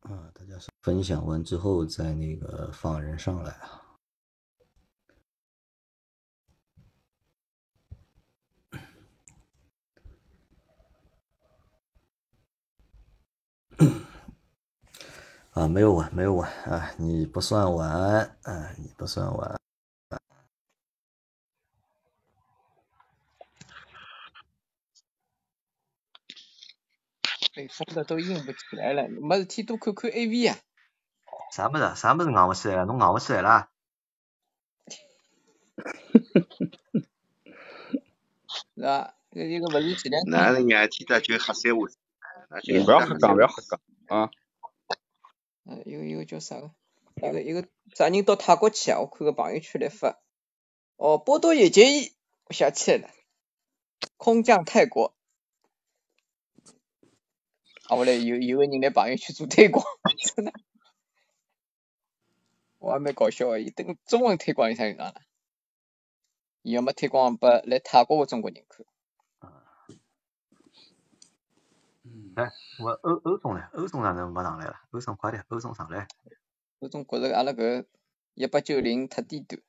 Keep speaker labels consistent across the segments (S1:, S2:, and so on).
S1: 啊家分享完之后再那个放人上来啊。啊，没有晚，没有晚啊！你不算晚啊，你不算晚。
S2: 被封的都硬不起来了，没事体多看看 A V 啊。
S1: 啥么子？啥么子硬不起来了？侬硬不起来了？啊
S2: 是吧？这一个不是前两天
S3: 哪能眼天的就黑三胡子？哪就
S4: 你嗯不要瞎讲，不要瞎讲。
S2: 嗯，一个一个叫啥个？一个一个啥人到泰国去啊？我看个朋友圈来发。哦，波多野结衣，我想起来了，空降泰国。啊，后来有有个人来朋友圈做推广，真的，我还蛮搞笑的。伊等中文推广有啥用啊？伊要么推广拨来泰国个中国人看，
S1: 我欧欧总嘞，欧总哪能没上来了？欧总快点，欧总上来。
S2: 我总觉着阿拉搿一八九零太低端。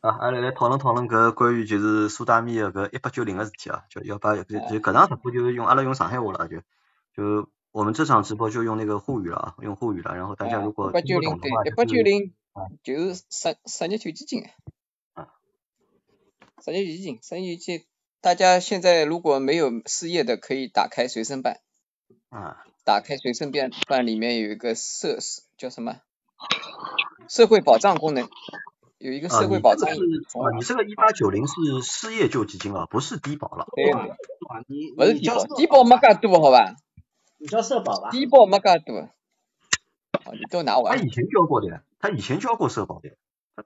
S1: 啊，阿拉来讨论讨论搿关于就是苏打米的搿一八九零个事体啊，就要把就
S2: 哎
S1: 就搿场直播就是用阿拉用上海话了，就就我们这场直播就用那个沪语了啊，用沪语了。然后大家如果
S2: 哎一八
S1: 听
S2: 九
S1: 不懂
S2: 零
S1: 的
S2: 对
S1: 话，
S2: 一八
S1: 就
S2: 九
S1: 是
S2: 零
S1: 啊
S2: 就是十十日救济金
S1: 啊。
S2: 十日救济金，十日救济金，大家现在如果没有失业的，可以打开随身办，
S1: 啊
S2: 打开随身办办里面有一个社叫什么社会保障功能，有一个
S1: 啊，
S2: 社
S1: 你
S2: 会
S1: 这
S2: 保
S1: 个
S2: 障
S1: 是
S2: 服务
S1: 啊，你这个一八九零是失业救济金啊，不是低保了。
S2: 对，
S5: 你
S2: 不是
S5: 你
S2: 低
S5: 叫
S2: 保
S5: 社，
S2: 低保没介多好吧？
S5: 你叫社保
S1: 啊
S5: 吧？
S2: 低保没介多，哦，你都拿
S1: 他
S2: 完
S1: 以前交过的呀，他以前交过社保的呀，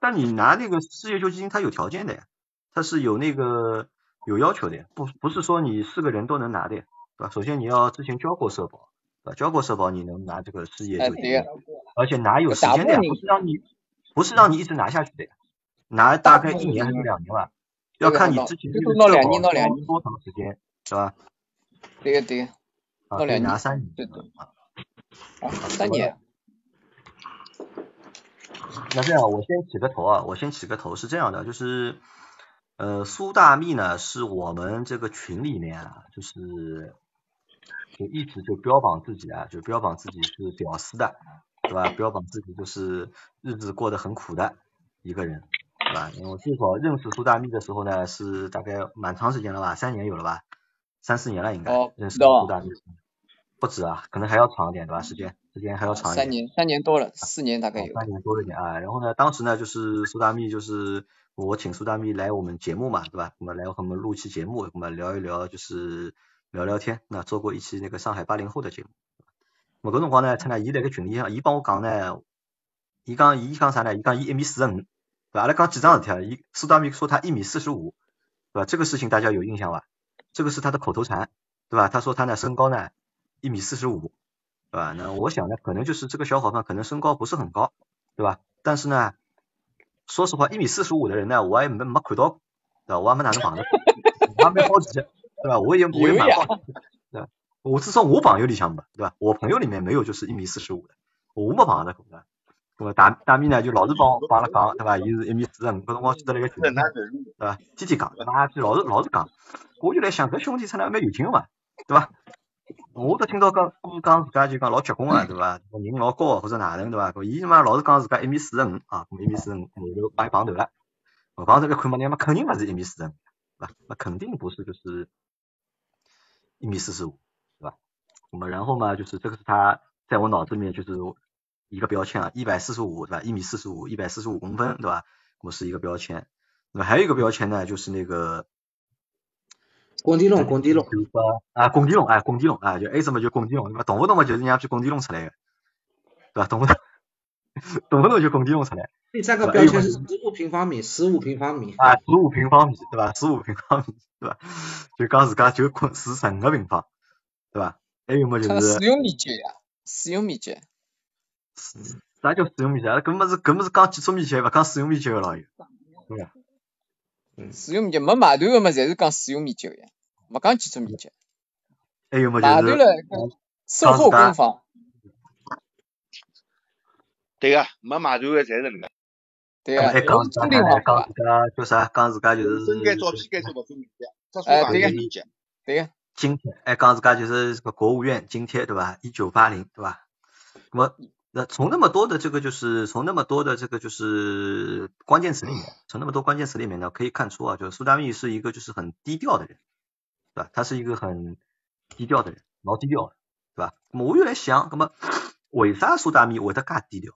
S1: 但你拿那个失业救济金，它有条件的呀，它是有那个有要求的呀，不不是说你是个人都能拿的呀，对吧？首先你要之前交过社保，对吧？交过社保你能拿这个失业
S2: 哎
S1: 救济
S2: 对
S1: 金
S2: 呀
S1: 的，而且拿有时间的呀，
S2: 打破你
S1: 不是让你不是让你一直拿下去的呀，拿大概一年还是两年吧，要看你之前这
S2: 这
S1: 个
S2: 个闹
S1: 社
S2: 两
S1: 保
S2: 年闹两年
S1: 多长时间，对吧？
S2: 对个对个，
S1: 啊，
S2: 闹
S1: 可以
S2: 两
S1: 拿
S2: 年
S1: 三年，
S2: 对的啊，
S1: 嗯
S2: 三年，
S1: 那这样，我先起个头啊，我先起个头是这样的，就是，呃，苏大秘呢是我们这个群里面啊，就是就一直就标榜自己啊，就标榜自己是屌丝的，对吧？标榜自己就是日子过得很苦的一个人，对吧？因为我最早认识苏大秘的时候呢，是大概蛮长时间了吧，三年有了吧，三四年了应该、
S2: 哦
S1: 认识
S2: 知道
S1: 苏大秘，不止啊，可能还要长一点，对吧？时间时间还要长一点
S2: 三。年三年多了，四年大概有。
S1: 半年哦多一点啊。然后呢，当时呢，就是苏大秘，就是我请苏大秘来我们节目嘛，对吧？我们来和我们录一期节目，我们聊一聊，就是聊聊天。那做过一期那个上海八零后的节目。我搿辰光呢，参加伊辣盖群里向，伊帮我讲呢，伊讲伊讲啥呢？伊讲伊一米四十五，对伐？阿拉讲几桩事体啊？伊苏大秘说他一米四十五，对吧？这个事情大家有印象吧？这个是他的口头禅，对吧？他说他呢身高呢一米四十五，对吧？那我想呢，可能就是这个小伙伴可能身高不是很高，对吧？但是呢，说实话，一米四十五的人呢，我也没没看到过，对吧？我也没哪能碰着，我还蛮好奇，对吧？我也我也蛮
S2: 有呀
S1: 好奇，对吧？我至少我朋友里向没，对吧？我朋友里面没有就是一米四十五的，我没碰着过，对吧？那么大大米呢，就老是帮我帮阿拉讲，对吧？伊是一米四十五，搿辰光记得那个群里
S3: 那哪能？
S1: 对吧？天天讲，妈逼老是老是讲，我就来想，搿兄弟出来蛮有劲个嘛，对吧？我都听到讲，故讲自家就讲老结棍啊，对伐？人老高啊或者哪能，对伐？搿伊他妈老是讲自家一米四十五啊，搿么一米四十五，后头帮伊碰头了，我碰头一看嘛，那么肯定勿是一米四十五，对伐？那肯定不是就是一米四十五，对吧？那么然后嘛，就是这个是他在我脑子里面就是一个标签啊，一百四十五，对吧？一米四十五，一百四十五公分，对吧？我是一个标签。那么还有一个标签呢，就是那个
S5: 滚地龙，滚地龙
S1: 比，如说啊，滚地龙，哎，滚地龙，哎，就 A 什么就滚地龙，对吧？动不动嘛就是人家去滚地龙出来的，对吧？动不动动不动就滚地龙出来
S5: 第三个标签是十五平方米，十五平方米。
S1: 啊，十五平方米，对吧？十五平方米，对吧？就讲自家就滚是十五个平方，对吧？还有么就
S2: 它的
S1: 是
S2: 使用面积呀，使用面积，
S1: 啥叫使用面积？阿拉搿么是搿么是讲建筑面积，勿讲使用面积个咯。
S2: 使用面积没买断个嘛，侪是讲使用面积个呀，没讲建筑面积。
S1: 还有么就
S2: 哪
S1: 是嗯
S2: 段了？售后工坊，
S3: 对个，没买断的侪是搿能个。
S2: 对
S1: 那么
S2: 啊，
S1: 还
S2: 都
S1: 讲
S2: 是
S1: 自
S2: 租
S1: 家
S2: 赁
S1: 还
S2: 房
S1: 讲
S2: 吧
S1: 自？家叫啥？讲自家就是
S3: 分间照片间照勿分面积，只说
S2: 哎
S3: 房
S1: 对
S3: 间
S1: 个
S3: 面积。
S2: 对呀，
S1: 津贴，还讲自家哎就是这个国务院津贴，对吧？一九八零，对吧？那么，那从那么多的这个就是从那么多的这个就是关键词里面，从那么多关键词里面呢，可以看出啊，就是苏丹密是一个就是很低调的人，对吧？他是一个很低调的人，老低调的，对吧？那么我又来想，那么为啥苏丹密会得介低调？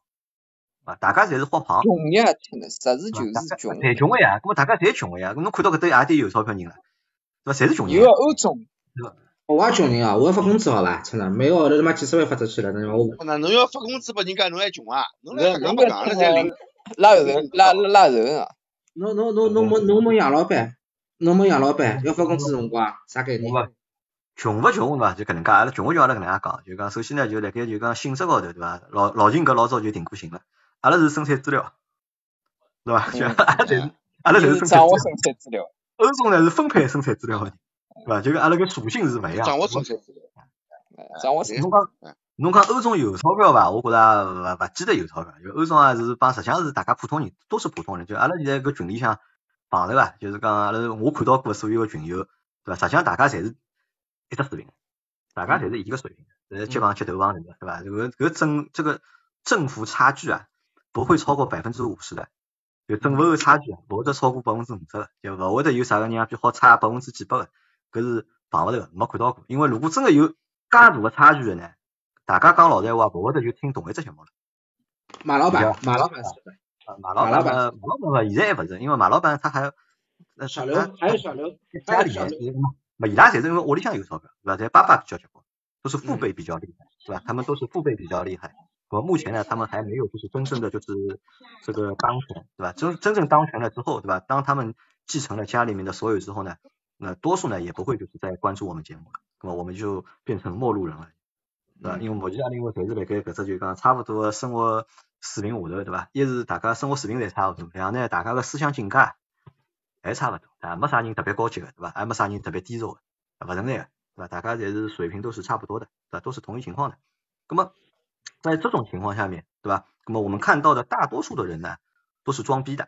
S1: 啊，大家侪是花旁，
S2: 穷呀，真的，实事求
S1: 对吧
S2: 是穷。
S1: 侪穷个呀，那么大家侪穷个呀，那么侬看到搿搭也得有钞票人了，对吧？侪是穷人
S2: 有
S1: 呀
S2: 个，欧总，
S5: 我也穷人啊，我要发工资好啦，真的，每个号头他妈几十万发出去了，那我
S3: 那侬要发工资拨人家，侬还穷啊？侬来
S2: 人
S3: 搿
S2: 人家
S3: 讲勿讲了才领。
S2: 拉仇拉拉拉仇啊！
S5: 侬侬侬侬问侬问杨老板，侬问杨老板要发工资辰光啊啥概念
S1: 我？们穷不穷对伐？就搿能介，阿拉穷不穷阿拉搿能介讲，就讲首先呢，就辣盖就讲性质高头对伐？老老秦搿老早就定过型了，阿拉是生产资料，对伐？就
S2: 嗯
S4: 啊
S1: 阿拉 侪是阿拉侪
S2: 就是是
S1: 生产资
S2: 掌握
S1: 料，
S2: 生产资料，
S1: 欧洲呢是分配生产资料的，对伐？就跟阿拉搿属性是勿一样。
S3: 掌握
S1: 我
S3: 生产资料。
S1: 哎
S2: 掌握生
S1: 侬讲
S3: 嗯
S1: 侬讲欧洲有钞票伐？我觉着勿勿记得有钞票，就欧洲也是帮实际上是大家普通人，都是普通人。就阿拉现在搿群里向碰头啊，就是讲阿拉我看到过所有个群友，对伐？实际上大家侪是一只水平，大家侪是一个水平，侪是接棒接头棒头的，对伐？这个搿政这个政府差距啊，不会超过百分之五十的。就政府个差距啊，勿会得超过百分之五十的，就勿会得有啥个人比好差百分之几百个，搿是碰勿头个，没看到过。因为如果真个有介大个差距个呢，大家讲老实闲话，勿会得就听同一只节目了。
S5: 马老板，马老板是的，
S1: 啊马老
S5: 马
S1: 板
S5: 老
S1: 呢，马老板嘛，现在还勿是，因为马老板他还呃
S5: 小
S1: 他
S5: 刘
S1: 他
S5: 还有小刘，
S1: 家里啊面，嘛，伊拉侪是因为屋里向有钞票，对吧？侪爸爸比较结棍，都是父辈比较厉害，是吧？他们都是父辈比较厉害。我目前呢，他们还没有就是真正的就是这个当权，对吧？真真正当权了之后，对吧？当他们继承了家里面的所有之后呢，那多数呢也不会就是在关注我们节目了，那么我们就变成陌路人了，对吧？因为目前阿拉因为侪是辣盖搿只就讲差不多的生活水平下头，对吧？一是大家生活水平侪差勿多，两呢大家个思想境界还差勿多，啊，没啥人特别高级个，对伐？也没啥人特别低俗个，勿存在个，啊对伐？大家侪是水平都是差不多的，对伐？都是同一情况的。那么在这种情况下面，对吧？那么我们看到的大多数的人呢，都是装逼的，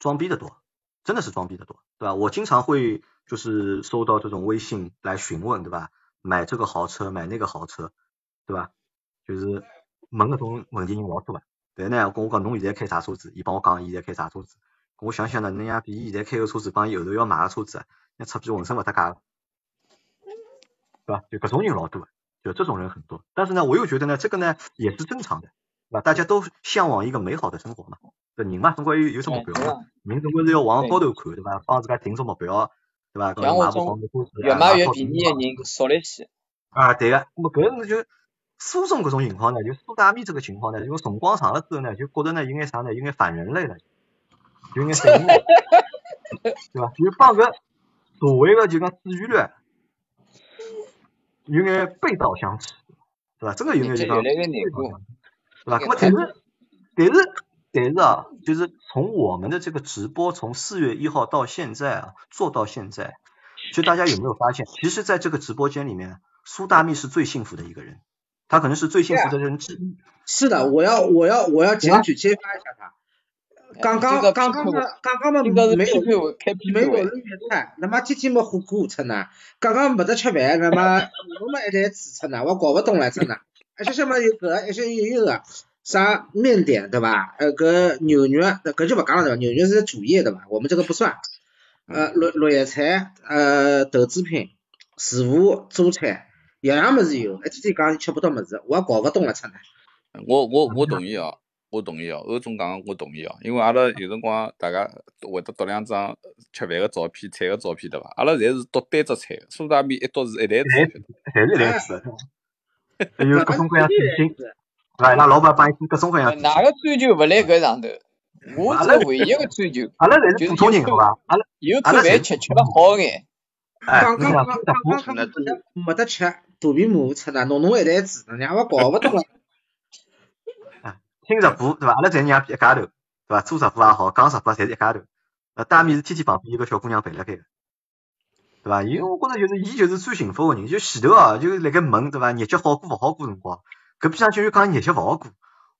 S1: 装逼的多，真的是装逼的多，对吧？我经常会就是收到这种微信来询问，对吧？买这个豪车，买那个豪车，对吧？就是问搿种问题人老多个。但呢，我跟我讲侬现在开啥车子，伊帮我讲伊现在开啥车子。我想想呢，人家比伊现在开个车子帮伊后头要买个车子啊，那出比浑身勿搭界个，对吧？就搿种人老多个，就这种人很多。但是呢，我又觉得呢，这个呢也是正常的，对吧？大家都向往一个美好的生活嘛，对人嘛，总归有有只目标嘛，人总归是要往高头看，对吧？帮自家定只目标，对吧？
S2: 像我
S1: 买
S2: 这
S1: 部
S2: 种
S1: 房子车子
S2: 越
S1: 啊
S2: 买
S1: 买
S2: 越
S1: 套房
S2: 便宜
S1: 子
S2: 的
S1: 啊
S2: 人少来些。
S1: 啊，对个，那么搿个就苏总搿种情况呢，就苏大咪这个情况呢，就辰光长了之后呢，就觉得呢有眼啥呢，有眼反人类了，有眼反 人类了，对伐？就帮搿所谓个就讲主旋律，有眼背道相驰，对伐？真个有眼就
S2: 这越
S1: 讲
S2: 来越难
S1: 对
S2: 过，
S1: 吧？那么但是但是但是啊，就是从我们的这个直播从四月一号到现在啊，做到现在，其实大家有没有发现，其实在这个直播间里面，苏大秘是最幸福的一个人，他可能是最幸福的人之一。
S5: 是的，我要我要我要检举揭发一下他。
S2: 哎
S5: 刚刚刚刚的刚刚的
S2: 今朝是
S5: 没
S2: P
S5: 有
S2: P 会开 P
S5: 没
S2: P
S5: 有
S2: 会，
S5: 绿叶菜，他妈天天没火锅吃呢，刚刚没得吃饭，他妈我们一台吃吃呢，我搞不懂了真的。一些什么有搿，一些又有个啥面点对吧？呃，搿牛肉搿就勿讲了对吧？牛肉是主业对吧？我们这个不算。呃，绿绿叶菜，呃，豆制品、食物、榨菜，样样物事有，一天天讲吃不到物事，我也搞不懂了真的。
S4: 我我我同意哦，我同意哦，欧总讲的我同意哦，因为阿拉有辰光大家会得读两张吃饭个照片、菜个照片对伐？阿拉侪是读单只菜，苏打面一读是一台
S1: 哎
S4: 菜，晓
S1: 还
S4: 得伐
S1: 是来吃，还 有各种各样的点心，
S5: 是
S1: 对吧？伊拉老板帮伊做各种各样的点
S2: 哪
S1: 心。
S2: 个追求勿来搿上头？我
S1: 啊阿
S2: 是
S1: 拉
S2: 唯一个追求，
S1: 阿拉侪是普通人，好吧？阿拉
S2: 有口饭吃，吃得好眼。
S1: 哎，
S5: 刚
S1: 你
S5: 刚
S1: 想
S5: 刚
S1: 普
S5: 刚
S1: 通
S5: 刚刚没得没得吃，肚皮磨出呢，弄弄一袋子，娘我搞不懂了。
S1: 听直播对伐？阿拉侪娘逼一家头，对伐？做直播也好，讲直播侪是一家头。呃，大米是天天旁边有个小姑娘陪辣盖个，对伐？因为我觉着就是伊就是最幸福个人，就前头啊，就辣盖问对伐？日脚好过勿好过辰光，搿边上就又讲日脚勿好过。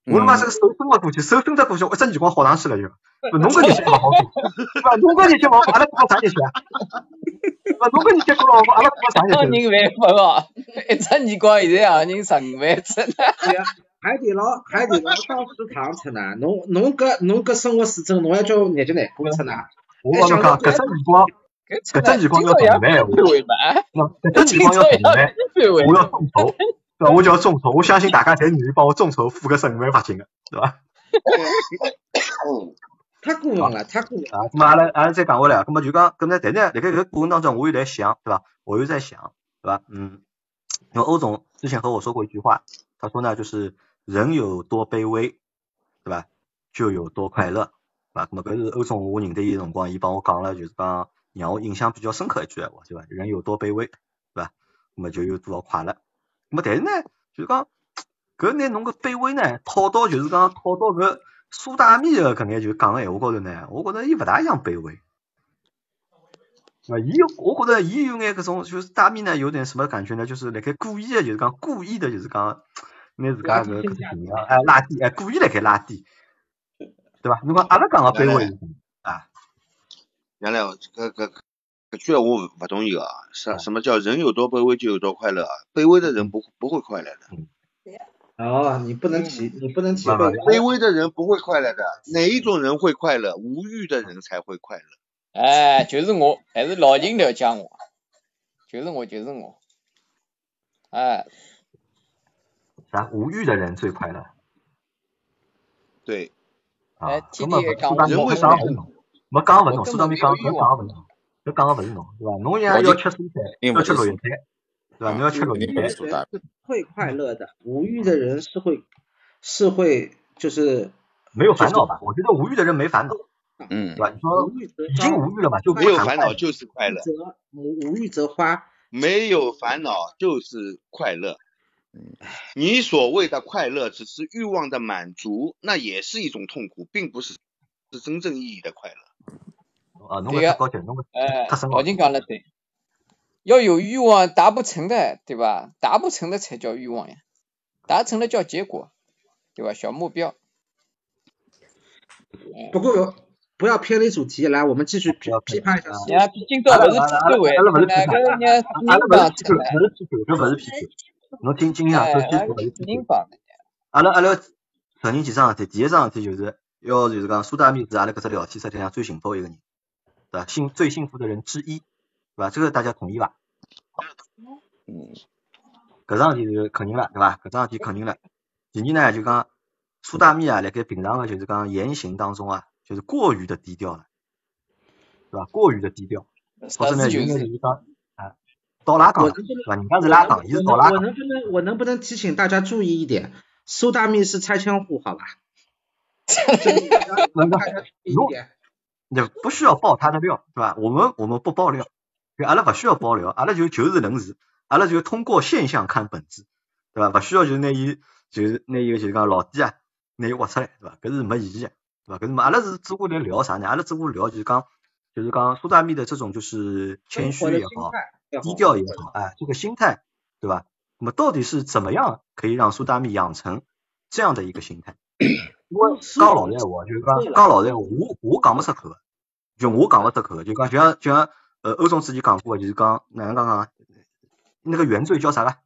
S1: 我他妈这个手伸了过去，手伸了过去，我一只耳光好上去了就。不侬搿日脚勿好过，对伐？侬搿日脚勿好过，阿拉过了啥日脚啊？对伐？侬搿日脚过了好过，阿拉过了啥日
S2: 当
S1: 脚？
S2: 人万分哦，一只耳光现在行情十五万只呢。
S5: 对啊海底捞海底捞当时堂出呐，侬侬搿侬搿生活水准，侬还叫日脚难过出呐？
S1: 我帮侬讲，搿只耳光，
S2: 搿
S1: 搿只耳光要
S2: 今朝
S1: 十
S2: 也
S1: 五万闲话，
S2: 不会吧？
S1: 搿
S2: 啊
S1: 只耳光要十五万。
S2: 不
S1: 我要众筹，
S2: 会。
S1: 对吧？我就要众筹，我相信大家侪愿意帮我众筹付个十五万罚金的，对吧？
S3: 嗯
S5: 太过分了，太过分了。
S1: 啊，那么阿拉阿拉再讲回来啊，那么就讲，那么但是呢，辣盖搿个过程当中，我又在想，对吧？我又在想，对吧？嗯，因为欧总之前和我说过一句话，他说呢，就是人有多卑微，对吧？就有多快乐，啊，那么搿是欧总我认得伊个辰光，伊帮我讲了，就是讲让我印象比较深刻一句闲话，对吧？人有多卑微，对吧？那么就有多少快乐。那么但是呢，就是讲搿拿侬个卑微呢，套到就是讲套到搿苏大密个搿眼就是讲个闲话高头呢，我觉着伊勿大像卑微。啊，伊有我觉着伊有眼搿种就是大密呢，有点什么感觉呢？就是辣盖故意的，就是讲故意的，就是讲拿自家搿搿种形象哎拉低，哎故意辣盖拉低，对伐？侬讲阿拉讲个卑微是什么，
S3: 原来我搿搿搿句话我勿同意啊！什
S1: 嗯
S3: 什么叫人有多卑微就有多快乐啊？卑微的人不不会快乐的，
S5: 哦，你不能提，你不能提
S1: 慢慢
S5: 背
S3: 卑微的人不会快乐的。哪一种人会快乐？无欲的人才会快乐。
S2: 哎，就是我，还是老秦了解我，就是我，就是我。哎，
S1: 啥无欲的人最快乐
S3: 对，
S1: 啊
S2: 哎！
S1: 搿
S2: 天
S1: 么
S2: 天
S1: 搿
S2: 讲
S1: 苏大密
S3: 人为
S1: 搿讲勿
S3: 什么
S1: 是侬，没讲勿是
S2: 我
S1: 侬，
S2: 根
S1: 苏大
S2: 本
S1: 密
S2: 没
S1: 讲
S2: 有欲
S1: 搿
S2: 望
S1: 讲勿是侬，搿讲个勿是侬，对伐？侬现在
S4: 老
S1: 要
S4: 金
S1: 吃蔬菜，
S4: 因为
S1: 要
S4: 勿
S1: 吃
S4: 是
S1: 绿
S4: 苏
S1: 叶菜，对伐？
S4: 嗯
S1: 侬要吃绿
S4: 肯
S1: 叶
S4: 定
S1: 菜
S4: 勿。是苏大
S5: 人是会快乐的，无欲的人是会是会就是
S1: 没有烦
S5: 就是
S1: 恼吧？我觉得无欲的人没烦恼，
S4: 嗯
S1: 对，吧？你说
S5: 无欲则
S1: 已经
S5: 刚，
S1: 无欲了嘛，就不
S3: 没有
S1: 谈
S3: 烦
S1: 快乐
S3: 恼就是快乐，
S5: 则无无欲则花。
S3: 没有烦恼就是快乐。你所谓的快乐只是欲望的满足，那也是一种痛苦，并不是是真正意义的快乐。
S1: 啊！侬搿
S2: 对个
S1: 太高级，侬搿
S2: 哎
S1: 太深，奥
S2: 老
S1: 了。
S2: 金讲了对，要有欲望，达不成的，对吧？达不成的才叫欲望呀，达成了叫结果，对吧？小目标。
S5: 不过不要偏离主题，来，我们继续批
S1: 要
S5: 批
S1: 偏
S5: 判一下
S1: 啊
S5: 苏
S2: 人家今朝勿是批斗哎，
S1: 阿拉阿拉阿拉勿是批
S2: 那
S1: 斗
S2: 个人家是
S1: 阿拉
S2: 人
S1: 勿是
S2: 帮
S1: 啤
S2: 出
S1: 酒，勿是啤酒，搿
S2: 来，
S1: 勿是啤酒。侬听今夜
S2: 哎，
S1: 收听
S2: 那
S1: 搿
S2: 个
S1: 勿是啤
S2: 是人
S1: 酒。
S2: 帮的。
S1: 阿拉阿拉承认几桩事体，第一桩事体就是要就是讲苏大密是阿拉搿只聊天室里向最幸福的一个人，对伐？幸最幸福的人之一，对伐？这个大家同意伐？
S4: 嗯，
S1: 搿桩事体是肯定了，对伐？搿桩事体肯定了。第二呢，就讲苏大密啊，辣盖平常个就是讲言行当中啊，就是过于的低调了，对伐？过于的低调，导
S2: 啥
S1: 致呢有
S2: 子就，
S1: 眼就是是讲啊，倒拉
S5: 我
S1: 杠了，
S5: 能不
S1: 对
S5: 能
S1: 伐？人家是
S5: 我
S1: 拉杠，伊是倒拉
S5: 能我能我
S1: 杠。
S5: 能不能我能不能提醒大家注意一点？苏大密是拆迁户， 好吧？这个大家
S1: 能够
S5: 大家注意一点。
S1: 也不需要爆他的料，对吧？我们我们不爆料，就阿拉勿需要爆料，阿拉就就事论事，阿拉就通过现象看本质，对吧？勿需要就是拿伊就是拿伊个就是讲老底啊，拿伊挖出来，对吧？搿是没意义的，对吧？搿是没阿拉是只顾来聊啥呢？阿拉只顾聊就是讲就是讲苏大密的这种就是谦
S5: 生
S1: 虚
S5: 活的
S1: 也
S5: 心
S1: 好，
S5: 态要好
S1: 低调也好，哎，这个心态，对吧？那么到底是怎么样可以让苏大密养成这样的一个心态？因为讲老实闲话，就是讲讲老实闲话，我我讲勿出口的，就我讲勿出口的，就讲就像就像呃欧总之前讲过的，就是讲哪能讲讲，那个原罪叫啥个？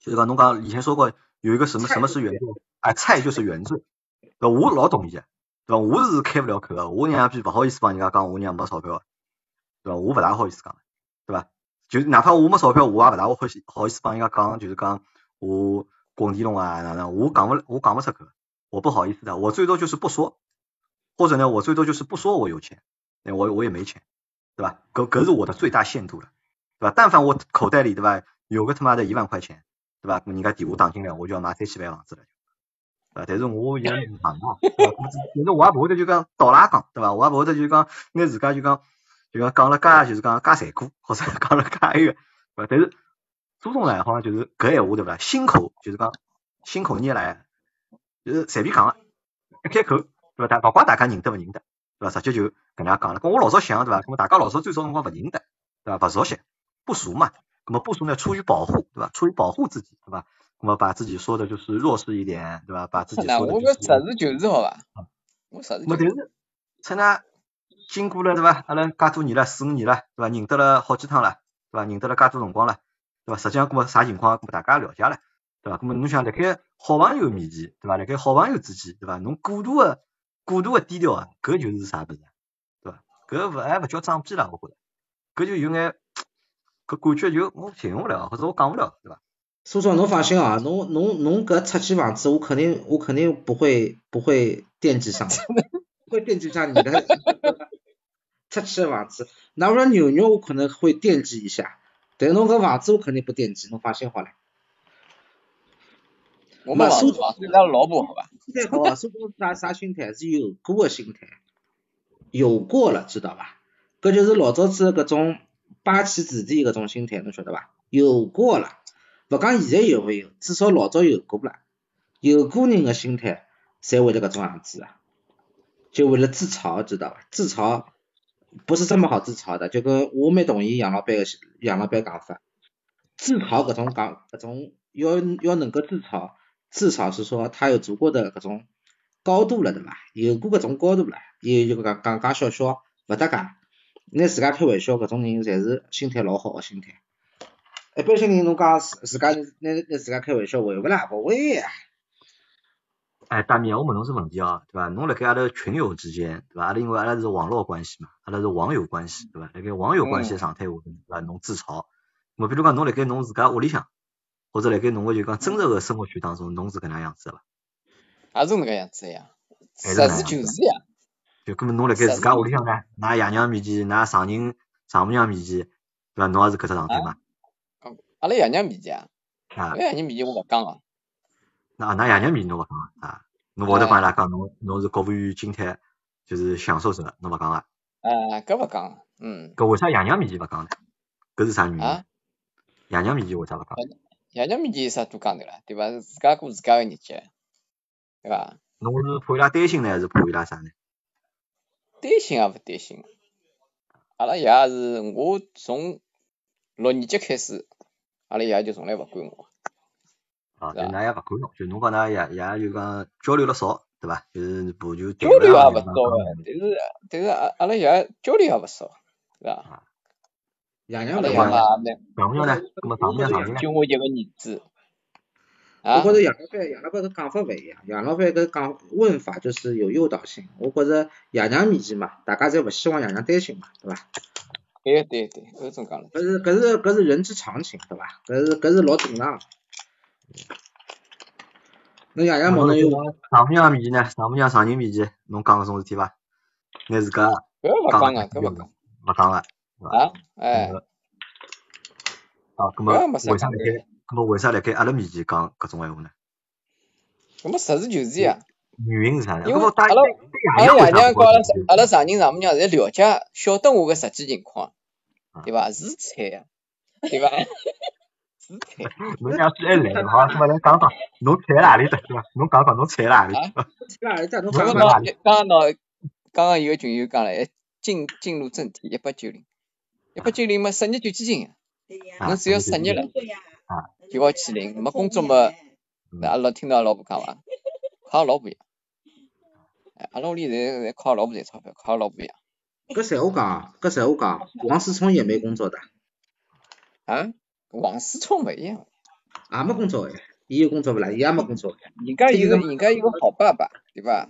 S1: 就是讲侬讲以前说过有一个什么
S5: 菜
S1: 什么
S5: 就是
S1: 原
S5: 原
S1: 罪，哎，菜就是原罪，对吧？我老同意的，对吧？我是开不了口的，我娘逼不好意思帮人家讲我娘没钞票的，对吧？我勿大好意思讲，对吧？就是哪怕我没钞票，我也勿大好意好意思帮人家讲，就是讲我滚地龙啊哪能，我讲勿我讲勿出口，我不好意思的，我最多就是不说，或者呢，我最多就是不说我有钱，哎，我我也没钱，对吧？搿搿是我的最大限度了，对吧？但凡我口袋里对吧有个他妈的一万块钱，对吧？人家电话打进来，我就要买三千万房子了，对吧？但是我现在没嘛，对吧？但是我也勿会得就讲倒拉讲，对吧？我也勿会得就讲拿自家就讲就讲讲了介就是讲介残酷，或者讲了介埃个，对吧？但是朱总呢，好像就是搿闲话对勿啦？心口就是讲心口拈来，就是随便讲个，一开口对伐？大勿怪大家认得勿认得，对伐？直接就搿能样讲了。跟我老早想对伐？跟大家老早最早辰光勿认得，对吧？勿熟悉，不熟嘛。那么不熟呢，出于保护，对吧？出于保护自己，对吧？那么把自己说的就是弱势一点，对吧？把自己
S2: 那
S1: 说的
S2: 我
S1: 就
S2: 搿
S1: 是
S2: 实事求是好伐？我实事
S1: 么
S2: 求
S1: 但
S2: 是，
S1: 是，趁㑚经过了对伐？阿拉介多年了，四五年了，对伐？认得了好几趟了，对伐？认得了介多辰光了，对伐？实际上，搿么啥情况，搿么大家了解了，对伐？搿么侬想，辣盖好朋友面前，对伐？辣盖好朋友之间，对伐？侬过度的、过度的低调啊，搿就是啥物事啊，对伐？搿勿还勿叫装逼啦，我觉着，搿就有眼搿感觉就我寻勿了，或者我讲勿了，对伐？
S5: 苏总，侬放心啊，侬侬侬搿出去房子，我肯定我肯定不会不会惦 记上的，不会惦记上你的出去的房子。哪怕牛肉我可能会惦记一下，但是侬搿房子我肯定不惦记，侬放心好了。
S2: 我没
S5: 没
S2: 房
S5: 苏
S2: 子啊，是拉老婆好伐？
S5: 现在好啊，苏总是啥啥心态？是有过的心态，有过了，知道吧？搿就是老早子的搿种八旗子弟搿种心态，侬晓得吧？有过了，勿讲现在有没有，至少老早有过了。有过人的心态，才会得搿种样子啊，就为了自嘲，知道吧？自嘲不是这么好自嘲的，就跟我蛮同意杨老板的杨老板讲法，自嘲搿种讲搿种要要能够自嘲，至少是说他有足够的搿种高度了，对伐？有过搿种高度了，也有讲讲讲笑笑勿搭界，拿自家开玩笑搿种人，侪是心态老好的心态。一般性人侬讲自自家拿拿自家开玩笑会勿啦？勿会呀、
S1: 哎，大米，我问侬只问题哦，对伐？侬辣盖阿拉群友之间，对伐？阿拉因为阿拉是网络关系嘛，阿拉是网友关系，对伐？辣盖网友关系的状态下头，对伐？侬自嘲，咾比如讲侬辣盖侬自家屋里向，或者辣盖侬个就讲真实个生活圈当中，侬是搿能样子个伐？
S2: 也是搿能样子呀，
S1: 还
S2: 实
S1: 是搿能样
S2: 事求
S1: 子
S2: 是呀。
S1: 就搿么侬辣盖自家屋里向呢，㑚爷娘面前，㑚丈人、丈母娘面前，对伐？侬也是搿只状态嘛？
S2: 阿拉爷娘面前啊，
S1: 啊
S2: 我，爷娘面前我勿讲啊，
S1: 那㑚爷娘面前侬勿讲啊？啊侬勿会得帮伊拉讲侬侬是国务院津贴就是享受者，侬勿讲啊？
S2: 哎，搿勿讲啊，嗯，
S1: 搿为啥爷娘面前勿讲呢？搿是啥原因呢
S2: 啊？，
S1: 爷娘面前为啥勿讲？
S2: 爷娘面前有啥多讲头啦，对伐？自家过自家个日节，对伐？
S1: 侬是怕伊拉担心呢，还是怕伊拉啥呢？
S2: 担心也勿担心。阿拉爷是我从六年级开始，阿拉爷就从来勿管我。
S1: 啊，
S2: 是
S1: 就
S2: 啊
S1: 㑚也勿管侬，就侬帮㑚爷爷就讲交流了少，对伐？就是不就
S2: 交
S1: 谈
S2: 流
S1: 了
S2: 也
S1: 啊，
S2: 勿
S1: 就
S2: 少
S1: 讲
S2: 个，但是但是阿阿拉爷交流也勿少，对伐？
S5: 爷
S2: 阿
S5: 娘
S2: 拉
S5: 勿
S2: 爷
S5: 管
S1: 嘛
S2: 嘛也蛮，
S1: 丈母娘呢，葛么丈母娘丈人呢？
S2: 就我一个儿子。
S5: 我
S2: 啊
S5: 觉，着杨老板杨老板搿讲法勿一样，杨老板搿讲问法就是有诱导性。我觉着爷娘面前嘛，大家侪勿希望爷娘担心嘛，对伐？
S2: 对对对，欧总讲了，
S5: 搿是搿是搿是人之常情，对伐？搿是搿是老正常。侬爷娘
S1: 那侬
S5: 问
S1: 辣
S5: 侬
S1: 盖
S5: 有
S1: 丈母娘面前呢，丈母娘丈人面前，侬讲搿种事体伐？拿自家
S2: 搿勿
S1: 讲个
S2: 讲
S1: 太
S2: 啊，搿
S1: 清楚
S2: 勿讲
S1: 勿讲个，对伐？
S2: 啊，哎
S1: 那，么啊，葛么
S2: 搿没啥
S1: 为啥
S2: 讲
S1: 辣
S2: 头
S1: 盖，葛么为啥辣盖阿拉面前讲搿种闲话呢？
S2: 搿么实事求是呀。
S1: 原因是啥呢？
S2: 因
S1: 搿
S2: 为
S1: 么带
S2: 阿拉
S1: 对
S2: 阿
S1: 爷娘
S2: 拉
S1: 为
S2: 爷
S1: 啥
S2: 娘
S1: 勿
S2: 跟阿拉
S1: 讲？
S2: 丈阿拉丈人丈母娘侪了解，晓得我个实际情况，对伐？是惨呀，对伐？是惨
S1: 侬娘子还来，好，葛么来讲讲，侬菜辣何里搭对伐？侬讲讲侬菜辣何里搭？
S2: 啊！
S5: 去哪里搭？侬
S2: 我
S5: 讲
S2: 们
S5: 嘛
S1: 哪？
S2: 刚
S1: 里
S2: 刚刚喏，刚刚有个群友讲了，哎进进入正题，一八九零，一八九零嘛，失业救济金，
S1: 啊
S2: 侬只要失业了，就要去领，没工作嘛，
S1: 嗯
S2: 那阿拉听到老婆讲伐，靠老婆养，哎阿拉屋里侪侪靠老婆赚钞票，靠老婆养
S5: 搿闲话讲啊，搿闲话讲啊，王思聪也没工作的，
S2: 啊。王思聪勿一样，
S5: 也没工作哎，伊有工作勿啦？伊也没工作哎。
S2: 人家有个
S5: 这个
S2: 人家有个好爸爸，对伐？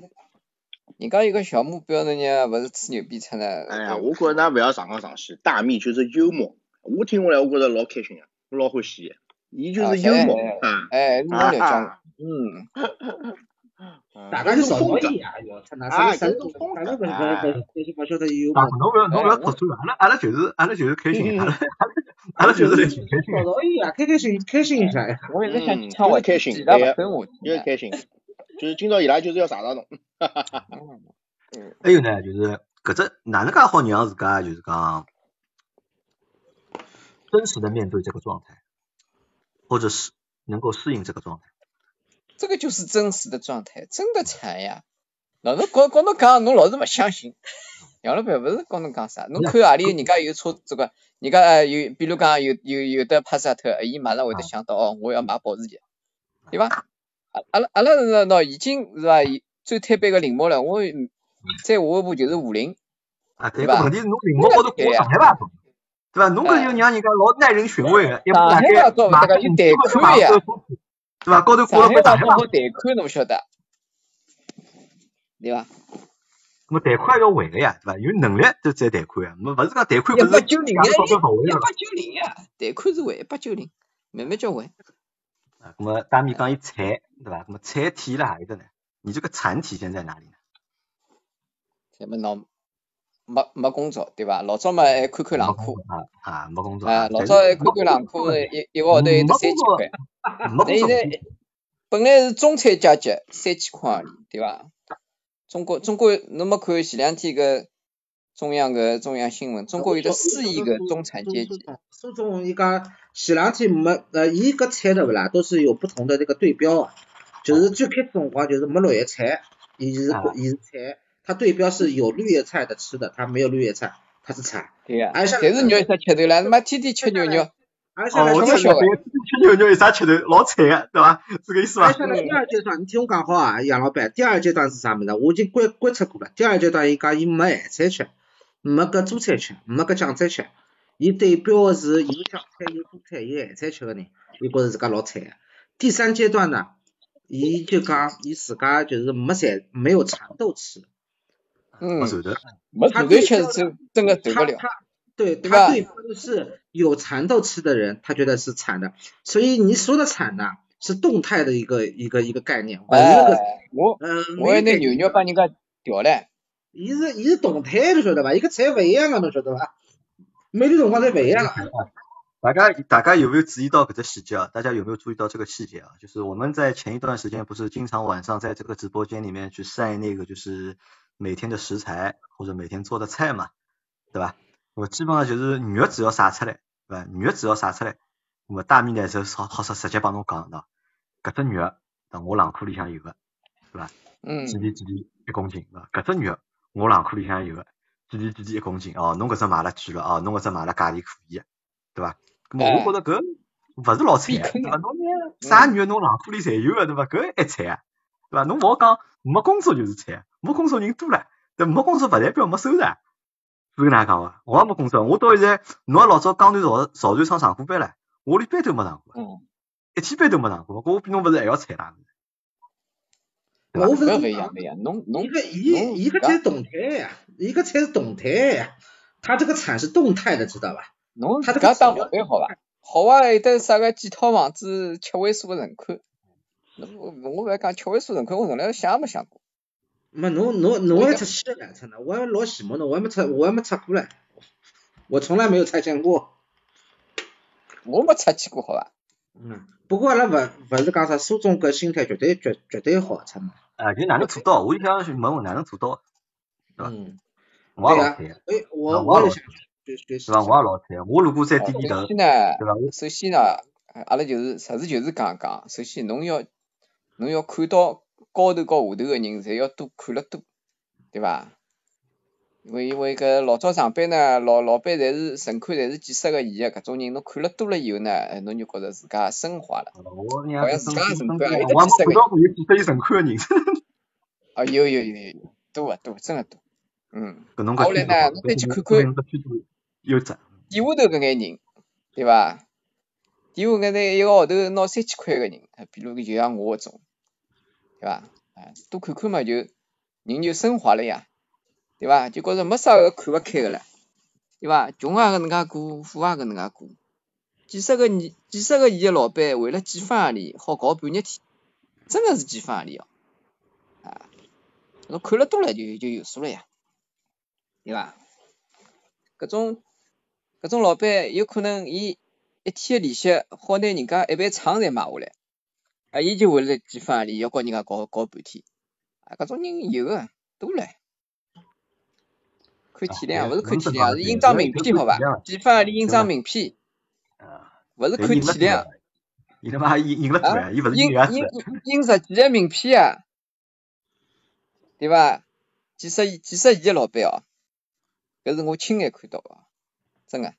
S2: 人家有个小目标呢，人家勿是吹牛逼出呢。
S3: 哎呀，我觉着㑚勿要上纲上线，大秘就是幽默。我听下来，我觉着老开心啊，我老欢喜的。伊就是幽默啊
S2: 哎，侬了解
S3: 啊，
S2: 我，嗯，
S5: 嗯大家就
S3: 少
S5: 嘲
S3: 风
S5: 笑
S3: 格
S5: 伊啊！哟，他哪
S3: 啊
S5: 啥啥
S3: 搿种风格
S5: 啥不
S3: 啊
S5: 是不是不晓得伊有
S1: 大哥，
S5: 工
S1: 侬勿要侬勿要
S2: 哎
S1: 脱罪，阿拉阿拉就是阿拉就是开心， 阿拉阿
S5: 阿
S1: 拉
S5: 拉
S1: 就是
S5: 是
S1: 来寻开心
S5: 找。到伊啊，开开心开心一下呀。
S2: 我一直想去
S3: 嗯
S2: 唱
S3: 就是
S2: 会
S3: 开
S2: 去，
S3: 心
S2: 伊拉勿
S3: 对呀
S2: 跟我去
S3: 就是
S2: 呢。
S3: 开心，就是今朝伊拉就是要啥啥侬。
S2: 嗯嗯
S1: 还有呢，就是搿只哪能介好让自家就是讲真实的面对这个状态，或者是能够适应这个状态。
S2: 这个就是真实的状态，真的惨呀！哪能跟跟侬讲，侬老是勿相信，杨老板勿是跟侬讲啥？侬
S1: 不是
S2: 看阿里人家有车这个，人家呃有，比如讲有有有的帕萨特，哎伊马上会得
S1: 啊
S2: 想到哦，我要买保时捷，对伐？阿阿拉阿拉是喏，已经是吧？已最推背个领域了，我再下一步就是五菱，
S1: 啊，对
S2: 对
S1: 个
S2: 吧
S1: 问题是侬领毛高头
S2: 对
S1: 过
S2: 呀
S1: 上海吧，对吧？侬搿就
S2: 哎
S1: 让人家老耐人寻味个，一部
S2: 上
S1: 大
S2: 海
S1: 概
S2: 吧搞勿
S1: 买
S2: 得
S1: 个
S2: 个
S1: 五
S2: 有
S1: 千块买
S2: 贷款呀
S1: 个车子，对吧？高头
S2: 上
S1: 挂了
S2: 海
S1: 块上海
S2: 话帮
S1: 牌
S2: 我贷款，侬晓得，对伐？
S1: 那么贷款要还个呀，对吧？有能力就再贷款啊，没勿是讲贷款
S2: 一
S1: 本
S2: 八
S1: 身
S2: 九零
S1: 两
S2: 啊，
S1: 个钞票勿还
S2: 一一
S1: 了
S2: 八九零啊，贷款是还一八九零，慢慢交还。
S1: 啊。那么大米讲伊菜，对吧？那么菜体现了哪里的呢？你这个惨体现在哪里呢？
S2: 那么喏，没没工作对伐？老早嘛还看看
S1: 没
S2: 浪
S1: 工
S2: 科
S1: 作，啊啊，没工作
S2: 啊，
S1: 啊，
S2: 老
S1: 但
S2: 早还
S1: 是没
S2: 看看浪
S1: 工作
S2: 科，
S1: 呀，
S2: 一一个号头
S1: 没
S2: 有得
S1: 工
S2: 三千
S1: 作
S2: 块。
S1: 没
S2: 那
S1: 工
S2: 现
S1: 作啊
S2: 在
S1: 没工作
S2: 本来是中产阶级，三千块行钿对伐？中国中国侬没看前两天个中央个中央新闻，中国有得四亿个中产阶级。
S5: 苏总伊讲前两天没呃，伊搿菜对勿啦，都是有不同的那个对标啊。就是最开始辰光就是没绿叶菜，伊是
S1: 啊
S5: 伊是菜，它对标是有绿叶菜的吃的，它没有绿叶菜，它是菜。
S2: 对呀、
S5: 哎像
S2: 侪是肉食吃头了，他妈天天吃牛肉。
S5: 而且
S1: 哦，
S5: 呢，
S1: 我
S2: 吃
S1: 听得
S2: 不消
S1: 懂对，
S2: 哎
S1: 吃牛肉有啥吃头？老惨个，对吧？是个意思吧
S2: 嗯
S5: 而？且呢，第二阶段，你听我讲好啊，杨老板，第二阶段是啥么子啊？我已经观观察过了，第二阶段伊讲伊没咸菜吃，没搿榨菜吃，没搿酱菜吃，伊对标的是有酱菜、有榨菜、有咸菜吃个人，伊觉着自家老菜个。第三阶段呢，伊就讲伊自家就是没馋，没有蚕豆吃，
S1: 没
S2: 嗯，
S1: 手头，
S2: 没
S5: 他
S2: 头头
S5: 对
S2: 吃
S5: 标
S2: 是
S5: 的
S2: 真真个受不
S5: 他
S2: 了。
S5: 他对
S2: 对
S5: 他
S2: 吧
S5: 对标的是有蚕豆吃的人，他觉得是惨的，所以你说的惨呢，是动态的一个一个一个概念，不是个。
S2: 哎，我
S5: 呃，
S2: 我还
S5: 没
S2: 拿
S5: 得，
S2: 牛肉帮人家调嘞。
S5: 伊是伊是动态的，晓得伐？伊个菜勿一样个，侬晓得伐？每段辰光侪勿一样个。
S1: 大家大家有没有注意到这个细节啊？大家有没有注意到这个细节啊？就是我们在前一段时间不是经常晚上在这个直播间里面去晒那个就是每天的食材或者每天做的菜嘛，对吧？我基本上就是肉只要晒出来，对吧？肉只要晒出来，那么大米呢就好好说直接帮侬讲，对吧？搿只肉，对吧我冷库里向有个，对吧？几
S2: 嗯，
S1: 钿几钿一公斤啊？搿只肉我冷库里向有个，几钿几钿一公斤哦，侬搿只买了贵了哦，侬搿只买了价钿可以个，对伐？咁么我觉着搿勿是老惨
S2: 避
S1: 啊，
S2: 坑
S1: 对
S2: 啊
S1: 伐？侬呢啥肉侬冷库里侪有个，对伐？搿还惨啊，对伐？侬勿好讲没工作就是惨，没工作人多了，但没工作勿代表没收入啊。是搿能介讲伐？我也没工作，我到现在，侬也老早江南造造船厂上过班唻，我连班都没上过，
S2: 嗯，
S1: 一天班都没上过，我比侬勿是还要惨啦？对吧
S5: 我勿是
S2: 搿
S5: 跟
S2: 勿
S5: 你
S2: 一样
S5: 讲
S2: 勿，一样，侬侬
S5: 伊个
S2: 侬
S5: 伊伊个
S2: 自家
S5: 才是动态呀，伊个才是动态呀。他这个产是动态的，知道吧？
S2: 侬
S5: 他
S2: 自
S5: 这
S2: 家
S5: 个指
S2: 当
S5: 标
S2: 老板好伐？好啊，有得啥个几套房子七位数个存款。侬我我勿要讲七位数存款，我从来想也没想过。
S5: 没侬侬侬还出现了，真的，我还老羡慕侬，我还没出，我还没出过嘞，我从来没有出现过。
S2: 我没出去过，好伐？
S5: 嗯，不过阿拉勿勿是讲啥，苏总搿心态绝对绝绝对好，真的。
S1: 啊，就哪能做到？我就想去问问哪能做到？对吧
S5: 嗯，
S1: 我也
S5: 对
S1: 老
S5: 呀
S1: 惨，对，
S5: 哎，
S1: 啊
S5: 我
S1: 我也
S5: 也
S1: 老
S5: 想学学习一
S1: 吧？
S5: 下
S1: 我。也老惨，我如果再
S2: 哦，
S1: 低
S2: 首
S1: 一头，
S2: 先呢，
S1: 对吧？我
S2: 首先呢，呃阿拉就是实事求是讲一讲，首先侬要侬要看到高头和下头个人，侪要多看了多，对伐？因为因为搿老早上班呢，老老板侪是存款侪是几十个亿个搿种人，侬看了多了以后呢，哎侬就觉着自家升华了，
S1: 我
S2: 好
S1: 娘
S2: 像
S1: 是
S2: 自
S1: 身
S2: 家
S1: 身
S2: 存
S1: 身边，
S2: 款还有
S1: 我
S2: 得
S1: 还
S2: 几
S1: 没看
S2: 十个亿，
S1: 到过有几得有存款的人。
S2: 啊有有有有，多啊多，真个多，嗯，
S1: 搿侬
S2: 啊
S1: 搿
S2: 后来
S1: 圈子好，
S2: 呢，侬再
S1: 搿
S2: 去
S1: 说明
S2: 看
S1: 说明
S2: 看。
S1: 搿圈子优质。
S2: 底下头搿眼人，对伐？底下搿眼一个号头拿三千块个人，呃比如就像我搿种，对伐？啊，多看看嘛，就人就升华了呀，对伐？就觉着没啥个看勿开个了，对伐？穷也搿能介过，富也搿能介过，几十个亿、几十个亿个老板为了几分钿好搞半日天，真个是几分钿哦，啊，侬看了多了就就有数了呀，对伐？搿种搿种老板有可能伊一天个利息好拿人家一爿厂侪买下来，啊，伊就为了几分钿要跟人家搞搞半天，啊，搿种人有个多唻，看
S1: 哎
S2: 体
S1: 对
S2: 量
S1: 个
S2: 勿是看
S1: 侬
S2: 体
S1: 真讲
S2: 量，
S1: 得对个，要
S2: 是印章名
S1: 要
S2: 片
S1: 看
S2: 好
S1: 体量
S2: 伐？
S1: 个。
S2: 几分钿印
S1: 真
S2: 章
S1: 的
S2: 名片，
S1: 啊，
S2: 勿是
S1: 对，
S2: 看
S1: 赢了
S2: 体
S1: 多
S2: 啊量
S1: 了，伊他妈赢赢了多
S2: 啊，
S1: 了，伊勿是
S2: 印
S1: 赢牙齿
S2: 印。印十几个名片啊，对伐？几十亿几十亿个老板哦，搿是我亲眼看到个，真个。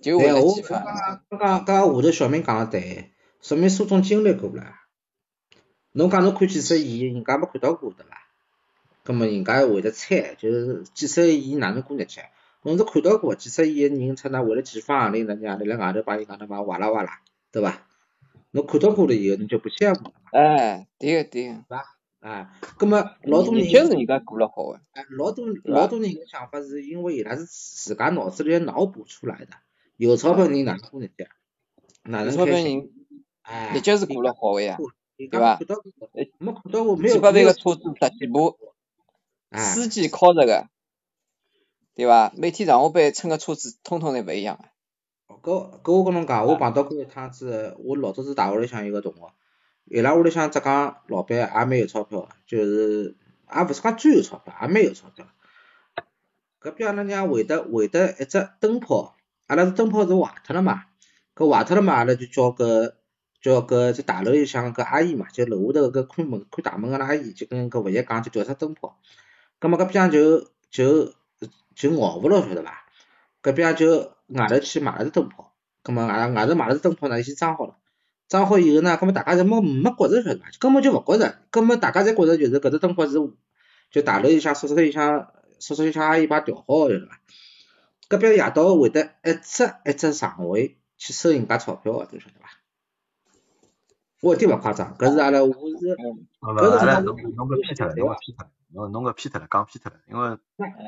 S2: 就为
S5: 对，
S2: 了
S5: 我
S2: 几
S5: 刚
S2: 番，
S5: 刚刚刚刚下头小明讲的对，说明苏总经历过了。侬讲侬看几次戏，人家没看到过对伐？葛么人家会得猜，就是几次戏哪能过日脚？侬是看到过几次戏的人出呢，为了几方行钿，人家辣外头帮伊讲他妈哇啦哇啦，对伐？侬看到过了以后，侬就不羡慕了嘛，
S2: 哎，对个对个，
S5: 啊？葛么老多
S2: 的
S5: 人
S2: 确是人家过了好个，
S5: 哎，老多
S2: 对吧
S5: 老多人个想法是因为伊拉是自家脑子里脑补出来的，有钞票人哪能过日脚？哪
S2: 有
S5: 能
S2: 钞票
S5: 开心？
S2: 人
S5: 哎，
S2: 的确是过了好个呀，
S5: 人
S2: 对
S5: 家没
S2: 吧
S5: 看到过
S2: 哎，
S5: 没看到过，没
S2: 几
S5: 有
S2: 百万
S5: 没有
S2: 个车子十几部，
S5: 哎，
S2: 司机靠着个，对伐？每天上下班乘个车子，通通侪勿一样个。
S5: 哦搿搿我跟侬讲，我碰到过一趟子，我老早子大学里向一个同学，伊拉屋里向浙江老板也蛮有钞票个，就是也勿是讲最有钞票，也蛮有钞票个。搿边阿拉娘会得会得一只灯泡，阿拉是灯泡是坏脱了嘛，搿坏脱了嘛，阿拉就叫搿叫搿这大楼里向搿阿姨嘛，就楼下头搿看门看大门个阿姨，就跟搿物业讲就调只灯泡。葛末搿边上就就就咬勿牢晓得伐？搿边就
S1: 嗯
S5: 外头去买了只灯泡，葛末外外头买了只灯泡呢，先装好了。装好以后呢，葛末大家侪没没觉着晓得伐？根本就勿觉着，葛末大家侪觉着就是搿只灯泡是就大楼里向宿舍里向宿舍里向阿姨帮调好个晓得伐？搿边夜到会得一只一只上位去收人家钞票个，侬晓得伐？我一点勿夸张，搿是阿拉我是
S2: 嗯，
S1: 不不，
S5: 搿个
S1: 阿拉
S5: 辰光
S1: 侬侬个劈脱了，侬个劈脱了，侬侬个劈脱了，讲劈脱了，因为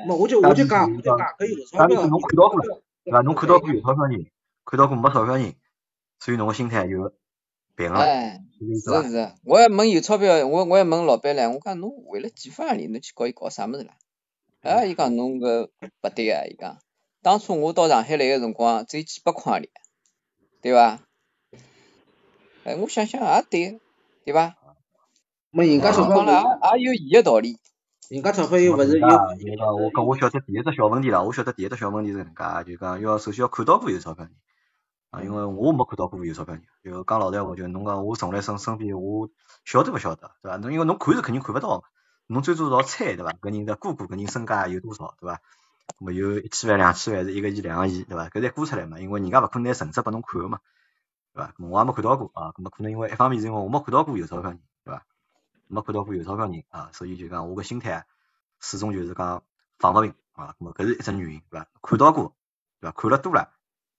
S5: 没我就我就讲我就讲搿有钞
S1: 当
S5: 票
S1: 然是侬看到过了，对伐？侬看到过有钞票人，看到过没钞票人，所以侬个心态就平
S5: 啊
S1: 衡了，
S2: 哎，
S1: 对
S2: 是
S1: 伐
S2: 的？是的，我还问有钞票，我我还问老板唻，我讲侬为了几分洋钿，侬去搞伊搞啥物事啦？啊，伊讲侬搿勿对啊，伊讲当初我到上海来个辰光只有几百块洋钿，对伐？哎，我想想也对，对伐？
S5: 没人家
S2: 搿
S5: 钞
S2: 辰
S5: 票
S2: 光啊了也也有伊个道理，
S5: 人家钞票又
S1: 我
S5: 勿
S1: 搿
S5: 是又
S1: 个
S5: 又
S1: 那个，我搿我晓得第一只小问题了，我晓得第一只小问题是搿能介，就讲要首先要看到过有钞票人啊，因为我没看到过有钞票人，就讲老实闲话，就侬讲我从来身身边我晓得勿晓得，对伐？侬因为侬看是肯定看勿到嘛，侬最多是要猜，对伐？搿人的估估搿人身价有多少，对伐？咾么有一千万、两千万是一个亿、两个亿，对伐？搿侪估出来嘛，因为人家勿可能拿成绩拨侬看个嘛，对伐？咾么我也没看到过啊，咾么可能因为一方面是因为我没看到过有钞票人，对伐？没看到过有钞票人啊，所以就讲我个心态啊始终就是讲放勿平啊，咾么搿是一只原因，对伐？看到过，对伐？看了多了，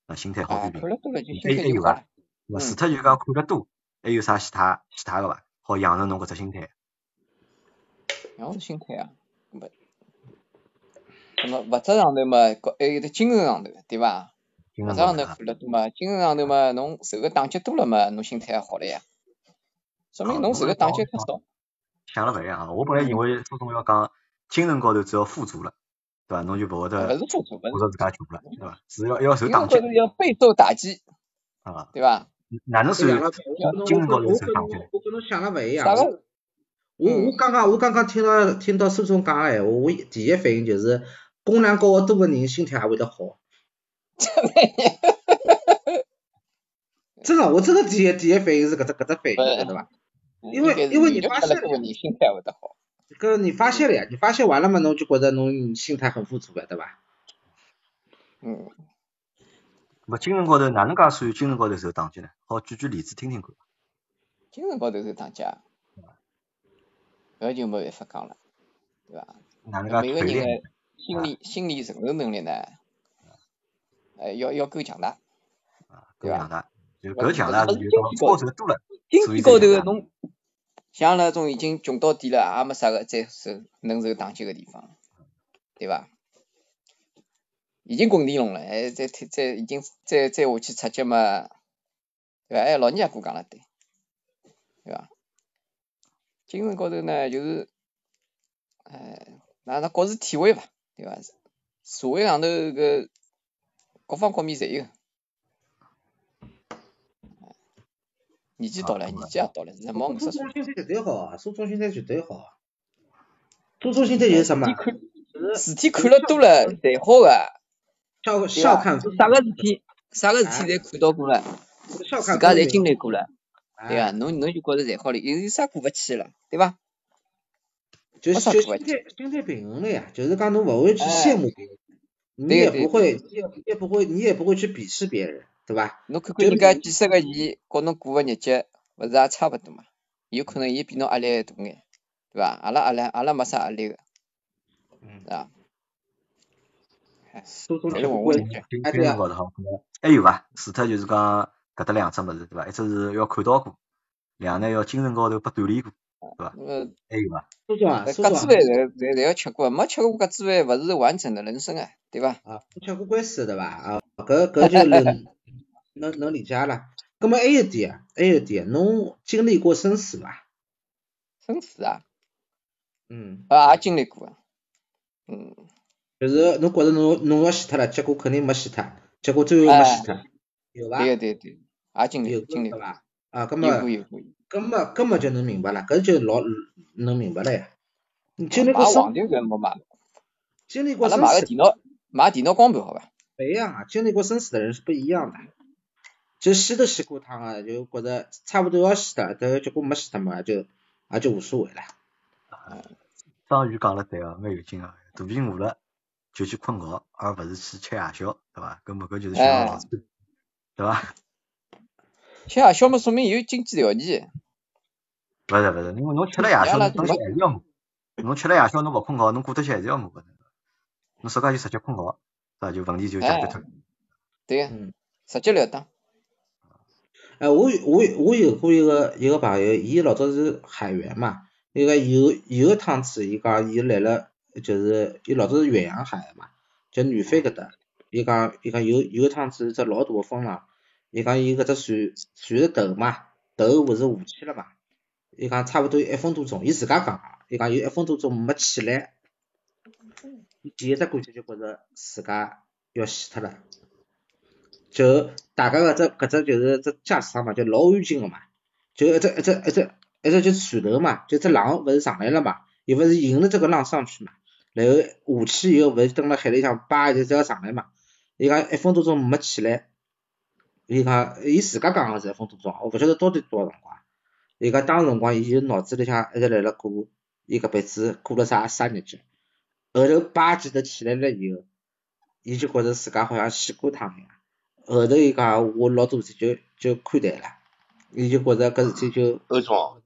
S1: 啊，心态好
S2: 啊，
S1: 转平。
S2: 看了多了就
S1: 还
S2: 心啊态
S1: 还
S2: 就
S1: 有
S2: 好
S1: 伐
S2: 了。？
S1: 咾么除
S2: 嗯
S1: 脱就讲看得多，还有啥其他其他个伐？好养成侬搿只心态。
S2: 然后心态啊，搿么搿么物质上头嘛，搞哎还有得精神上头，对伐？
S1: 精
S2: 物质
S1: 神状
S2: 上
S1: 态
S2: 头
S1: 啊，
S2: 看了多嘛，精神上头嘛，侬受个打击多了嘛，侬心态也好了呀，说
S1: 啊，
S2: 明
S1: 侬
S2: 侬
S1: 搿
S2: 受
S1: 个
S2: 个
S1: 帮
S2: 打击
S1: 我
S2: 太少。
S1: 想了勿一样啊！我本来以为苏总要讲精神高头只要富足了，对伐？侬就勿会
S2: 啊，勿
S1: 得
S2: 是富足，勿
S1: 觉
S2: 是
S1: 着自家穷了，对伐？是要要受
S2: 精神
S1: 打击
S2: 高头要备受打击，
S1: 啊！
S2: 对伐？
S1: 哪能
S5: 哎，
S1: 算
S5: 杨老板，我跟侬
S1: 精神
S5: 我跟
S1: 高头
S5: 我
S1: 受
S5: 跟
S1: 打
S5: 侬
S1: 击呢？
S5: 我跟侬想了勿一样。
S2: 啥个？
S5: 我
S2: 嗯
S5: 我刚刚我刚刚听到听到苏总讲个闲话，我第一反应就是工量高个多个人心态也会得 好。真个，我真个第一第一反应是搿只搿只反应，
S2: 不
S5: 侬晓得伐？因
S2: 应
S5: 为
S2: 该是
S5: 因为你
S2: 你就
S5: 发
S2: 看了
S5: 现
S2: 这
S5: 了
S2: 个
S5: 呀，
S2: 你心态会得好。
S5: 搿你发现了呀，你发现完了嘛，侬就觉着侬心态很富足了，对伐？
S2: 嗯，
S1: 咾精神高头哪能介算精神高头受打击呢？好，举举例子听听看。
S2: 精神高头是打击啊，搿就没办法讲了，对伐？
S1: 哪能
S2: 那每
S1: 介
S2: 个
S1: 锻
S2: 人
S1: 炼？
S2: 的心
S1: 啊
S2: 理心理承受能力呢，呃，要要够强大，
S1: 啊，
S2: 对
S1: 够
S2: 伐？
S1: 强大！就
S2: 勿
S1: 搿
S2: 是
S1: 强
S2: 勿
S1: 大是
S2: 是勿是
S1: 就
S2: 经
S1: 讲
S2: 济
S1: 操
S2: 高头，
S1: 手多了，
S2: 经
S1: 所以
S2: 济
S1: 才
S2: 高头
S1: 强
S2: 个
S1: 大。
S2: 侬像那种已经穷到底了，也没啥个再受能受打击个地方，对伐？已经滚地龙了，还再推再已经再再下去出击嘛，对伐？哎，老年也哥讲了对，对伐？精神高头呢，就是，呃，哪能各自体会伐，对伐？社会上头搿各方各面侪有，年纪到
S1: 啊，
S2: 了，
S1: 咾
S2: 年
S1: 么
S2: 纪也到了，现在没五
S5: 苏
S2: 十
S5: 总
S2: 岁，
S5: 心态绝对好，啊苏总心态绝对好。啊苏总心态就
S2: 哎
S5: 是
S2: 事
S5: 什么
S2: 体？看
S5: 就是
S2: 事体
S5: 就
S2: 看
S5: 是
S2: 了多了，侪好个，
S5: 笑笑
S2: 对
S5: 笑
S2: 伐？
S5: 看风
S2: 啥个
S5: 云，
S2: 事体，啊啥个事体
S5: 哎，
S2: 侪看到过了，
S5: 笑
S2: 自
S5: 看
S2: 家
S5: 风
S2: 侪
S5: 云，
S2: 经历过了，对伐？啊
S5: 哎，
S2: 侬侬就觉着侪好了，有有啥过勿去了，对伐？
S5: 就
S2: 没啥
S5: 就
S2: 可
S5: 心
S2: 不
S5: 态心态平衡了呀，就是讲侬勿会去羡慕别人，你也
S2: 对
S5: 不会，你也你也不会，你也不会去鄙视别人，对吧？
S2: 侬看看
S5: 就
S2: 人家
S5: 是
S2: 几十个伊，和侬过个日节，勿是也差勿多嘛？有可能伊比侬压力还大眼，对伐？阿拉阿拉阿拉没啥压力个，
S5: 嗯，
S2: 是伐？
S5: 说多
S2: 侪
S5: 了
S2: 是
S5: 不
S2: 混
S5: 过
S2: 混
S5: 瘾
S2: 日节。
S1: 今
S5: 哎，
S1: 今
S5: 对
S1: 年
S5: 啊，
S1: 高头好，搿么还有伐？除脱就是讲搿搭两只物事对伐？一只是要看到过，两呢要精神高头被锻炼过，对伐？
S2: 呃，
S1: 还有伐？
S5: 苏总啊，
S2: 呃
S5: 苏
S2: 鸽
S5: 总
S2: 子
S5: 啊
S2: 饭，侪侪侪要吃过，没吃过鸽子饭，勿是完整的人生啊，对伐？
S5: 啊，没吃过官司的对吧？啊，搿 搿就能能能理解了。葛么还有一点，还有一点，侬经历过生死伐？
S2: 生死啊，
S5: 嗯，
S2: 啊也经历过啊。嗯，
S5: 就是侬觉着侬侬要死脱了，结果肯定没死脱，结果最后没
S2: 哎
S5: 死脱，有伐？
S2: 对个对对，也经历
S5: 有
S2: 过经
S5: 过
S2: 历
S5: 对
S2: 过，
S5: 伐？啊，葛
S2: 有过
S5: 么
S2: 有过。
S5: 葛么葛么就能明白了，搿就老能明白了呀。你
S2: 啊
S5: 经历
S2: 买
S5: 过
S2: 黄
S5: 生
S2: 牛搿没买，
S5: 经历
S2: 阿
S5: 过
S2: 拉
S5: 生
S2: 买个
S5: 死
S2: 电脑买电脑光盘好伐？
S5: 不一样啊，经历过生死的人是不一样的。就死都死过一趟啊，就觉着差不多要死的，但是结果没死的嘛，就也就无所谓了。
S1: 章鱼讲了对哦个，蛮有劲个，肚皮饿了就去困觉，而勿是去吃夜宵，对伐？搿么搿就是寻到
S2: 哎
S1: 老师，对伐？
S2: 吃夜宵嘛，说明有经济条件。
S1: 勿是勿是，因为侬吃了
S2: 你
S1: 夜
S2: 阿
S1: 宵，
S2: 拉
S1: 侬
S2: 是
S1: 等歇
S2: 没
S1: 还是要饿，侬吃了夜宵侬勿困觉，侬过脱歇还是要饿个，侬自家就直接困觉，对伐？就问题就解决
S2: 哎
S1: 脱了。
S2: 对个，
S5: 嗯，
S2: 直截了当。
S5: 哎，我有我有我有过一个一个朋友，伊老早是海员嘛，伊个有有一趟子，伊讲伊来了，就是伊老早是远洋海嘛，就南非搿搭，伊讲伊讲有有一趟子只老大个风浪，伊讲伊搿只船船的头嘛，头勿是下去了嘛，伊讲差不多有一分多钟，伊自家讲啊，伊讲有一分多钟没起来，伊第一只感觉就觉着自家要死脱了。就大家搿只搿只就是只驾驶舱嘛，就老安静个嘛，就一只一只一只一只就船头嘛，就只浪勿是上来了嘛，伊勿是迎着这个浪上去嘛，然后下去以后勿是蹲辣海里向叭就只要上来嘛，伊讲一分多钟没起来，伊讲伊自家讲个是一分多钟，我勿晓得到底多少辰光，伊讲当时辰光伊就脑子里向一直辣辣过，伊搿辈子过了啥啥日脚，后头叭几头起来了以后，伊就觉着自家好像死过一趟一样。后头伊讲我老多事体就就看淡了，伊就觉着搿事体就
S3: 欧总，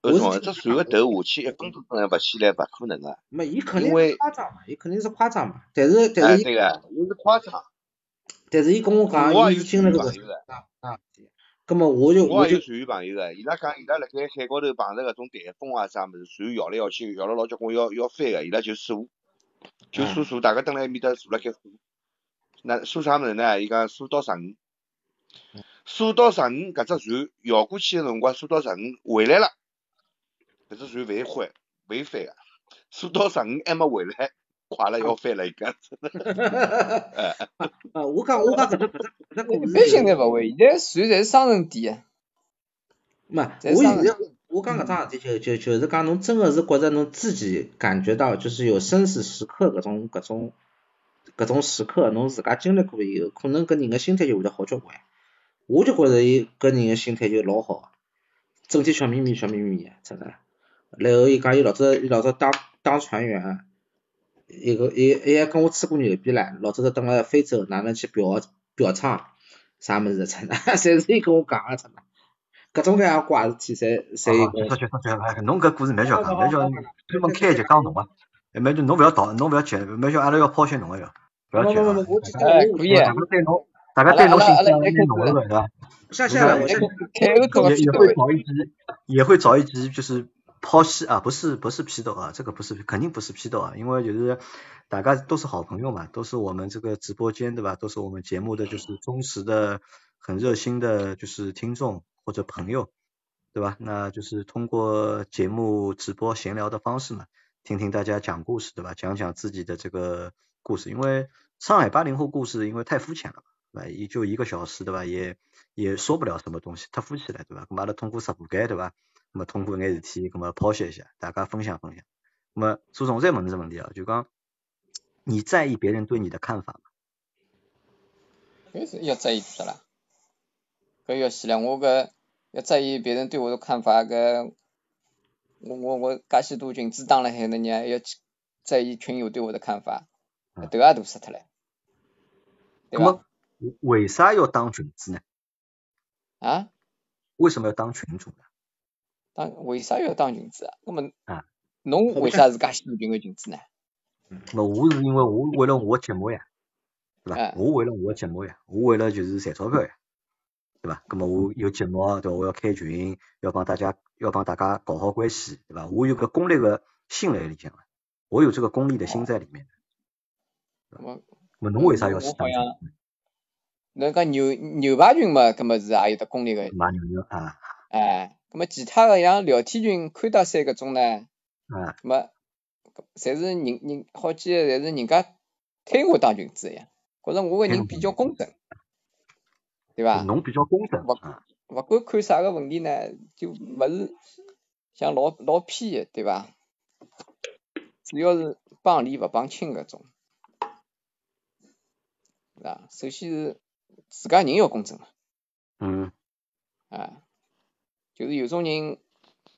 S5: 我
S3: 欧
S5: 是
S3: 总，
S5: 听
S3: 这
S5: 他
S3: 船
S5: 讲
S3: 个
S5: 的呀
S3: 头下去一分钟钟也勿起来，勿可能个。
S5: 没，伊肯
S3: 因
S5: 定是
S3: 为
S5: 夸张嘛，伊肯定是夸张嘛，但是但
S3: 哎，
S5: 是伊
S3: 对个，有是夸张。
S5: 但是伊跟我讲，
S3: 我也
S5: 伊
S3: 有
S5: 经历
S3: 船
S5: 过
S3: 员朋
S5: 搿事
S3: 友个，
S5: 体，葛末我就
S3: 我
S5: 我
S3: 也
S5: 就
S3: 有船员朋友个，伊拉讲伊拉辣盖海高头碰着搿种台风啊啥物事，船摇来摇去，摇了老结棍，要要翻个，伊拉就坐，就
S5: 啊
S3: 坐坐，大家蹲辣埃面搭坐辣盖坐。那坐啥物事呢？伊讲坐到上鱼，坐到上鱼搿只船摇过去个辰光，坐到上鱼回来了，搿只船勿会翻，勿会翻个，坐到上鱼还没回来，快了要翻了，伊讲。哎，
S5: 啊，我讲我讲搿只搿只搿只故
S2: 一
S5: 事
S2: 般
S5: 就
S2: 性
S5: 是
S2: 侪勿会，现在船侪是双层底啊，
S5: 没，
S2: 侪
S5: 我
S2: 双
S5: 现
S2: 层
S5: 在我讲搿桩事体就就就是讲侬真个是觉着侬自己感觉到就是有生死时刻搿种搿种搿种时刻，侬自家经历过以后，可能搿人个心态就会得好交关。我就觉着伊搿人个心态就老好，啊整天笑眯眯笑眯眯的，啊真的。然后伊讲伊老早伊老早当当船员，伊个伊伊还跟我吹过牛逼唻，老早是蹲辣非洲哪能去嫖嫖娼啥物事，真的，侪是伊跟我讲个，真的。各种各样怪事体，侪
S1: 好
S2: 哎
S1: 好
S5: 侪伊，跟
S1: 结
S5: 我
S1: 束结
S5: 讲。
S1: 束结束，哎侬搿故事蛮叫
S5: 好好
S1: 讲，
S5: 好
S1: 蛮叫
S5: 好好，
S1: 专
S5: 再
S1: 门
S5: 再
S1: 开一
S5: 再
S1: 集
S5: 讲。
S1: 讲侬啊，哎蛮叫侬勿要逃，侬勿要急，蛮叫阿拉要剖析侬个哟，勿
S5: 没
S1: 要
S5: 没
S1: 急啊，
S5: 没没，我记得
S2: 哎，可
S5: 我我
S2: 以
S1: 因为
S2: 啊。
S1: 大家对侬，大家
S2: 阿拉
S1: 对
S2: 阿
S1: 侬
S2: 拉
S1: 信
S2: 阿
S1: 息
S2: 拉
S1: 量
S2: 来
S1: 蛮
S2: 开
S1: 浓
S2: 始
S1: 个
S2: 了，
S1: 对啊伐？
S5: 下
S1: 侬
S5: 下
S1: 讲
S2: 来
S5: 来，
S2: 来开
S5: 我下下
S2: 始
S5: 来。
S2: 开个
S1: 也
S2: 头
S1: 也
S2: 批斗
S1: 会
S2: 会。
S1: 找一集，也会找一集，就是剖析啊，不是不是批斗啊，这个不是肯定不是批斗啊，因为就是大家都是好朋友嘛，都是我们这个直播间对吧？都是我们节目的就是忠实的、很热心的，就是听众或者朋友，对吧？那就是通过节目直播闲聊的方式嘛，听听大家讲故事，对吧？讲讲自己的这个故事，因为上海八零后故事因为太肤浅了，对吧？也就一个小时，对吧？也也说不了什么东西，太肤浅了，对吧？咁阿拉通过直播间，对吧？咁么通过眼事体，咁么剖析一下，大家分享分享。咁么苏总再问你只问题啊，就讲你在意别人对你的看法吗？
S2: 搿是要在意做啥啦？搿要死了，我搿要在意别人对我的看法，搿我我我介许多群子当了海，那你还要去在意群友对我的看法，
S1: 嗯
S2: 头也大死脱了，对
S1: 那么
S2: 吧？
S1: 为啥要当群主呢？
S2: 啊，
S1: 为什么要当群主呢？
S2: 当为啥要当群子啊？那么
S1: 啊，嗯
S2: 侬为啥是介许多群个群子呢？
S1: 那我是因为我为了我节目呀，对吧
S2: 哎？
S1: 我为了我节目呀，我为了就是赚钞票呀，对吧？那么我有节目啊，对吧？我要开群，要帮大家要帮大家搞好关系，对吧？我有个功利的心在里向啊，我有这个功利的心在里面。
S2: 那么
S1: 那么侬为啥
S2: 嗯
S1: 要
S2: 我
S1: 去
S2: 好
S1: 当
S2: 像
S1: 群主呢？
S2: 侬讲牛牛排群嘛，搿么是也有得功力个，
S1: 买牛肉啊
S2: 哎，搿么其他个像聊天群、看到三搿种呢，
S1: 啊
S2: 搿么侪是人人好几个侪是人家推我当群子一样，觉着我个人比较公正，
S1: 就
S2: 对伐？
S1: 侬比较公正
S2: 勿
S1: 啊，
S2: 勿管看啥个问题呢，就勿是像老老偏个，对伐？主要是帮理勿帮亲搿种，对伐？首先是自家人要公正嘛，
S1: 嗯
S2: 啊，就是有种人，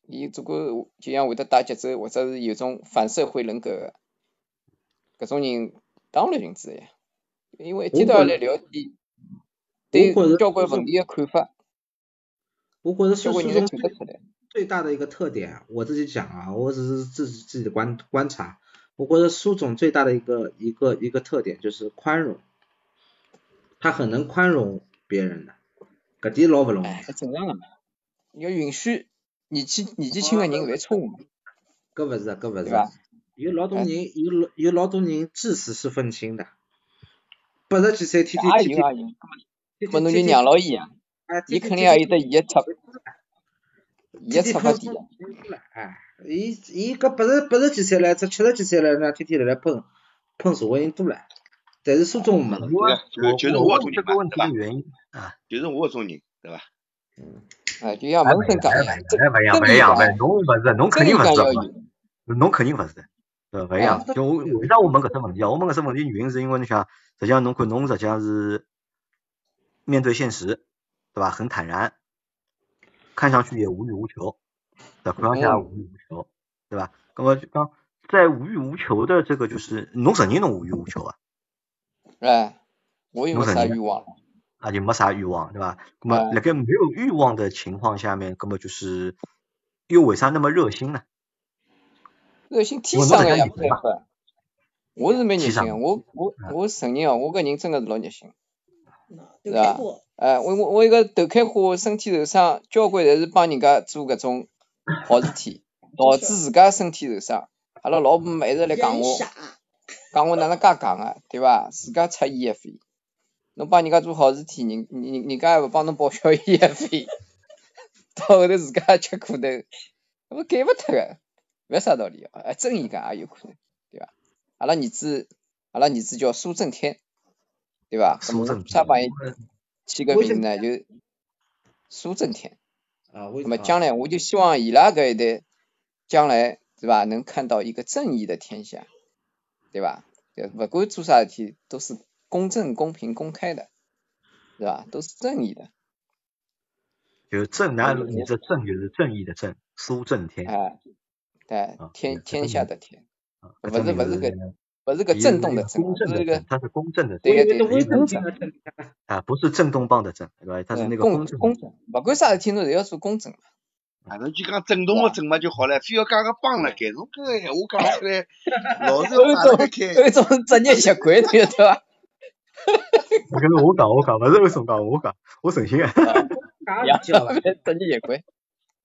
S2: 伊如果就像会得打节奏，或者是有种反社会人格个，搿种人当然寻子呀，因为一天到晚来聊天，对
S5: 我觉着
S2: 交关
S5: 就是
S2: 问题个看法，
S5: 我觉得
S2: 交
S5: 是
S2: 关
S5: 书
S2: 人侪
S5: 中
S2: 看得出来。
S5: 最大的一个特点，我自己讲啊，我只是自己自己的观观察，我觉得苏总最大的一个一个一个特点就是宽容，他很能宽容别人的，搿点老不容易
S2: 哎，，搿正常个嘛，要允许年纪年纪轻个人犯错误嘛，
S5: 搿勿是搿勿
S2: 对
S5: 是
S2: 伐？，
S5: 有老多
S2: 哎
S5: 人有老有老多人至死是愤青的，八十几岁天天
S2: 也
S5: 天
S2: 啊有
S5: 天
S2: 也有，
S5: 天
S2: 咾么侬
S5: 天
S2: 就让
S5: 天天
S2: 牢伊啊，
S5: 哎，
S2: 伊
S5: 天
S2: 肯
S5: 天
S2: 定也
S5: 天
S2: 有得
S5: 天
S2: 伊个出伊个
S5: 天
S2: 出
S5: 天
S2: 发
S5: 喷
S2: 点
S5: 出
S2: 啊，
S5: 出来，哎，伊伊搿八十八十几岁了，这七十几岁了，那天天辣辣喷喷社会人多了，但是苏总没
S2: 嗯
S5: 了。
S1: 我
S3: 对
S1: 我
S3: 就是
S1: 我
S3: 我
S1: 问
S3: 同意
S1: 这
S3: 嘛
S1: 个问
S3: 对
S1: 题
S3: 吧
S1: 的原因啊，
S3: 就是我搿种人，对伐？
S2: 哎，就像
S1: 哎
S2: 文
S1: 不一
S2: 森
S1: 样，
S2: 讲
S1: 哎
S2: 一
S1: 不
S2: 样，
S1: 一样，
S2: 真
S1: 哎不一样，
S2: 真
S1: 不一
S2: 理
S1: 样，不
S2: 讲
S1: 是，侬不是，侬肯
S2: 真
S1: 定
S2: 理
S1: 不
S2: 讲
S1: 是的
S2: 要
S1: 嘛
S2: 有，
S1: 侬肯定勿是的，呃，勿一样
S2: 哎。
S1: 的。就我为啥我问搿只问题啊？我问搿只问题原因是因为侬想，实际上侬看侬实际上是面对现实，对吧？很坦然，看上去也无欲无求，对吧，看上去也
S2: 嗯
S1: 无欲无求，对吧？那么就讲在无欲无求的这个就是侬承认侬无欲无求啊，
S2: 哎，我又
S1: 侬
S2: 没
S1: 承
S2: 啥
S1: 认
S2: 欲望了，
S1: 啊就没啥欲望，对吧？那么
S2: 哎
S1: 辣盖没有欲望的情况下面，那么就是又为啥那么热心呢？
S2: 热心
S1: 因
S2: 天
S1: 为侬
S2: 生
S1: 实际上热
S2: 个呀，没
S1: 心
S2: 办
S1: 嘛，
S2: 法。我是蛮热
S1: 天
S2: 心
S1: 生
S2: 个，
S1: 嘛，
S2: 我我
S1: 啊
S2: 我承认哦，我搿人真个是老热心，
S6: 有
S2: 是
S6: 开
S2: 伐？
S6: 过，
S2: 哎，我我我一个头开花，身体受伤，交关侪是帮人家做搿种好事体，导致自家身体受伤。阿拉老婆嘛一直来讲
S6: 人
S2: 我，
S6: 傻，
S2: 讲我哪能介讲个，对伐？自家出医药费，侬帮人家做好事体，人人人人家还勿帮侬报销医药费，到后头自家吃苦头，我改勿脱个，没啥道理啊！哎真伊讲也有可能，对伐？阿拉儿子，阿拉儿子叫苏正天，对伐？那么
S1: 苏
S2: 我
S1: 正
S2: 为
S1: 天，
S2: 啥帮伊
S1: 我
S2: 起个
S5: 我
S2: 名字
S5: 想
S2: 呢？就苏正天。
S5: 啊，我
S2: 那么
S5: 啊
S2: 将来我就希望伊拉搿一代，将来是吧，能看到一个正义的天下，对吧？对，勿管做啥事体都是公正、公平、公开的，是吧？都是正义的。
S1: 就是正
S2: 我
S1: 南，
S2: 就
S1: 你
S2: 我
S1: 这正就是正义的正，苏正天
S2: 哎，对，
S1: 啊，对
S2: 天
S1: 搿只
S2: 天下
S1: 名
S2: 的天，
S1: 啊，搿只
S2: 勿是
S1: 名
S2: 勿是
S1: 字
S2: 搿勿是搿
S1: 伊是
S2: 震动
S1: 一
S2: 的
S1: 个
S2: 震
S1: 公
S2: 啊，
S1: 正
S2: 是
S1: 的
S2: 个
S1: 正，它是公正的
S5: 我
S2: 对
S1: 正，
S5: 以
S2: 个对
S5: 为这
S2: 个
S5: 我
S1: 伊
S5: 有
S1: 是
S5: 正
S2: 公
S5: 经
S2: 正，
S5: 的正经的，
S1: 啊不是正东方的正，对吧？它是
S2: 嗯，
S1: 那个
S2: 公
S1: 公正的
S2: 公正，勿管啥事体侬侪要做公正嘛，
S3: 啊，侬就讲正统个正嘛就好了，非要讲个帮辣盖，侬搿个闲话讲出来，老是要
S2: 有一
S3: 摆辣盖
S2: 种
S3: 开。
S2: 有一种职业习惯，对伐？
S1: 正。搿是我讲，我讲，勿是欧总讲，我讲，我诚心啊。
S2: 啊，
S5: 啥
S2: 养
S5: 也 叫了，
S2: 职业习惯，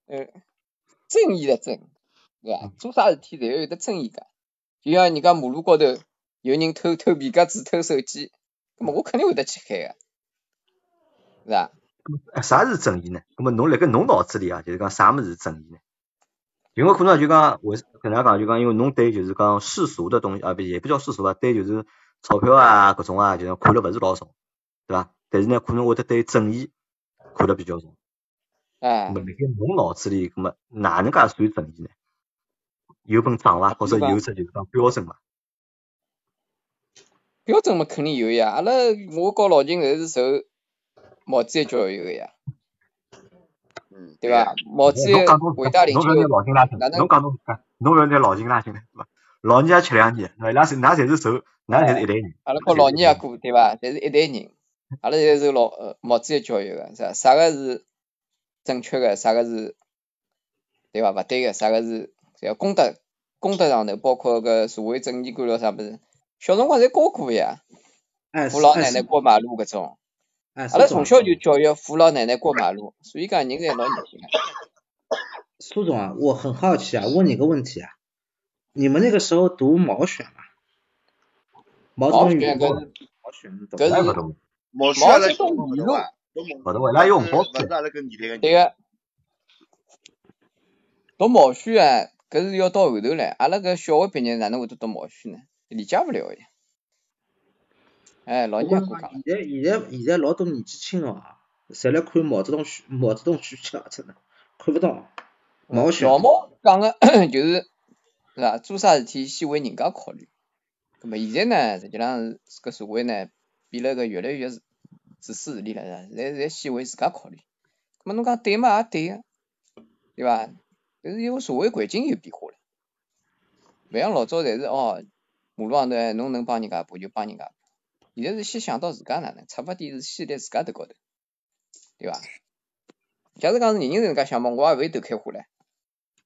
S2: 嗯。正义的正，对伐
S1: 嗯？
S2: 做啥事体侪要有得正义感。就像人家马路高头有人偷偷皮夹子、偷手机，那么我肯定会得去喊个，是伐？
S1: 啊啥是正义呢？那么侬辣盖侬脑子里啊，就是讲啥物事是正义呢？有没有可能就讲为搿能介讲，就讲因为侬对就是讲世俗的东西啊，不也不叫世俗吧，对就是钞票啊搿种啊，就是看了勿是老重，对伐？但是呢，可能会得对正义看得比较重。
S2: 哎
S1: 那么，辣盖侬脑子里，那么哪能介算正义呢？有本账伐？或
S2: 比
S1: 者
S2: 如讲
S1: 有只就是讲标准伐？
S2: 标准嘛肯定有呀。阿拉我和老秦侪是受毛主席教育个呀，
S3: 嗯，
S2: 对伐？毛主席
S1: 侬讲侬
S2: 伟大领
S1: 侬
S2: 袖
S1: 不要拿老金拉进来
S2: 哪，能
S1: 侬讲侬侬不要拿老金拉进来，对伐？老人家吃两年，那伊拉是㑚侪是仇，㑚侪是一代人。
S2: 阿拉和老人家过，对伐？侪是一代人，阿拉侪受老呃毛主席教育个，啥啥个是正确个，啥个是对伐？勿对个，啥个是要公德公德上头，包括搿社会正义观了啥物事，小辰光侪教过呀，
S5: 哎，
S2: 扶老奶奶过马路搿种，
S5: 哎，
S2: 阿拉从小就教育扶老奶奶过马路，所以讲人侪老热心个。
S5: 苏总啊，我很好奇啊，问你个问题啊，你们那个时候读毛选吗？毛泽
S2: 毛
S5: 东语
S2: 选
S5: 录
S2: 搿是
S5: 毛选你懂
S2: 搿
S1: 那
S5: 吗？
S2: 是
S1: 勿懂，
S3: 毛主席
S2: 毛
S3: 阿拉
S2: 泽
S3: 小
S2: 东
S3: 辰光
S2: 语
S3: 勿
S2: 录
S3: 懂啊，侬
S1: 勿懂，伊拉用
S3: 毛
S1: 好
S3: 主席勿是阿拉搿年代个人
S2: 对，个，读毛选啊，搿是要到后头来。阿拉搿小学毕业哪能会得读毛选呢？理解勿了呀。哎，老
S5: 我
S2: 人
S5: 跟
S2: 家
S5: 你
S2: 过
S5: 讲
S2: 讲，了，
S5: 现在现在现在老多年纪轻哦，侪来看毛泽东书毛泽东书记啊，真的看不懂毛选
S2: 嗯老。毛讲个 就是是伐？做啥事体先为人家考虑。葛末现在呢，实际上是搿社会呢变了个越来越自自私自利了，是伐？侪侪先为自家考虑。葛末侬讲对嘛？也对个，对伐？就是因为社会环境有变化了，勿像老早侪是哦，马路上头哎侬能帮人家一把就帮人家一把。现在是先想到自家哪能，出发点是先在自家头高头，对伐？假使讲是人人是能介想嘛，我也勿会头开花唻，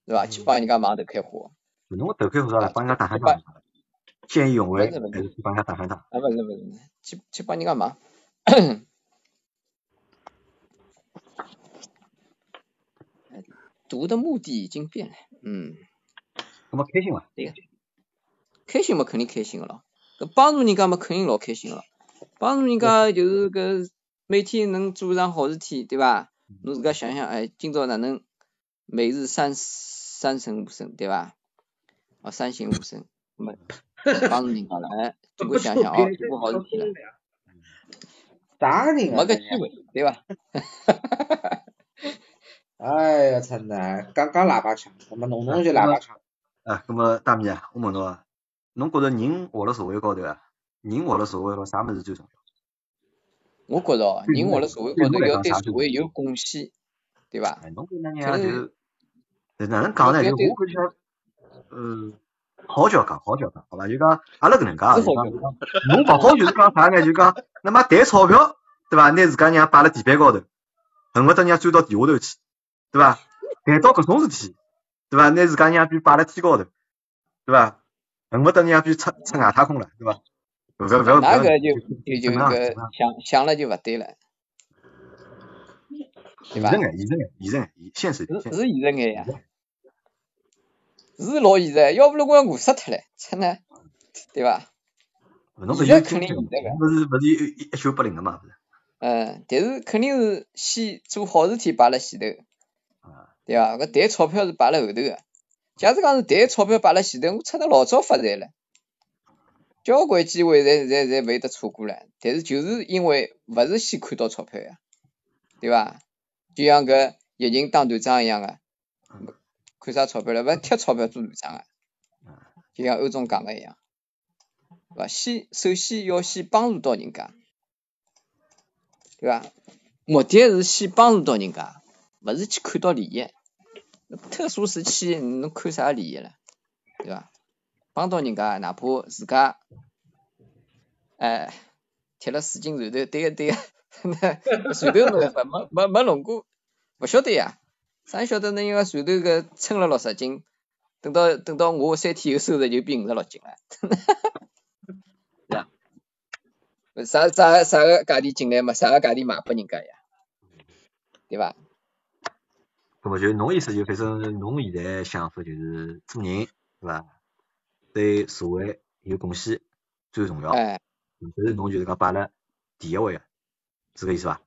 S2: 是伐？去帮人家忙头开花，
S1: 侬头开火啥了？帮人家打相打，见义勇为还是去帮人家打相打？
S2: 啊勿是勿是，去去帮人家忙。 读的目的已经变了，嗯，
S1: 那么开心伐？
S2: 开心嘛肯定开心个咯，搿帮助人家嘛肯定老开心个，帮助人家就是搿每天能做桩好事体，对伐？侬自家想想，哎，今朝哪能每日三三省吾身，对伐？哦，三省吾身，那么帮助人家了，哎，结果想想哦，做过好事体了，
S5: 啥人
S2: 没
S5: 啊？
S2: 个机会，对伐？
S5: 哎呀，真的，刚刚喇叭腔，他妈弄弄就喇叭腔。
S1: 啊，那么大米啊，我问侬啊，侬觉着人活辣社会高头啊，人活辣社会高头啥物事最重要？
S2: 我觉着哦，
S1: 对
S2: 人
S1: 侬
S2: 活
S1: 来
S2: 辣
S1: 讲
S2: 社会
S1: 对
S2: 高
S1: 侬
S2: 头
S1: 来
S2: 要
S1: 讲
S2: 对
S1: 啥
S2: 社
S1: 最
S2: 会
S1: 重
S2: 有贡献，对伐？
S1: 哎，侬搿能
S2: 可
S1: 样
S2: 能
S1: 就呃哪能讲呢？
S2: 要
S1: 就
S2: 对
S1: 我感觉，呃，好叫讲，好叫讲，好伐？就讲阿拉搿能介啊，
S2: 是
S1: 就
S2: 好
S1: 讲
S2: 叫
S1: 就讲侬勿好就是讲啥呢？ 就讲那么谈钞票，对伐？拿自家娘摆辣地板高头，恨勿得人家钻到地下头去，对伐？谈到搿种事体，对伐？拿自家娘逼摆辣天高头，对伐？恨勿得人家逼出出外太空了，对伐？勿要勿要勿
S2: 那
S1: 要，
S2: 个就就就
S1: 怎么样？怎
S2: 个
S1: 么样？
S2: 想想了就勿对了，对
S1: 现
S2: 伐
S1: 实？眼，现实眼，现实眼，现实一点，
S2: 是
S1: 现
S2: 是
S1: 实一点。
S2: 现实眼呀
S1: 现，实
S2: 是老现实，要不然我要饿死脱了，真的，对伐？
S1: 侬勿
S2: 现
S1: 是
S2: 在
S1: 有
S2: 肯
S1: 经验
S2: 定现
S1: 嘛？侬勿是
S2: 实个
S1: 勿是有一一九八零个嘛？勿是？
S2: 嗯，但是肯定是先做好事体摆辣前头，
S1: 啊，
S2: 对伐？搿谈钞票是摆辣后头个，假使讲是谈钞票摆辣前头，我出得老早发财了，交关机会侪侪侪勿会得错过了。但是就是因为勿是先看到钞票呀，对伐？就像搿疫情当团长一样个、
S1: 嗯
S2: 看啥钞票了，勿是贴钞票做团长啊，就像欧总讲个一样，对伐？先首先要先帮助到人家，对伐？目的是先帮助到人家，勿是去看到利益。特殊时期侬看啥利益了，对伐？帮到人家，哪怕自家哎贴了四斤船头，对个对个， 那船头没办法，没没没弄过，勿晓得呀。啥晓得侬因为船头搿称了六十斤，等到等到我三天后收入就变五十六斤了，是伐？啥啥啥个价钿进来嘛，啥个价钿卖拨人家呀，对伐？
S1: 那么就侬意思就反正侬现在想法就是做人对伐？对社会有贡献最重要，
S2: 哎，
S1: 但是侬就是讲摆辣第一位个，是搿意思伐？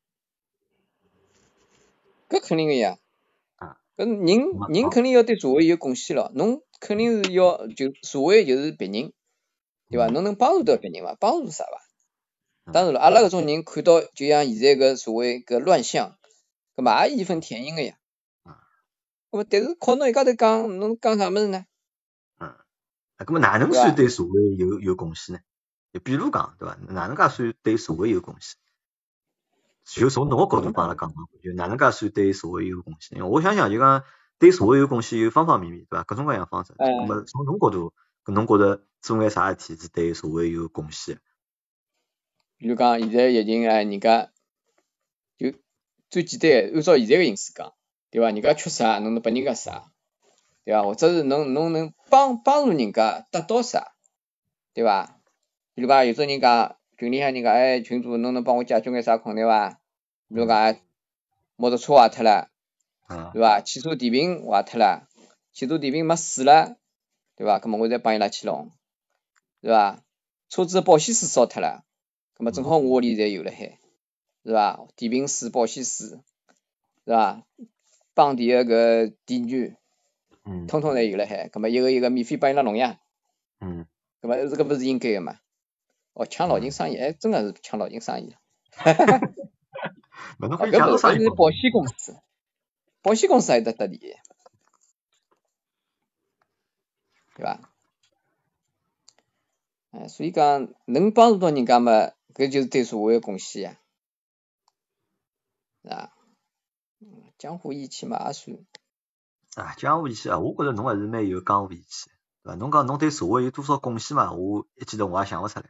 S2: 搿肯定个呀。
S1: 啊，
S2: 搿
S1: 那么
S2: 人人
S1: 好
S2: 肯定要对社会有贡献咯，侬肯定是要就社会就是别人，对伐？
S1: 嗯
S2: 侬能帮助到别人伐？帮助啥伐？
S1: 嗯
S2: 当然了，阿拉搿种人看到就像现在搿所谓搿乱象，搿嘛也义愤填膺个呀
S1: 啊。
S2: 那么，但是靠侬一家头讲，侬讲啥物事呢？
S1: 嗯，啊，那么哪能
S2: 对伐
S1: 算对社会有有贡献呢？就比如讲对伐？哪能介算对社会有贡献？就从侬个角度帮阿拉讲讲，就哪能介算对社会有贡献？因为我想想就讲对社会有贡献有方方面面，对伐？各种各样方
S2: 哎
S1: 式。那么从侬角度，搿侬觉着做眼啥事体是对社会有贡献？
S2: 比如讲，现在疫情哎，人家就最简单，按照现在个形势讲，对伐？人家缺啥，侬能拨人家啥，对伐？或者是侬侬能帮帮助人家得到啥，对伐？比如讲，有种人讲群里向人家，哎，群主侬能帮我解决眼啥困难伐？比如讲，哎摩托车坏脱了，
S1: 啊
S2: 对伐？汽车电瓶坏脱了，汽车电瓶没水了，对伐？搿么我再帮伊拉去弄，对伐？车子的保险丝烧脱了，搿么正好我屋里侪有了海，是伐？电瓶水、保险水，是伐？帮电个搿电源，
S1: 嗯
S2: 统统侪有了海，搿么一个一个免费帮伊拉弄呀，
S1: 嗯，
S2: 搿么这个勿是应该个嘛？哦，抢老人生意，哎，真个是抢老人生意了。
S1: 勿侬
S2: 啊，
S1: 可以
S2: 搿
S1: 讲
S2: 勿
S1: 到
S2: 是
S1: 啥
S2: 搿是保险公司，保险公司也有得得利益，对伐？哎，所以讲能帮助到人家嘛，搿就是对社会的贡献呀，是吧？嗯江湖义气嘛也算，
S1: 啊，江湖义气啊，我觉着侬还是蛮有江湖义气的，对伐？侬讲侬对社会有多少贡献嘛？我一记头我也想勿出来，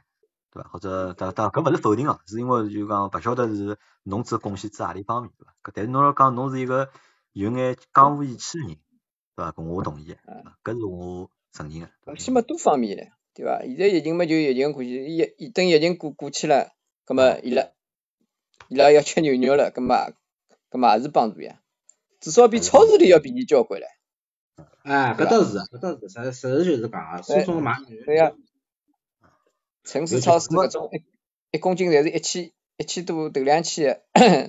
S1: 对伐？或者当当搿勿是否定哦，是因为就讲勿晓得是侬只贡献指何里方面，对伐？搿但是侬要讲侬是一个有眼江湖义气的人，对伐？搿我同意的，对伐？搿是我承认的。对
S2: 而
S1: 伐
S2: 且嘛多方面嘞，对伐？现在疫情嘛就疫情过去，疫疫等疫情过过去了，葛么伊拉伊拉要吃牛肉了，葛么葛么也是帮助呀，至少比超市里要便宜交关唻。
S5: 哎，搿倒是，搿倒是，实实事求是讲啊，
S2: 对
S5: 初中买牛
S2: 对呀，城市超市
S1: 那么
S2: 搿种一一公斤侪是一千一千多头两千的，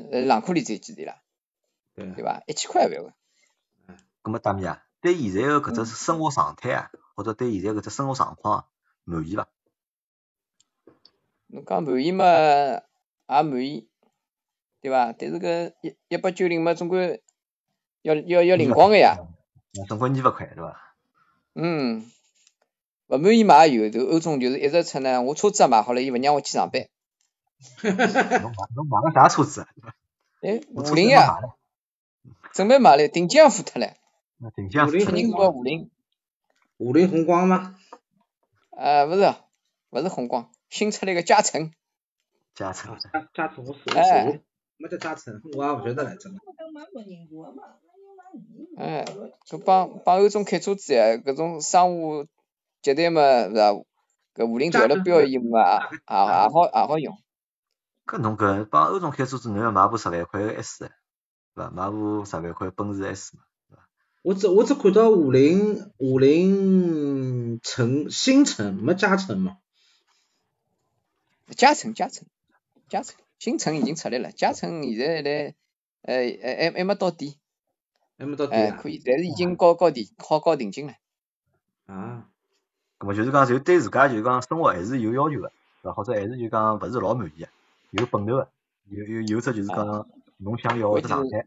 S2: 呃冷库里只有几钿啦，
S5: 对
S2: 对伐？一千块也勿要。
S1: 葛么大米啊，对现在的搿只生活常态啊，或者对现在搿只生活状况啊满意伐？
S2: 侬讲满意嘛，也满意，对伐？但是搿一一八九零嘛，总归要要要灵光个呀。
S1: 嗯总归腻勿快，对伐？
S2: 嗯，勿满意嘛也有，就欧总就是一直出呢，我车子也买好了，伊勿让我去上班。
S1: 侬买侬买个啥车子啊？
S2: 哎，
S1: 我
S2: 五
S1: 车子
S2: 菱
S1: 没买
S2: 呀，
S1: 了，
S2: 准备买了，定金也付脱了，
S1: 那定向
S5: 五
S1: 付
S5: 菱
S1: 出来
S2: 出人
S5: 嗯
S2: 叫五菱，
S5: 五菱宏光吗？
S2: 啊，勿是勿是宏光，新出来个加成。
S1: 加成
S5: 啊，。加加成我数
S2: 哎
S5: 数，没得加成，我也勿晓得来着。
S2: 哎，搿帮帮欧总开车子呀，搿种商务接待嘛，是伐？搿五菱调了标以后嘛，也也也好也好用。
S1: 搿侬搿帮欧总开车子，侬要买部十万块个 S，对伐？买部十万块奔驰 S 嘛。
S5: 我只我只看到五菱五菱城新城没加成嘛，
S2: 加成加成加成，新城已经出来了，加成现在来，呃呃还还没到底，
S5: 还没到底
S2: 哎
S5: 啊
S2: 可以，但是已经高高定好高定金了。
S5: 啊，
S1: 葛末就是讲，就对自家就是讲生活还是有要求个，对伐？或者还是就讲勿是老满意个，有奔头个，有有有只就是讲侬想要个只状态。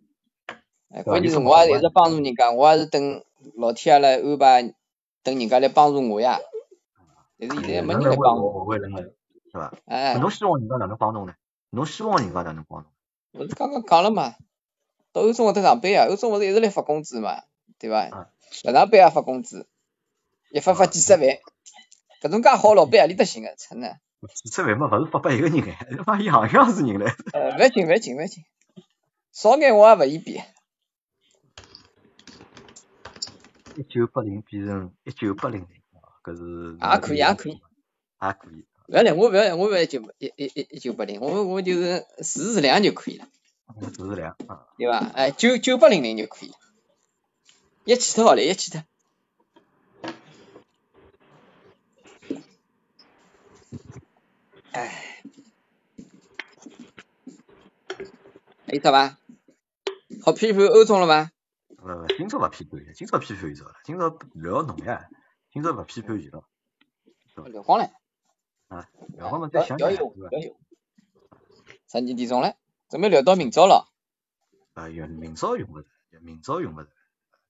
S1: 对啊
S2: 哎，关键
S1: 有
S2: 是
S1: 什么
S2: 我
S1: 好
S2: 也
S1: 玩
S2: 一直帮助人家，我也是等老天爷来安排，等人家来帮助我呀。但是现在
S1: 嗯人
S2: 没
S1: 来
S2: 人
S1: 为
S2: 来帮
S1: 我，
S2: 我，
S1: 我为人来，对伐？
S2: 哎
S1: 搿。侬希望人家哪能帮侬呢？侬希望人家哪能帮侬？
S2: 我是刚刚讲了嘛，到欧洲搿搭上班啊呀，欧洲勿是一直来发工资嘛，对
S1: 啊
S2: 伐？勿上班也发工资，一发
S1: 嗯
S2: 发几十万，搿种介好老板何里搭寻个？真 的，
S1: 几十万嘛，勿是发拨一个人哎，他妈样样是人唻。
S2: 呃，勿要紧，勿要紧，勿要紧，少眼我也勿嫌比，
S1: 一九八零变成一九八零零，搿是
S2: 也可以，也可以，
S1: 也可以。
S2: 勿要来，我勿要来，我勿要一九一一一一九八零，我我就是四十两就可以了，
S1: 我只是两啊，
S2: 对伐？哎，九九八零零就可以了，一起脱好了，一起脱，哎，还有啥伐？好批判欧总了伐？
S1: 勿勿，今朝勿批判伊，今朝批判伊早了，今朝聊侬呀，今朝勿批判伊了
S2: 哦聊光了。
S1: 啊，然
S2: 哎
S1: 后嘛
S2: 聊
S1: 再想
S2: 聊
S1: 想
S2: 一
S1: 呀，
S2: 会儿
S1: 对伐？
S2: 聊一会儿十二点钟了，准备聊到明朝了。
S1: 啊，用明朝用勿着，明朝用勿着，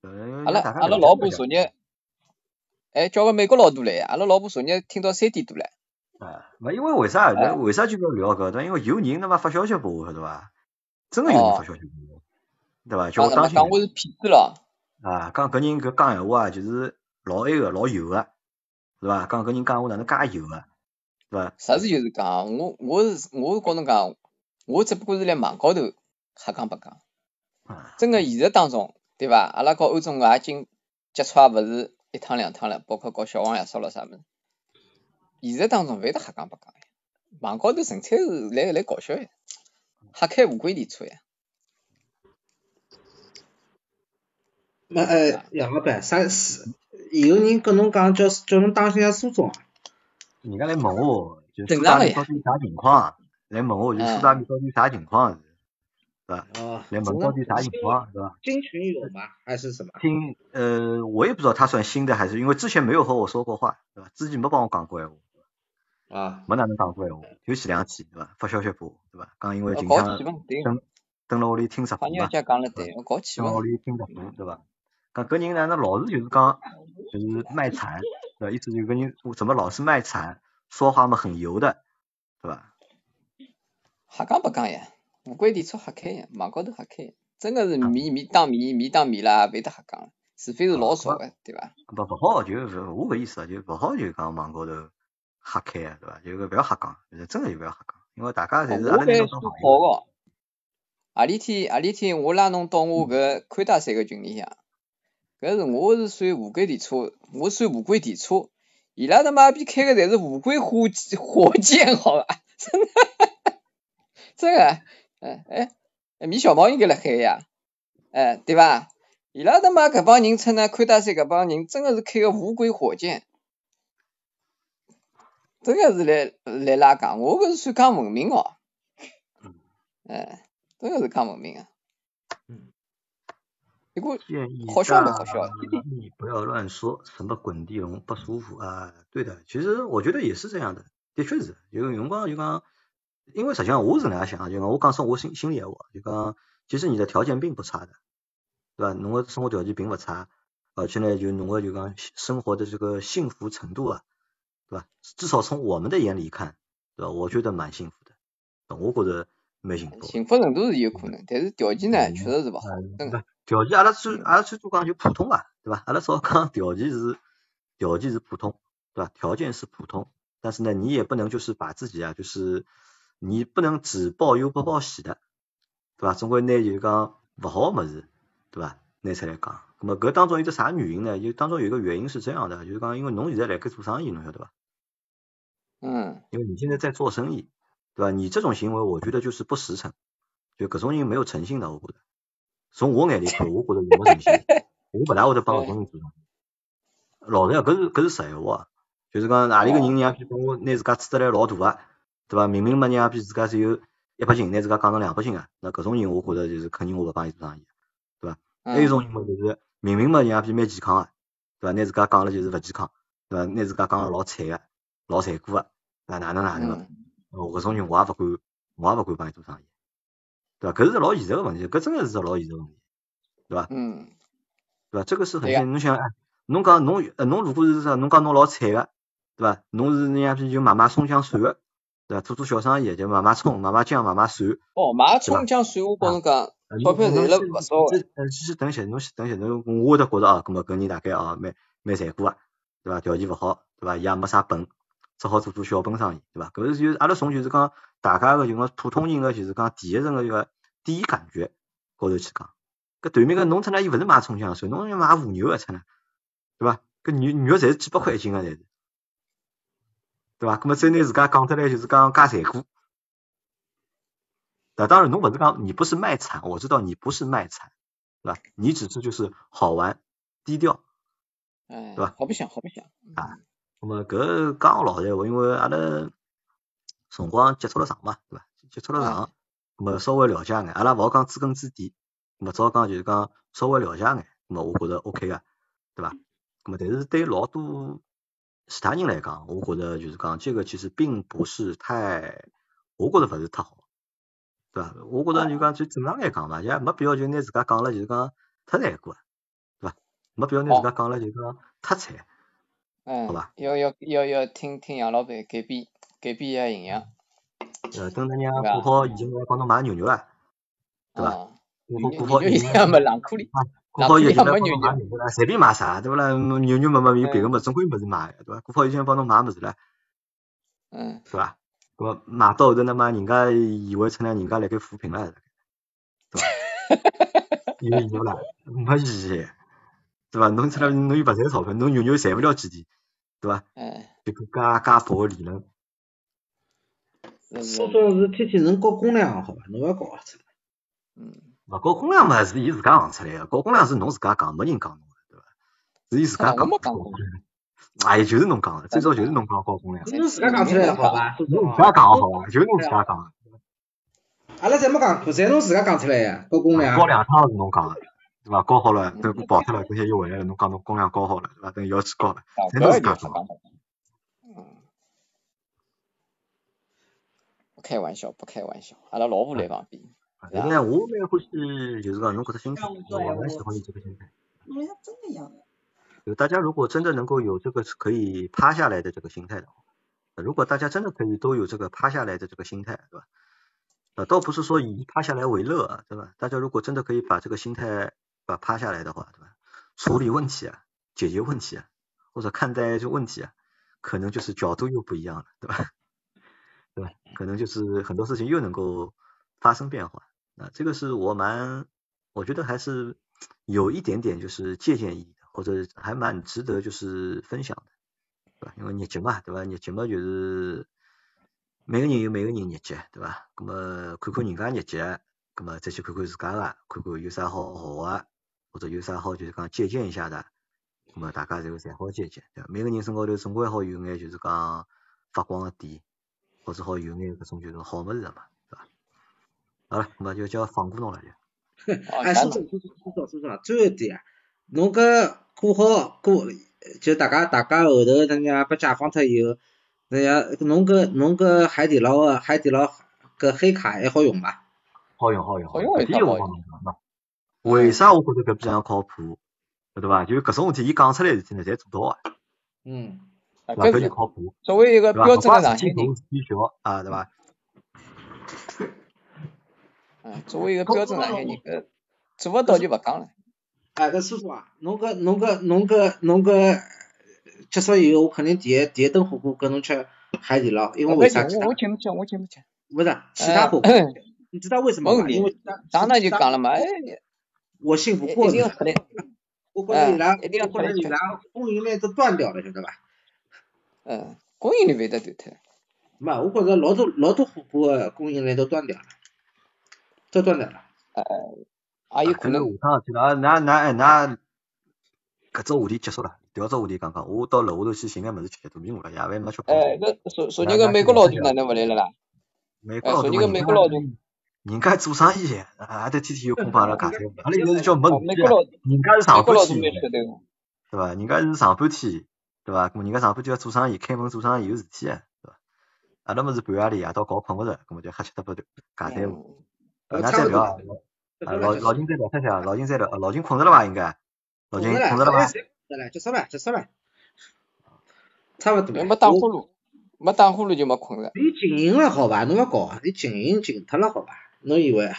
S1: 呃，
S2: 阿拉
S1: 让大家
S2: 阿
S1: 了
S2: 拉
S1: 解
S2: 老
S1: 了
S2: 婆
S1: 解
S2: 昨日，哎，叫个美国老大来，阿拉老婆昨日听到三点多了。
S1: 啊，勿因为为啥？
S2: 哎
S1: 为啥就要聊搿段？因为有人他妈发消息拨我，晓得伐？真的有人
S2: 哦
S1: 发消息问我，对伐？叫
S2: 讲
S1: 我
S2: 什么
S1: 当心
S2: 讲我是骗子了？
S1: 啊！讲搿人搿讲闲话啊，就是老埃个，老油个，是伐？讲搿人讲闲话哪能介油个，对伐？
S2: 实事求是讲，我我是我是告侬讲，我只不过是辣网高头瞎讲白讲。
S1: 啊，
S2: 真个现实当中，对伐？阿拉和欧总也已经接触也勿是一趟两趟了，包括搞小王爷烧了啥物事。现实当中勿会得瞎讲白讲呀，网高头纯粹是来来搞笑呀，
S1: 嗯
S2: 瞎开无轨电车呀。
S5: 没呃，杨老板，啥事？有人跟侬讲叫叫侬当心下苏总啊，
S1: 人家来问我，就是
S2: 正
S1: 苏
S2: 常
S1: 大
S2: 个
S1: 米到
S2: 呀嗯
S1: 底啥情况？来问我，就是苏大米到底啥情况？
S5: 哦，
S1: 来问
S5: 怎么
S1: 到底啥情况，对伐？
S5: 金群友吗？还是什么？
S1: 听，呃，我也不知道他算新的还是，因为之前没有和我说过话，对吧？之前没帮我讲过闲话，
S5: 啊，
S1: 没哪能讲过闲话，就前两天，对吧？发消息拨我，对吧？讲因为
S2: 呃
S1: 近
S2: 搞
S1: 腔
S2: 气氛对，
S1: 蹲蹲辣屋里听直播
S2: 胖妞
S1: 嘛，
S2: 姐讲了对，我搞气
S1: 蹲辣屋
S2: 氛。
S1: 里听直播，对吧？讲搿人哪能老是就是讲就是卖惨，对吧？意思就是搿人怎么老是卖惨，说话嘛很油的，对吧？
S2: 瞎讲白讲呀，无关电车瞎开呀，网高头瞎开呀，真个是面面当面，面当面啦，勿会得瞎讲，除非是老熟个，对伐？
S1: 不不好就是我搿意思啊，就勿好就讲网高头瞎开啊，对吧？就搿勿要瞎讲，就是真的就勿要瞎讲，因为大家
S2: 哦
S1: 侪是阿拉
S2: 我反
S1: 拿
S2: 正
S1: 侬
S2: 算
S1: 当
S2: 好
S1: 朋友。
S2: 个。何里天何里天，我拉侬到我搿宽带山个群里向，搿是我是算无轨电车，我算无轨电车，伊拉他妈逼开个侪是无轨火箭火箭，好伐？真个，真个，哎哎，哎米小毛应该辣海呀，哎对伐？伊拉他妈搿帮人称呢，宽带山搿帮人真个是开个无轨火箭。真个是来来拉讲，我搿是算讲文明哦。哎，真个是讲文明啊。
S5: 嗯。
S2: 一个
S1: 建议
S2: 好笑
S1: 大
S2: 不好 笑
S1: 你不要乱说什么滚地龙不舒服啊。对的，其实我觉得也是这样的，的确是。有辰光就讲，因为实际上我是能样想啊，就讲我讲说我心心里闲话，就讲其实你的条件并不差的，对吧？侬个生活条件并不差，而且呢，就侬个就讲生活的这个幸福程度啊，对吧？至少从我们的眼里看，对吧？我觉得蛮幸福的，我觉得蛮幸福的。
S2: 幸福程度是有可能，但是条件呢，确实是不好，真
S1: 呃
S2: 的。
S1: 条件阿拉最阿拉最多讲就普通吧，对吧？阿拉少讲 条件是条件是普通，对吧？条件是普通，但是呢，你也不能就是把自己啊，就是你不能只报忧不报喜的，对吧？总归拿就是讲勿好个物事，对吧？拿出来讲，那么搿当中有个啥原因呢？就当中有一个原因是这样的，就是讲因为侬现在辣盖做生意，侬晓得伐？
S2: 嗯，
S1: 因为你现在在做生意，对吧？你这种行为，我觉得就是不实诚，就搿种人没有诚信的，我觉得。从我眼里看，我觉得没诚信，我勿大会得帮搿种人做生意。老实讲，搿是搿是实闲话啊，就是讲何里个人让逼帮我拿自家吹得来老大啊，对伐？明明嘛让逼自家只有一百斤，拿自家讲成两百斤啊，那搿种人我觉得就是肯定我勿帮伊做生意。还有一
S2: 嗯，
S1: 种人嘛，就是明明嘛人家比蛮健康个，对伐？拿自家讲了就是勿健康，对伐？拿自家讲了老惨个，老残酷个，那哪能哪能个？
S2: 嗯，
S1: 哦，搿种人我也勿敢，我也勿敢帮伊做生意，对伐？搿是老现实个问题，搿真个是老现实个问题，对伐？
S2: 嗯，
S1: 对伐？这个是很
S2: 对呀
S1: 现实。侬想，哎，侬讲侬呃侬如果是啥，侬讲侬老惨个，对伐？侬是人家比就卖卖葱姜蒜个，对伐？做做小生意就卖卖葱、卖卖姜、卖卖蒜，
S2: 哦，买葱姜蒜，我跟侬讲，
S1: 呃
S2: 钞票
S1: 侬
S2: 赚
S1: 侬
S2: 了
S1: 先
S2: 勿少个。
S1: 先呃先等歇，侬先等歇，侬我会得觉着啊，搿么搿人大概啊蛮蛮残酷啊，对伐？条件勿好，对伐？伊也没啥本，只好做做小本生意，对伐？搿是就是阿拉从就是讲大家个就讲普通人个就是讲第一层个一个第一感觉高头去讲。搿对面个侬出来伊勿是买葱姜蒜，侬要买和牛个出来，对伐？搿牛牛肉侪是几百块一斤个侪是，对伐？搿么再拿自家讲出来就是讲介残酷。那当然，侬勿是讲你不是卖惨，我知道你不是卖惨，对吧？你只是就是好玩、低调，
S2: 哎
S1: 对吧，啊
S2: 好白相，好白嗯相。
S1: 那么搿讲老实闲话，因为阿拉辰光接触了长嘛，对伐？接触了长，那么稍微了解眼，阿拉勿好讲知根知底，那么只好讲就是讲稍微了解眼，那么我觉着 OK 个，对伐？那么但是对老多其他人来讲，我觉着就是讲这个其实并不是太，我觉着勿是太好，对伐？我觉着就讲就正常来讲嘛，也没必要就拿自家讲了就是讲太难过，对伐？没必要拿自家讲了就是讲太惨。好
S2: 嗯
S1: 吧，
S2: 要要要要听听杨老板改变改变一下形象。
S1: 呃，等人家
S2: 对吧
S1: 做好，已经来帮侬买牛肉啊，对吧
S2: 啊，
S1: 顾
S2: 牛
S1: 好
S2: 肉
S1: 顾好
S2: 牛肉
S1: 现
S2: 一
S1: 在
S2: 定要买冷库里，
S1: 顾好现在
S2: 哪
S1: 帮
S2: 里
S1: 侬
S2: 也没
S1: 买物事了，随便买啥对不啦？牛肉嘛嘛有别个物事，总归有物事买的对吧？顾好现在帮侬买物事了，
S2: 嗯，
S1: 对吧？那么买到后头，那么人家以为成了人家辣盖扶贫了，对吧？有意义不啦？没意义，对吧？侬出来侬又勿赚钞票，侬肉肉赚勿了几钿，对吧？
S2: 哎，
S1: 这个介介薄个理论，
S2: 是是
S5: 多，少是天天能高工量好吧？侬勿要搞啊错。
S2: 嗯，
S1: 勿高工量嘛是伊自家行出来个，高工量是侬自家讲，没人讲侬个，对伐？是伊自家
S2: 啊我
S1: 讲
S2: 没
S1: 的。
S2: 讲
S1: 高
S2: 过
S1: 工量哎，就是侬讲个，最早就是侬讲高工量，
S5: 侬自家讲出来好吧？
S2: 哦
S1: 侬自家讲好伐？就是侬自家讲的。
S5: 阿拉侪没讲过，侪侬自家讲出来呀，高工
S2: 啊
S5: 量
S1: 高。两趟是侬讲个，对伐？高好了，等我跑脱了，等歇又回来了，侬讲侬工量高好了，对伐？等要去高了，
S2: 啊
S1: 侪
S2: 搿
S1: 侬
S2: 个
S1: 自
S2: 就
S1: 家
S2: 瞎
S1: 讲
S2: 讲。八讲，嗯，不开玩笑，不开玩笑，阿拉老婆来旁边，
S1: 的。但是呢，我蛮欢喜，就是讲侬搿只心态，我蛮喜欢你这个心态。
S6: 侬要真的要的，
S1: 就大家如果真的能够有这个可以趴下来的这个心态的话，呃如果大家真的可以都有这个趴下来的这个心态，对吧？呃，倒不是说以趴下来为乐啊，对吧？大家如果真的可以把这个心态把趴下来的话，对吧？处理问题啊，解决问题啊，或者看待这问题啊，可能就是角度又不一样了，对吧？ 对吧？可能就是很多事情又能够发生变化。啊，这个是我蛮，我觉得还是有一点点就是借鉴意义的，或者还蛮值得就是分享的，对吧？因为日节嘛，对吧？日节嘛就是每个人有每个人日节，对吧？那么看看人家日节，那么再去看看自家的，看看有啥好学的，或者有啥好就是讲借鉴一下的，那么大家就侪好借鉴，对吧？每个人身高头总归好有眼就是讲发光的点，或者好有眼搿种就是好物事的嘛，对吧？好了，那么就叫放过侬了就。
S2: 哦，
S5: 哎，
S2: 咱
S5: 苏
S2: 们
S5: 总，苏总，苏总，苏总，最后一点啊，侬搿过好过，就大家大家后头人家被解放脱以后，人家侬搿侬搿海底捞个海底捞搿黑卡还好用伐？
S1: 好用好用
S2: 好
S1: 好
S2: 用
S1: 搿
S2: 也
S1: 点
S2: 讲
S1: 我
S2: 好
S1: 帮侬讲喏。为啥我觉着搿比较靠谱？对伐？就是搿种事体，伊讲出来的事体呢，侪做到啊，
S5: 嗯，
S1: 对
S2: 啊
S1: 伐？
S2: 搿
S1: 搿就是靠谱，
S2: 作为一个
S1: 对伐？
S2: 标
S1: 勿
S2: 准的
S1: 管是
S2: 上海
S1: 鸡
S2: 人
S1: 头，是鸡小啊，对伐？
S2: 嗯，作为一个标准上海人，搿做勿到就勿讲了，
S5: 哎，搿苏总啊，侬搿侬搿侬搿侬搿结束以后，我肯定第一第一顿火锅跟侬吃海底捞，因为
S2: 我
S5: 为
S2: 没
S5: 啥
S2: 钱，
S5: 知
S2: 哦我
S5: 道
S2: 我？请侬吃，我请侬吃，
S5: 不是其他 火锅，
S2: 呃
S5: 你知道为什么吗？
S2: 没
S5: 因为
S2: 上来就讲了嘛，哎，
S5: 我信不过
S2: 一
S5: 你
S2: 定要。出来，
S5: 我觉着伊拉，
S2: 哎一定要
S5: 我觉着伊拉供应链都断掉了，晓得伐？
S2: 嗯，供应链会得断脱，
S5: 没，我觉着老多老多火锅的供应链都断掉了，都断掉了。
S2: 啊也有可
S1: 真的
S5: 啊
S2: 能，
S1: 下趟去了，那那那搿只话题结束了，调只话题讲讲，我到楼下头去寻眼物事吃，肚皮饿了，夜饭没吃
S2: 哎，
S1: 饱。
S2: 搿昨昨日个美国佬大哪能勿来了啦？
S1: 美国
S2: 哎，
S1: 佬
S2: 昨
S1: 对伐？
S2: 日
S1: 人
S2: 个美国佬
S1: 家
S2: 大，
S1: 人家做生意，啊，得天天有空帮阿 拉尬三胡，阿拉现在是叫没
S2: 啊
S1: 事
S2: 美
S1: 体
S2: 国
S1: 啊，
S2: 佬，
S1: 人家是
S2: 美
S1: 上
S2: 国
S1: 班
S2: 佬大
S1: 去
S2: 蛮
S1: 的。
S2: 晓得个，
S1: 对伐？人家是上半天，对伐？咾人家上半天要做生意，开门做生意有事体个，对伐？阿拉么是半夜里夜到搞困勿着，咾么就瞎七搭八头尬三胡。
S2: 嗯，
S1: 啊
S5: 我
S1: 那
S5: 差
S1: 再
S5: 不
S1: 聊
S5: 多
S1: 啊，
S5: 结
S1: 啊老
S5: 束了，结束
S1: 老
S5: 了
S1: 金，再聊下去啊，老金再聊，啊老金困着了伐？应该，老金
S5: 困着了，
S1: 困着了伐？
S5: 得了，结束了，结束了，差不多
S2: 也
S5: 了。
S2: 嗯没打呼
S5: 我
S2: 噜，没打呼噜就没困了，
S5: 伊静音了，好伐？侬勿搞，伊静音静脱了，好伐？侬以为啊？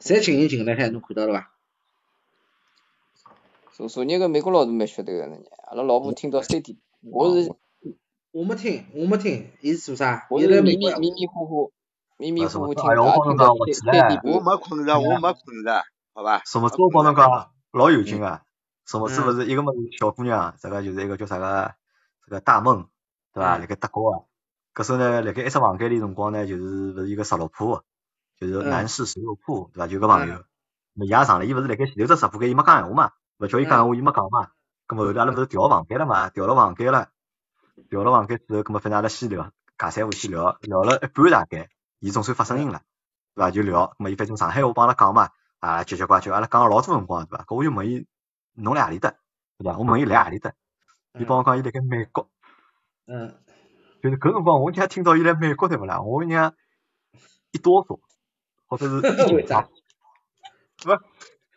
S5: 侪静音静了海，侬看到了伐？
S2: 昨昨日个美国佬大蛮晓得个呢，阿拉老婆听到三点，我是
S5: 我没听，我没听，伊是做啥？
S2: 我
S5: 伊
S2: 是
S5: 来美
S2: 迷
S5: 国
S2: 迷，迷迷糊糊，迷迷糊啊糊听
S1: 哎呀，我
S2: 到
S1: 帮
S2: 听
S1: 侬
S2: 到
S1: 讲，我起
S2: 三三
S1: 来
S2: 点，
S3: 我
S2: 半，
S3: 没困着，我没困着，好吧？
S1: 什么子我帮侬讲，老有劲啊！什么子
S5: 嗯
S1: 勿是一个么是小姑娘，啊这个就是一个叫啥个，这个大梦，对伐？
S5: 嗯
S1: 辣盖德国啊，搿时候呢，辣盖一只房间里辰光呢，就是勿是一个十六铺，啊就是
S5: 嗯
S1: 男士十六铺，对伐？有个朋友，么伊也上来，伊勿是辣盖前头只直播间，伊没讲闲话嘛，勿叫伊讲闲话，伊没讲嘛。咁么后头阿拉勿是调房间了嘛？调了房间了，调了房间之后，咁么啊反正阿拉先聊，尬三胡先聊，聊了一半大概，伊总算发声音了，对伐？就聊，咁么啊伊反正上海话帮阿拉讲嘛。啊，结结怪怪，阿拉讲了老多辰光，对伐？搿我就问伊，侬来何里搭，对伐？我问伊来何里搭，伊帮我讲伊辣盖美国，
S5: 嗯
S1: 就是搿辰光我娘听到伊来美国对勿啦？我娘一哆嗦，或者是一啊
S5: 为
S1: 紧
S5: 啥
S1: 张，对伐？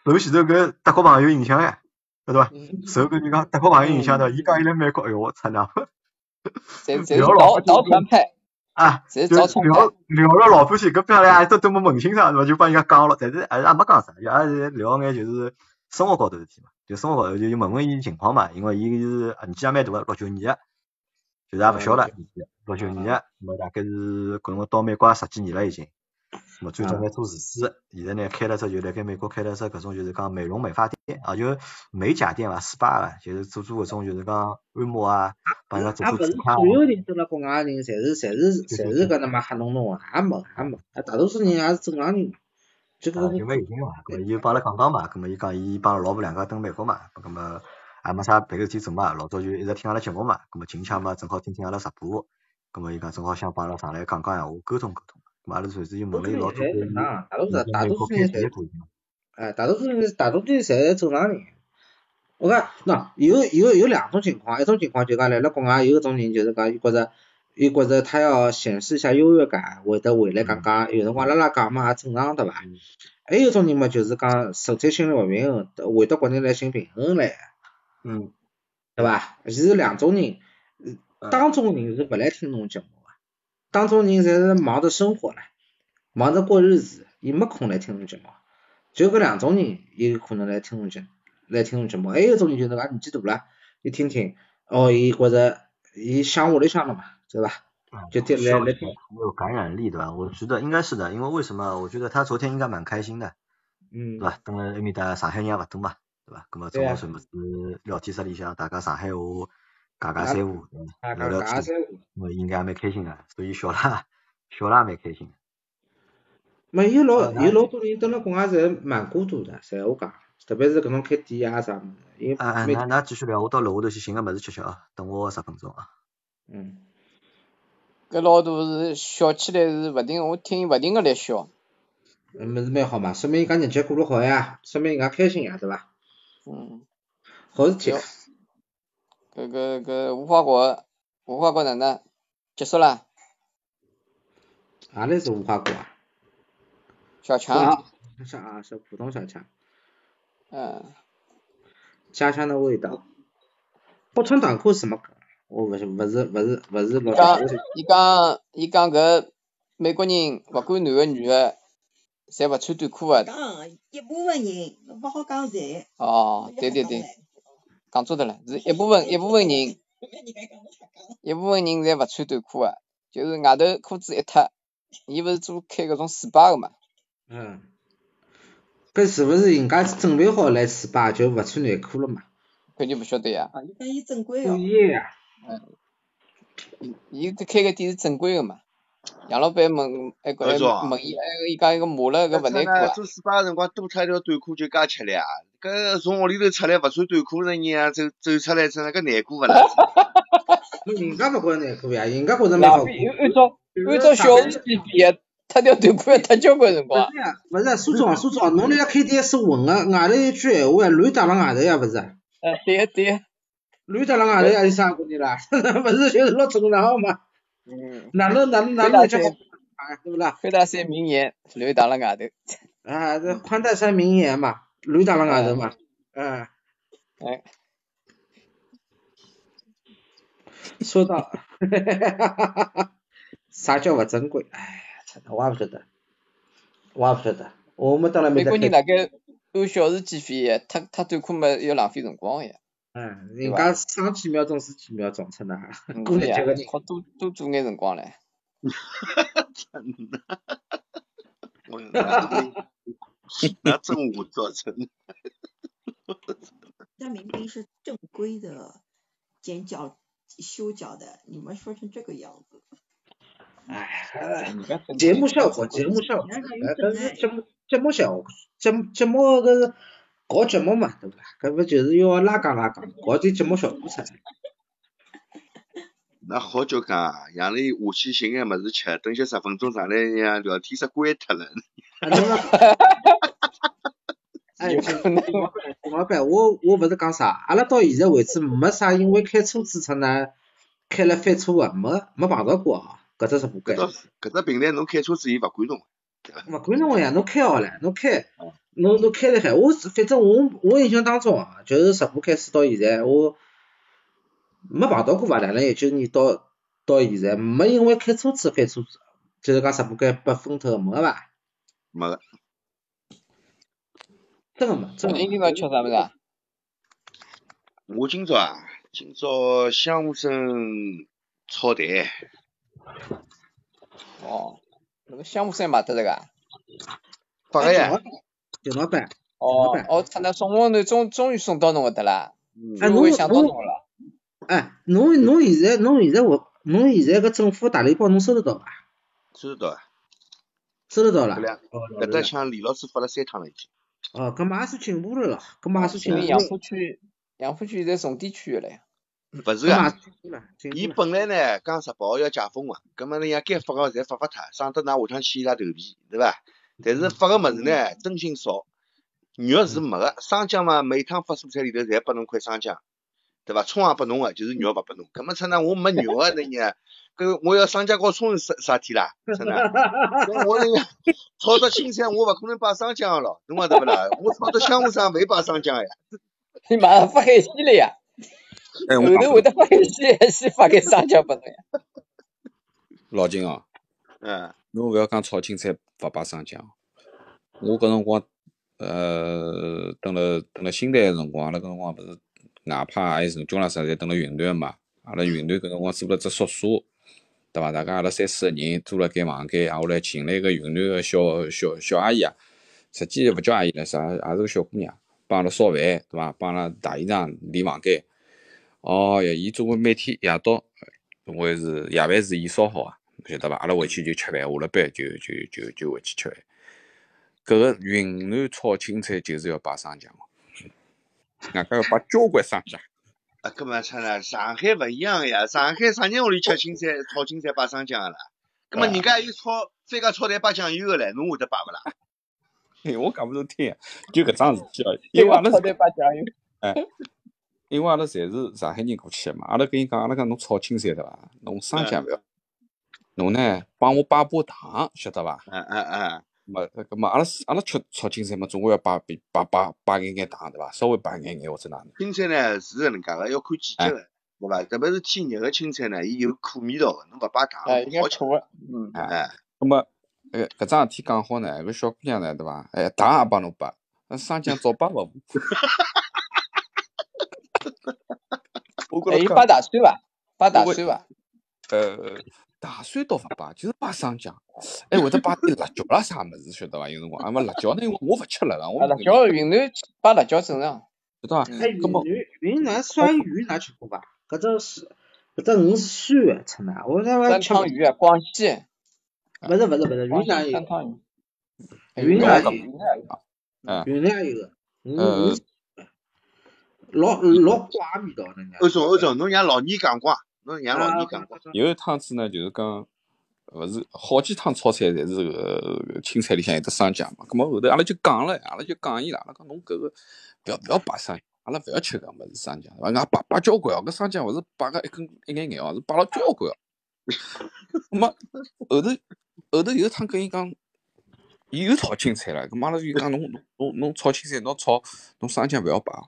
S1: 受前头搿德国朋友影响呀，对伐？
S5: 嗯，
S1: 受搿人家德 国朋友影响的，伊讲伊来美国，哎哟，我操娘！
S2: 侪侪
S1: 聊
S2: 是
S1: 了
S2: 倒
S1: 老
S2: 倒
S1: 半天
S2: 团派，
S1: 啊，
S2: 侪
S1: 就
S2: 早冲
S1: 聊聊了老半天，搿表来都都没问清爽对伐？就帮人家讲了，但是还是也没讲啥，就还是聊眼就是生活高头事体嘛，就生活高头就就问问伊情况嘛，因为伊是啊年纪也蛮大个，六九年个，就是也勿小了，年纪啊六九年个，咾么大概是搿辰光到美国也十几年了已经，咾么最早来做厨师，现在呢开了只就辣盖美国开了只搿种就是讲美容美发店啊，就美甲店伐，SPA 啊，就是做做搿种就是讲按摩啊，帮人家做
S5: 也勿
S1: 做
S5: 是
S1: 健康啊
S5: 所有人蹲辣国外的人，侪是侪是侪是搿能嘛黑弄弄啊，也没也没，啊大多数人也是正常人，就
S1: 啊，就
S5: 搿
S1: 蛮
S5: 个
S1: 有劲个嘛，搿么伊就帮阿拉讲讲嘛，搿么伊讲伊帮老婆两家登美国嘛，搿么也没啥别个事体做嘛，老早就一直听阿拉节目嘛，搿么近腔嘛正好听听阿拉直播，搿么伊讲正好想帮阿拉上来讲讲闲话，沟通沟通，咾阿拉随之就
S5: 我
S1: 问了
S5: 觉
S1: 伊
S5: 得
S1: 老多
S5: 现
S1: 关
S5: 在
S1: 于
S5: 正常，啊大
S1: 伊
S5: 多
S1: 在美
S5: 数大多
S1: 国
S5: 数
S1: 开店
S5: 人侪
S1: 个故事嘛，
S5: 哎，大多数人大多数人侪是正常人。我讲，喏，有有有两种情况，一种情况就讲来了国外，有一种人就是讲，伊觉着，伊觉着他要显示一下优越感，会得回来
S1: 嗯
S5: 讲讲，有辰光拉拉讲嘛也正常，对伐？还有一种人嘛，就是讲身体心理勿平衡，回到国内来寻平衡来，
S1: 嗯，
S5: 对伐？其实两种人，呃
S1: 嗯
S5: 当中人是勿来听侬节目个，当中人侪是忙着生活了，忙着过日子，伊没空来听侬节目。就搿两种人，伊有可能来听侬节，来听侬节目。还有一种人就是讲年纪大了，伊听听，哦，伊觉着伊想屋里向了嘛，对伐？
S1: 啊
S5: 就对来
S1: 消
S5: 来
S1: 息很有感染力对伐？我觉得应该是的，因为为什么？我觉得他昨天应该蛮开心的，
S5: 嗯
S1: 对，伐？等了埃面搭上海人也勿多嘛，对伐？搿么正
S5: 对
S1: 好
S5: 啊
S1: 什么是聊天室里向大家上海话讲
S5: 啊
S1: 讲三胡，对伐
S5: 大
S1: 聊聊
S5: 家大家
S1: 天。
S5: 侪
S1: 我应该蛮开心的，所以小拉小拉蛮开心的。
S5: 没有老
S1: 啊
S5: 有老多人蹲辣国外侪蛮孤独的，闲话讲，特别是搿种开店啊啥物事，伊
S1: 啊啊，
S5: 每
S1: 那那继续聊，我到楼下头去寻个物事吃吃啊，等我十分钟啊。
S5: 嗯。
S2: 搿老大是笑起来是勿停，我听伊勿停个来笑。
S5: 嗯，么是蛮好嘛，说明人家日脚过得好呀，说明人家开心呀，对伐？
S2: 嗯，
S5: 好事体
S2: 有。搿搿搿无花果，无花果哪能结束啦？
S5: 阿拉是无花果啊，
S2: 小强，
S5: 是像啊是普通小强，
S2: 嗯，
S5: 家乡的味道。北川党库是什么梗？我勿是勿是勿是勿是老
S2: 讲
S5: 熟悉。
S2: 伊讲伊讲搿美国人勿管男个女个，侪勿穿短裤个。
S6: 讲一部分人，勿好讲侪。
S2: 哦，对对对，讲错脱了，是一部分一部分人，一部分人侪勿穿短裤个，就是外头裤子一脱，伊勿是做开搿种 SPA 个嘛？
S5: 嗯，搿是勿是人家准备好来四吧，就勿穿内裤了嘛？
S2: 搿就勿晓得呀。
S6: 啊，伊讲伊正规
S5: 故
S6: 哦，
S5: 意啊的呀。
S2: 伊伊搿开个店是正规个嘛？杨老板问，哎，搿
S3: 老总啊
S2: 还问伊，哎，伊讲一个麻辣搿勿
S3: 那
S2: 难过
S3: 呢，
S2: 啊？
S3: 做四八个辰光多穿一条短裤就加吃力啊！搿从屋里头出来勿穿短裤的人啊，走走出来穿那个内裤勿啦？
S5: 那人家勿觉着内裤呀，人家觉着蛮
S2: 那
S5: 好看。
S2: 按按照按照
S5: 就是
S2: 小
S5: 上
S2: 吴
S5: 班
S2: 去比啊，脱掉短裤要脱交关辰
S5: 勿
S2: 光。啊
S5: 是呀，勿是啊苏总，苏总，侬辣辣开店是混个，啊外头一句闲话呀，乱打辣外头呀，勿是？啊
S2: 呃，对个对个，
S5: 乱打浪外头还有啥问题啦？ 勿是就是老正常嘛？
S2: 嗯，
S5: 哪能哪能哪能有这个啊？对不啦？
S2: 宽大山名言流淌辣外头。
S5: 啊，这宽带山名言嘛，乱打浪外头啊嘛。嗯，
S2: 哎，
S5: 说到， 啥叫勿正规？哎，真的我也勿晓得，我也勿晓得，我没到那
S2: 美
S5: 面
S2: 国人
S5: 搭开。
S2: 大概按小时计费个，啊脱脱短裤嘛要浪费辰光个呀。
S5: 嗯，
S2: 对
S5: 人
S2: 吧
S5: 家上几秒钟是几秒钟，真的啊。
S2: 嗯
S5: 过
S2: 对
S5: 日
S2: 呀
S5: 脚个人，，
S2: 好多多做眼辰光唻。
S3: 我哪真 哪真我造成？
S6: 那明明是正规的剪脚、修脚的，你们说成这个样子，
S5: 哎，
S2: 人家正
S5: 节目
S2: 规
S5: 效
S2: 正
S5: 果，
S2: 规
S5: 节目效果，
S6: 人家很
S5: 哎，
S6: 可
S5: 搿是
S6: 爱。
S5: 节目节目效果，节目节目搿是搞节目嘛，对伐？搿勿就是要拉杠拉杠，搞点节目效果出来。
S3: 那好久讲啊，夜里下去寻眼物事吃，等歇十分钟上来呀，聊天室关脱了。
S5: 啊，侬拉， 哎，
S2: 有
S5: 秦
S2: 可能
S5: 秦老板，秦老板，我我勿是讲啥，阿拉到现在为止没啥因为开车子出呢，开了翻车个，没没碰到过啊，搿只是不
S3: 搿
S5: 该。
S3: 只搿只平台侬开车子伊勿管侬。
S5: 勿管侬个呀，侬开好了，侬开，侬侬开得海，我是反正我我印象当中啊，就是直播开始到现在，我没碰到过伐？两零一九年到到现在没因为开车子翻车子，就是讲直播间被封脱的没伐？
S3: 没个，
S5: 真个没，真
S2: 昨
S5: 个
S2: 天
S5: 没
S2: 今。朝吃啥物事啊？
S3: 我今朝啊，今朝香河镇炒蛋，
S2: 哦，那个香湖山买得着个啊？
S3: 发个呀，
S5: 熊老板，老
S2: 哦
S5: 板
S2: 哦，出那送我呢，终终于送到侬搿搭啦，
S5: 哎
S2: 就
S3: 嗯，
S5: 侬
S2: 会想到
S5: 侬
S2: 侬了。
S5: 哎，侬侬现在侬现在我侬现在个政府大礼包侬收得到伐？
S3: 收得到啊。
S5: 收得到了
S3: 对呀。
S5: 哦，了
S3: 搿搭
S5: 了了
S3: 抢李老师发了三趟了已经。
S5: 哦，搿么也算进步了咯，搿么也算进
S2: 说明
S5: 步
S2: 杨
S5: 了，
S2: 浦区，杨浦区现在重点区域了呀。
S3: 勿是
S5: 搿么也
S3: 啊，
S5: 算进步了，进
S3: 伊
S5: 步了。
S3: 本来呢讲十八号要解封个，葛啊末呢像该发个侪发发脱，省得㑚下趟去伊拉头皮，对伐？但是发个物事呢，真心少，肉是没个，商家嘛每趟发蔬菜里头侪拨侬块商家，对伐？葱也拨侬个，就是肉勿拨侬。葛末啊趁㑚我没肉个那呢，搿我要商家告葱是啥啥体啦？趁㑚，那我那个炒只青菜，我勿可能摆商家个咯，侬讲对勿啦？我炒只香菇啥没摆商家个呀？
S2: 你马上发海鲜了呀，
S4: 哎，
S2: 后
S4: 我讲
S2: 头会得发海 鲜，海鲜发给商家拨侬呀。
S4: 老金哦，
S3: 嗯，
S4: 侬勿要讲炒青菜勿摆生姜。我搿辰光，呃，蹲辣蹲辣新台个辰光，阿拉搿辰光勿是外派还有陈军啦啥，侪蹲辣云南嘛。阿拉云南搿辰光租了只宿舍，对伐？大概阿拉三四个人租了间房间，挨下来请了一个云南个小小小阿姨啊，实际勿叫阿姨了，啥也是个小姑娘，帮阿拉烧饭，对伐？帮阿拉洗衣裳、理房间。哦哟，伊总归每天夜到，我是夜饭是伊烧好啊，晓得伐？阿拉回去就吃饭，下了班就就就就回去吃饭。搿个云南炒青菜就是要摆生姜哦，外加要摆交关生姜。
S3: 啊，搿么趁了上海勿一样呀，上海啥人屋里吃青菜炒青菜摆生姜个啦？搿么
S4: 啊
S3: 人家还有炒番茄炒蛋摆酱油个唻，侬会得摆勿啦？
S4: 嘿我讲勿侬听，啊就搿桩事体哦，因
S2: 这
S4: 为
S2: 个
S4: 阿 拉
S2: 炒蛋
S4: 是
S2: 把酱油，
S4: 因为阿拉侪是上海人过去个嘛，阿拉跟伊讲，阿拉讲侬炒青菜对伐？侬生姜勿要，侬呢帮我摆把糖，晓得伐？
S3: 嗯嗯嗯，
S4: 么，搿么阿拉是阿拉吃炒青菜嘛，总归要摆比摆摆摆眼眼糖对伐？稍微摆眼眼或者哪能。
S3: 青菜呢是搿能介个，要看季节个，对伐？特别是天热个青菜呢，伊有苦味道个，侬勿摆
S2: 哎，
S3: 糖
S4: 啊
S2: 应
S3: 勿
S2: 该
S3: 好吃。
S2: 苦个。嗯，
S3: 哎，
S4: 那么，呃，搿桩事体讲好呢，搿小姑娘呢，对伐？哎，糖也帮侬摆，那生姜早摆勿下。我跟
S2: 哎，
S4: 侬
S2: 伊
S4: 讲
S2: 摆，大蒜伐？摆大
S4: 我
S2: 蒜伐？
S4: 呃，大蒜倒勿摆，就是摆生姜，哎，会得摆点辣椒啦啥物事，晓得伐？有辰光，啊，么辣椒呢，因为我勿吃辣个，我
S2: 啊，辣椒云南摆辣椒正常。
S4: 晓得伐？
S5: 哎，
S2: 嗯，
S5: 云
S4: 搿么
S5: 南云南酸鱼㑚吃过伐？搿只是搿只鱼是酸个，出哪？我那还
S2: 酸
S5: 吃勿
S2: 汤鱼啊，广西的，
S5: 勿是勿是勿是，
S2: 广
S5: 云
S2: 西
S5: 南也
S2: 酸
S5: 有，
S2: 汤鱼。哎
S5: 云
S2: 南
S5: 南
S2: 有，
S5: 有
S2: 云南有。
S4: 啊，
S5: 云南也有个，鱼
S4: 呃
S5: 鱼是老老怪味道的人家。
S3: 欧总欧总，侬让老倪讲光，侬让老
S5: 啊，
S3: 倪
S5: 搿
S3: 讲光。
S5: 搿
S4: 有一趟子呢，就是讲，勿是好几趟炒菜侪是个青菜里向有得生姜嘛。咁么后头阿拉就讲了，阿拉就讲伊拉，阿拉讲侬搿个勿要勿要摆生姜，阿拉勿要吃搿物事生姜，对伐？俺摆摆交关哦，搿生姜勿是摆个一根一眼眼哦，是摆了交关哦。咁么后头后头有一趟跟伊讲，伊又炒青菜了，咁嘛阿拉就讲侬侬侬侬炒青菜，侬炒侬生姜勿要摆哦。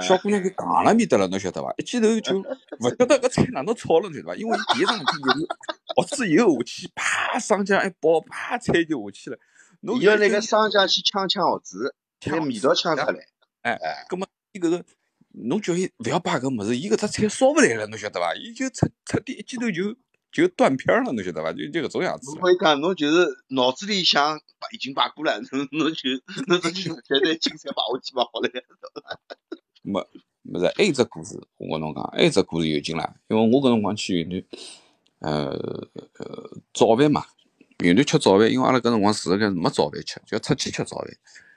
S4: 小
S3: 哎，
S4: 姑娘就戆了面得了，侬晓得伐？一记头 就勿晓得搿菜哪能炒了，侬晓得伐？因为伊第一桩事体就是熬子油下去，啪生姜一爆，啪菜就下去了。侬
S3: 伊要拿
S4: 搿
S3: 个
S4: 个
S3: 生姜去呛呛蚝子，拿
S4: 呛
S3: 味道呛出来。
S4: 葛末伊搿个，侬叫伊勿要摆搿物事，伊搿只菜烧勿来了，侬晓得伐？伊就彻彻底一记头就就断片儿了，侬晓得伐？就就搿种样
S3: 侬
S4: 子了。
S3: 可以讲，侬就是脑子里想摆已经摆过了，侬侬就侬直接直接青菜摆下去摆好了呀。
S4: 没没是，还有只故事，我跟侬讲，还有只故事有劲啦。因为我搿辰光去云南，呃呃，早饭嘛，云南吃早饭，因为阿拉搿辰光住个没早饭吃，就要出去吃早饭。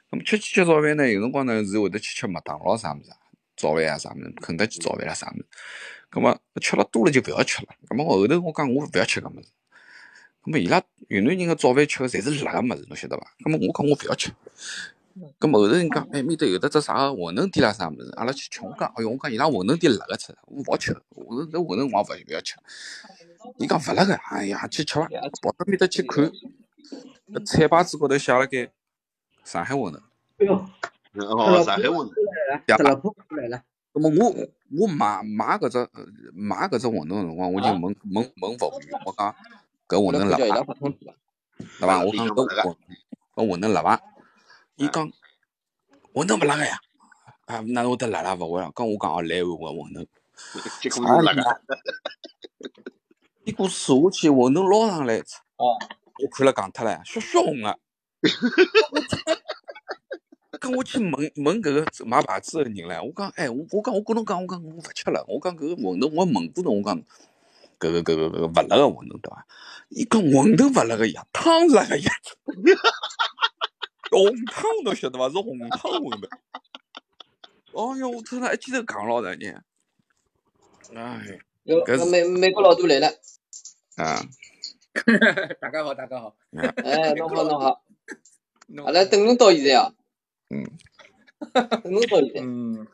S4: 咁吃去吃早饭呢，有辰光呢是会得去吃麦当劳啥物事啊，早饭啊啥物事，肯德基早饭啊啥物事。咁么吃了多了就勿要吃了。咁么我后头我讲我勿要吃搿物事。咁么伊拉云南人个早饭吃个侪是辣个物事，侬晓得伐？咁么我讲我勿要吃。咁么后头人讲，哎，面头有得只啥馄饨店啦啥物事，阿拉去吃。我讲，哎哟，我讲伊拉馄饨店辣个吃，我勿好吃。我搿馄饨我也勿勿要吃。伊讲勿辣个，哎呀，去吃伐？跑到面搭去看，搿菜牌子高头写了个上海馄饨。
S5: 哎哟，
S3: 嗯
S5: 特
S3: 哦，
S5: 朗普
S3: 上海
S5: 又
S3: 问
S5: 出来了，
S4: 对啊
S5: 特朗普又出来了，
S4: 那么我我买买搿只呃买搿只馄饨个辰光，我就问问问服务员，我讲搿馄
S2: 阿拉
S4: 饨
S2: 看叫
S4: 辣
S2: 伊
S4: 伐
S2: 拉？发通知了。
S4: 对伐？
S3: 嗯
S4: 我讲
S3: 你讲勿
S4: 搿
S3: 辣
S4: 馄搿馄饨辣伐？伊
S3: 嗯
S4: 讲馄饨勿辣个呀。啊，哪能会得辣辣勿会啊？讲我讲哦，来碗我馄饨。
S3: 结果
S4: 啥
S3: 就是
S4: 人
S3: 那个，
S4: 啊？一股吃下去，馄饨捞上来，哦，我看了戆脱了，血血红个。我听了啊跟我去问问搿个买牌子个人唻，我讲，哎，我我讲，我跟侬讲，我讲我勿吃了，我讲搿个馄饨，我问过侬，我讲搿个搿个搿个勿辣个馄饨对伐？伊讲馄饨勿辣个呀，汤辣个呀， 红汤侬晓得伐？是红汤馄饨。哦哟，我真的一记头戆牢人呢。哎，
S2: 有
S4: 搿
S2: 有
S4: 是
S2: 美美国老大来了，
S4: 啊，
S7: 大家好，大家好，
S2: 哎，
S7: 美
S2: 侬
S7: 国
S2: 好
S7: 佬
S2: 侬好，
S7: 侬
S2: 阿拉等侬到现在啊，
S4: 嗯
S2: 等侬到现
S7: 嗯，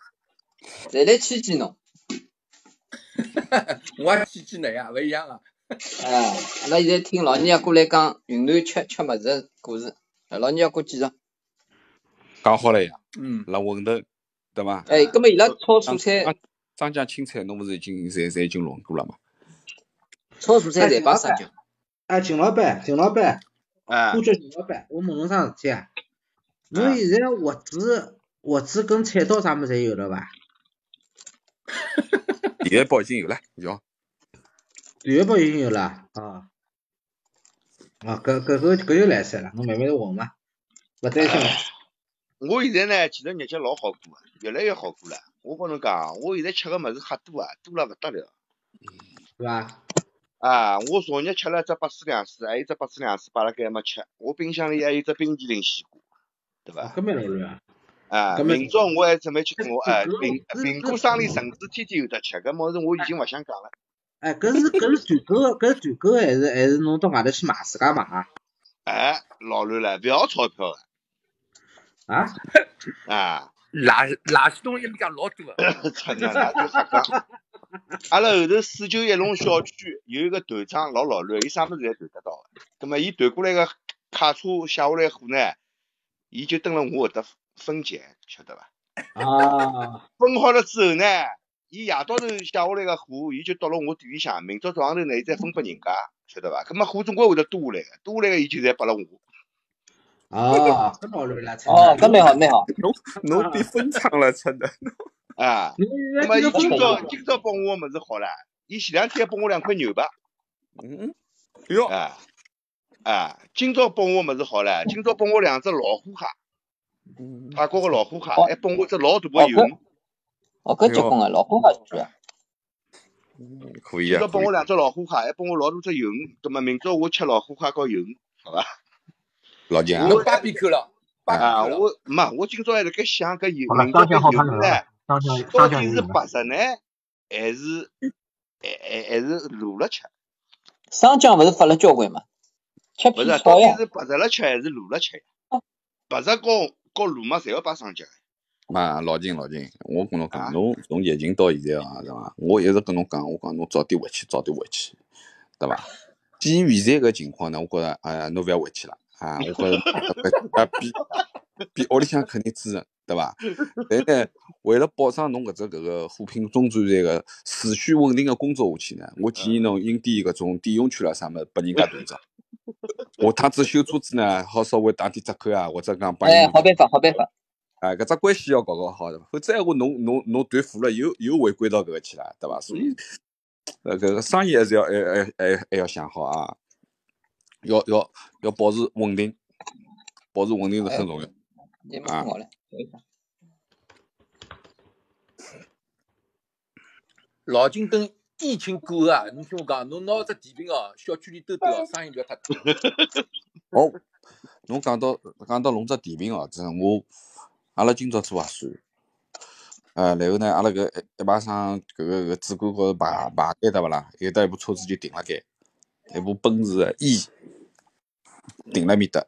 S2: 在，侪来迁就侬，
S7: 我也去去哪呀？不一样啊，
S2: 哎，阿拉现在听老尼阿哥来讲云南吃吃物事的故事，哎老尼阿哥继续，
S4: 讲好了呀，
S7: 嗯，
S4: 辣馄饨对伐？
S2: 哎，葛末伊拉炒
S4: 张
S2: 蔬菜
S4: 张张江青菜，侬勿是已经侪侪已经弄过了嘛？
S2: 炒蔬菜
S5: 哎，
S2: 侪
S5: 秦
S2: 摆
S5: 老
S2: 啥椒
S5: 板，？哎，秦老板，秦老板，
S3: 啊
S5: 呼叫秦老板，我问侬桩事体啊？侬
S3: 啊，
S5: 现在锅子、锅子跟菜刀啥么侪有了伐？
S4: 现在包已经有了，有。
S5: 电饭煲已经有了啊啊，搿搿搿搿就来塞了，侬慢慢问嘛，勿担心了。
S2: 哎
S3: 我现在呢，其实日脚老好过啊，越来越好过了。我跟侬讲，我现在吃个物事哈多啊，多了勿得了
S5: 是伐？
S3: 啊！我昨日吃了只八四两水，还有只八四两水摆辣盖还没吃。我冰箱里还有只冰淇淋西瓜，对
S2: 哎
S5: 哦，
S3: 伐？
S5: 搿蛮老卵啊！
S3: 啊，
S5: 搿么
S3: 明朝我还准备去
S5: 搿
S3: 我
S5: 搿
S3: 呃
S5: 搿
S3: 苹
S5: 是
S3: 苹果
S5: 是
S3: 生理橙子天天有得吃，搿么是我已经勿想讲了。
S5: 哎，搿是搿是团购个，搿是团购个还是还是侬到外头去买自家买啊？
S3: 哎，老卵了，勿要钞票啊！
S5: 啊？
S3: 啊，
S7: 垃垃圾桶一面讲老多的，
S3: 真的， 那就瞎讲。阿拉后头四九一弄小区有一个团长老老卵，伊啥物事侪团得到个。葛末伊团过来个卡车卸下来货呢，伊就蹲辣我搿搭分拣，晓得伐？
S5: 啊，
S3: 分好了之后呢，伊夜到头卸下来个货，伊就到了我店里向，明朝早上头呢，伊再分拨人家，晓得伐？葛末货总归会得多下来个，多下来个伊就侪拨了我。
S5: 哦，搿老卵啦，真
S2: 哦，搿
S5: 的。
S2: 蛮好蛮好，
S4: 侬侬被分仓了，真的。
S3: 啊，
S5: 侬现
S3: 葛末
S5: 在就
S3: 伊
S5: 是
S2: 搿
S3: 今
S5: 分
S2: 蛮
S5: 手
S2: 好
S3: 朝今
S5: 了，
S3: 朝拨我个物事好了，伊前两天还拨我两块牛排，
S4: 嗯，哟，
S3: 啊啊，今朝拨我个物事好了，今朝拨我两只老虎蟹。
S4: 嗯，
S3: 泰国个老虎蟹，
S2: 哦
S3: 还拨我只老大个
S2: 哦
S3: 鱿
S2: 搿
S3: 鱼，
S2: 哦
S4: 哎
S2: 搿结
S4: 哟，
S2: 棍啊，老公也是啊，
S4: 嗯可以
S3: 今
S4: 啊，
S3: 朝
S4: 可
S3: 拨
S4: 以。
S3: 我两只老虎蟹，还拨我老大只鱿鱼，葛末明朝我吃老虎蟹和鱿鱼，好伐？
S4: 老金啊，
S7: 侬
S3: 我
S7: BBQ 了
S4: 啊，
S7: ，BBQ
S3: 啊，
S7: 了，
S3: 我没，我今朝还辣盖想搿鱿
S1: 好了，
S3: 明
S1: 张
S3: 朝搿
S1: 江好
S3: 鱿
S1: 朋友
S3: 鱼
S1: 了，
S3: 呢，
S1: 张江
S3: 到
S1: 张江
S3: 底
S1: 有
S3: 是
S1: 缘分。
S3: 白食呢，还是还还还是卤了吃？
S2: 生姜勿是发了交关嘛，吃
S3: 勿
S2: 片
S3: 是，啊到
S2: 草
S3: 底
S2: 呀，
S3: 是白食了吃还是卤了吃呀？白食和和卤嘛，侪要摆生姜
S4: 嘛，啊老金老金，我跟侬讲，
S3: 啊！
S4: 侬从疫情到现在啊，是伐？我一直跟侬讲，我讲侬早点回去，早点回去，对伐？基于现在搿情况呢，我觉着，哎呀，侬勿要回去了啊！我觉着搿啊比比屋里向肯定支持，对伐？但 呢，为了保障侬搿只搿个货品中转站个持续稳定个工作下去呢，我
S2: 嗯
S4: 建议侬应点搿种抵用券啦啥物事拨人 家团长。下趟子修车子呢，好稍微打点折扣啊，或者讲帮
S2: 哎，
S4: 人
S2: 好办法好办法，
S4: 啊，搿只关系要搞搞好的，否则闲话侬侬侬团腐了，又又回归到搿个去了，对伐？所以呃搿个生意还是要还还还还要想好啊，要要要保持稳定，保持稳定是
S2: 哎，
S4: 很重要
S2: 也蛮
S4: 啊。
S2: 好了，
S7: 老金等疫情过后啊，侬听我讲，侬拿只甜品哦，小区里兜兜哦，生意不要太 大，
S4: 哦，侬讲到讲到弄只甜品哦，真我阿拉今朝做核酸，啊，然后呢，阿拉搿一一排上搿个搿主管高头排排队对勿啦？有得一部车子就停辣盖，一部奔驰个 E 停辣面搭。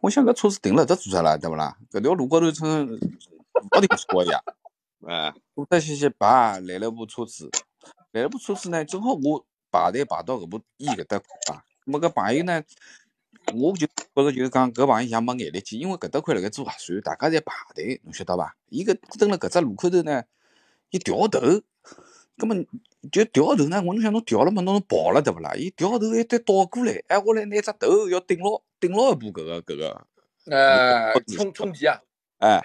S4: 我想搿车子停了，这做啥啦？对勿啦？搿条路高头真的勿停车个呀！
S3: 啊
S4: 我得歇歇排，来了部车子，来了部车子呢，正好我排队排到搿部伊搿搭排，那么搿朋友呢，我就觉着就是讲搿朋友像没眼力见，因为搿搭块辣盖做核酸，大家侪排队，侬晓得伐？伊搿蹲辣搿只路口头呢，伊调头，葛么就调头呢？我侬想侬调了嘛，侬侬跑了对勿啦？伊调头还得倒过来，哎，我来拿只头要顶牢顶牢一步搿个搿个，
S7: 呃，冲冲击啊，
S4: 哎，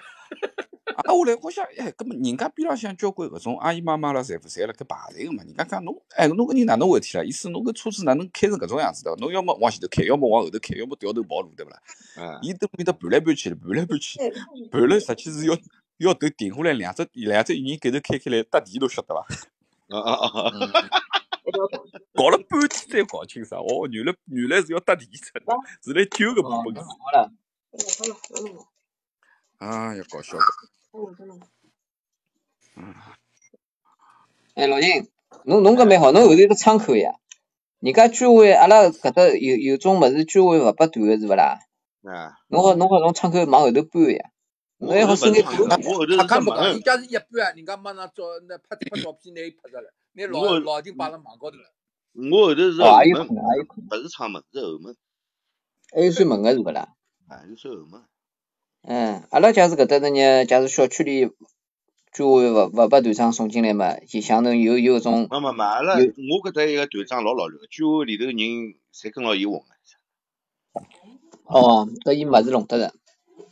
S4: 啊，我来我想，哎，葛么人家边浪向交关搿种阿姨妈妈啦，侪勿侪辣盖排队个嘛？人家讲侬，哎，侬搿人哪能回事啦？意思侬搿车子哪能开成搿种样子对伐？侬要么往前头开，要么往后头开，要么掉头跑路对勿啦？
S3: 嗯，
S4: 伊都面搭盘来盘去，盘来盘去。
S6: 对
S4: 盘了实际是要要头顶下来，两只两只人给头开开来搭地都晓得伐？
S3: 啊啊啊，
S4: 搞了半天才搞清爽，哦，原来原来是要搭地层，是来救搿部分子。啊，要搞笑个，
S2: 哎，老秦，侬侬搿蛮好，侬后头有个窗口呀。人家居委阿拉搿搭有有种物事居委勿拨断个是勿啦？
S3: 啊，
S2: 侬好侬好从窗口往后头搬呀。
S3: 我
S2: 侬还好
S3: 后头
S2: 伸
S3: 没
S2: 眼
S3: 窗
S2: 头
S3: 口，啊我后头是
S7: 他
S3: 只
S7: 讲不讲，
S3: 门
S7: 人，家是一半啊，人家马上照那拍拍照片，拿伊拍着了，拿老
S3: 我
S7: 老已经摆辣网高头了。
S3: 我后头是
S2: 哦，
S3: 后
S2: 也有
S3: 门
S2: 可，能，也有可能，
S3: 勿是窗门，是后门，
S2: 还有扇门个是勿啦？
S3: 啊，就是后门，
S2: 嗯，阿拉假使搿搭能呢，假使小区里居委勿勿把团长送进来嘛，就像侬有有种
S3: 没没没，阿拉我
S2: 有
S3: 搿搭一个团长老老刘，居委里头人侪跟牢伊混
S2: 哦，搿伊物事弄得着。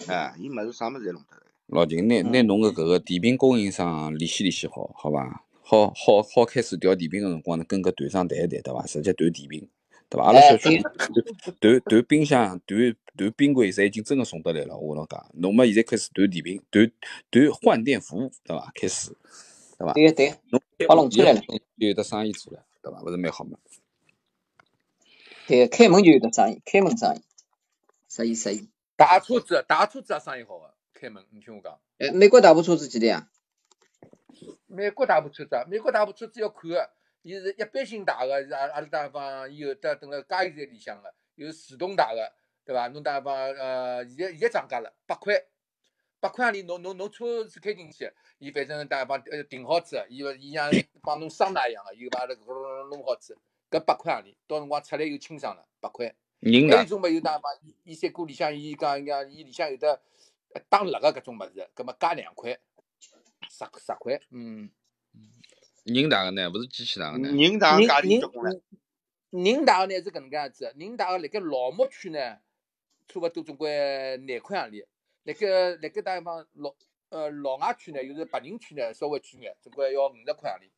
S3: 个，啊，伊物事啥物事侪弄得来，
S4: 老秦，拿
S2: 嗯
S4: 拿侬个搿个甜品供应商联系联系好，好伐？好好好，开始调甜品个辰光呢，跟搿团长谈一谈，对伐？直接团甜品，对伐？阿拉
S2: 哎
S4: 小区
S2: 对
S4: 里团团冰箱、团团冰柜，侪已经真个送得来了。我跟侬讲，侬嘛现在开始团甜品，团团换电服务，对伐？开始，对伐？
S2: 对对，
S4: 侬开
S2: 好
S4: 门
S2: 弄起来了。
S4: 就有得生意做了，对伐？勿是蛮好嘛？
S2: 对，开门就有得生意，开门生意，生意生意。
S7: 大车子，大车子也生意好个，开门，你听我讲。
S2: 哎，美国大部车子几钿啊？
S7: 美国大部车子啊，美国大部车子要看个，伊是一般性大个，是阿阿拉打方伊有的等辣加油站里向个，有自动大个，对伐？侬打方呃，现在现在涨价了，八块，八块钿侬侬侬车子开进去，伊反正打方呃停好子，伊勿伊像帮侬桑拿一样个，伊把阿拉搿弄好子，搿八块钿，到辰光出来又清爽了，八块。
S4: 人
S2: 哎
S7: 还有一
S4: 呢？
S7: 种么有打方，伊三哥里向伊讲讲，伊里向有的呃打蜡个搿种物事，搿么加两块，十十块，嗯。
S4: 人大个呢？勿是机器大个呢？
S3: 嗯人堂
S7: 宁
S3: 价钿
S7: 宁
S3: 结棍了，
S7: 宁宁大学呢是搿能介样子，宁大学辣盖老木区呢，差勿多总归廿块洋钿。辣盖辣盖大方老呃老外区呢，又是白领区呢，稍微贵眼，总归要五十块洋钿。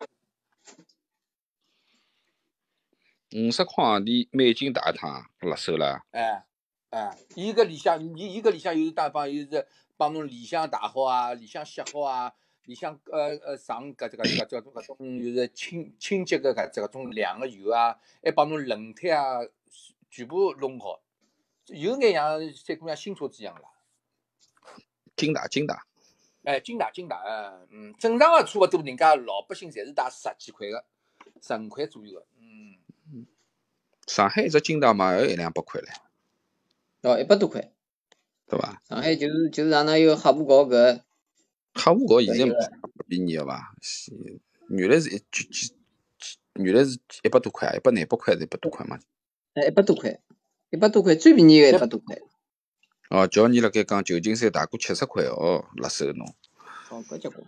S4: 五十块洋钿美金大一趟，辣手啦。
S7: 哎哎，伊搿里向伊伊搿里向有是大方，又是帮侬里向汏好啊，里向洗好啊，里向呃呃上搿只搿搿叫搿种就是清清洁个搿只搿种凉个油啊，还帮侬轮胎啊，全部弄好，有眼像三姑娘新车子一样啦。
S4: 金大金大，
S7: 哎，精打精打，嗯，正常个差勿多，人家老百姓侪是打十几块个，十五块左右个，嗯，
S4: 上海一只金大嘛也要一两百块唻，
S2: 哦，一百多块。
S4: 对伐？
S2: 上海就是就是哪能有哈布搞搿
S4: 客户搞现
S2: 搿
S4: 在
S2: 一
S4: 没
S2: 个，
S4: 便宜个伐？是原来是一几几几，原来是一百多块，啊一百廿八块还是一百多块嘛？
S2: 哎，一百多块，一百多块最便宜个一百多块。
S4: 哦，叫你辣盖讲旧金山大过七十块哦，辣手侬。
S2: 哦，搿结棍。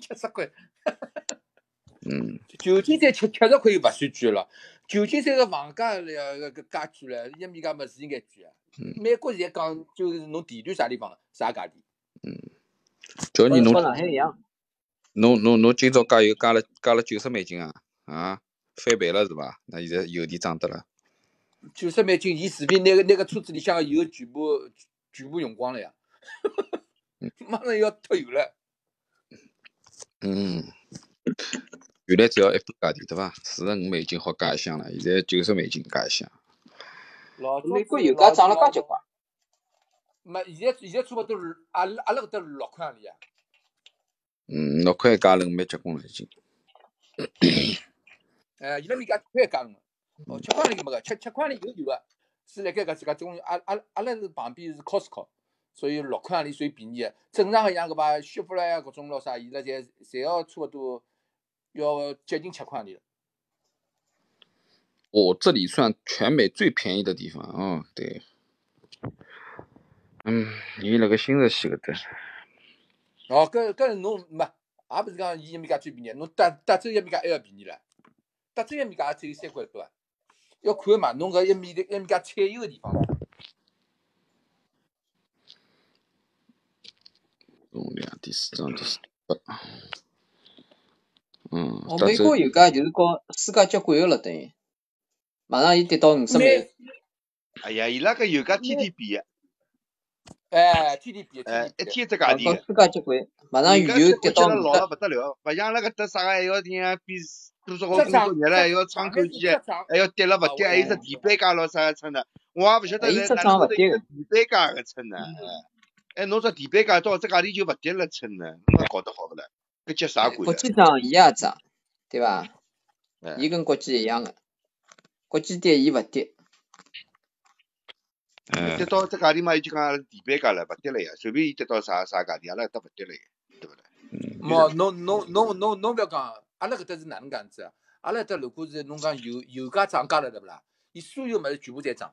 S7: 七十块，
S4: 嗯，
S7: 旧金山七七十块又勿算贵了，旧金山个房呃价了搿介贵了，一面价么是应该贵啊
S4: 嗯。
S7: 美国现在讲就是侬地段啥地方啥价钿，
S4: 叫你
S2: 和
S4: 侬
S2: 和上海一样。
S4: 侬侬侬今朝加油加了加了九十美金啊啊，翻倍了是伐？那现在油钿涨得了。
S7: 九十美金，伊除非拿个拿个车子里向个油全部全部用光了呀， 马上要脱油了。
S4: 嗯。原来只要一般价钿对伐？四十五美金好加一箱了，现在九十美金加一箱。
S7: 老早
S2: 美国
S7: 子
S2: 油价
S7: 老
S2: 涨了
S7: 老
S2: 介结棍。
S7: 没，现在现在差勿多是阿拉阿拉搿搭六块洋钿啊。
S4: 嗯，六块一加仑蛮结棍了已经。
S7: 呃，伊拉面家七块一
S4: 嗯
S7: 加仑个，哦，七块钿个没个，七七块钿有有个，是辣盖搿自家中阿阿阿拉是旁边是 Costco，所以六块钿算便宜个。正常个像搿把雪佛兰呀搿种咾啥，伊拉侪侪要差勿多要接近七块钿了。
S4: 哦，这里算全美最便宜的地方哦。对，嗯，伊辣盖新泽西搿搭。
S7: 哦，搿搿侬没，也勿是讲伊埃面介最便宜，侬德德州埃面介还要便宜唻，德州埃面介也只有三块多啊，要看嘛，侬搿埃面埃面介产油个地方，
S4: 总量第四章第四章，嗯
S2: 哦，，
S4: 德
S2: 美
S4: 州
S2: 国油价就是和世界接轨个了，等于马上伊跌到五十美
S7: 美
S2: 元。
S3: 哎呀，伊拉搿油价天天变个，
S7: 哎，天天比，
S3: 哎
S7: 天，
S3: 啊一
S7: 天比，
S3: 天一只价
S2: 啊，
S3: 钿
S2: 和
S3: 个。
S2: 世界接轨，马上
S3: 人
S2: 原
S3: 家吃
S2: 油
S3: 亏
S2: 跌
S3: 吃
S2: 到
S3: 了
S2: 五
S3: 老了
S2: 十，
S3: 不得了，勿像阿拉搿搭啥个还要像啊比多少个
S7: 只
S3: 工
S7: 涨
S3: 作日了，还要
S7: 只
S3: 窗
S7: 涨
S3: 口啊
S7: 还是
S3: 期，
S7: 只涨，
S3: 还要哎跌了勿
S7: 啊，
S3: 跌，
S7: 我
S3: 还有只地板价咯啥个称呢？我也勿晓得
S2: 哎，伊
S3: 来
S2: 只
S3: 哪能
S2: 涨
S3: 会
S2: 勿
S3: 得
S2: 跌嗯
S3: 有
S2: 个。
S3: 地板价个称呢？哎，侬只地板价到这价钿就勿跌了称呢？侬讲搞得好勿啦？搿叫啥
S2: 哎
S3: 鬼
S2: 国
S3: 啊？
S2: 际涨伊也涨，对伐？
S3: 哎
S2: 伊跟国际一样个，国际跌伊勿跌。
S3: 哎
S4: 嗯
S3: 跌到这价钿嘛，伊就讲阿拉地板价了，勿跌了呀。随便伊跌到啥啥啊价钿，阿拉搿搭勿跌了呀，对勿啦？
S2: 嗯
S3: 就
S7: 冇，侬侬侬侬侬勿要讲，阿拉搿搭是哪能讲子啊？阿拉搿搭如果是侬讲油油价涨价了，对勿啦？伊所有物事全部在涨，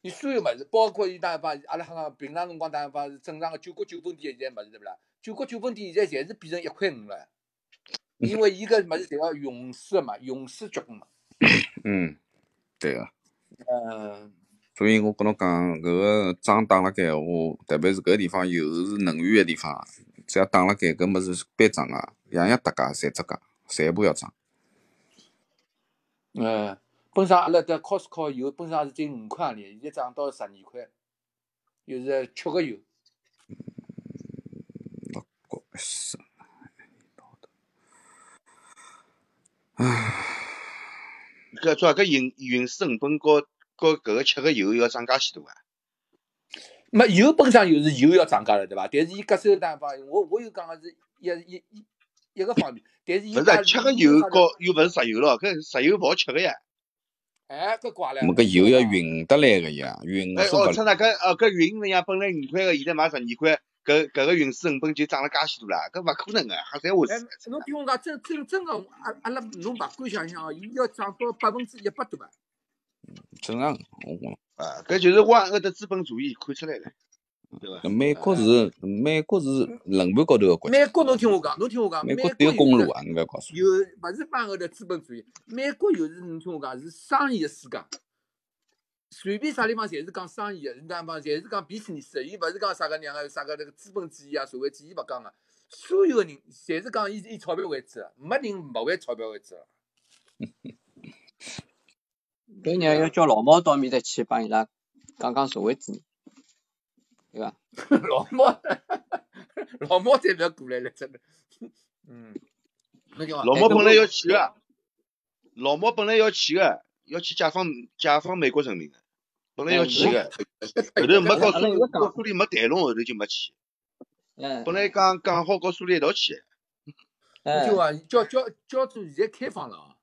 S7: 伊所有物事，包括伊哪能讲，阿拉讲平常辰光哪能讲是正常个九角九分钿现在物事对勿啦？九角九分钿现在侪是变成一块五了，因为伊搿物事侪要用水个嘛，用水结棍嘛。
S4: 嗯，对个。
S7: 嗯，
S4: 所以我跟侬讲，搿个仗打辣盖闲话，特别是搿地方油是能源个地方，只要打辣盖搿物事是啊必涨个，样样搭价侪只价，全部要涨。
S7: 嗯，本身阿拉搿 Costco 油本身也是只有五块钿，现在涨到十二块，又是吃个油。
S4: 六角一四，
S3: 搿主要搿运运输成本和和搿个吃个油要涨介许多啊！
S7: 没油本身就是油要涨价了，对伐？但是伊搿手单方，我我又讲个是一一一一个方面，但是伊
S3: 勿是啊，
S7: 讲
S3: 吃个
S7: 另
S3: 油
S7: 一方面，
S3: 和又勿是石油咯，搿石油勿好吃个呀。
S7: 哎，搿怪
S4: 我
S7: 唻，
S4: 们搿
S7: 晓
S4: 油
S7: 得
S4: 要
S7: 伐？
S4: 运得来个呀，运
S3: 哎，
S4: 输
S3: 哦，
S4: 勿
S3: 趁那搿哦搿运那样本来五块个，现在卖十二块，搿搿个运输成本就涨了介许多啦，搿勿可能个，瞎侪会
S7: 哎
S3: 死个，真
S7: 侬
S3: 个。
S7: 听我讲，真真真个，阿阿拉侬勿敢想象哦，伊要涨到百分之一百多啊！
S4: 正常个。我讲
S3: 啊，搿就是万恶的资本主义看出来了，对伐？啊
S4: 那美国
S7: 哎，
S4: 是美国是冷盘高头个国家，
S7: 美国侬听我讲，侬听我讲，
S4: 美国
S7: 美
S4: 只有
S7: 国有
S4: 公路
S7: 是
S4: 啊，侬勿要告诉
S7: 有勿是万恶的资本主义，美国有是侬听我讲是商业世界。随便啥地方侪是讲生意个，人家方侪是讲 business 的，伊勿是讲啥个娘个啥个那个资本主义啊、社会主义勿讲个，所有个人侪是讲以以钞票为主的，没人勿为钞票为主的。
S2: 搿人要叫老毛到面搭去帮伊拉讲讲社会主义，对伐？
S7: 老毛， 老毛再勿要过来了，真的。 嗯，侬讲
S3: 老
S2: 哎
S7: 伐？
S3: 毛
S2: 搿
S3: 本来
S2: 我
S3: 要去个，老毛本来要去个，要去解放解放美国人民个，本来
S2: 哎，
S3: 要
S2: 我
S3: 去
S4: 哦
S3: 个，
S7: 搿
S3: 后头没
S7: 搿
S2: 阿拉
S3: 告
S2: 阿
S3: 苏
S2: 拉一
S3: 联
S2: 直
S3: 告
S2: 讲，
S3: 苏联没谈拢，后头就没去。
S2: 嗯
S3: 本来讲讲好告苏联一道去的，
S7: 侬听
S3: 啊
S2: 嗯，
S7: 伐？叫叫叫做现在开放了啊！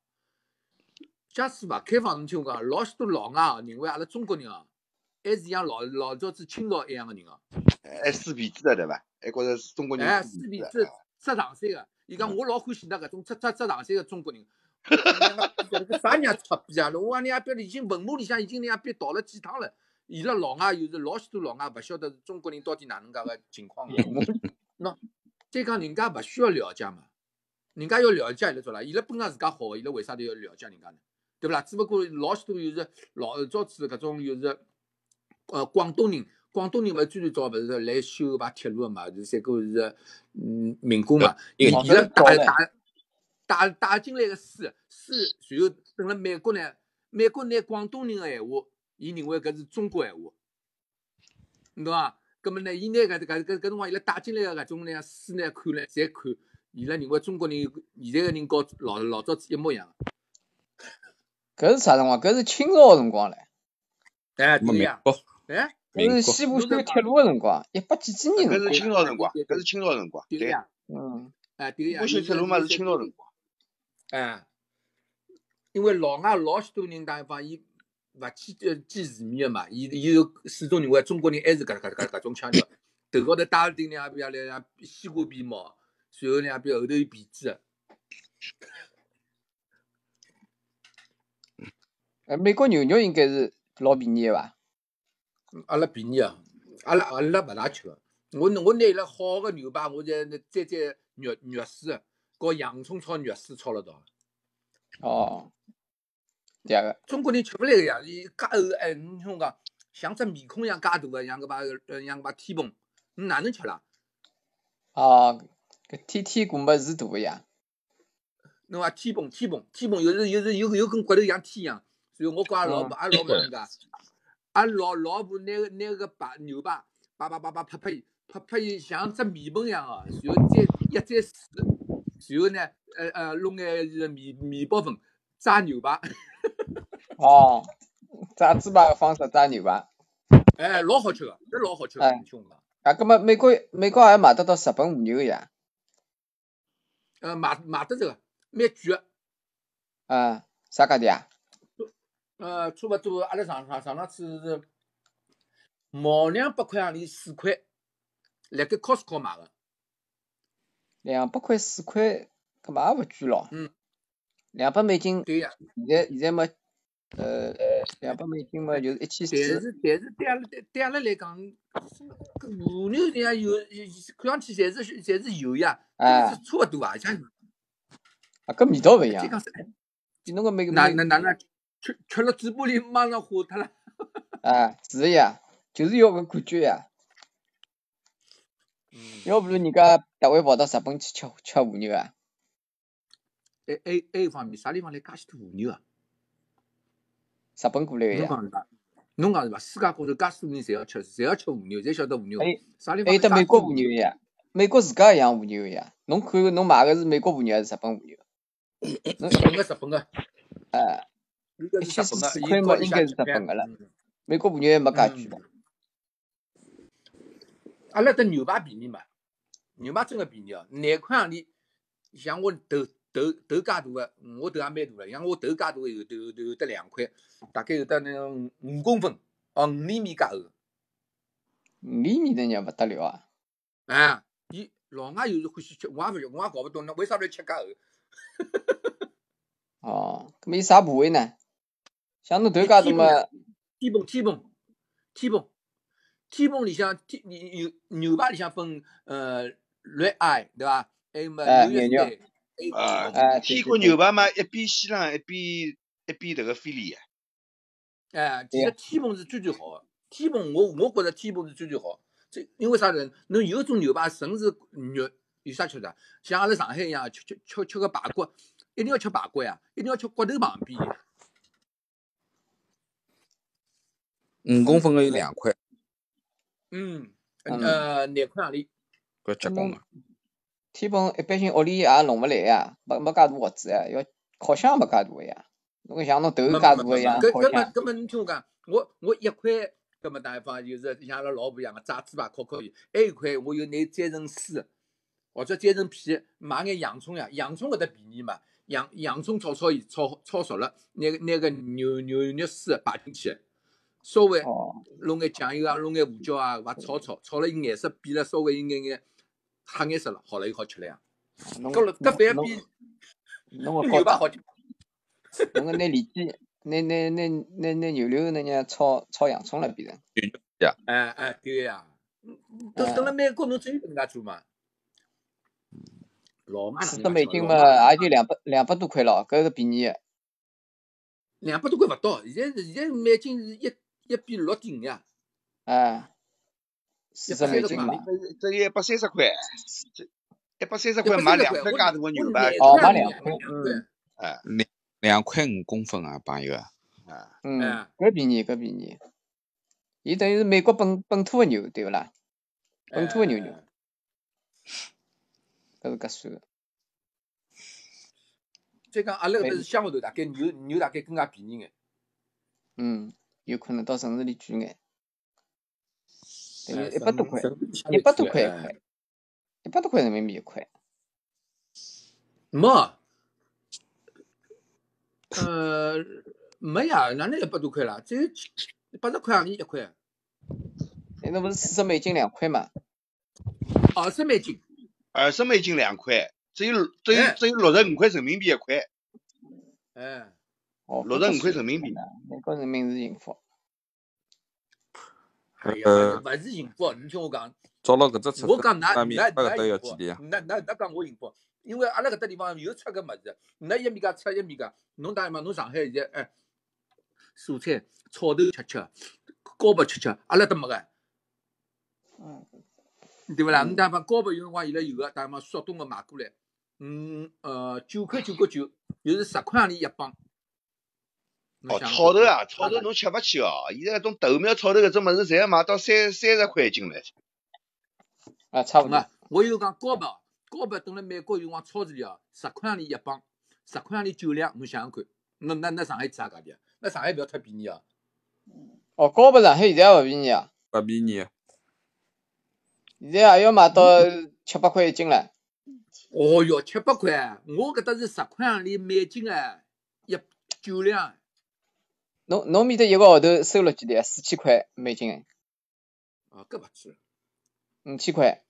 S7: 假使勿开放，侬听我讲，老许多老外啊，认为阿拉中国人啊，还是像老老早子清朝一样个人啊。
S3: 还撕皮子的对伐？还觉着中国人
S7: 哎，
S3: 撕皮
S7: 四
S3: 子
S7: 皮
S3: 的。啊嗯
S7: 子扎长衫个，伊讲我老欢喜那搿种扎扎扎长衫个 中国人。我讲娘个，搿个啥人也出逼啊！我讲人家别已经文化里向已经人家别倒了几趟了。伊拉老外又是老许多老外，勿晓得中国人到底哪能介个情况个。 喏，再讲人家勿需要了解嘛，人家要了解伊拉做啦，伊拉本身自家好个，伊拉为啥得要了解人家呢？对勿啦？只不过老许多又是老早子搿种又是，呃，广东人，广东人勿是最早勿是来修排铁路个嘛，就三个是嗯民工嘛，
S4: 你。
S7: 伊
S2: 老
S7: 伊
S2: 早
S7: 拉
S2: 就搞
S7: 带
S2: 了，
S7: 带带带进来个书，书随后等了美国呢，美国拿广东人个闲话，伊认为搿是中国闲话。侬懂伐？葛么呢？伊拿搿搿搿搿辰光，伊拉带进来个搿种呢书呢看了，侪看，伊拉认为中国人现在个人和老老早子一模一样。
S2: 搿是啥辰光？搿是清朝个辰光唻，
S7: 哎，
S4: 没
S7: 对
S4: 民
S7: 呀，
S4: 国，
S7: 哎，
S2: 搿
S4: 民
S2: 是西
S4: 国，
S2: 部
S7: 侬
S2: 修
S7: 在
S2: 铁
S7: 讲
S2: 路个辰光，一八几几年
S3: 搿
S2: 辰
S3: 是
S2: 光，
S3: 清
S7: 对呀，
S3: 朝
S7: 对
S3: 辰光，
S7: 对
S3: 搿
S7: 对
S3: 是清朝辰光，
S7: 对
S3: 对。
S7: 呀，
S2: 嗯，
S7: 哎对呀，
S3: 我修
S7: 伊
S3: 铁
S7: 是
S3: 路啊嘛
S7: 伊
S3: 是
S7: 在
S3: 清朝辰光，
S7: 哎，因为老外老许多人打方伊勿去呃见世面个嘛，伊伊就始终认为中国人还是搿搿搿搿种腔调，头高头戴了顶啊两边来两西瓜皮帽，随后两边后头有辫子个。
S2: 呃，美国牛肉应该是老便宜个伐？
S7: 阿拉便宜啊，阿拉阿拉勿大吃个。我拿我拿伊拉好个牛排，我再再再肉肉丝，和洋葱炒肉丝炒了道。
S2: 哦，对啊个，
S7: 中国人吃勿来个呀，伊介厚哎，你听我讲，像只面孔一样介大个，像搿把呃像搿把天蓬，你哪能吃啦？
S2: 哦，搿天天过没是大个呀，
S7: 侬讲天蓬天蓬天蓬，有时有时有有根骨头像天一样。所以我讲阿拉老婆，阿拉老
S4: 天
S7: 婆
S4: 蓬
S7: 人家，阿拉老老婆拿个拿个排牛排，叭叭叭叭拍拍伊，拍拍伊像只面盆一样哦，然后再一再水，然后呢，呃呃弄眼是面面包粉炸牛排，
S2: 哦，炸猪排个方式炸牛排，
S7: 哎，老好吃个，这老好吃个，
S2: 哎
S7: 你听我讲。
S2: 啊，葛末美国美国也买得到日本和牛个呀，
S7: 呃，买买得这个，蛮贵个。
S2: 啊，啥价钿啊？
S7: 呃，差勿多，阿拉上上上趟次是毛两百块洋钿四块，辣盖 Costco 买个。
S2: 两百块四块，搿么也勿贵咯。
S7: 嗯。
S2: 两百美金，
S7: 对呀、
S2: 现在现在么，呃，两百美金么就是一千
S7: 但
S2: 四。
S7: 是但是对阿拉对对阿拉来讲，搿和牛人家有有看上去侪是侪是油呀，
S2: 哎
S7: 但是差勿多啊，像
S2: 啊，搿味道勿一
S7: 再
S2: 样。
S7: 讲是
S2: 比侬个美
S7: 哪
S2: 美
S7: 哪哪哪吃吃了嘴巴里马上化脱了。
S2: 哎，是个呀，就是要搿感觉呀，
S7: 嗯，
S2: 要不然人家特会跑到日本去吃吃和牛啊。
S7: 还还还有哎一方面，啥地方来介许多和牛啊？
S2: 日本过来个
S7: 侬
S2: 呀，
S7: 讲是伐？侬讲是伐？世界高头介许多人侪要吃，侪要吃和牛，侪晓得和牛
S2: 还有。
S7: 啥地
S2: 还
S7: 方
S2: 有
S7: 来
S2: 得
S7: 介
S2: 哎美国
S7: 许多
S2: 和
S7: 和
S2: 牛
S7: 牛
S2: 个？呀，美国自家也养和牛个呀。侬看侬买个是美国和牛还是日本和牛？侬
S7: 日本个，日本个，
S2: 哎，
S7: 应该
S2: 一
S7: 是
S2: 千
S7: 日本
S2: 四四
S7: 个，
S2: 块
S7: 伊
S2: 嘛
S7: 高
S2: 应
S7: 里
S2: 该是
S7: 向吃
S2: 日本
S7: 饭
S2: 个了。
S7: 嗯
S2: 美国和牛还没介贵
S7: 嗯
S2: 咯。
S7: 阿拉的牛排便宜嘛，牛排真个便宜哦，廿块洋钿。像我头头头介大个，我头也蛮大个，像我头介大个有有有得两块，大概有得那种五五公分，哦五厘米介厚。嗯
S2: 五厘米的肉勿得了啊！
S7: 啊，伊老外有时欢喜吃，我也勿晓，我也搞勿懂，那为啥要吃介厚？
S2: 哦，咁么伊啥部位呢？像侬头家
S7: 天
S2: 怎
S7: 蓬
S2: 么
S7: 呀？天蓬，天蓬，天蓬，天蓬里向天牛牛排里向分呃 red eye 对伐？还有么
S2: 哎
S7: 纽约
S2: 牛
S7: 牛，还
S3: 啊
S7: 有，
S2: 哎对
S3: 天
S2: 对
S3: 国
S2: 对
S3: 牛排嘛，一边西冷一边一边迭个菲力啊，
S7: 哎，
S2: 对
S7: 其
S2: 呀
S7: 实天蓬是最最好的。天蓬我我觉着天蓬是最最好。这因为啥人？侬有种牛排，纯是肉，有啥吃的？像阿拉上海一样，吃吃吃吃个排骨，一定要吃排骨呀，一定要吃骨头旁边。
S4: 五公分个有两块，
S7: 嗯，
S2: 嗯
S7: 呃，廿块洋钿。
S4: 搿结棍个。
S2: 天蓬一般性屋里也弄勿来呀，没没介大镬子啊呀，要烤箱也没介大个呀。侬像侬头
S7: 没
S2: 介
S7: 没
S2: 大
S7: 没
S2: 个
S7: 没
S2: 样
S7: 搿
S2: 烤
S7: 搿么
S2: 箱，
S7: 搿么，你听我讲，我我一块，搿么打一方就是像阿拉老婆一样个炸猪排烤烤伊，还有一块我有拿摘成丝，或者摘成片，买眼洋葱呀，洋葱搿搭便宜嘛，洋洋葱炒炒伊，炒炒熟了，拿个拿个牛牛肉丝摆进去，稍微
S2: 哦，
S7: 弄眼酱油啊，弄眼胡椒啊，把炒炒，炒了伊颜色变了，稍微有眼眼黑颜色了，好了又好吃了呀。
S2: 侬
S7: 搿了搿
S2: 侬侬
S7: 反而比
S2: 侬个
S7: 牛
S2: 高
S7: 排
S2: 档，
S7: 好吃。
S2: 侬个拿里脊，拿拿拿拿拿牛柳那样炒炒洋葱了变成。
S7: 哎哎，对呀，嗯嗯都等了
S2: 嗯，
S7: 美国，侬只有搿能介做嘛。老外
S2: 四十
S7: 人家
S2: 美
S7: 吃
S2: 金
S7: 嘛，
S2: 嘛
S7: 老外人
S2: 也就两百两百多块咯，搿是便宜个。
S7: 两百多块勿到，现在是现在美金是一一比六点五呀，
S2: 哎，
S7: 一
S2: 四十美
S7: 百三十
S2: 金
S7: 块洋
S2: 嘛
S7: 钿，
S3: 这一百三十块，一百三十
S7: 一
S3: 块
S7: 百
S3: 买
S7: 三十
S3: 两块
S7: 块，我
S3: 介大个
S7: 我
S3: 牛排
S7: 廿
S2: 哦，
S7: 块
S2: 买
S7: 洋钿
S2: 两
S7: 两
S2: 块，
S7: 块两
S2: 嗯，
S7: 块，
S3: 啊
S4: 两两块五公分啊，朋友啊，
S3: 啊，
S2: 嗯，
S7: 哎
S2: 搿便宜搿便宜，伊等于是美国本本土个牛，对勿啦？本土个牛肉，
S7: 哎，
S2: 搿是合算个。
S7: 再讲阿拉搿
S2: 美，
S7: 搭是乡下头，大概牛牛大概更加便宜眼。
S2: 嗯，有可能到城市里贵眼，等于
S7: 哎，
S2: 啊一百多
S7: 省
S2: 块，
S7: 省相
S2: 一
S7: 对
S2: 百
S7: 贵
S2: 多
S7: 了，
S2: 块一
S7: 哎，
S2: 块，一百多块人民币一块。
S7: 没，呃，没呀，哪能一百多块啦？只有七八十块洋钿一块，
S2: 哎，那不是四十美金两块嘛？
S7: 二十美金，
S3: 二十美金两块，只有只有
S7: 哎
S3: 只有六十五块人民币一块，
S7: 哎。
S2: 哦，搿
S3: 六十
S2: 合
S3: 五块
S2: 算
S3: 人民币。
S2: 美国人民是幸福。
S4: 呃
S7: 哎呀，勿是幸福，你听我讲，
S4: 照了搿只尺
S7: 我讲，
S4: 苏
S7: 㑚
S4: 大米
S7: 㑚
S4: 搿搭要
S7: 㑚
S4: 几
S7: 幸
S4: 钿啊
S7: 福，？㑚㑚㑚讲我幸福，因为阿拉搿搭地方有出搿物事，㑚一面介出一面介，侬打嘛，侬上海现在哎，蔬菜草头吃吃，高白吃吃，阿拉搭没个。
S6: 嗯，
S7: 对勿啦？
S4: 嗯
S7: 侬打方高白有辰光伊拉有个，打方速冻个买过来，嗯呃九块九角九，又是十块洋钿一帮。侬
S3: 哦，
S7: 想
S3: 草头啊，草
S7: 啊
S3: 头侬吃勿起哦。现在搿种豆苗草头搿种物事，侪要买到三三十块一斤唻。
S2: 啊，差不
S7: 懂
S2: 多。
S7: 伐？我有讲高白，高白等辣美国有辰光超市里哦，十块洋钿一磅，十块洋钿九两，侬想想看，那那那上海啥价钿啊？那上海勿要太便宜哦，
S2: 哦，高不上海现在也勿便宜啊，
S4: 勿便宜啊，
S2: 现在也要买到七八块一斤了。
S7: 哦哟，七八块，我搿搭是十块洋钿美金哎，一九两哎。
S2: 侬侬面搭一个号头收入几钿啊？四千块美金，
S7: 哦，搿勿止，
S2: 五千块，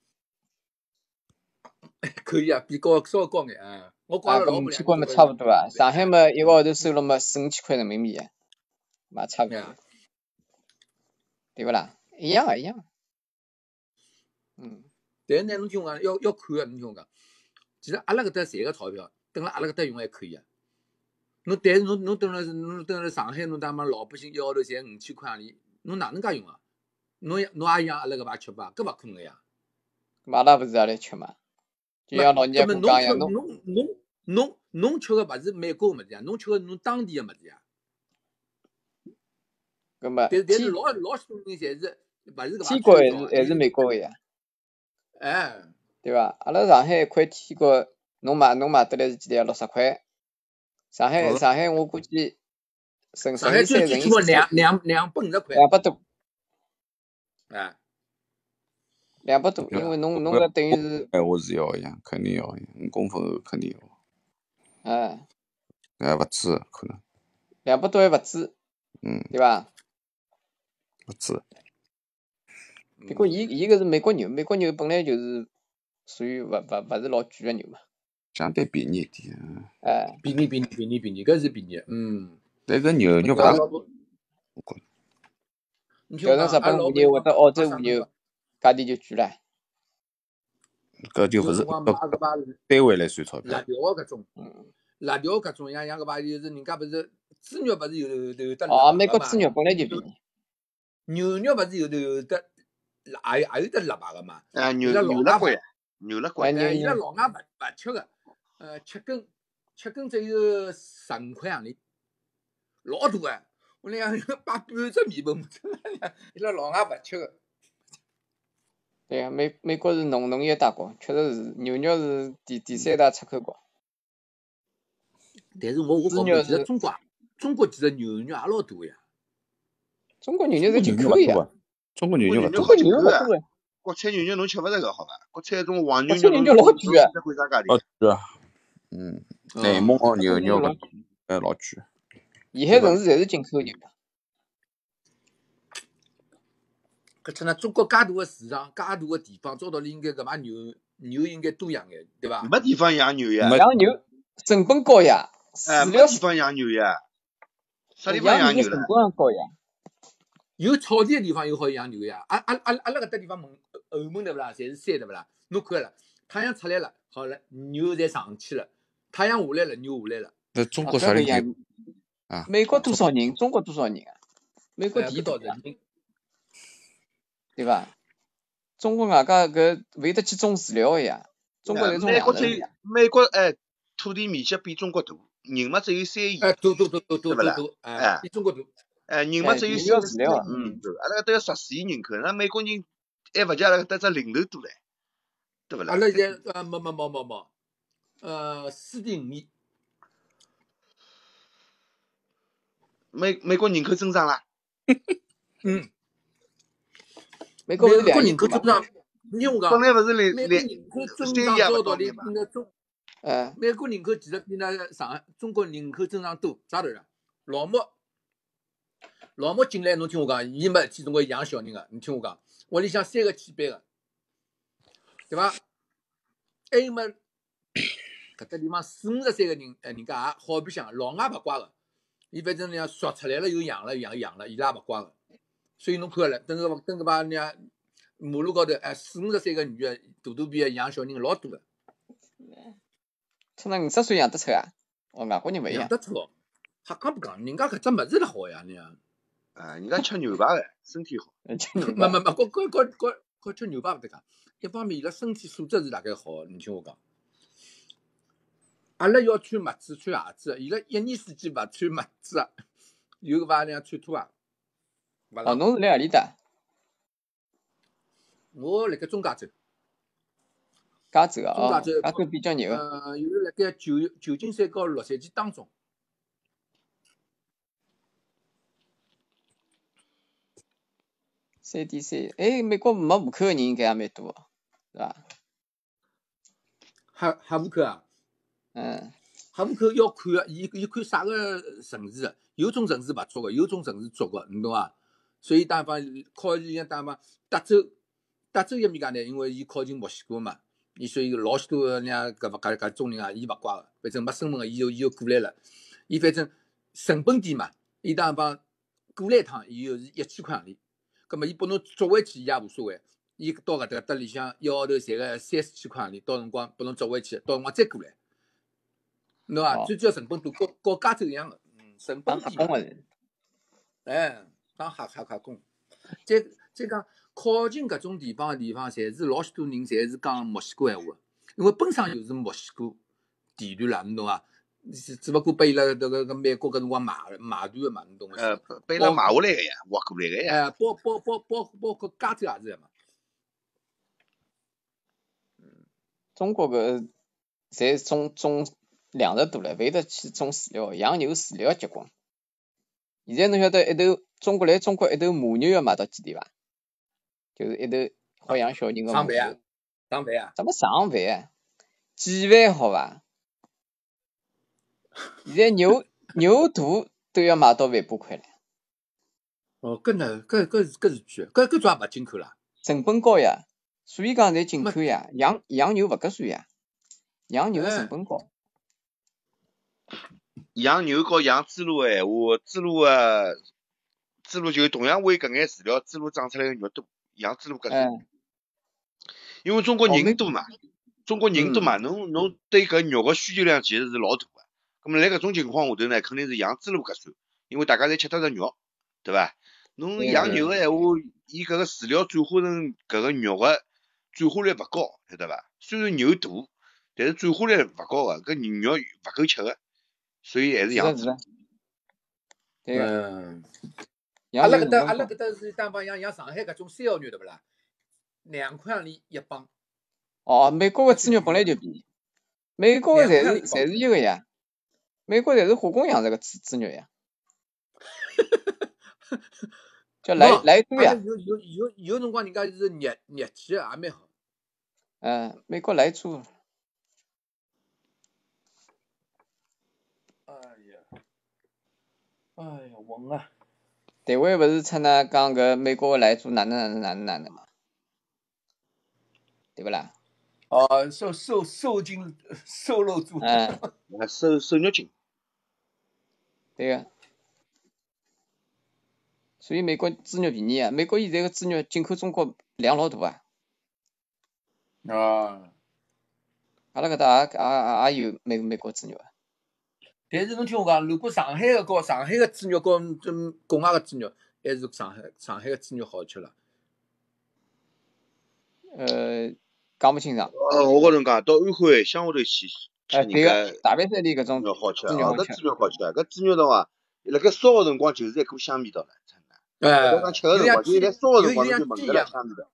S7: 可以啊，比高稍微高眼啊。我讲
S2: 啊，搿
S7: 了老
S2: 五
S7: 婆
S2: 千
S7: 两
S2: 块
S7: 个
S2: 嘛
S7: 都
S2: 差不多啊。上海
S7: 哎
S2: 嘛一个号头收入嘛四五千块人民币啊，嘛差不多，
S7: 呀，
S2: 对勿啦？一样啊，一样啊。嗯，
S7: 但是呢，侬听我讲，要要看啊，侬听我讲，其实阿拉搿搭赚个钞票，等辣阿拉搿搭用还可以啊。侬但是侬侬等辣侬等辣上海，侬他妈老百姓一个号头赚五千块洋钿，侬哪能介用啊？侬也侬也像阿拉搿排吃吧，搿勿可能个呀。
S2: 买拉勿是也来吃嘛？就像老人家
S7: 那么
S2: 跟我讲
S7: 侬
S2: 一
S7: 吃
S2: 样，侬
S7: 侬侬侬侬吃个勿是美国个物事呀，侬吃个侬当地个物事呀。
S2: 搿么
S7: 但是但是
S2: 天
S7: 老老许多人侪是勿是搿排
S2: 天国还
S7: 吃
S2: 是
S7: 的
S2: 还是美国个呀，
S7: 哎，
S2: 对伐？阿拉上海一块天国，侬买侬买得来是几钿啊？六十块。上海
S4: 哦
S2: 上海我估计乘
S7: 上
S2: 乘
S7: 海
S2: 以
S7: 最
S2: 三
S7: 最
S2: 乘
S7: 起
S2: 以
S7: 码
S2: 四，
S7: 两两两百五十块。
S2: 两百多，
S7: 哎，
S2: 两百多，
S4: 对
S2: 因
S4: 吧
S2: 为侬侬
S4: 我
S2: 搿等于是
S4: 哎，我是要呀，肯定要呀，工分肯定要，
S2: 嗯
S4: 哎，勿止可能，
S2: 两百多还勿止，
S4: 嗯，
S2: 对伐？
S4: 勿止，
S7: 嗯
S2: 不过伊伊搿是美国牛，美国牛本来就是属于勿勿勿是老贵个牛嘛，
S4: 相对便宜一点。嗯
S2: 哎，
S7: 便宜便宜便宜便宜，搿是便宜。嗯，
S4: 但是牛肉勿
S7: 对
S4: 大
S7: 啊，，老婆，
S2: 调成日本和牛或者澳洲和牛价钿
S7: 你听我哦讲，阿拉啊老婆有辰光买啥物事？
S2: 就贵了，
S4: 搿就勿
S7: 有
S4: 是
S7: 辰
S4: 按
S7: 光买
S4: 照
S7: 搿把
S4: 单位来算钞票
S7: 辣。条搿种，
S2: 嗯，
S7: 辣条搿种，像像搿把就是人家勿是猪肉勿是有有有得
S2: 哦，
S7: 辣
S2: 美
S7: 个
S2: 国
S7: 啊嘛
S2: 猪？肉本来就便宜，
S7: 牛肉勿是有得有得辣也也有得辣白个嘛？
S3: 啊，
S7: 伊
S3: 牛
S7: 拉
S3: 牛肋
S7: 老外
S3: 骨
S7: 勿
S3: 呀，牛肋骨
S2: 哎
S3: 呀。
S7: 哎，
S2: 牛
S7: 伊拉
S2: 牛
S7: 老外勿勿吃个，呃，吃根吃根只有十五块洋钿，老大个。我俩 把半只面盆，伊拉老外勿吃个。
S2: 对啊，美美国是农农业大国，确实是牛肉是第第三大出口国，
S7: 但是我我
S2: 猪
S7: 搞不
S2: 肉
S7: 懂，其实
S2: 是
S7: 中国啊，中国其实牛肉也老多呀。
S2: 中国牛肉
S4: 中
S2: 是
S4: 国
S2: 进口个
S4: 牛肉勿
S2: 呀
S4: 多，啊，中国牛
S3: 我
S4: 肉勿
S3: 牛
S4: 多
S3: 肉
S2: 中
S4: 啊。
S2: 国
S3: 好
S2: 牛肉
S3: 吃
S2: 勿
S3: 口啊
S2: 多呀，
S3: 国产牛肉侬吃勿着个，好伐？国产种黄牛
S2: 国
S3: 肉
S2: 产牛
S3: 侬
S2: 肉老
S3: 侬
S2: 贵啊
S3: 吃得贵啥价钿
S4: 老
S3: 啊？
S4: 贵啊，嗯，内蒙
S7: 哦
S4: 哦
S7: 嗯，
S2: 国产
S4: 牛
S2: 牛
S4: 肉
S2: 肉老
S4: 搿
S2: 贵，
S4: 哎老贵，
S2: 沿海
S4: 对伐
S2: 城？市侪是进口牛肉，
S7: 搿只呢，中国介大个市场，介大个地方，照道理应该搿排牛牛应该多养眼，对伐？
S3: 没地方养牛呀，
S4: 没
S2: 养牛成本高呀，
S3: 哎，
S2: 饲
S3: 没
S2: 料
S3: 地方养牛呀，啥地方
S2: 养
S3: 养
S2: 牛
S3: 牛
S2: 的成
S3: 了？
S2: 本也高呀。
S7: 有草地个地方有好养牛呀。啊阿阿阿阿拉搿搭地方门后门对勿啦，侪是山对勿啦？侬看了，太阳出来了，好了，牛侪上去了；太阳下来了，牛下来了。
S4: 那中
S2: 哦，
S4: 国
S2: 搿
S4: 啥
S2: 勿
S4: 人
S2: 一
S4: 牛
S2: 样。
S4: 啊？
S2: 美国多少人？中国多少人啊？美国
S7: 哎，
S2: 第一大
S7: 搿倒是
S2: 呀，，
S7: 人
S2: 对伐？中国外加搿会得去种饲料个呀，中国
S3: 哎，
S2: 侪种
S3: 美
S2: 粮
S3: 国
S2: 食
S3: 只
S2: 个
S3: 有
S2: 呀。
S3: 美国哎，土地面积比中国大，人嘛只有三亿，
S7: 哎，多多多多
S3: 对
S7: 多
S3: 勿
S7: 多
S3: 啦？
S7: 多，哎
S3: 哎，
S7: 比中国大。
S3: 哎，人嘛
S2: 哎，
S3: 只有
S2: 人
S3: 三
S2: 要
S3: 十
S2: 饲
S3: 四
S2: 料啊，
S3: 亿人口，阿拉搿搭有十四亿人口，那美国人还勿及阿拉搿搭只零头多唻，对勿
S7: 阿
S3: 啦？
S7: 拉现在呃，没没没没没，呃，四点五亿。
S3: 美美国人口增长啦，
S7: 嗯，
S2: 美国
S7: 美
S2: 勿是
S7: 国
S2: 两亿
S7: 人
S2: 多
S7: 口
S2: 嘛
S7: 增？长，你听我
S3: 本
S7: 讲，
S3: 来勿是
S7: 美
S3: 零
S7: 国
S3: 零
S7: 人口增
S3: 三
S7: 长
S3: 亿也
S7: 照
S3: 勿
S7: 道
S3: 到
S7: 理
S3: 对伐？
S7: 比那中
S2: 嗯，
S7: 美国人口其实比那上海中国人口增长多，啥头啦？老莫，老莫进来，侬听我讲，伊没事体，总归养小人个，你听我讲，屋里向三个起班个，对伐？还有么？ 搿搭地方四五十岁个人，哎，人家也好白相，老外勿怪个，伊反正人家说出来了又养了，养养了，伊拉也勿怪个。所以侬看了，等个等个把人家马路高头，哎，四五十岁个女个，大肚皮个养小人老多个，
S2: 趁了五十岁养得出啊？哦，外国人勿一
S7: 养
S2: 样。
S7: 得出哦。瞎讲不讲，人家搿只物事了好呀，人家。
S3: 啊，人家吃牛排的，身体好。
S2: 嗯
S7: 没没没，搞搞搞搞搞吃牛排勿得讲。一方面，伊拉身体素质是大概好，你听我讲。阿拉要穿袜子、穿鞋子，伊拉一年四季勿穿袜子啊，有个伐那样穿拖鞋。勿
S2: 哦，
S7: 啦，
S2: 侬是来何里搭？
S7: 我辣盖中加州，
S2: 加州啊？
S7: 中加
S2: 哦
S7: 州，
S2: 加州比较牛啊。
S7: 呃，有辣盖旧旧金山和洛杉矶当中，
S2: 三点三，哎，美国没户口的人应该也蛮多的，是伐？
S7: 哈哈户口啊，
S2: 嗯，
S7: 哈户口要看啊，伊伊看啥个城市啊，有种城市勿足个，有种城市足个，侬懂伐？所以打方靠近打方德州，德州一面界呢，因为伊靠近墨西哥嘛，伊所以老许多个人家搿勿搿搿种人啊，伊勿怪个，反正没身份个，伊就伊就过来了，伊反正成本低嘛，伊打方过来一趟，伊就是一千块洋钿，葛末伊拨侬折回去伊也无所谓，伊到搿搭搭里向一个号头赚个三四千块洋钿，到辰光拨侬折回去，到辰光再过来。侬啊
S2: 哦，
S7: 最主要成本多，跟跟加州一样的，嗯，成本
S2: 当黑
S7: 低
S2: 工
S7: 嘛，
S2: 的人。
S7: 哎，当瞎瞎瞎工。再再讲，靠近搿种地方的地方，侪是老许多人，侪是讲墨西哥闲话的，因为本身就是墨西哥地段啦，侬懂伐？只只不过被伊拉迭个搿美国搿辰光买买断的嘛，侬懂我意思
S3: 呃
S7: 伐？，
S3: 被拉买下来个呀，挖过来个呀。
S7: 哎，包包包包包括加州也是的嘛，
S2: 中国个侪种种粮食多了，勿会得去种饲料，养牛饲料结棍。现在侬晓得一头中国来中国一头母牛要卖到几钿伐？就是一头好养小人个
S7: 上
S2: 母
S7: 万
S2: 牛
S7: 啊，，上万啊，
S2: 怎么上万？几万好伐？现在牛 牛肚都要卖到万把块了，
S7: 哦，搿呢，搿搿是搿是句，搿搿种也勿进口啦，
S2: 成本高呀，所以讲侪进
S7: 没
S2: 口呀，养养牛勿合算呀，养牛个成
S7: 哎
S2: 本高。
S3: 养牛和养哎猪猡个闲话，猪猡个猪猡啊就同样喂搿眼饲料，猪猡长出来个肉多，养猪猡搿
S2: 哎
S3: 种，，因为中国
S2: 哦没嗯
S3: 人多嘛，中国人多嘛，侬侬对搿肉个需求量其实是老大个。咁么辣搿种情况下头呢，肯定是养猪猡合算，因为大家侪吃得着肉，对伐？侬
S2: 对
S3: 养
S2: 对
S3: 牛个闲话，伊搿个饲料转化成搿个肉个转化率勿高，晓得伐？虽然牛大，但是啊转化率勿高个，搿肉勿够吃个，所以还是
S2: 是
S3: 养
S2: 的，
S3: 猪
S2: 是
S3: 猡
S2: 的，对个，
S7: 嗯。阿
S2: 养牛
S7: 拉搿
S2: 成
S7: 搭阿
S2: 本
S7: 拉
S2: 高
S7: 搿。搭是单方像像上海搿种三号肉对勿啦？两块洋钿一帮，
S2: 哦，美国个猪肉本来就便宜，美国个
S7: 两
S2: 侪是
S7: 块一包
S2: 侪是一个呀，美国侪是化工养殖个猪猪肉 呀，叫莱
S7: 喏
S2: 莱猪
S7: 阿拉
S2: 呀，
S7: 有有有有辰光人家是热热气也蛮啊好。
S2: 嗯，美国莱猪，
S7: 哎呀，哎呀，混啊！
S2: 台湾勿是出那讲搿美国个莱猪哪能哪能哪能哪能嘛，对勿啦？
S7: 哦，瘦瘦瘦精呃瘦肉猪，
S2: 嗯，
S3: 啊，瘦瘦肉精，
S2: 对个，所以美国猪肉便宜啊，美国现在个猪肉进口中国量老大啊，
S7: 啊！
S2: 阿拉搿搭也也也也有美美国猪肉啊，
S7: 但是侬听我讲，如果上海个和上海个猪肉和嗯跟国外个猪肉，还是上海上海个猪肉好吃啦。
S2: 呃，讲勿清爽，
S3: 呃，我跟侬讲，到安徽乡下头去吃
S7: 呃
S2: 哎，
S3: 人
S2: 对
S3: 家
S7: 啊
S2: 个，大白菜里搿种
S3: 肉好吃啊，
S2: 猪肉
S3: 哦
S2: 好
S3: 搿
S2: 吃，
S3: 猪肉好吃啊，搿猪肉的话，辣盖烧个辰光就是一股香味道了。真的
S7: 哎，
S3: 勿要讲吃个
S7: 有
S3: 辰光，
S7: 像
S3: 就
S7: 鸡
S3: 是辣烧个
S7: 有
S3: 辰光侬就
S7: 有像
S3: 闻
S7: 鸡一
S3: 着了
S7: 样。
S3: 香味道，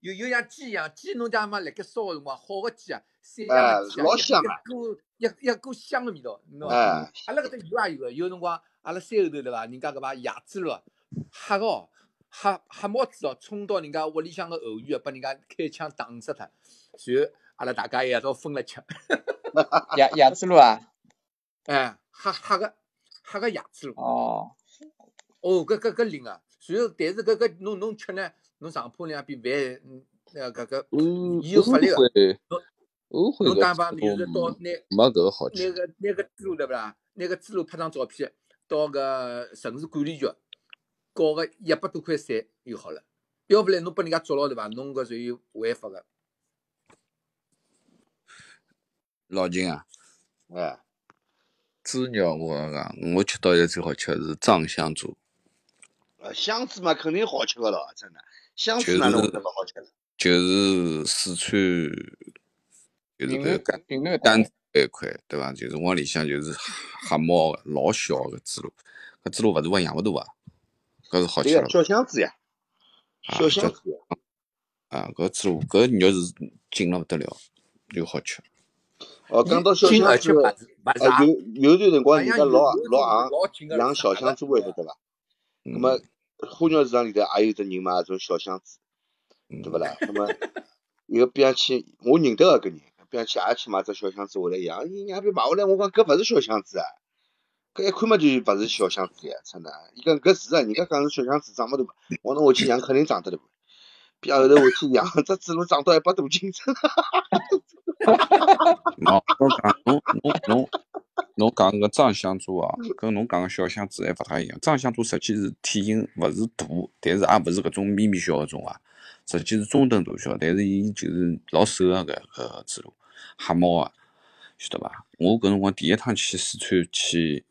S7: 有有像鸡一样，鸡侬讲嘛，辣盖烧个辰光，好个鸡啊，三
S3: 哎
S7: 样个鸡啊，
S3: 老
S7: 一
S3: 香啊
S7: 一股一一股香个味道，侬懂伐？
S3: 哎，
S7: 阿拉搿搭有啊也有个，有辰光阿拉山后头对伐？人家搿把椰子肉，黑个哦，黑黑帽子哦，冲到人家屋里向个后院啊，拨人家开枪打死脱，随后阿拉大家一道分了吃，
S2: 椰椰子肉啊。
S7: 哎，黑黑个黑个椰子肉，
S2: 哦，
S7: 哦，搿搿搿灵啊！随后但是搿搿侬侬吃呢，侬上坡里向比饭，嗯呃搿搿
S4: 嗯，
S7: 伊有
S4: 安
S7: 法力个。
S4: 徽
S7: 侬，
S4: 安徽
S7: 侬打
S4: 搿
S7: 方
S4: 猪
S7: 有时到
S4: 肉
S7: 拿
S4: 嗯没搿个好
S7: 拿
S4: 吃。
S7: 个拿个猪猡对勿啦？拿个猪猡拍张照片，到个城市管理局，搞个一百多块三就好了，要不然侬拨人家捉牢对伐？侬搿属于违法个。
S4: 老金啊，
S3: 哎，
S4: 猪肉我讲，我吃到现在最好吃的是藏香猪，
S3: 呃，香猪嘛肯定好吃个咯，真的。香
S4: 就
S3: 猪哪能会
S4: 是
S3: 得不好吃呢？
S4: 就是四川，就是
S2: 云
S4: 搿
S2: 南
S4: 个
S2: 云南
S4: 甘
S2: 带
S4: 蔗搿一块，对伐？就是往里向就是黑猫个老小个猪肉，搿猪肉勿大伐？养勿大伐？搿是好
S3: 对
S4: 吃
S3: 呀，
S4: 了伐？
S3: 小香猪呀，
S4: 啊，
S3: 小
S4: 搿
S3: 香
S4: 只
S3: 猪呀。
S4: 啊搿猪肉搿肉是劲了勿得了，又好吃。
S3: 哦，讲
S7: 伊
S3: 到小
S7: 紧
S3: 香
S7: 而且
S3: 猪
S7: 勿
S3: 的，
S7: 是勿
S3: 呃，
S7: 傻，
S3: 有有段辰光
S7: 实
S3: 人
S7: 际上
S3: 家
S7: 哎有
S3: 老
S7: 有一种
S3: 老
S7: 是
S3: 行
S7: 老紧而
S3: 养
S7: 傻
S3: 小香
S7: 个，
S3: 猪会
S7: 对
S3: 得
S7: 伐？
S3: 对伐？那
S4: 嗯
S3: 么花鸟市场里头也有只人买种小香猪，对
S4: 嗯
S3: 不啦？那么有边上去，我认得个搿人，边上去也去买只小香猪回来养，伊娘逼买回来，我讲搿勿是小香猪啊，搿一看嘛就勿是小香猪呀，真的。伊讲搿是啊，人家讲是小香猪长勿大，我讲侬回去养肯定长得大。边后头回去养只猪都长到一百多斤，真 的。
S4: 喏，我讲侬侬侬侬讲搿藏香猪啊，跟侬讲个小香猪还勿大一样。藏香猪实际是体型勿是大，但是也勿是搿种咪咪小个种啊，实际是中等大小，但是伊就是老瘦个搿搿猪肉，黑猫啊，晓得伐？我搿辰光第一趟去四川去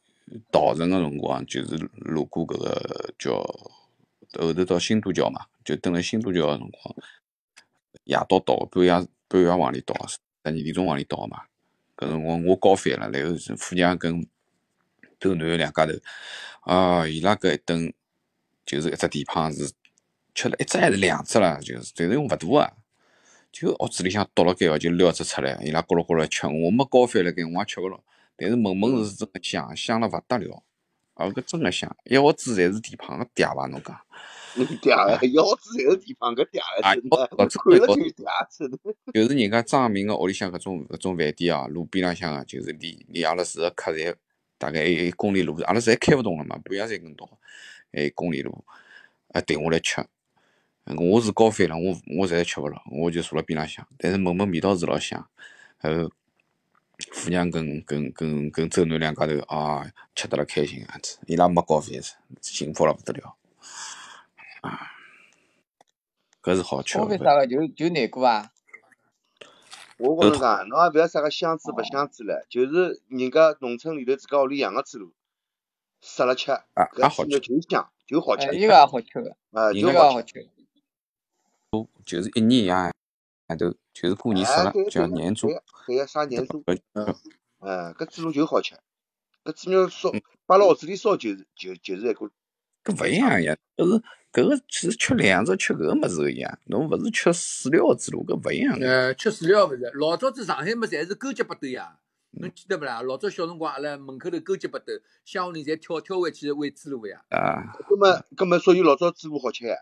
S4: 稻城个辰光，就是路过搿个叫后头到新都桥嘛，就蹲辣新都桥个辰光，夜到到，半夜半夜往里到，十二点钟往里到嘛。搿辰光我高反了，然后是夫娘跟兜男个两家头，啊，伊拉搿一顿就是一只蹄膀是吃了一只还是两只啦，就是但是用勿大啊，就屋子里向倒了盖哦，就撩只出来，伊拉咕噜咕噜吃，我没高反了盖，我也吃勿牢，但是闻闻是真个香，香了勿得了，啊，搿真个香，一屋子侪是蹄膀，搿嗲伐侬讲？
S3: 嗲个，腰子侪是地方搿嗲个，
S4: 啊，
S3: 真
S4: 一
S3: 的，
S4: 屋
S3: 哎我
S4: 子
S3: 看了
S4: 真个
S3: 就
S4: 一屋
S3: 嗲，真的。
S4: 就是人家张明个屋里向搿种搿种饭店啊，路边浪向啊，就是离离阿拉市个客站大概还有一公里路，阿拉侪开勿动了嘛，半夜三更到，还有一公里路，啊停下来吃。我是高反了，我我实在吃勿了，我就坐辣边浪向，但是闻闻味道是老香。呃，夫娘跟跟跟跟周南两家头啊，吃得了开心样子，伊拉没高反，幸福了不得了，啊搿是好吃
S2: 高
S4: 个
S2: 反
S4: 搿
S2: 啥个就就难过啊，
S3: 我
S4: 搿
S3: 跟侬讲，侬也勿要啥个香猪白香猪了，就是人家农村里头自家屋里养个猪肉，杀了吃，
S4: 啊也
S3: 搿
S4: 好
S3: 猪肉
S4: 吃，
S3: 就香，就好
S2: 哎，
S3: 吃，
S2: 伊个也好吃个，
S3: 啊，
S4: 人
S2: 伊
S3: 就
S2: 个
S4: 家
S2: 也
S3: 好
S2: 好
S3: 吃。
S2: 吃。
S4: 就是一年呀，外头就是过年杀
S3: 哎，
S4: 了
S3: 对
S4: 叫
S3: 对个，
S4: 年猪。
S3: 对个，对个，啥
S4: 对
S3: 年
S4: 吧？
S3: 猪，
S4: 搿
S7: 嗯，
S3: 嗯，搿猪肉就好吃，搿猪肉烧，摆辣盒子里烧就是就就是一个
S4: 搿勿
S3: 一
S4: 一
S3: 场。
S4: 样呀，搿是搿个其实吃两只吃搿个物事一样，侬勿是吃饲料之路，搿勿一样个呀。
S7: 呃，吃饲料勿是，老早子上海么侪是勾结巴斗呀，侬记得勿啦？老早小辰光，阿拉门口头勾结巴斗，乡下人侪跳跳回去喂猪肉呀。
S4: 啊，
S3: 葛么葛么，所以老早猪肉好吃呀。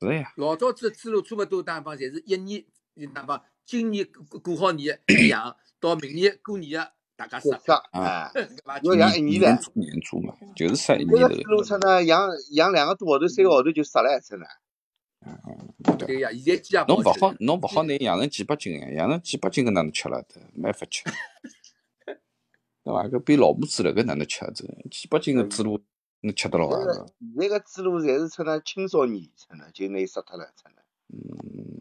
S4: 是的呀，
S7: 老早子猪肉差勿多，打方侪是一年，打方今年过过好年 养，到明年过年啊，大家
S3: 对
S7: 杀，
S3: 个，
S4: 啊，
S3: 哎，
S7: 对伐？
S3: 要
S7: 就
S3: 养
S4: 年
S3: 一年
S4: 年
S3: 唻。
S4: 猪年猪嘛，就是杀一
S3: 现在个
S4: 年
S3: 猪
S4: 头个
S3: 肉出呢，养养两个多号头、三个号头就杀了一只呢。
S4: 对伐？
S7: 对呀，现在鸡也勿
S4: 侬勿
S7: 好吃了
S4: 好
S7: 呀。
S4: 侬勿好拿养成几百斤个，养成几百斤搿哪能吃了？对没法吃， 对伐？搿比老母猪了，搿哪能吃啊？这几百斤个猪肉能吃得牢
S3: 现在个
S4: 啊？搿
S3: 现在个猪肉侪是出呢青少年出呢，就拿伊杀脱了出呢。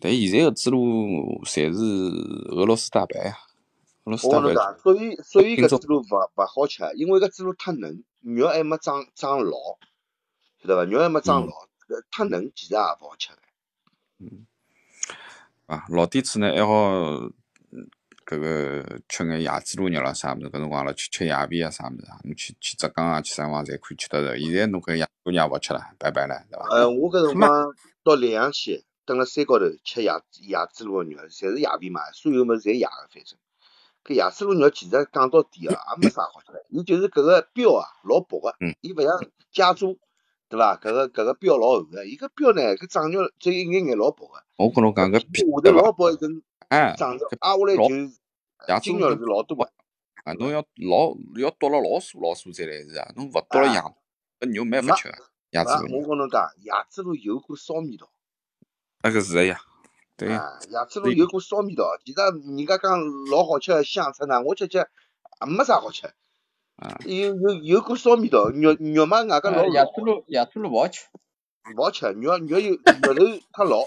S4: 但现在个猪肉侪是俄罗斯大白呀，俄罗斯
S3: 我
S4: 大
S3: 跟侬
S4: 白
S3: 讲，所以所以
S4: 品
S3: 搿
S4: 种
S3: 猪肉勿勿好吃，因为搿猪肉太嫩，肉还没长长老，晓得伐？肉还没长
S4: 嗯
S3: 老，搿太嫩其实也勿好吃个。
S4: 啊，老底子呢还好，搿个吃眼野猪肉肉啦啥物事，搿辰光阿拉去吃野味啊啥物事啊，侬去去浙江啊去啥地方侪可以吃得着。现在侬搿野猪肉也勿好吃了，拜拜了，对伐？
S3: 呃，我搿辰
S4: 没
S3: 光到南阳去，蹲辣山高头吃野野猪肉个肉，侪是野味嘛，所有物事侪野个，反正。搿野猪肉肉其实讲到底啊，也没啥好吃的，伊就是搿个膘啊老薄个，
S4: 嗯
S3: 伊勿像家猪，对伐？搿个搿个膘老厚个，伊搿膘呢，搿长肉只有一眼眼老薄个，
S4: 我跟侬
S3: 搿
S4: 讲搿
S3: 皮
S4: 皮
S3: 下
S4: 对
S3: 头
S4: 伐？
S3: 老薄一层
S4: 哎，
S3: 长肉，
S4: 搿
S3: 压下来
S4: 老
S3: 就是
S4: 野猪
S3: 筋
S4: 肉
S3: 肉
S4: 搿
S3: 是老多
S4: 皮
S3: 个，
S4: 啊，
S3: 对
S4: 侬
S3: 伐？
S4: 要老要剁了老酥老酥才来是啊，侬勿剁了
S3: 啊，
S4: 野搿肉没法
S3: 没
S4: 吃啊，野
S3: 没，
S4: 猪肉肉
S3: 我跟侬讲，野猪肉有股骚味道。
S4: 那个是的呀，对呀，
S3: 啊，椰子
S4: 是
S3: 肉
S4: 有
S3: 有股啊骚味道，其实人家讲老好吃，香出呢，我吃吃也没啥好吃，
S4: 啊
S3: 有有有股烧味道，肉肉嘛外加老
S2: 呃，夜
S3: 老，
S2: 车路夜车路勿好吃，
S3: 勿好吃，肉肉有肉头太老，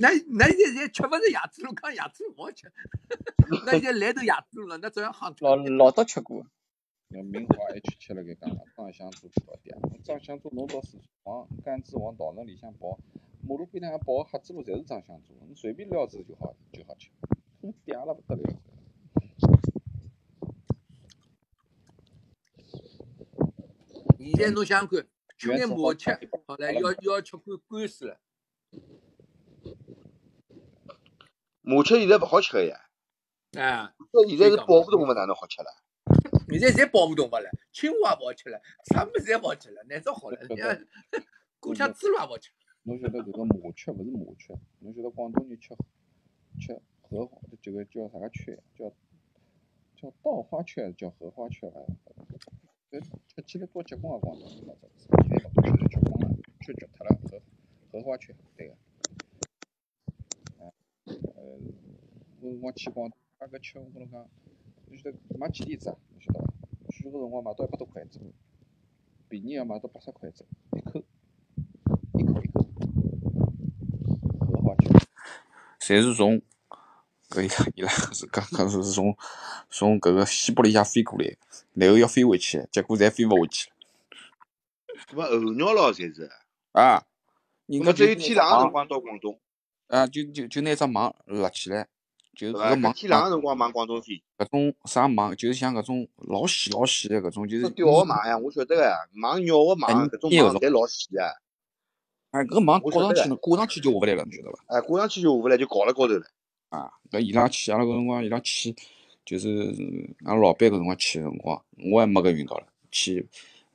S7: 那那现在现在吃勿是野猪肉，讲野猪肉勿好吃。 那现在来都野猪肉了，那照样夯出
S2: 老
S7: 来。
S2: 老早吃过。
S4: 要明华还去吃了个讲张香柱去到底啊，张香柱侬到四川往甘孜往稻城里向跑，马路边浪跑个黑子路侪是张香柱，你随便撩子就好就好吃，嗯嗲了不 得了。
S7: 现在侬想想看，吃眼麻吃，好了，要要吃干干水了。
S3: 麻雀现在勿好吃个呀，
S7: 啊，
S3: 那现在是保护动物哪能好吃了？
S7: 现在侪保护动物了，青蛙勿好吃了，啥物事侪勿好吃了，难着 好了，人家 过腔猪肉也勿好吃。
S4: 侬晓得搿个麻雀勿是麻雀，侬晓得广东人吃吃荷花，这个叫啥个雀呀？叫叫稻花雀还是叫荷花雀来着？搿吃起来多结棍啊！广东人老早子，现在老早就结棍了，雀绝脱了，荷荷花雀对个。呃，我辰光去广东，那个吃我跟侬讲，侬晓得买几钿一只啊？侬晓得伐？去个辰光买到一百多块一只，便宜要啊买到八十块一只，一口，一口一口，荷花雀。侪是从搿伊拉伊拉是讲讲是从从搿个西伯利亚飞过来，然后要飞回去，结果侪飞勿回去
S3: 什么候鸟咯，侪是，
S4: 了啊！人
S3: 那
S4: 家
S3: 么
S4: 就
S3: 只有天
S4: 拿一只
S3: 冷个辰
S4: 网
S3: 光到广东，
S4: 啊，就就就拿一只网拉起来，就是
S3: 对
S4: 搿
S3: 伐？
S4: 个
S3: 搿
S4: 网
S3: 天冷
S4: 网
S3: 个辰光往广东飞，
S4: 搿种啥网，就是像搿种老细老细的搿种，就是
S3: 那
S4: 你
S3: 钓个网呀，我晓得个呀，网鸟个
S4: 哎
S3: 网，搿种
S4: 你有
S3: 网
S4: 种
S3: 侪老细个，
S4: 哎搿个网
S3: 我
S4: 挂
S3: 晓
S4: 上
S3: 得
S4: 去
S3: 个，
S4: 呢，挂上去就下勿来了，侬晓得伐？
S3: 哎，挂上去就下勿来，就搞了高头了。
S4: 啊，搿伊拉去，阿拉搿辰光伊拉去，就是嗯阿拉老板搿辰光去个辰光，我还没搿运道了，去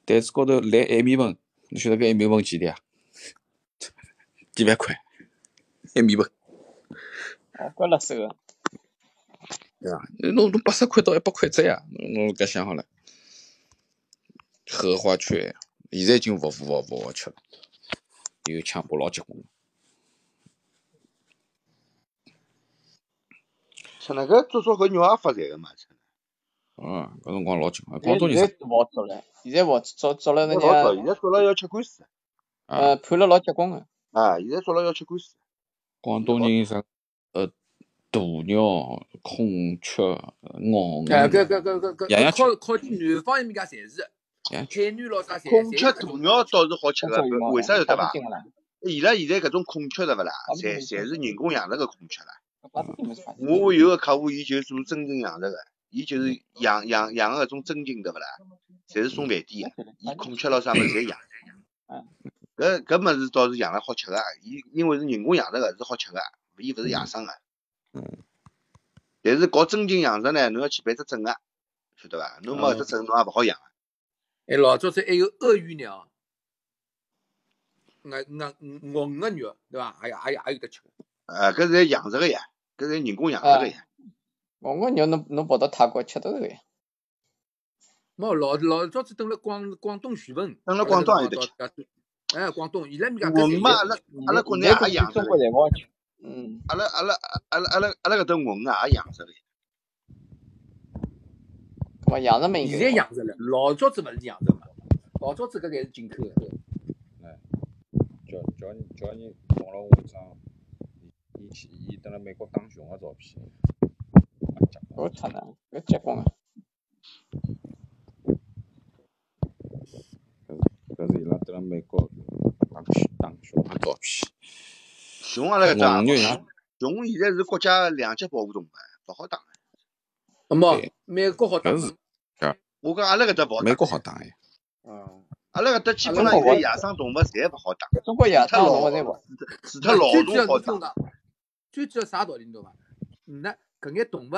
S4: 台子高头来海绵粉，侬晓得搿海绵粉几钿啊？ 几万块，海绵粉，
S2: 哦，怪辣手个。
S4: 对伐？侬侬八十块到一百块只呀，侬侬搿想好了，荷花雀现在已经勿勿勿勿好吃了，有腔部老结棍了。
S3: 吃那个做做搿鸟也发财个嘛，吃
S4: 啊，搿辰光老结棍，
S2: 现在
S4: 广东
S2: 现
S4: 人啥
S2: 在勿好做了，现在勿好做做了
S3: 现在
S2: 人
S3: 老早，现
S2: 家
S3: 在做了要吃官司，
S4: 啊？
S2: 呃判了老结棍个。
S3: 啊，现在做了要吃官司，
S4: 广
S3: 现在
S4: 东
S3: 老
S4: 人啥？呃，鸵鸟、孔雀、鳌
S7: 哎，
S4: 鱼，
S7: 搿搿搿搿搿
S4: 样样吃，
S7: 靠靠近南方伊面家侪是，
S4: 样样吃。
S7: 海南咯啥侪
S3: 孔
S7: 侪
S3: 雀、
S7: 有搿
S3: 鸵
S7: 种
S3: 鸟倒是好吃
S2: 孔
S3: 个
S2: 雀、羽，毛
S3: 为
S2: 呀
S3: 啥晓得
S2: 啥都
S3: 伐？
S2: 进个啦，
S3: 伊拉现在搿种孔雀对勿啦，
S2: 啥都
S3: 侪
S2: 进
S3: 侪是
S2: 去，
S3: 人工养了个孔雀啦。
S2: 啥都进没啥
S3: 我有个客户，伊就是做真正养殖个，伊
S2: 嗯
S3: 就是养养养个搿种真菌对勿啦，侪是送饭店
S2: 没得了，反
S3: 个，伊
S2: 正
S3: 孔雀咯啥物事侪养。
S2: 嗯，
S3: 搿搿物事倒是养了好吃个，伊因为是人工养殖个，是好吃个，伊勿是野生个。
S2: 嗯
S3: 但是搞真菌养殖呢，侬要去办只证个，晓得伐？侬没搿只
S7: 哦，
S2: 嗯
S3: 证，侬也勿好养。啊
S7: 哎，老早子还有鳄鱼娘，那那我鹅肉对伐？哎呀哎呀，还有得吃。
S3: 呃，搿是养殖个呀，搿是人工养殖
S2: 啊
S3: 个呀。
S2: 我我肉侬侬跑到泰国吃得着呀？
S7: 冇老老早子等了广广东徐闻，
S3: 等了
S7: 阿拉
S3: 广
S7: 搿辰
S3: 东也有得
S7: 光到
S3: 吃，
S7: 到，哎，广东伊拉面家搿
S3: 我
S7: 侪
S3: 们嘛，阿
S7: 有得
S3: 拉
S7: 吃。
S3: 阿
S2: 现
S3: 拉
S2: 在
S3: 国
S2: 现
S3: 内
S2: 在搿
S3: 也
S2: 全
S3: 养殖
S2: 中
S3: 个
S2: 国
S3: 呀，
S2: 侪勿好吃。嗯，
S3: 阿拉阿拉阿拉阿拉阿拉搿搭我们也养殖个呀。
S2: 搿么养殖嘛应该
S7: 现
S2: 要
S7: 在
S2: 好。
S7: 养殖了，老早子勿是养殖嘛，老早子搿侪是进口的。
S4: 哎，叫叫人叫人弄了我一张，伊去伊蹲辣美国打熊个照片，啊结棍
S2: 搿吃呢，搿结棍啊！
S4: 搿是伊拉蹲辣美国打打熊个照片。
S3: 熊阿拉搿搭也
S4: 红
S3: 勿
S4: 肉
S3: 好养，熊
S4: 呀
S3: 现在是国家两级保护动物，勿好打。啊
S7: 那么
S4: 对，
S7: 美国好打
S4: 搿是
S7: 嗯
S4: 啊，
S3: 我讲阿拉搿搭勿好
S4: 美
S3: 打。
S4: 国好打呀。
S3: 嗯，阿拉搿搭基
S2: 阿
S3: 本
S2: 拉
S3: 上
S2: 勿
S3: 现在
S2: 好
S3: 野生动物侪勿好打，
S2: 中国野
S3: 除脱
S2: 生
S3: 老
S2: 动物侪勿好。
S3: 除脱除脱
S7: 那
S3: 老 大好打。
S7: 最主要侬听我讲，最主要啥道理侬懂伐？那搿眼动物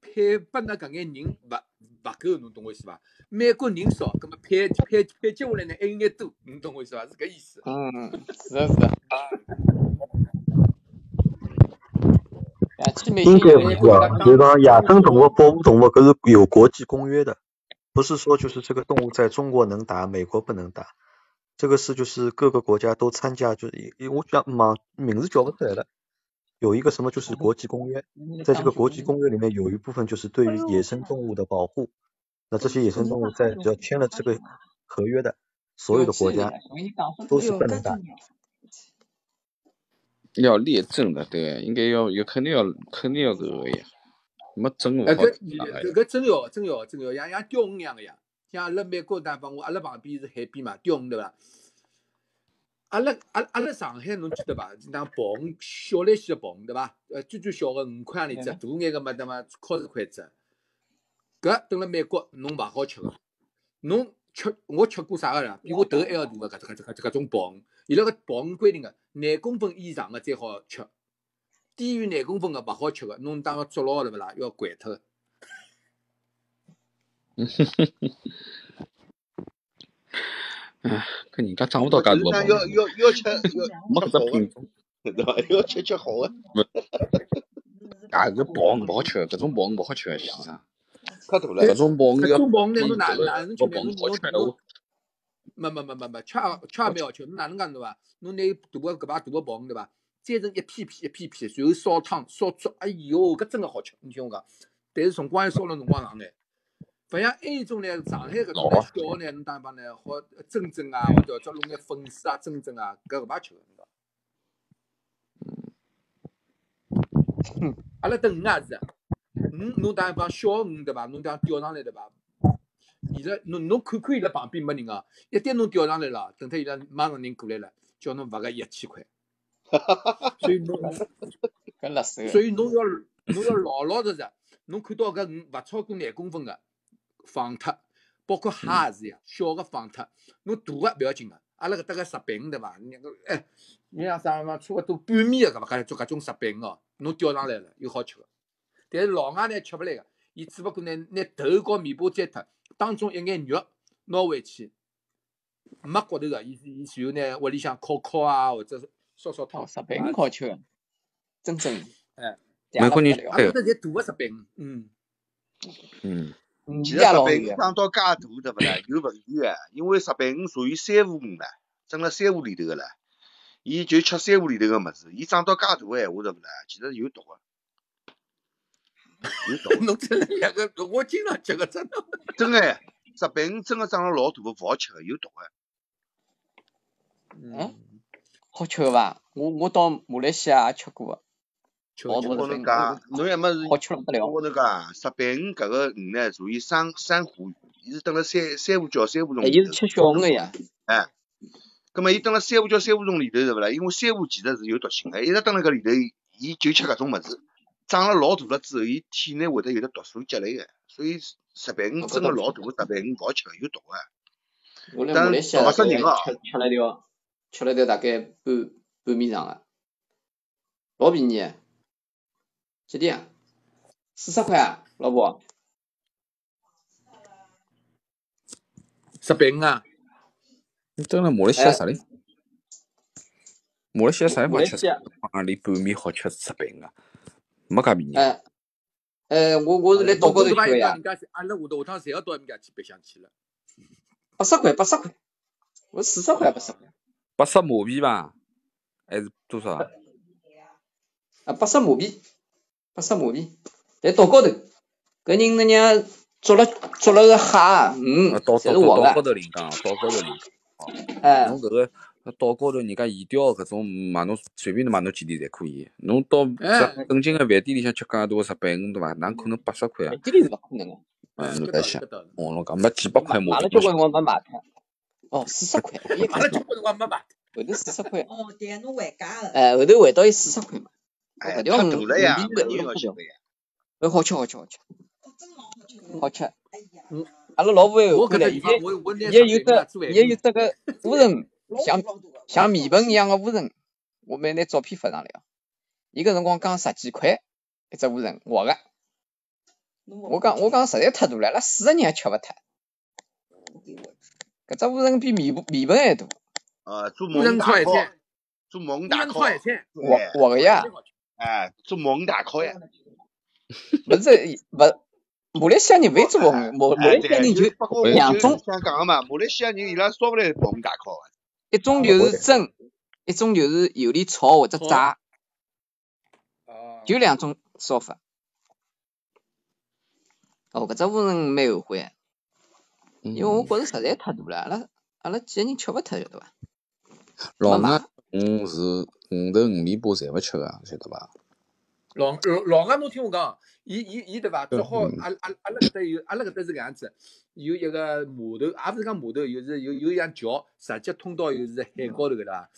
S7: 配拨㑚搿眼人勿勿够，侬懂我意思伐？美国人少，葛末配配配接下来呢还有眼多，侬懂我意思伐？是搿意思。
S2: 嗯，是的，是的。两千美
S1: 应
S2: 金
S1: 该
S2: 一
S1: 勿
S2: 个
S7: 美
S1: 是
S7: 国
S1: 啊，
S7: 人家
S2: 当
S7: 打
S1: 就是讲野
S2: 当
S1: 生
S2: 熊
S1: 动物保护动物，搿是有国际公约的，不是说就是这个动物在中国能打，美国不能打，这个是就是各个国家都参加，就是因我讲忙名字叫不出来了，有一个什么就是国际公约，
S2: 那个
S1: 在这
S2: 当
S1: 个
S2: 熊
S1: 国际
S2: 的，
S1: 公约里面有一部分就是对于野生动物的保护，那这些野生动物在只要签了这个啊合约的所有的国家，都是不能打。
S4: 要列证的，对，应该要有，肯定要肯定要搿个呀，没证勿
S7: 哎，
S4: 好
S7: 搿
S4: 讲个
S7: 搿
S4: 呀。
S7: 搿真要真要真要，像像钓鱼一样个呀。像阿拉美国地方，我阿拉旁边是海边嘛，钓鱼对伐？阿拉阿拉阿拉啊上海侬记得伐？就讲鲍鱼小来些鲍鱼对伐？呃，最最小个五块钿一只，大眼个嘛，他妈靠十块一只。搿等辣美国侬勿好吃个，侬吃我吃过啥个啦？比我头还要大个搿搿搿搿种鲍鱼，伊拉个鲍鱼规定个廿公分以上个才好吃，低于廿公分个勿好吃个，侬当个捉牢了勿啦？要掼脱个。
S4: 搿人家长勿到
S3: 我
S4: 介
S3: 就
S4: 大
S3: 是
S4: 个
S3: 讲要
S4: 帮侬，
S3: 要要吃要
S4: 没
S3: 吃
S4: 搿只
S3: 好
S4: 品
S3: 个， 对伐？要吃吃好个。
S4: 啊，搿鲍鱼勿好吃，搿种鲍鱼勿好吃，先生。
S3: 太大了，
S4: 哎搿种鲍鱼
S7: 搿
S4: 要
S7: 种螃蟹
S4: 比
S7: 侬哪
S4: 迭个
S7: 哪能吃
S4: 小
S7: 呢？
S4: 鲍鱼
S7: 侬
S4: 好
S7: 侬
S4: 吃闲
S7: 侬
S4: 话，
S7: 没没没没没，吃也吃也蛮好吃。侬哪能讲对伐？侬拿伊大个搿排大个鲍鱼对伐？摘成一片片一片片，然后烧汤烧粥，哎哟，搿真个好吃。你听我讲，但是辰光还烧了辰光长眼。勿像埃种呢，上海搿种
S4: 老
S7: 呢
S4: 啊，
S7: 小呢，侬打扮呢好蒸蒸啊，或者叫弄眼粉丝啊蒸蒸啊，搿搿排吃个。侬讲
S4: 嗯
S7: 阿拉等鱼也是啊，鱼侬打扮小鱼对伐？侬讲钓上来对伐？伊拉侬侬看看伊拉旁边没人啊，一旦侬钓上来了，等脱伊拉马上人过来了，叫侬罚个一 千块。所以侬
S2: 搿垃圾
S7: 所
S2: 个，
S7: 以侬要侬要老老实实，侬看到搿鱼勿超过廿公分个放脱，包括蟹也是呀，小个放脱，侬大个勿要紧个。阿拉搿搭个石板鱼对伐？那个哎，你像啥嘛，差勿多半米个搿勿搿种搿种石板鱼哦，侬钓上来了又好吃个。但是老外呢吃勿来个，伊只勿过呢拿头和尾巴摘脱，当中一眼肉拿回去，没骨头个，伊伊随后呢屋里向烤烤啊，或者是烧烧
S2: 哦，
S7: 汤。
S2: 十倍五好吃个，真正
S7: 哎，
S2: 嗲了
S4: 国
S2: 不
S4: 人
S2: 得
S4: 吃
S2: 了，
S7: 阿拉
S4: 开
S7: 搿
S4: 个，
S7: 搭侪大个石板鱼，嗯。
S4: 嗯，
S2: 鱼
S3: 其
S2: 也
S3: 实石
S2: 老
S3: 板
S2: 有
S3: 鱼
S2: 个，
S3: 长到介大，对勿啦？有问题个，因为石板鱼属于珊瑚鱼啦，整辣珊瑚里头个啦，伊就吃珊瑚里头个物事。伊长到介大个闲话，对勿啦？其实有毒个，有毒啊个，
S7: 侬真的两个，我经常吃个，真的。
S3: 真个哎。石板鱼真个长了老大个，勿好吃个，有毒啊个。
S7: 哦
S2: 嗯，好吃个伐？我我到马来西亚也吃过个，
S7: 吃
S2: 老大
S7: 个吃
S3: 我
S2: 个
S7: 个
S3: 跟
S2: 只鱼，
S3: 侬
S2: 我
S3: 讲，侬要么是，
S2: 好吃了不哦得
S3: 我
S2: 了。
S3: 跟侬讲，石板鱼搿个鱼呢，属于珊珊瑚鱼，伊是蹲辣珊珊瑚礁、珊瑚
S2: 哎，
S3: 丛
S2: 伊是
S3: 里头。
S2: 吃小鱼个呀，
S3: 哎，葛末伊蹲辣珊瑚礁、珊瑚丛里头，对勿啦？因为珊瑚其实是有毒性个，一直蹲辣搿里头，伊就吃搿种物事，长了老大了之后，伊体内会得有得毒素积累个，所以石板鱼
S2: 我搿
S3: 真个
S2: 倒是
S3: 老大个石板鱼勿好吃个，有毒啊个，
S2: 我来马
S3: 但
S2: 来
S3: 毒
S2: 西亚
S3: 勿
S2: 大
S3: 死人
S2: 概
S3: 个哦。
S2: 吃吃了条，吃了条大概半半米长个，老便宜个，几钿啊？四十块啊，老婆。
S7: 石板鱼啊，
S4: 你蹲辣马来西亚
S2: 哎，
S4: 啥地方？马来西亚啥地
S2: 马
S4: 方
S2: 来
S4: 吃
S2: 西亚，
S4: 方里半面好吃石板鱼啊？没介便宜啊！
S2: 哎哎，我我是
S7: 哎
S2: 来
S7: 我
S2: 岛高
S7: 我
S2: 头
S7: 搿
S2: 吃
S7: 排
S2: 个啊
S7: 人家
S2: 呀，
S7: 人家是，阿拉下头啊下趟侪要到人家去白相去了。
S2: 八十块，八十块，我四十块，八十
S7: 啊，
S2: 块，
S4: 八十马币伐？还是多少啊？
S2: 啊，八十马币，八十马币，来岛高头，搿人那娘捉了捉了个蟹啊、
S4: 啊，
S2: 鱼，
S4: 到
S2: 侪
S4: 到
S2: 是
S4: 到
S2: 活
S4: 到
S2: 的，
S4: 高头领讲，到高头领哦。
S2: 哎，
S4: 侬搿个到高头人家现钓搿种买侬随便买侬几钿侪可以。侬到啥
S7: 哎，
S4: 正经个饭店里向吃介大个石板鱼对伐？哪可能八十块啊？
S2: 饭店里是勿可能个，
S4: 嗯，
S7: 哎，
S4: 侬在
S7: 搿道理，
S4: 想，
S7: 搿道理。
S4: 我侬讲没几百
S2: 我买
S4: 块马
S2: 买
S4: 币
S2: 了交
S4: 侬想
S2: 关辰光没买脱，哦，四十块，我一
S7: 买
S2: 开
S7: 了
S2: 始
S7: 交关辰光没买，
S2: 后头四十块，
S6: 哦，对，侬还价个，
S2: 哎，后头回到伊四十块嘛，
S3: 哎
S2: 哦，搿
S3: 呀，
S2: 条鱼
S3: 太大了
S2: 鱼
S3: 呀，
S2: 皮
S3: 没
S2: 是
S3: 人
S2: 老不
S3: 要吃
S2: 了
S3: 个呀。
S2: 哎，好吃好吃好吃，
S6: 哦，真老好吃。
S2: 好吃。
S6: 哎呀，
S7: 我
S2: 阿拉老婆还
S7: 我
S2: 过
S7: 搿
S2: 来，
S7: 搭地
S2: 伊
S7: 方，
S2: 还
S7: 我我拿
S2: 伊
S7: 石
S2: 还有
S7: 板鱼啊
S2: 只
S7: 做
S2: 伊
S7: 饭
S2: 还有
S7: 店。
S2: 只个乌 龙，
S6: 老大
S2: 像
S6: 老大个，
S2: 像
S6: 老
S2: 面盆一
S6: 大
S2: 样个乌龙，我们拿照片发上来哦。伊搿辰光讲十几块一只乌龙，活个。
S6: 侬勿
S2: 我
S6: 会
S2: 讲我
S6: 吃，
S2: 讲实在太大了，阿拉四个人也吃勿脱。
S6: 我给我吃。
S2: 搿只乌龙比面部面盆还大，
S3: 呃，做
S7: 乌
S3: 毛鱼
S7: 龙
S3: 大
S7: 炒咸
S3: 烤，
S7: 菜，
S3: 做毛鱼
S7: 乌
S3: 大
S7: 龙
S3: 烤，
S7: 炒咸菜，
S2: 活
S3: 哎
S2: 活个
S7: 哦，
S2: 呀。
S7: 真好吃。
S3: 哎，做毛鱼大烤呀。
S2: 勿是勿马来西亚人勿会做
S3: 哎
S2: 鱼，马马
S3: 哎，
S2: 来西亚
S3: 对，
S2: 人
S3: 就
S2: 就是
S3: 不过
S4: 我
S3: 我
S4: 也
S3: 就
S2: 两
S3: 是
S2: 种，
S3: 想讲啊个嘛，马来西亚人伊拉烧勿来鲍鱼大烤个，
S2: 一种
S1: 啊，勿
S2: 就
S1: 会
S2: 是
S1: 的，
S2: 蒸，一种就是油里炒或者
S7: 好，
S2: 炸，就
S4: 啊
S7: 哦，
S2: 两种烧法。哦，搿只乌龙蛮后悔的，
S4: 因
S2: 因为我觉着实在太大了，阿拉阿拉几个人吃勿脱，晓得伐？
S4: 老
S2: 没
S4: 外
S2: 买
S4: 五是五头五尾巴侪勿吃个，晓得伐？
S7: 老呃老老外侬听我讲，啊伊伊伊对伐？
S4: 嗯
S7: 只好阿拉阿拉阿拉搿搭有，阿拉搿搭是搿样子，有一个码头，也勿是讲码头，就是有有一样桥，直接通到就是海高头搿搭。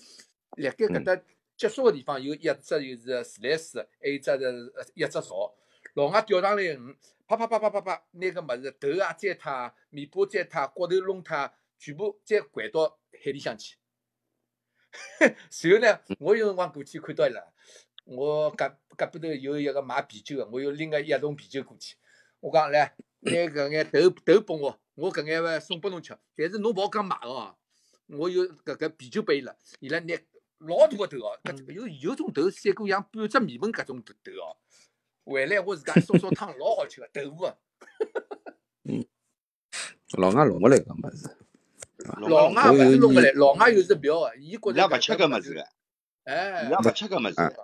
S7: 辣盖搿
S4: 嗯
S7: 搭结束个地方有一只就是自来水，还有一只是呃一只槽。老外钓上来鱼，啪啪啪啪啪啪，拿搿物事头啊摘脱啊，尾巴摘脱啊，骨头弄脱啊，全部再掼到海里向去。 随后呢，我有辰光过去看到伊拉，我隔隔壁头有一个卖啤酒的，我又拎个一桶啤酒过去，我讲 来，拿搿眼头头拨我，我搿眼饭送拨侬吃，但是侬勿好讲买哦，我有搿个啤酒拨伊拉，伊拉拿老大个头哦，
S3: 嗯
S7: 搿有有种头三过像半只面盆搿种头头哦，回来我自 家烧烧汤老好吃个豆腐啊，
S4: 老外弄勿来搿物事，
S7: 老外勿是弄勿来，老外有只苗个，伊觉
S3: 伊拉
S7: 着
S3: 勿吃搿物事个，
S7: 个，
S3: 伊
S7: 哎
S3: 拉，勿吃搿物事个。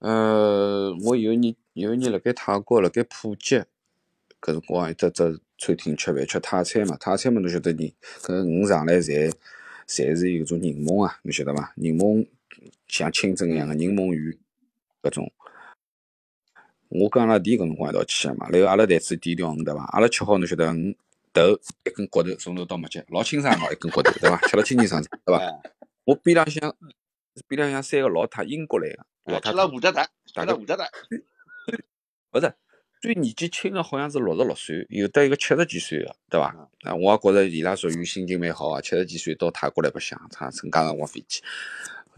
S4: 呃，我有一年有一年辣盖泰国辣盖普吉，搿辰光有只只餐厅吃饭吃泰餐嘛，泰餐嘛侬晓得人搿鱼上来侪侪是有种柠檬啊，侬晓得伐？柠檬像清蒸一样个柠檬鱼搿种。我跟阿拉弟搿辰光一道去个嘛，然后阿拉台子点条鱼对伐？阿拉吃好侬晓得鱼头一根骨头从头到末节老清爽个一根骨头对伐？吃了清清爽爽对 伐？
S3: 哎，
S4: 我边浪向边浪向三个老太英国来个老
S3: 哎
S4: 太
S3: 吃
S4: 太
S3: 了。胡达达，吃
S4: 大
S3: 了
S4: 概
S3: 胡达达，
S4: 不是，最年纪轻的啊好像是六十六岁，有的一个七十几岁的，对伐
S3: 嗯？
S4: 啊，我也觉着伊拉属于心情蛮好啊，七十几岁到泰国来白相，他乘加辰光飞机，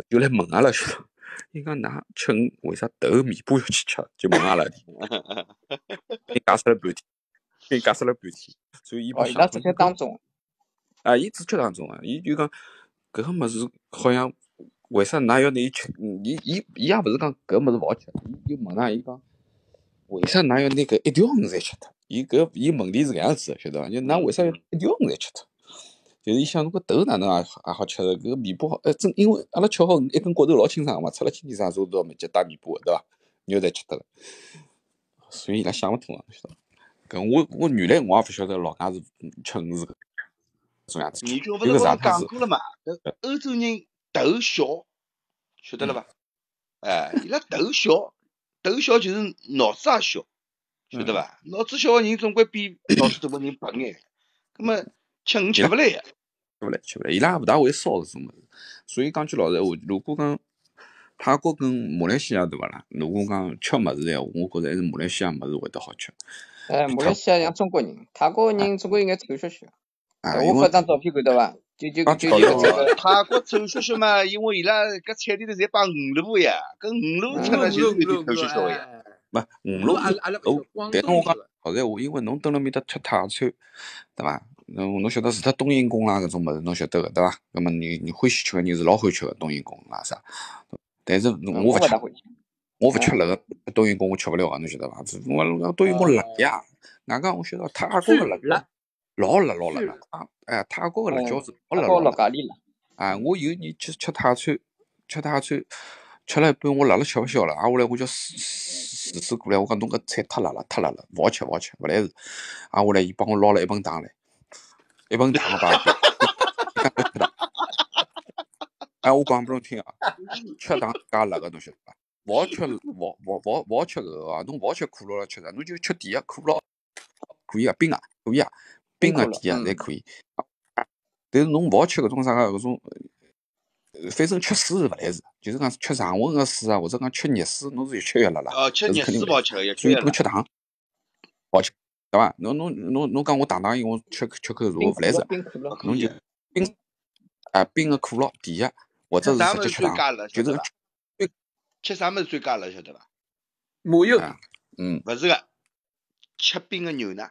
S4: 就来问阿拉晓得，伊讲㑚吃鱼为啥头尾巴要去吃？就啊问阿拉，伊解释了半天，伊解释了半天，所以伊
S2: 哦，
S4: 没
S2: 伊
S4: 想
S2: 拉直
S4: 通
S2: 接当众，
S4: 啊，伊只吃当中啊，伊就讲搿个物事好像为啥㑚要拿伊吃？嗯伊伊伊也勿是讲搿物事勿好吃，伊就问㑚伊讲为啥㑚要拿搿一条鱼侪吃脱？伊搿伊问题是搿样子的，晓得伐？就㑚为啥要一条鱼侪吃脱？就是伊想侬搿头哪能也也好吃的，搿个尾巴好，呃，正因为阿拉吃好鱼一根骨头老清爽嘛，出了清清爽爽，到末节带尾巴的，对伐？肉侪吃脱了，所以伊拉想勿通啊，晓得伐？搿我我原来我也勿晓得老外是嗯吃鱼是搿种样子吃
S3: 你，就勿
S4: 有
S3: 是
S4: 个
S3: 我
S4: 上
S3: 侬
S4: 趟
S3: 讲
S4: 是。
S3: 过了嘛？搿欧洲人头小，晓得了伐？哎，伊拉头小， 头小就是脑子也小，晓得伐？脑子小个人总归比脑子大个人笨眼，葛末吃鱼吃勿来个。
S4: 吃勿来，吃勿来，伊拉也勿大会烧搿种物事。所以讲句老实闲话，如果讲泰国跟马来西亚对勿啦？如果讲吃物事闲话，我觉着还是马来西亚物事会得好吃。
S2: 哎，马来西亚像中国人，泰国人总归有眼丑兮兮。
S4: 啊，
S2: 哎，
S4: 因
S2: 我发
S4: 为
S2: 张照片看到伐？就就
S4: 刚
S2: 就
S4: 搞
S2: 有
S4: 笑
S2: 这
S4: 啊
S2: 个
S3: 哦，泰国丑兮兮嘛，因为伊拉搿菜里头侪帮鱼露呀，搿鱼露吃
S7: 五
S3: 了
S7: 六
S3: 就是
S7: 五
S3: 有
S7: 六
S3: 点丑
S7: 五六，
S3: 兮兮个呀。
S7: 哎，
S4: 勿五
S7: 我
S4: 路
S7: 阿拉阿拉勿
S4: 哦
S7: 晓，广
S4: 但是
S7: 东
S4: 我
S7: 有
S4: 讲
S7: 个，
S4: 老实闲话，因为侬蹲辣面搭吃泰餐，对伐？侬侬晓得除脱冬阴功啦搿种物事，侬晓得个对伐？那么你你欢喜吃个人是老欢喜吃个冬阴功啦啥，但是
S2: 嗯，我
S4: 我勿
S2: 勿
S4: 吃
S2: 大。会吃。
S4: 我勿吃
S2: 嗯
S4: 辣个冬阴功，我吃勿了啊个，侬晓得伐？我
S2: 哦
S4: 讲冬阴功辣呀，外加我晓得泰国个辣
S7: 最辣
S4: 椒老辣老辣
S7: 最
S4: 了，啊哎，泰国个辣椒
S2: 嗯，
S4: 是老
S2: 泰
S4: 辣
S2: 国
S4: 老
S2: 老
S4: 辣
S2: 咖喱了。
S4: 啊！我有一年去吃泰餐，吃泰餐，吃了一半我辣了吃勿消了，啊，后来我叫厨厨厨师过来，我讲侬搿菜太辣了，太辣了，勿好吃勿好吃，勿来事。啊，后来伊帮我捞了一盆糖来，一盆糖我把它给，哎，我讲拨侬听啊。吃糖加辣个侬晓得伐？勿好吃，勿勿勿勿好吃搿个啊！侬勿好吃可乐了，吃啥？侬就吃甜个可乐，可以啊，冰啊，可以啊，
S2: 冰
S4: 冰啊
S2: 可乐
S4: 甜啊，侪
S7: 嗯
S4: 可以。啊但是侬勿好吃搿种啥个搿种，呃反正吃水是勿来事，就是讲吃常温个水啊，或者讲吃热水，侬是越吃越辣啦，
S3: 哦，吃
S4: 搿是
S3: 热
S4: 肯定
S3: 水
S4: 勿
S3: 勿好
S4: 来事。
S3: 吃个，越吃
S4: 所以
S3: 越
S4: 侬
S3: 辣。
S4: 吃糖勿好吃，对伐？侬侬侬侬讲我糖糖因为我吃吃口茶
S2: 冰
S4: 勿
S2: 可
S4: 来
S2: 乐，
S4: 事，
S2: 冰可乐
S3: 勿。可
S4: 侬
S3: 以
S4: 就
S3: 个，
S4: 冰啊冰个可乐甜个，或者
S3: 吃
S4: 是
S3: 啥
S4: 直
S3: 物
S4: 接
S3: 事
S4: 吃
S3: 最
S4: 糖，
S3: 加辣，
S4: 就
S3: 晓
S4: 是
S3: 得
S4: 讲
S3: 伐
S4: 吃？
S3: 吃啥物事最加辣，晓得伐？
S7: 马油
S4: 啊，嗯
S3: 勿是个，吃冰个牛 奶，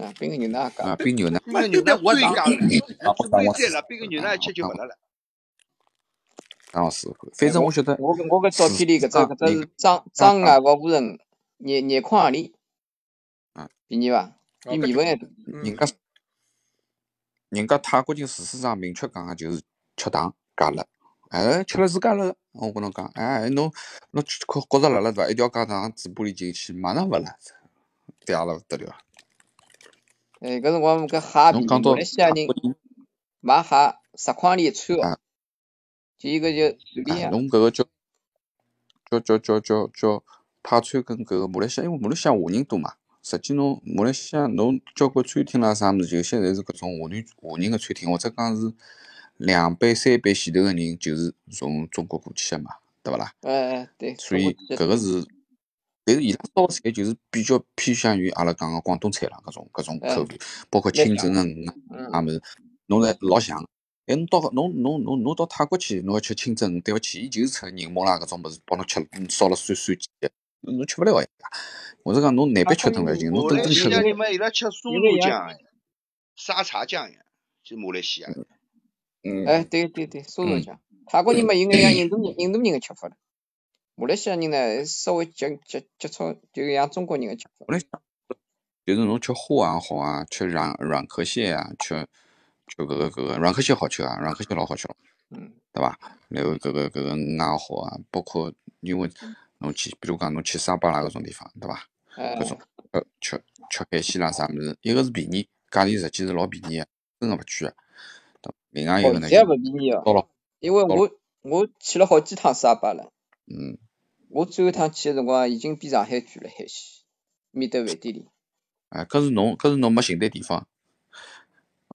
S2: 啊，冰个牛奶也加
S4: 啊冰牛奶。
S3: 冰
S7: 没
S3: 个
S7: 有
S3: 牛奶
S7: 的我
S3: 最
S7: 上
S3: 加辣，侬
S4: 啊，我
S3: 茶
S4: 讲
S3: 杯
S4: 我
S3: 再
S4: 试试
S3: 辣，冰个
S4: 看
S3: 牛
S4: 啊，
S3: 奶
S4: 我
S3: 吃就
S4: 讲
S3: 勿辣了。
S4: 让我试试
S2: 哎，
S4: 看。反正我
S2: 我
S4: 晓得
S2: 我搿我搿照
S4: 是
S2: 片里搿只
S4: 上
S2: 搿只
S4: 人
S2: 是张
S4: 上
S2: 张
S4: 啊
S2: 牙勿误人，眼眼眶何里？
S4: 啊，
S2: 便宜伐？
S7: 哦，
S2: 比
S7: 搿
S2: 面
S7: 就
S2: 粉还大。
S4: 人
S7: 嗯
S4: 家人家泰国人厨师长明确讲个就是吃糖加辣，哎，吃了自家辣了。我跟侬讲，哎，侬侬吃觉觉着辣了对伐？一条加糖嘴巴里进去，马上勿辣，嗲了不得了。
S2: 哎，搿辰光搿蟹
S4: 侬
S2: 便宜，
S4: 讲到
S2: 马来西亚人买蟹十块钿一串哦
S4: 啊，
S2: 就一个就随便啊
S4: 哎，
S2: 呀。
S4: 侬搿个叫叫叫叫叫叫泰餐跟搿个马来西亚，因为马来西亚华人多嘛。实际侬马来西亚侬交关餐厅啦啥物事，有些侪是搿种华人华人个餐厅，或者讲是两辈三辈前头个人就是从中国过去个嘛，对勿啦？
S2: 哎哎，对，
S4: 所
S2: 中国
S4: 以
S2: 几
S4: 搿个是，但是伊拉烧菜就是比较偏向于阿拉讲个广东菜啦，搿种搿种
S2: 哎
S4: 口味，包括
S2: 蛮
S4: 清
S2: 像
S4: 蒸
S2: 的，
S4: 个鱼啊
S2: 嗯，
S4: 物事，侬侪老像。哎，侬到侬侬侬侬到泰国去，侬要吃清蒸鱼，对勿起，伊就是出个柠檬啦搿种物事，帮侬吃嗯烧了酸酸碱，侬吃勿了个呀。或者讲侬难
S2: 泰
S4: 边
S2: 国
S4: 吃顿勿要
S2: 人
S4: 紧，侬
S3: 马
S4: 真
S3: 来
S4: 正
S3: 西
S4: 吃
S3: 亚
S4: 着
S3: 人嘛，伊拉吃
S2: 有
S3: 苏
S2: 个
S3: 辣
S2: 样，
S3: 酱、沙茶酱呀，就马来西亚。
S2: 哎，
S4: 嗯
S2: 对对对，苏州
S4: 嗯
S2: 腔。泰国人嘛有眼像印度 人印度人的吃法了，马来西亚人呢稍微接接接触就像中国人的吃法。
S4: 马来西亚就是侬吃虾也好啊，吃软软壳蟹啊，吃吃搿个搿个软壳蟹好吃啊，软壳蟹老好吃咯。
S2: 嗯，
S4: 对伐？然后搿个搿个鱼也好啊，包括因为侬去，比如讲侬去沙巴啦搿种地方，对伐？搿
S2: 哎
S4: 种呃吃吃海鲜啦啥物事，一个是便宜，价钿实际是老便宜个，啊真个勿贵个。对伐另外一
S2: 哦，
S4: 个呢
S2: 现在
S4: 就
S2: 不便宜哦，
S4: 到了，
S2: 因为
S4: 到了，
S2: 我我去了好几趟沙巴了，
S4: 嗯，
S2: 我最后一趟去的辰光已经比上海贵了海些，面对饭店里。
S4: 哎，搿是侬搿是侬没寻对地方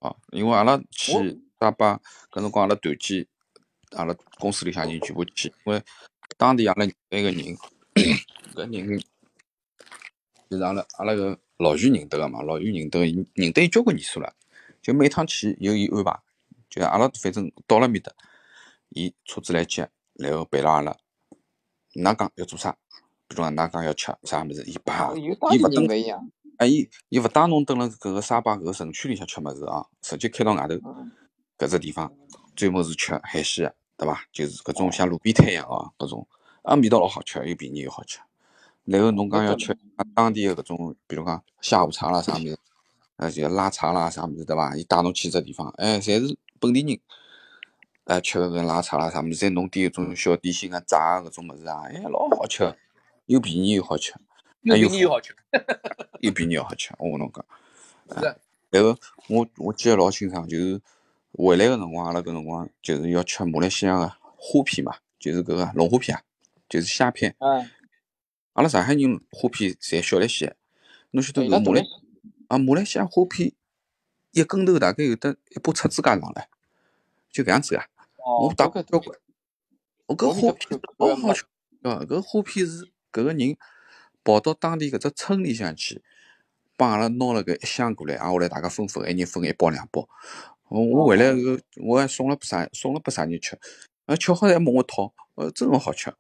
S4: 哦，因为阿拉
S2: 我
S4: 去沙巴搿辰光，阿拉团建，阿拉公司里向人全部去，因为当地阿拉那个人，搿人就是阿拉阿拉个老徐认得个嘛，老徐认得伊认得伊交关年数了，就每趟去有伊安排，就阿拉反正到了面搭，伊车子来接，然后陪了阿拉，㑚讲要做啥，比如讲㑚讲要吃啥物事，伊
S2: 哦，
S4: 叭，
S2: 有当
S4: 伊
S2: 地
S4: 勿
S2: 人
S4: 等，
S2: 不一样，
S4: 哎伊伊勿带侬蹲辣搿个沙巴搿个城区里向吃物事啊，直接开到外头
S2: 嗯，
S4: 搿只地方，专门是吃海鲜个，对伐？就是搿种
S2: 哦，
S4: 像路边摊一样啊，搿种啊味道老好吃，又便宜又好吃。然后侬
S2: 晓
S4: 讲要
S2: 得了，
S4: 吃当地的搿种，比如讲下午茶啦啥物事，呃，就拉茶啦啥物事对伐？伊带侬去只地方，哎，侪是本地人，哎，吃个搿拉茶啦啥物事，再弄点搿种小点心啊、炸啊搿种物事啊，哎，老好吃，又便宜又好吃，
S7: 又
S4: 哎，又
S7: 便
S4: 好，
S7: 宜又好吃，
S4: 又便宜又好吃，我跟侬讲。哎
S7: 是的，
S4: 然后我我记得老清爽，就是回来个辰光，阿拉搿辰光就是要吃马来西亚个虾片嘛，就是搿个龙虾片啊，就是虾片。
S2: 嗯，
S4: 阿拉上海人虾片侪小一些，侬晓得
S2: 哎，伊
S4: 搿
S2: 拉大了
S4: 马来啊马来西亚虾片一根头大概有得一把尺子介长唻，就搿样子啊。我
S2: 哦，
S4: 大
S2: 我搿
S4: 交关，我搿
S2: 我比
S4: 虾
S2: 较
S4: 片
S2: 看
S4: 是
S2: 看
S4: 老
S2: 个没，
S4: 好吃哦个，啊搿虾片是搿个人跑到当地搿只村里向去，帮阿拉拿了搿一箱过来，挨下来大家分分，一人分一包两包。我我回来
S2: 哦，
S4: 后，我还送了拨啥送了拨啥人吃，啊吃好侪问我讨，呃真个好吃，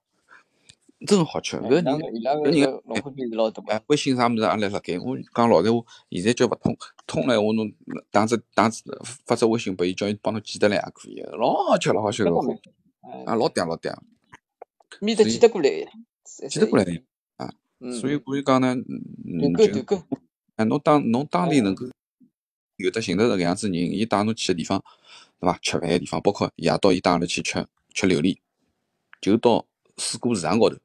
S4: 真个好吃，搿
S2: 哎，
S4: 个
S2: 伊拉
S4: 人
S2: 个伊拉个个
S4: 搿人
S2: 龙虾片是老大
S4: 哎，
S2: 个，
S4: 微信啥物事也来辣盖。我讲老实话，现在叫勿通，通了我侬打只打只发只微信拨伊，叫伊帮侬记得来也可以。老好吃老好吃
S2: 搿
S4: 个
S2: 倒
S4: 货，
S2: 蛮，哎，
S4: 啊老嗲老嗲，
S2: 面搭
S4: 所
S2: 记
S4: 以
S2: 得过来个呀，侪
S4: 记得
S2: 侪
S4: 过
S2: 有，
S4: 来啊。所
S2: 嗯，
S4: 以所以讲呢，
S2: 团
S4: 嗯，
S2: 购
S4: 就
S2: 团购，
S4: 哎侬当侬当地能
S2: 嗯，
S4: 够有的寻得着搿样子人，伊带侬去个地方，对伐？吃饭个地方，包括夜到伊带阿拉去吃吃榴莲，就到水果市场高头，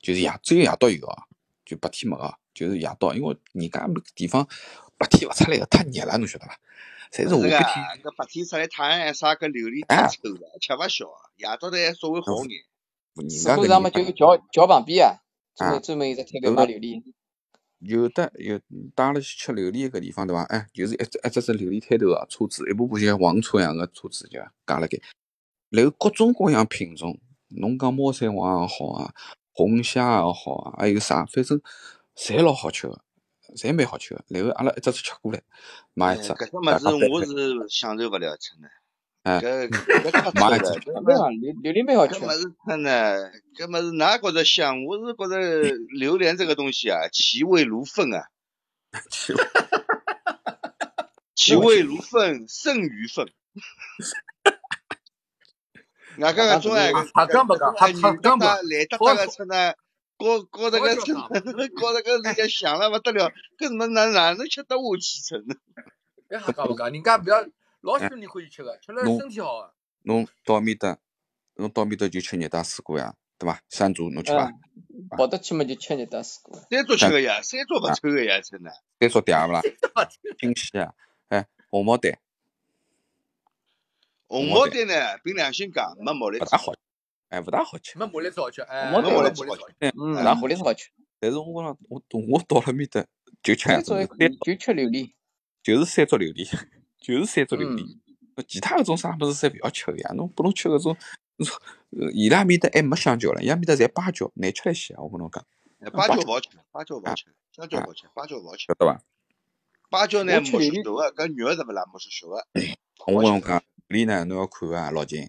S4: 就是夜只有夜到有个啊，就白天没个啊，就是夜到，因为人家那个地方白天勿出来个，太热了，侬晓得伐？侪是
S3: 不是
S4: 下
S3: 个，
S4: 半天，
S3: 搿白天出来太阳晒，搿榴莲太
S4: 哎，
S3: 臭了，吃勿消啊。夜到头还稍微
S4: 呃
S3: 好眼。
S4: 人
S2: 水
S4: 家
S2: 果市场
S4: 搿人
S2: 嘛
S4: 家
S2: 就桥桥旁边啊，专
S4: 啊，
S2: 门专门有只摊
S4: 然
S2: 贩
S4: 后
S2: 卖榴莲，
S4: 有的有带阿拉去吃榴莲个地方，对伐？哎，就是一只一只只榴莲摊头啊，车子一步步像黄车一样个车子就架辣盖。然后各种各样品种，侬讲猫山王也好啊，红虾也好啊，还有啥，反正侪老好吃个，侪蛮好吃个。然后阿拉一只只吃过来，买一
S3: 哎，
S4: 只，
S3: 搿只
S4: 大
S3: 物
S4: 家
S3: 事
S4: 分
S3: 我
S4: 分，
S3: 是享受勿了吃呢。
S4: 哎，
S3: 搿搿太
S4: 买
S3: 臭
S4: 一只
S3: 了，
S4: 吃。
S3: 搿
S2: 蛮
S3: 么
S2: 好，啊榴榴莲蛮好
S3: 搿
S2: 吃
S3: 么
S2: 的，
S3: 子吃呢？搿么子哪觉着香？我是觉着榴莲这个东西啊，其味如粪啊，
S4: 去
S3: 其
S2: 蛮好
S3: 味
S2: 吃，
S3: 如粪胜于粪。
S2: 外加是不是？
S3: 外加搿种哎，搿搿种哎，软搭
S7: 瞎瞎讲不讲，瞎瞎讲不
S3: 搭、
S7: 讲，
S3: 烂搭搭
S7: 好
S3: 个
S7: 说
S3: 吃呢，搞搞着
S7: 好
S3: 个
S7: 叫
S3: 吃
S7: 啥？
S3: 呢，搞着个人家香了勿得了，搿什么哪哪能吃得下去成呢？
S7: 别瞎讲不讲，人家不要老许
S4: 哎，
S7: 多人欢喜吃个，吃了
S4: 侬
S7: 身体好个。啊
S4: 侬到面搭，侬到面搭就吃热带水果呀，对伐？山竹侬吃伐？
S2: 嗯，跑得去嘛就吃热带水果。
S3: 三桌吃个呀，三桌勿抽个
S4: 啊
S3: 呀，真的。
S4: 再说嗲勿啦？清鲜啊！哎，红毛丹
S3: 红毛丹呢，凭良心讲，没毛来
S4: 勿
S3: 吃
S4: 大。好，哎，勿大好吃。
S7: 没麻来早吃，哎，
S2: 没
S7: 没
S2: 麻
S7: 麻
S2: 辣
S7: 来
S3: 炒
S7: 早吃，
S4: 勿
S1: 嗯
S4: 大
S2: 拿
S4: 好
S2: 火力
S4: 吃。
S2: 好吃，
S4: 但是我讲，我我到了埃面搭就吃两
S2: 最早
S4: 种
S2: 一
S4: 是
S2: 口就
S4: 三
S2: 吃榴莲。
S4: 就是三只榴莲， 就是三只榴莲
S2: 嗯。
S4: 其他搿种啥物事侪勿要吃个呀，侬拨侬吃搿种，呃伊拉面搭还没香蕉唻，伊拉面搭侪芭蕉，难吃了些啊！我跟侬讲，
S3: 芭蕉勿好吃，芭蕉勿好吃，香蕉勿好吃，
S4: 啊
S3: 芭蕉勿好吃。
S4: 晓得伐？
S3: 芭蕉呢，
S2: 我
S3: 没
S2: 吃
S3: 熟
S2: 榴
S3: 熟
S2: 莲
S3: 个，搿肉是勿啦？没啊熟熟个。
S4: 哎我
S3: 勿
S4: 跟
S3: 好
S4: 侬
S3: 吃。
S4: 讲，榴莲呢，侬要看啊，老金，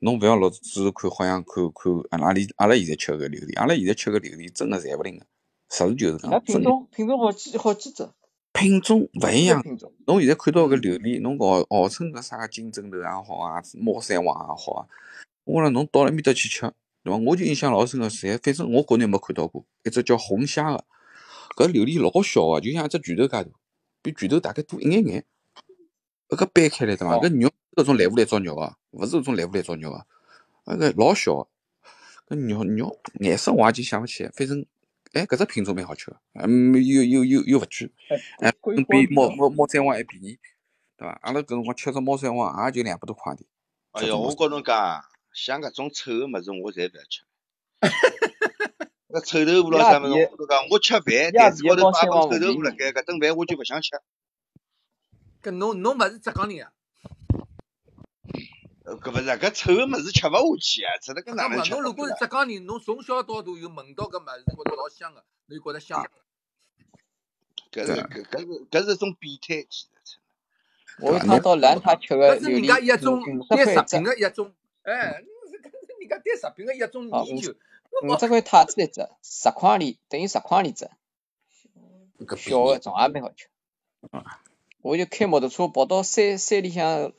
S4: 侬勿要老只是看好像看看阿拉阿里阿拉现在吃个榴莲，阿拉现在吃个榴莲真个馋勿灵个，实事求是
S2: 伊拉
S4: 讲，
S2: 品
S4: 真的
S2: 种品种好几好几只，
S4: 品种
S2: 好
S4: 勿
S2: 几
S4: 一
S2: 只
S4: 样。
S2: 品种。
S4: 侬现在看到个
S2: 嗯
S4: 榴莲，侬号号称个啥金针头也好啊，猫山王也好啊，我讲侬到了埃面搭去吃，对伐？我就印象老深个是，反正我国内没看到过，一只叫红虾个，搿榴莲老小个，就像一只拳头介大，比拳头大概大一眼眼。搿个掰开来对伐？
S7: 哦
S4: 搿肉是搿种来回来造肉个，勿是搿种来回来造肉个，那个老小个，搿肉肉颜色我也已经想勿起来，反正哎搿只品种蛮好吃个，嗯又又又又勿贵，
S2: 哎，
S4: 哎
S2: 桂
S4: 嗯
S2: 花
S4: 比
S2: 味
S4: 猫
S2: 道。
S4: 猫猫山王还便宜。对伐？阿拉搿辰光吃只猫山王也就两百多块钿，
S3: 哎
S4: 吃只
S3: 哟，
S4: 猫
S3: 我
S4: 山
S3: 跟侬讲啊，像搿种臭个物事，我侪勿要 吃。搿臭豆腐
S2: 伊
S3: 咯
S2: 拉
S3: 啥物事，
S2: 比
S3: 我跟侬讲，我吃饭，
S2: 伊拉
S3: 台子
S2: 比
S3: 高头
S2: 猫
S3: 摆
S2: 山
S3: 份
S2: 王
S3: 臭
S2: 勿
S3: 豆
S2: 便
S3: 腐辣
S2: 宜。
S3: 盖，搿顿饭我就勿想吃。
S7: 搿侬侬勿是浙江人啊？
S3: 呃搿勿是啊，搿臭个物事吃勿下去啊，吃了搿
S7: 搿
S3: 哪
S7: 讲
S3: 能
S7: 嘛，
S3: 吃
S7: 侬
S3: 法子
S7: 如果是
S3: 啦？
S7: 浙江人，侬从小到大有闻到搿物事，觉着老香个，侬就觉着香。
S3: 搿
S4: 对啊
S3: 是搿搿是搿是种变态，其实。
S4: 对
S2: 我一
S4: 伐？
S2: 趟
S4: 侬
S2: 到兰塔吃个
S7: 搿是
S2: 榴
S7: 人家
S2: 莲，
S7: 一
S2: 五
S7: 种
S2: 五十
S7: 对
S2: 块一
S7: 食
S2: 只
S7: 品，个一种，哎，搿是人家对食品个一种
S2: 啊，
S7: 研
S2: 五
S7: 究。
S2: 五十块钿子一只，十块钿等于十块钿一只，
S4: 搿便
S2: 小
S4: 宜
S2: 个种也蛮好吃。
S4: 啊！
S2: 我就开摩托车跑到山山里向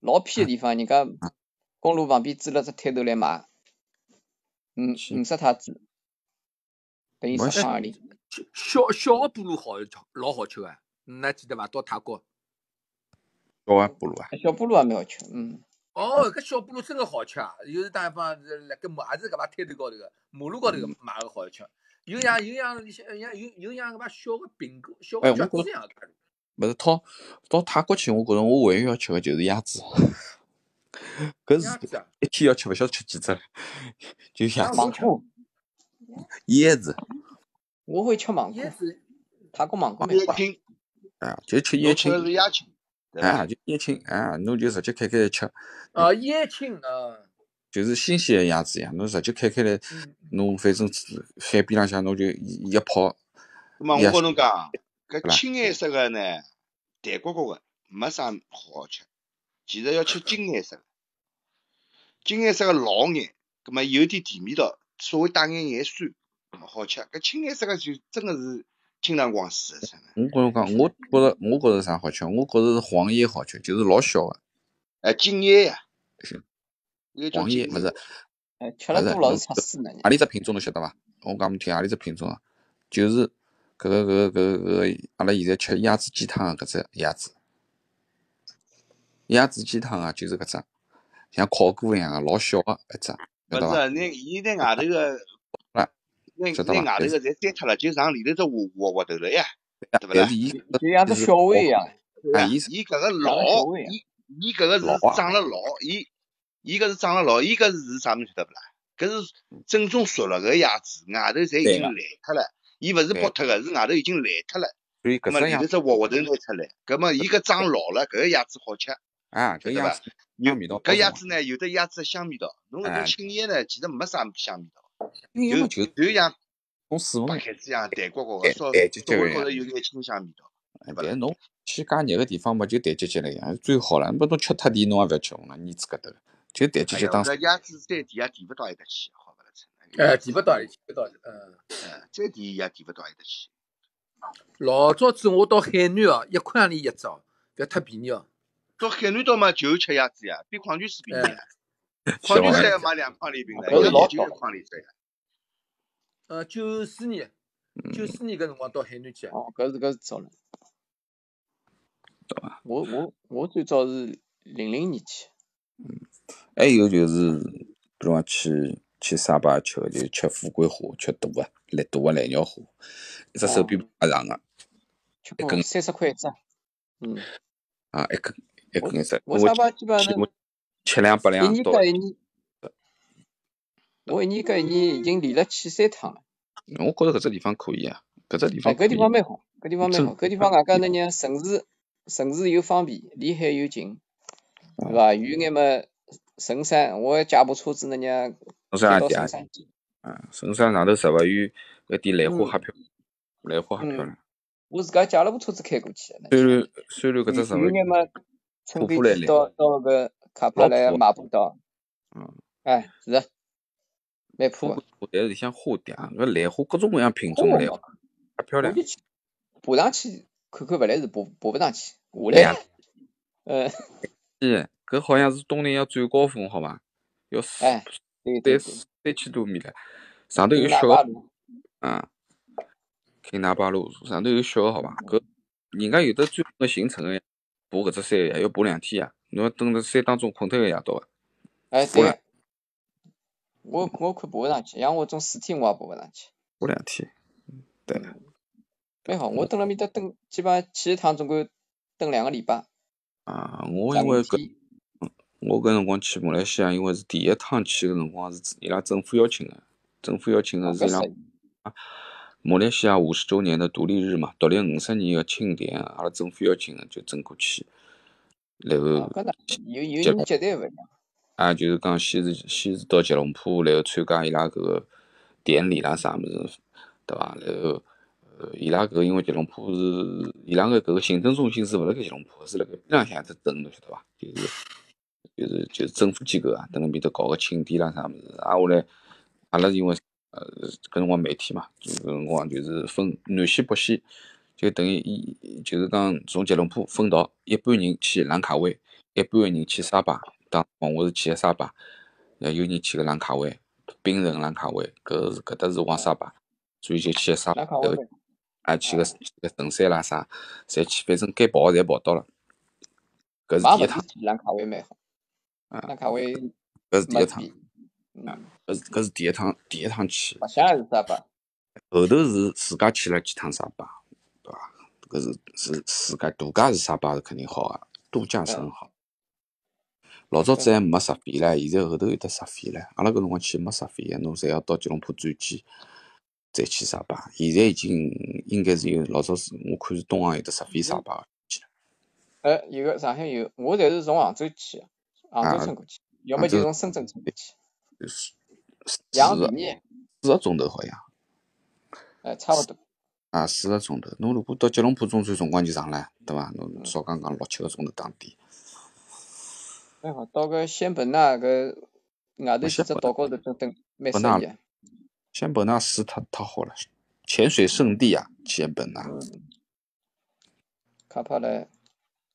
S2: 老偏个地方，人家
S4: 嗯
S2: 公路旁边支了只摊头来卖，五
S4: 是
S2: 五十钿子等于
S4: 没
S2: 十
S4: 事
S2: 块钿。
S7: 小小个菠萝好吃，老好吃个，侬还记得伐？到泰国。
S4: 小啊菠萝啊，
S2: 小菠萝也蛮好吃，嗯，
S7: 哦，搿小菠萝真个好吃啊！有时打比方是辣搿马也是搿把摊头高头个，马路高头个
S4: 嗯
S7: 买个好吃。有像有像里向有有有像搿把小个苹果、小个
S4: 哎，我
S7: 橘
S4: 觉
S7: 子
S4: 着
S7: 一样个。
S4: 勿是到到泰国去，我觉着我唯一要吃个就是鸭子， 搿
S7: 鸭
S4: 是
S7: 子啊，
S4: 一天要吃勿晓得吃几只了， 就鸭
S7: 那
S4: 子
S7: 我
S2: 芒
S7: 吃
S2: 果
S4: 椰子
S2: 我会吃芒
S7: 椰
S2: 果，
S7: 子，
S2: 泰国芒果蛮
S3: 椰
S2: 怪，
S3: 青，
S4: 啊，就吃椰
S3: 侬吃
S4: 青
S3: 的是椰青，对伐？
S4: 啊，就椰青啊，侬就直接开开来吃，
S7: 啊，椰青啊，
S4: 就是新鲜个鸭子呀，侬直接开开来，
S7: 嗯，
S4: 侬反正是海边浪向侬就一一泡，
S3: 那么
S4: 也
S3: 我
S4: 是
S3: 跟侬讲，搿
S4: 对伐？
S3: 青颜色个呢，淡角角个没啥好吃，其实要吃金颜色个，金颜色个老眼，葛末有点甜味道，稍微带眼眼酸，葛末好吃。搿青颜色个就真个是清凉光水啊个，真个。
S4: 我跟侬讲，我觉着我觉着啥好吃？我觉着是黄叶好吃，就是老小个
S3: 哎，金叶呀，
S4: 是
S3: 有一种
S4: 黄叶，
S3: 金
S4: 勿
S3: 叶，
S4: 是
S2: 哎，吃
S4: 勿
S2: 了
S4: 是
S2: 多老
S4: 侬
S2: 是出
S4: 搿
S2: 水呢。
S4: 何里只品种侬晓得伐？我讲侬听何里只品种啊？就是搿个搿个搿个搿个，阿拉现在吃鸭子鸡汤个搿只鸭子，鸭子鸡汤啊，就是搿只，像烤过一样个，老小个一只，晓
S3: 勿是
S4: 得伐？
S3: 啊，拿伊拿外头个
S4: 啦，
S3: 拿
S4: 晓得
S3: 拿外
S4: 伐？但
S3: 头
S4: 是
S3: 个侪摘脱了，就上里头只窝窝窝头了呀，对勿
S4: 但
S3: 啦？
S4: 是伊
S2: 就像
S4: 就
S2: 只
S4: 是
S2: 小
S4: 老
S2: 胃一样，
S3: 对
S4: 啊，
S3: 呀，
S4: 伊是
S3: 伊搿个
S2: 像只小
S3: 老，
S2: 胃一样。
S3: 伊伊搿个
S4: 老
S3: 是
S4: 啊，
S3: 长了老，伊伊搿是长了老，伊搿是啥物事晓得勿啦？搿是正宗熟了个鸭子，外头侪已
S4: 嗯对
S3: 经
S4: 个
S3: 烂脱了，伊勿是
S4: 对
S3: 剥
S4: 个，
S3: 脱个，是外头已经烂脱了。
S4: 所以
S3: 葛
S4: 搿
S3: 末
S4: 只
S3: 里
S4: 鸭
S3: 头只窝窝头拿出来，葛末伊搿长老了，搿个鸭子好吃，晓
S4: 啊，搿
S3: 得
S4: 鸭
S3: 伐？
S4: 子
S3: 有
S4: 香味道
S3: 搿
S4: 老
S3: 鸭
S4: 重个，
S3: 子呢，有的鸭子的香味道，侬搿种
S4: 哎，
S3: 青叶呢，其实没啥香味道，
S4: 因为
S3: 就
S4: 嘛就是
S3: 就像
S4: 种水
S3: 白
S4: 分
S3: 开水一样
S4: 哎
S3: 淡角角个，
S4: 淡
S3: 稍
S4: 淡唧
S3: 稍
S4: 唧
S3: 微觉
S4: 个样
S3: 着
S4: 子。
S3: 有眼清香味道，对
S4: 哎
S3: 勿
S4: 但
S3: 啦？
S4: 是侬去介热个地方嘛，就淡季节了呀，最好了。不侬吃太甜，侬也勿要吃红了，腻子疙瘩。就淡季
S3: 哎
S4: 节
S3: 呀，
S4: 当
S3: 搿鸭子再甜也甜勿到一搭去，好勿啦？真的搿
S7: 哎，
S3: 鸭子。
S7: 提勿到一起，提勿到一起，嗯。
S3: 呃，再甜也甜勿到一搭去。
S7: 老早子我到海南哦，一块洋钿一只哦，勿要太便宜哦。
S3: 到海南岛嘛，就吃鸭子呀，比矿泉水便宜
S7: 哎
S3: 呀。，
S4: 小
S3: 矿泉
S4: 王
S3: 水
S4: 爷，
S3: 要买两 块一瓶的，
S2: 搿
S4: 是
S3: 鸭
S2: 老
S3: 子就
S2: 早
S3: 一
S2: 了，
S3: 块一只呀。
S7: 呃，九四年，
S4: 嗯
S7: 九四年搿辰光到海南去，啊
S2: 哦，搿是搿是早了。我我我最早是零零年去，
S4: 还有就是，比如讲去去沙巴吃个就是吃富贵虾，吃啊大个蓝大个蓝鸟虾，一只手臂介长个
S2: 吃过三十块一只。嗯，
S4: 啊，一根一根一只，
S2: 我
S4: 我
S2: 沙巴基本
S4: 去
S2: 上
S4: 我吃两百
S2: 一
S4: 两
S2: 年
S4: 到，
S2: 隔一年，我一年隔一年已经练了去三趟了。
S4: 我觉着搿只地方可以啊，搿只地
S2: 哎，
S4: 方可
S2: 搿地
S4: 以，
S2: 方蛮好，搿地方蛮
S4: 真
S2: 好，搿地方外加能讲城市，城市又方便，离海又近，
S4: 嗯
S2: 对伐？远眼么神山，我借部车子能讲开
S4: 我山也
S2: 到
S4: 第
S2: 神
S4: 二
S2: 山去。
S4: 啊，神山上头植物园搿点兰花
S2: 嗯
S4: 瞎漂亮，兰花瞎漂
S2: 嗯，
S4: 亮。
S2: 我自家借了部车子开过去的，能
S4: 虽
S2: 讲。
S4: 然虽然搿只
S2: 有
S4: 植物
S2: 有眼
S4: 园
S2: 么乘
S4: 破
S2: 飞
S4: 破烂
S2: 机
S4: 烂，
S2: 到到个卡帕
S4: 老
S2: 莱
S4: 破啊，
S2: 马布岛，
S4: 嗯，
S2: 哎，是的，蛮
S4: 破
S2: 破个。
S4: 破烂，但是里向花嗲，搿兰花各种各样品
S2: 花
S4: 种兰
S2: 嘛
S4: 花，瞎漂
S2: 哦我
S4: 亮。
S2: 就去爬上去看看，勿来是爬爬勿上去，下
S4: 两
S2: 来，呃，
S4: 天，搿好像是东南亚最高峰，好伐？要四
S2: 哎，对对
S4: 三
S2: 对，
S4: 四三千多米了，上头有
S2: 听
S4: 小
S2: 喇
S4: 个
S2: 叭路，
S4: 啊，肯纳巴路上头有小个，好
S2: 嗯
S4: 伐？搿人家有的专门个行程个呀，爬搿只山个呀，要爬两天呀，侬要蹲辣山当中困脱一个夜到啊，
S2: 哎，
S4: 爬
S2: 对
S4: 两
S2: 个，我我看爬勿上去，像我种四天我也爬勿上去，
S4: 爬两天，对，
S2: 嗯，蛮好，我
S4: 我
S2: 蹲辣面搭蹲，基本上去一趟总归蹲两个礼拜，
S4: 啊，我
S2: 廿
S4: 因
S2: 五
S4: 为搿。
S2: 天，
S4: 我搿辰光去马来西亚，因为是第一趟去个辰光是伊拉政府邀请个，政府邀请
S2: 哦，
S4: 个是
S2: 搿
S4: 伊拉啊
S2: 适宜，
S4: 马来西亚五十周年的独立日嘛，独立五十年个庆典，阿拉政府邀请个就整过去，然
S2: 哦，搿
S4: 后
S2: 哪有有
S4: 吉
S2: 人
S4: 隆
S2: 接待勿一样，
S4: 啊，就是讲先是先是到吉隆坡，然后参加伊拉搿个典礼啦啥物事，对伐？然后呃，伊拉搿个因为吉隆坡是伊拉个搿个行政中心是勿辣盖吉隆坡，是辣盖边浪向一只镇，侬晓得伐？就是就是就是政府机构啊，等辣面头搞个庆典啦啥物事，啊，后来阿拉因为呃搿辰光媒体嘛，就搿辰光就是分南线北线，就等于伊就是讲从吉隆坡分道，一半人去兰卡威，一半人去沙巴。当辰光我是去个沙巴，也有人去个兰卡威，槟城兰卡威，搿是搿搭是往沙巴，所以就去个沙巴，
S2: 那看
S4: 然
S2: 我
S4: 后
S2: 会，
S4: 啊去个
S2: 啊，
S4: 去个神山啦啥，侪去，反正该跑个侪跑到了。搿是
S2: 买
S4: 第
S2: 物事
S4: 一趟
S2: 去兰卡威蛮好，
S4: 啊，
S2: 兰卡威
S4: 搿是第
S2: 物
S4: 一啊
S2: 事
S4: 趟，
S2: 便宜，嗯，
S4: 搿是搿是第一趟第一趟去。
S2: 白相也是啥吧，
S4: 后头是自家去了几趟沙巴，对伐？搿是是自家度假是沙巴是肯定好个，度假是很
S2: 嗯，
S4: 好。老早
S2: 蛮
S4: 子还
S2: 好，
S4: 没直飞唻，现在后头有得直飞唻。阿拉搿辰光去没直飞个，侬侪要到吉隆坡转机，再去沙巴。现在已经应该是有老早是我看是东航有得直飞沙
S2: 有。
S4: 巴个去了
S2: 呃，有个上海有，我侪是从杭州去的，杭州
S4: 啊，
S2: 乘过去，要
S4: 杭
S2: 么就
S4: 州
S2: 从深圳乘过去，
S4: 是
S2: 一样
S4: 四
S2: 便
S4: 个
S2: 宜，
S4: 四个钟头好像
S2: 哎，差不多，
S4: 啊，四个钟头。侬如果到吉隆坡中转辰光就长唻，对伐？侬
S2: 嗯，
S4: 少讲讲六七个钟头打底。
S2: 蛮好。到个仙本那个外头几
S4: 我先
S2: 只
S4: 不
S2: 岛高头等等，蛮
S4: 不
S2: 适
S4: 那。
S2: 宜的。
S4: 仙本那水太太好了，潜水圣地啊，仙本那，
S2: 嗯，卡帕莱、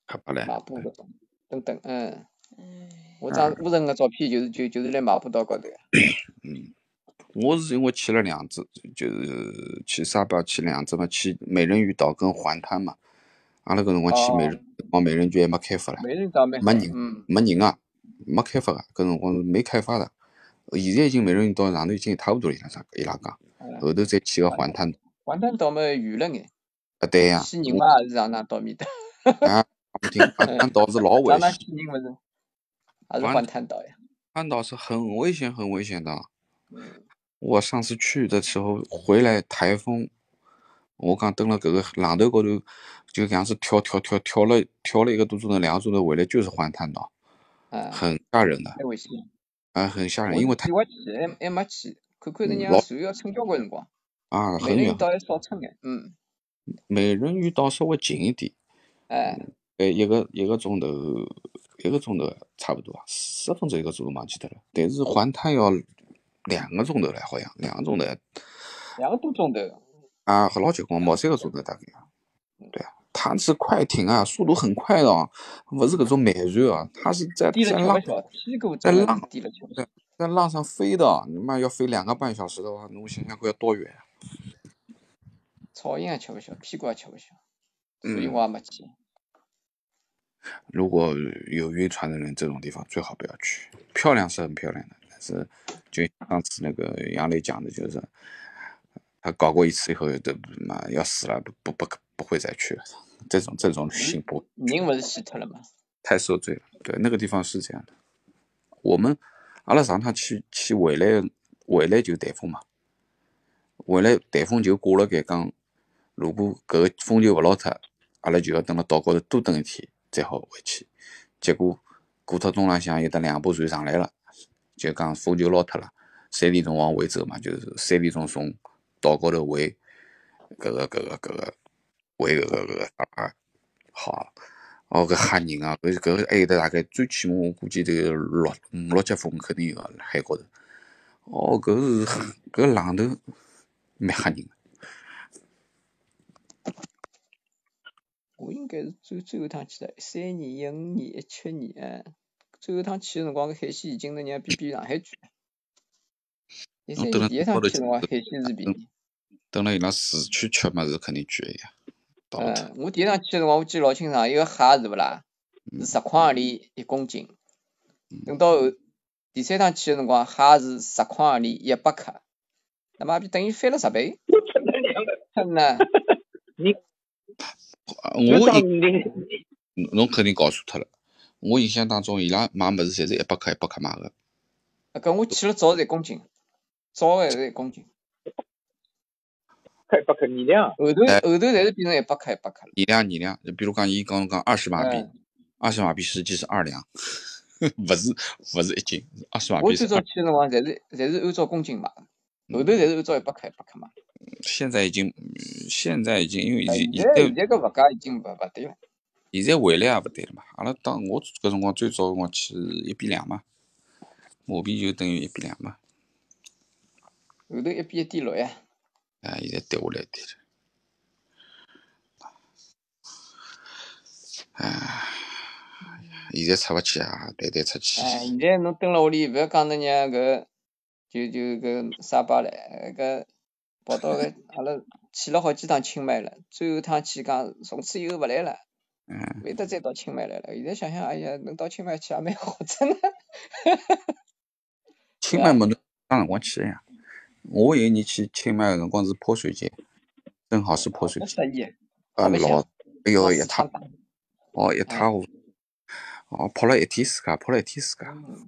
S4: 卡巴莱，
S2: 马布搿种等等，嗯，
S6: 哎，
S2: 我
S4: 嗯
S2: 张乌城个照片就是就就是辣马布岛高头的，
S4: 嗯，我是因为去了两次，就是去沙巴去两次嘛，去美人鱼岛跟环滩嘛。阿拉搿辰光去美
S2: 哦，
S4: 人，光美人鱼还没开发嘞，
S2: 美人岛蛮
S4: 没
S2: 好，
S4: 人，
S2: 嗯，
S4: 没人啊，没开发个，搿辰光是没开发的。呃现在已经美人鱼岛上头已经一塌糊涂了，伊拉讲，伊拉讲，
S2: 嗯，
S4: 后头再去个
S2: 环
S4: 环滩，
S2: 环滩岛嘛远了眼，
S4: 啊 对呀、
S2: 去人
S4: 我
S2: 嘛也是上那岛面搭，
S4: 啊，讲不听，环滩
S2: 嗯，
S4: 岛是老危
S2: 上那
S4: 险，
S2: 去人勿是还是
S4: 环
S2: 环
S4: 滩
S2: 滩岛呀，
S4: 环岛是很危险、很危险的。
S2: 嗯，
S4: 我上次去的时候回来台风，我讲蹲了搿个浪头高头，就像是跳跳跳跳了跳了一个多钟头、两个钟头回来，就是环滩岛，
S2: 啊。
S4: 很吓人的，
S2: 太危险了。
S4: 啊，很吓人，
S2: 我
S4: 因
S2: 是
S4: 为它
S2: 计划去，还还没去，看看人
S4: 嗯
S2: 家
S4: 老
S2: 船要乘交关辰光，
S4: 啊
S2: 美
S4: 很
S2: 人鱼
S4: 远，
S2: 岛还少乘眼，嗯，
S4: 美人鱼岛稍微近一点，
S2: 哎，
S4: 呃，一个一个钟头，一个钟头差不多啊，十分钟一个钟头忘记得了，但是环滩要两个钟头了，好像两个钟头
S2: 两个多钟头，
S4: 啊，老结棍，毛三个钟头大概。对啊，它是快艇啊，速度很快的啊，不是搿种慢船啊，它是在
S2: 低了
S4: 在
S2: 吃勿
S4: 浪
S2: 消，屁股
S4: 在
S2: 真的是
S4: 浪
S2: 低了吃勿消，
S4: 在在浪上飞的啊，你妈要飞两个半小时的话，侬想想看要多远啊？
S2: 草蝇也吃勿消，屁股也吃勿消，所以
S4: 嗯，
S2: 我也没去。
S4: 如果有晕船的人，这种地方最好不要去，漂亮是很漂亮的，是就上次那个杨磊讲的，就是他搞过一次以后，都妈要死了，不不不不会再去了。这种这种旅行不
S2: 人不是死脱了吗？
S4: 太受罪了。对，那个地方是这样的。我们阿拉上趟去去回来，回来就台风嘛，回来台风就挂了盖讲，如果搿个风球勿落脱，阿拉就要等辣岛高头多等一天才好回去。结果过脱中浪向有得两部船上来了，就讲风球落脱了，三点钟往回走嘛，就是三点钟从岛高头回搿个搿个搿个回搿个搿个啊，好。哦，搿吓人啊！搿搿还有得大概最起码我估计得有六五六级风肯定有个辣海高头。哦，搿是搿浪头蛮吓人的。啊
S2: 我应该是最最后一趟去的，一三年、一五年、一七年，哎，最后一趟去的辰光，搿海鲜已经能让比比上海贵了。一
S4: 侬
S2: 三年
S4: 蹲辣
S2: 第一趟
S4: 岛高头
S2: 去的辰光，海
S4: 吃，
S2: 鲜是便宜。
S4: 蹲辣伊拉市区吃么是肯定贵个呀，到勿脱。
S2: 嗯，我第一趟去的辰光，我记得老清爽，一个蟹是勿啦，
S4: 嗯
S2: 是十块行钿一公斤。等到后第三趟去的辰光，蟹是十块行钿一百克，那么比等于翻了十倍。真的，
S4: 啊我印侬侬肯定搞错脱了。我印象当中，伊拉买物事侪是一百克一百克买个，
S2: 那搿我去了早是一公斤，早还是一公斤，
S7: 快不可你量，
S2: 后头
S4: 哎
S2: 后头侪是变成一百克一百克了。
S4: 一两二两。比如讲，伊讲讲二十马币，
S2: 嗯，
S4: 二十马币实际是二两，勿是勿是一斤，二十马
S2: 哎我
S4: 币
S2: 最
S4: 是
S2: 早
S4: 二。
S2: 去的辰光，侪是侪是按照公斤买的，后
S4: 嗯
S2: 头侪是按照一百克一百克买的。
S4: 现在已经，嗯现在已经，因为
S2: 哎，
S4: 现
S2: 现
S4: 现
S2: 在现
S4: 在
S2: 在搿物价已经勿勿对了。
S4: 现在回来也勿对了嘛。阿拉当我搿辰光最早辰光去一比两嘛，马币就等于一比两嘛。
S2: 后头一比一点六呀，
S4: 哎，现在跌下来一点了。哎，现在出勿去啊，单单出去。
S2: 哎，现在侬蹲辣屋里，勿要讲那娘搿，就就搿沙巴唻，呃搿跑到搿阿拉去了好几趟清迈了，最后一趟去讲从此以后勿来了，
S4: 嗯，
S2: 勿会得再到清迈来了。现在想想，哎呀，能到清迈去也蛮好，真的。
S4: 清迈么侬啥辰光去的呀？我有一年去清迈个辰光是泼水节，正好 是泼水
S2: 搿
S4: 节。
S2: 适意，
S4: 啊，
S2: 好白
S4: 老
S2: 相，，
S4: 哎
S2: 老
S4: 哟，一
S2: 市
S4: 塌
S2: 场大。
S4: 哦一塌
S2: 哎，
S4: 糊涂，哦泼了一天自家，泼了一天自家。
S2: 嗯，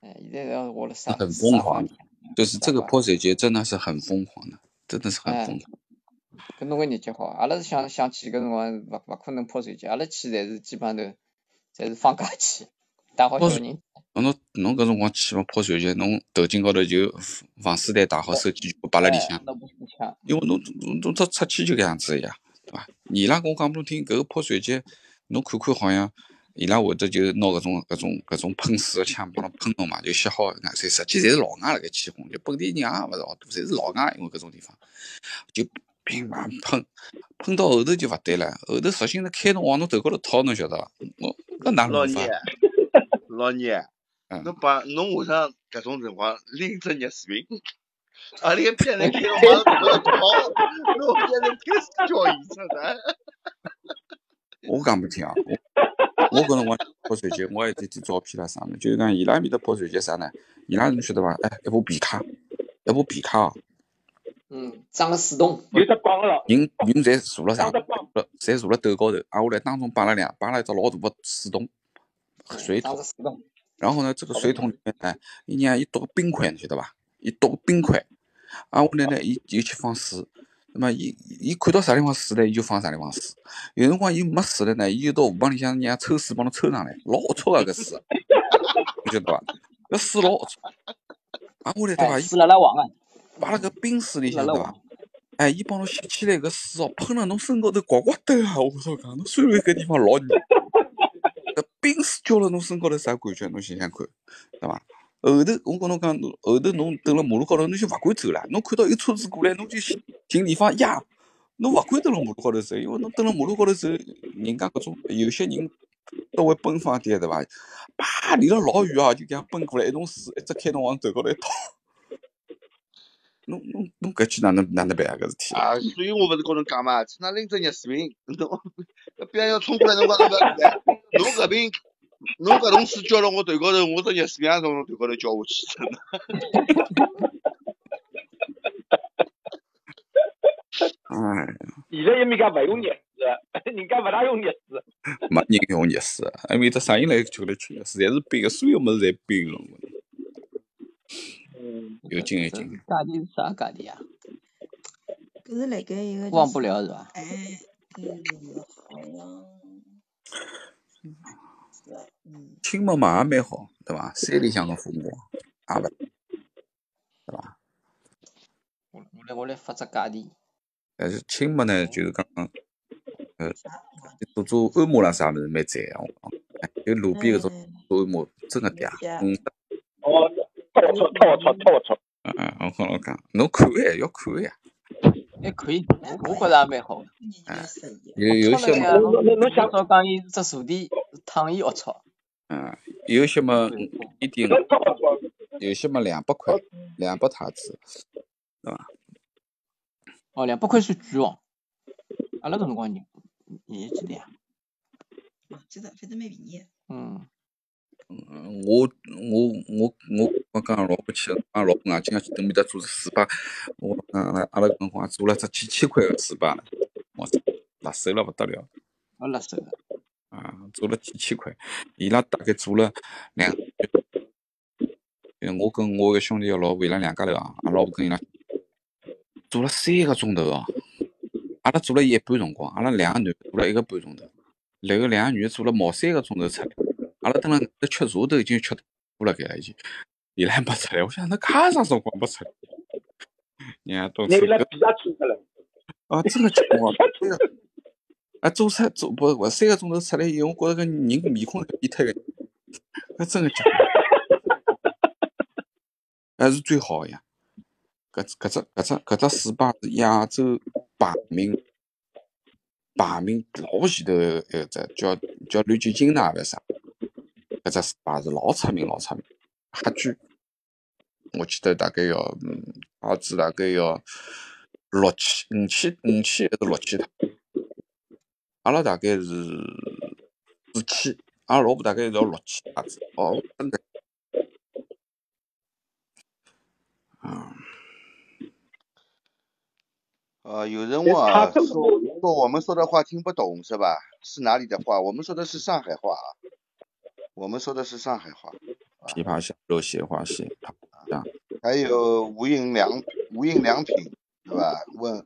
S2: 哎，现在要活了
S4: 是
S2: 沙
S4: 很疯
S2: 沙巴
S4: 狂
S2: 里
S4: 的，
S2: 向，
S4: 就是
S2: 沙
S4: 这个
S2: 巴。
S4: 泼水节真的是很疯狂的，真的是很
S2: 哎
S4: 疯狂。
S2: 搿侬个日脚好，啊阿拉是想想去搿辰光勿勿可能泼水节，阿拉去侪是基本上头侪是放假去，带好
S4: 泼
S2: 小
S4: 水，
S2: 人。
S4: 侬侬搿辰光去嘛泼水节，侬头巾高头就防防水袋打好，手机就摆辣里
S2: 哎，
S4: 向，
S2: 那不是抢，
S4: 因为侬侬侬只出去就搿样子呀，对伐？伊拉跟我讲拨侬听，搿个泼水节，侬看看好像伊拉会得就拿搿种搿种搿种喷水个枪帮侬喷侬嘛，就吸好眼水，实际哦侪是老外辣盖起哄，就本地人也勿是老多，侪是老外，因为搿种地方。就乒乓喷，喷到后头就勿对了，后头索性是开侬往侬头高头掏，侬晓得伐？我搿哪
S3: 老
S4: 弄法
S3: 聂？，老聂，
S4: 嗯
S3: 侬把侬下趟搿种辰光拎只热水瓶，啊阿里个别 人开个 往上头跑，侬别人开始叫伊出来。
S4: 我讲拨听啊，我我搿辰光泼水节，我还得点照片啦啥物事，就是讲伊拉埃面搭泼水节啥呢？伊拉侬晓得伐？哎，一部皮卡，一部皮卡哦，
S2: 嗯，装个水桶，
S7: 有只讲了，
S4: 人人侪坐辣
S7: 打
S4: 上
S7: 得
S4: 头，
S7: 棒，
S4: 侪坐辣斗高头，挨下来当中摆了两摆了一只老大个水桶，水
S2: 装
S4: 桶。
S2: 个水桶，
S4: 然后呢，这个水桶里面呢，伊让伊倒个冰块，你晓得伐？伊倒个冰块，啊，下来呢，伊就去放水。那么伊伊看到啥地方水呢，伊就放啥地方水。有辰光伊没水了呢，伊就到河浜里向让抽水帮侬抽上来，老龌龊个搿水，你晓得伐？搿水老龌龊。啊，下来对
S2: 哎，
S4: 伐？伊
S2: 水辣辣汪啊，
S4: 摆辣搿冰水里
S2: 水辣
S4: 向
S2: 辣
S4: 对伐
S2: 汪，？
S4: 哎，伊帮侬吸起来搿水哦，喷了侬身高头呱呱抖啊！我操讲，侬虽然搿地方老热，搿冰水浇了侬身高头啥感觉？侬想想看，对伐？后头我跟侬讲，侬后头侬蹲辣马路高头，侬就勿敢走了。侬看到有车子过来，侬就寻寻地方压，侬勿敢蹲辣马路高头走，因为侬蹲辣马路高头走，人家搿种有些人稍微奔放点，对伐？啪，离了老远啊，就搿样奔过来，一桶水一只开侬往头高头一倒，侬侬侬搿去哪能哪能办啊？搿事 体？
S3: 啊，所以我勿是跟侬讲嘛， 去那拎只热水瓶，侬别人要冲过来，侬讲勿要过来，侬搿边侬搿种水浇到我头高头，我只热水样从侬头高头浇下去，真的。
S8: 哎，
S7: 现在伊面讲勿用热水， 人家勿大用热水。
S8: 没人用热水，因为这啥人来就来吃热水，侪是冰的，所有物事侪冰冷的。
S7: 嗯，
S8: 有劲有
S2: 这
S8: 劲，
S2: 价钿是啥价钿啊？
S6: 搿是辣盖一个就
S2: 忘
S6: 是
S2: 不了是吧？
S6: 哎，嗯，好像是啊，嗯，
S8: 亲妈妈也蛮好，对伐？山里向的父母也勿对伐？
S2: 我我来我来发只价钿，
S8: 但是亲妈呢，就是讲
S6: 啥辰光？
S8: 做做按摩啦啥物事蛮赞的，我讲，哎就路边搿种
S6: 哎，
S8: 做按摩真个嗲，
S6: 对呀
S8: 嗯，
S7: 哦，太龌龊，太龌龊，太龌龊。
S8: 嗯嗯，我跟侬讲，侬看还要看呀，
S2: 还哎可以，我
S6: 那
S2: 我觉
S6: 可
S2: 着
S6: 以，
S2: 也蛮好的。
S6: 你就要省
S2: 龌龊了
S6: 一
S8: 有有一些嘛，
S2: 呀，
S7: 侬
S2: 侬
S7: 侬侬想，
S2: 今朝讲伊只坐垫躺椅龌龊，
S8: 嗯，有一些嘛，嗯一定
S7: 侬太龌龊。
S8: 有些嘛两百块，两百泰铢，对伐？
S2: 哦，两百块算贵哦。阿拉搿辰光人也几钿啊？
S6: 我知道，反正蛮便宜。
S2: 嗯，
S8: 嗯我我我我我讲老婆去，俺老婆硬啊劲要去等面搭做 SPA，我讲阿拉阿拉搿辰光做了只几千块个 SPA 了，我操，辣手了不得了
S2: 勿辣手个。
S8: 啊，做了几千块，伊拉大概做了两，呃我跟我个兄弟个老婆伊拉两家头啊，阿拉老婆跟伊拉做了三个钟头哦，阿拉做了一半辰光，阿拉两个男的做了一个半钟头，然后两个女的做了毛三个钟头出来，阿拉等了搿吃茶都已经吃吐了，搿了已经，伊拉还没出来，我想那卡啥辰光没出来， 人家到
S7: 拿
S8: 处
S7: 伊拉
S8: 搿
S7: 皮也穿脱了，
S8: 啊真个结棍哦，
S7: 皮
S8: 真个啊做出做不我三个钟头出来以后，我觉着搿人面孔变脱个，搿真个结棍，还是最好个呀，搿只搿只搿只搿只水吧是亚洲排名。排名老前头的一只叫叫绿巨金呐，还是啥？搿只 SPA 是老出名老出名，黑巨，我记得大概要嗯，阿子大概要六千五千五千还是六千的，阿拉大概是四千，阿拉老婆大概是要六千阿子，哦，真的啊，
S3: 呃，有人
S7: 但
S3: 问
S7: 是他
S3: 啊，
S7: 根本
S3: 说说我们说的话听不懂是吧？是哪里的话？我们说的是上海话啊，我们说的是上海话。
S8: 琵琶虾、肉蟹、花蟹，啊，
S3: 还有无印良无印良品对吧？问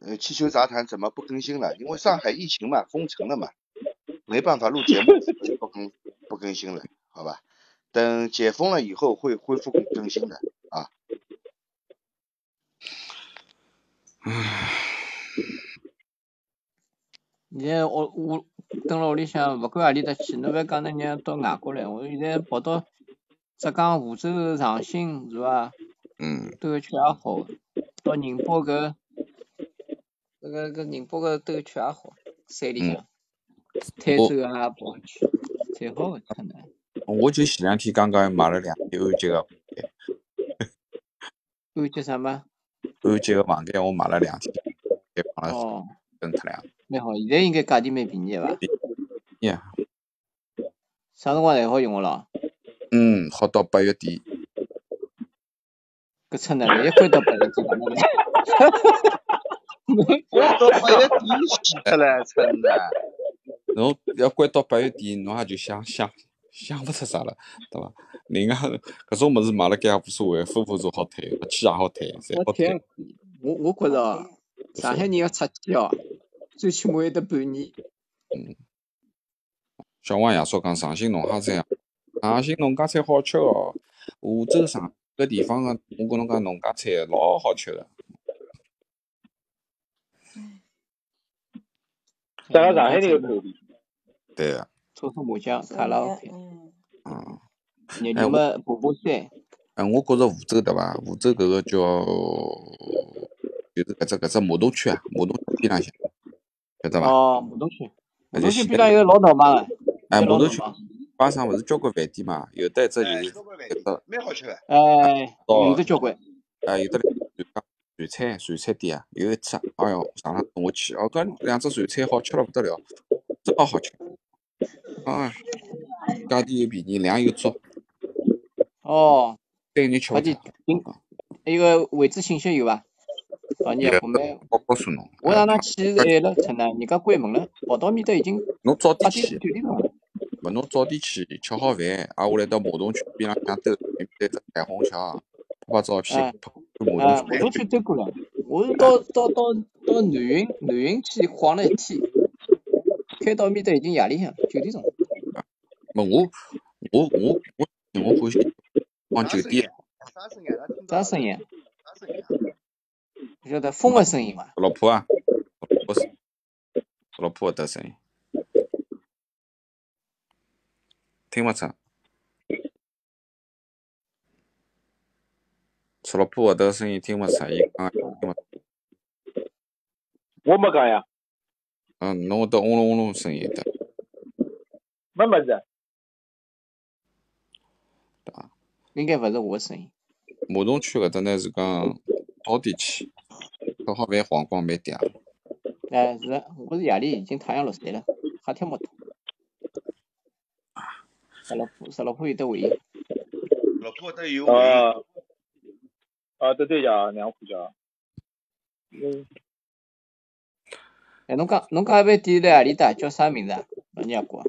S3: 呃汽修杂谈怎么不更新了？因为上海疫情嘛，封城了嘛，没办法录节目，所以不更不更新了，好吧？等解封了以后会恢复更新的。
S2: 现在我我蹲辣屋里向，勿管何里搭去，侬勿要讲那娘到外国来，我现在跑到浙江、湖州、长兴是伐？
S8: 嗯，
S2: 兜一圈也好，到宁波搿搿个搿宁波搿兜一圈也好，山里
S8: 嗯
S2: 向、台
S8: 我
S2: 州啊也跑一圈，侪好个可能。
S8: 我就前两天刚刚买了两间安吉个
S2: 安吉啥么？
S8: 安吉个房间，我买了两天，给放了
S2: 哦，
S8: 等脱两
S2: 蛮好，现在应该价钿蛮便宜个伐？
S8: 天。
S2: 啥辰光才好用个咯？
S8: 嗯，好到八月底，
S2: 搿出 哪能一关到八月底哪能来？
S3: 我到八月底洗出来，真的。
S8: 侬要关到八月底，侬也就想想想不出啥了，对伐？人家搿种物事买了该也无所谓，分分钟好退，勿去也好退，侪
S2: 我
S8: 好
S2: 退
S8: 退，
S2: 也可以，我啊我觉着哦，上
S8: 无所
S2: 海
S8: 谓。
S2: 人要出去哦，最起码要得半年。
S8: 嗯，小王爷说讲上新农家菜，上新啊农家菜好吃哦。湖州上搿地方个，我跟侬讲农家菜老好吃个。
S7: 啥
S2: 哎，农家菜嘛，
S7: 个上海人个口味。
S8: 对啊个，
S2: 搓搓麻将、
S6: 所
S2: 卡
S6: 以
S2: 拉
S6: 要
S2: OK、
S6: 嗯，
S8: 嗯，
S2: 热
S8: 哎
S2: 力
S8: 我
S2: 嘛、爬爬山，
S8: 哎我觉着湖州对伐？湖州搿个叫就是搿只搿只摩托区啊，摩托区边浪向，晓得伐？
S2: 哦，马东区，马
S8: 而且
S2: 东区
S8: 现
S2: 边
S8: 在
S2: 浪有老闹忙个，
S8: 哎，
S2: 现在老
S8: 摩托
S2: 闹
S8: 车
S2: 忙。
S8: 巴上勿是交关饭店嘛，有的一只
S3: 哎，
S8: 就是
S3: 交关饭
S8: 一
S3: 店，
S8: 只
S3: 蛮好吃的。
S2: 哎，有
S8: 到
S2: 的交关，
S8: 哎有的两家川菜川菜店啊，有一只，哎哟，上趟跟我去，哦，搿两只川菜好吃了不得了，真个好吃，哎，
S4: 价钿又便宜，量又足，
S2: 哦，
S4: 对人吃
S2: 好
S4: 勿
S2: 的
S4: 脱。，
S2: 嗯那个位置信息有伐？哦，你
S4: 有
S2: 要我们
S4: 我告诉侬，
S2: 我
S4: 呃
S2: 让侬去是晚了，趁呢，人家关门了，跑到面搭已经
S4: 侬早
S2: 八
S4: 点
S2: 点钟，
S4: 去
S2: 九点钟了。
S4: 勿侬早点去，吃好饭，挨下来到马桶区边浪向兜，面搭只彩虹桥，拍拍照片
S2: 啊，
S4: 拍拍马桶
S2: 啊，
S4: 区。
S2: 我都去兜过了，我是到到到到南云南云去晃了一天，开到面搭已经夜里向了，九点钟。
S4: 么我我我我我欢喜放
S3: 啥
S4: 酒
S3: 声音
S4: 店，？
S3: 啥声音？咱
S2: 啥声？音啊？不晓
S3: 听到了伐啥声音啊？
S2: 得风的声音伐？
S4: 老婆啊，老婆是老婆勿得声音，听勿出。是老婆勿得声音听勿出，伊讲听勿出，
S8: 我没讲呀，
S4: 嗯，侬会得嗡隆嗡隆声音的，
S8: 没么子。
S4: 对伐？
S2: 应该勿是我的声音。
S4: 马桶区搿搭呢是讲早点去，吃好饭晃逛慢点啊。
S2: 哎，是的，我是夜里已经太阳落山了，瞎听没懂。石老婆，石老婆有得回应。
S3: 老婆都有回应，
S8: 哦，哦，对对呀，让我看一下。嗯，
S2: 哎，侬讲侬讲一爿店辣何里搭？叫啥名字啊？老尼阿哥啊，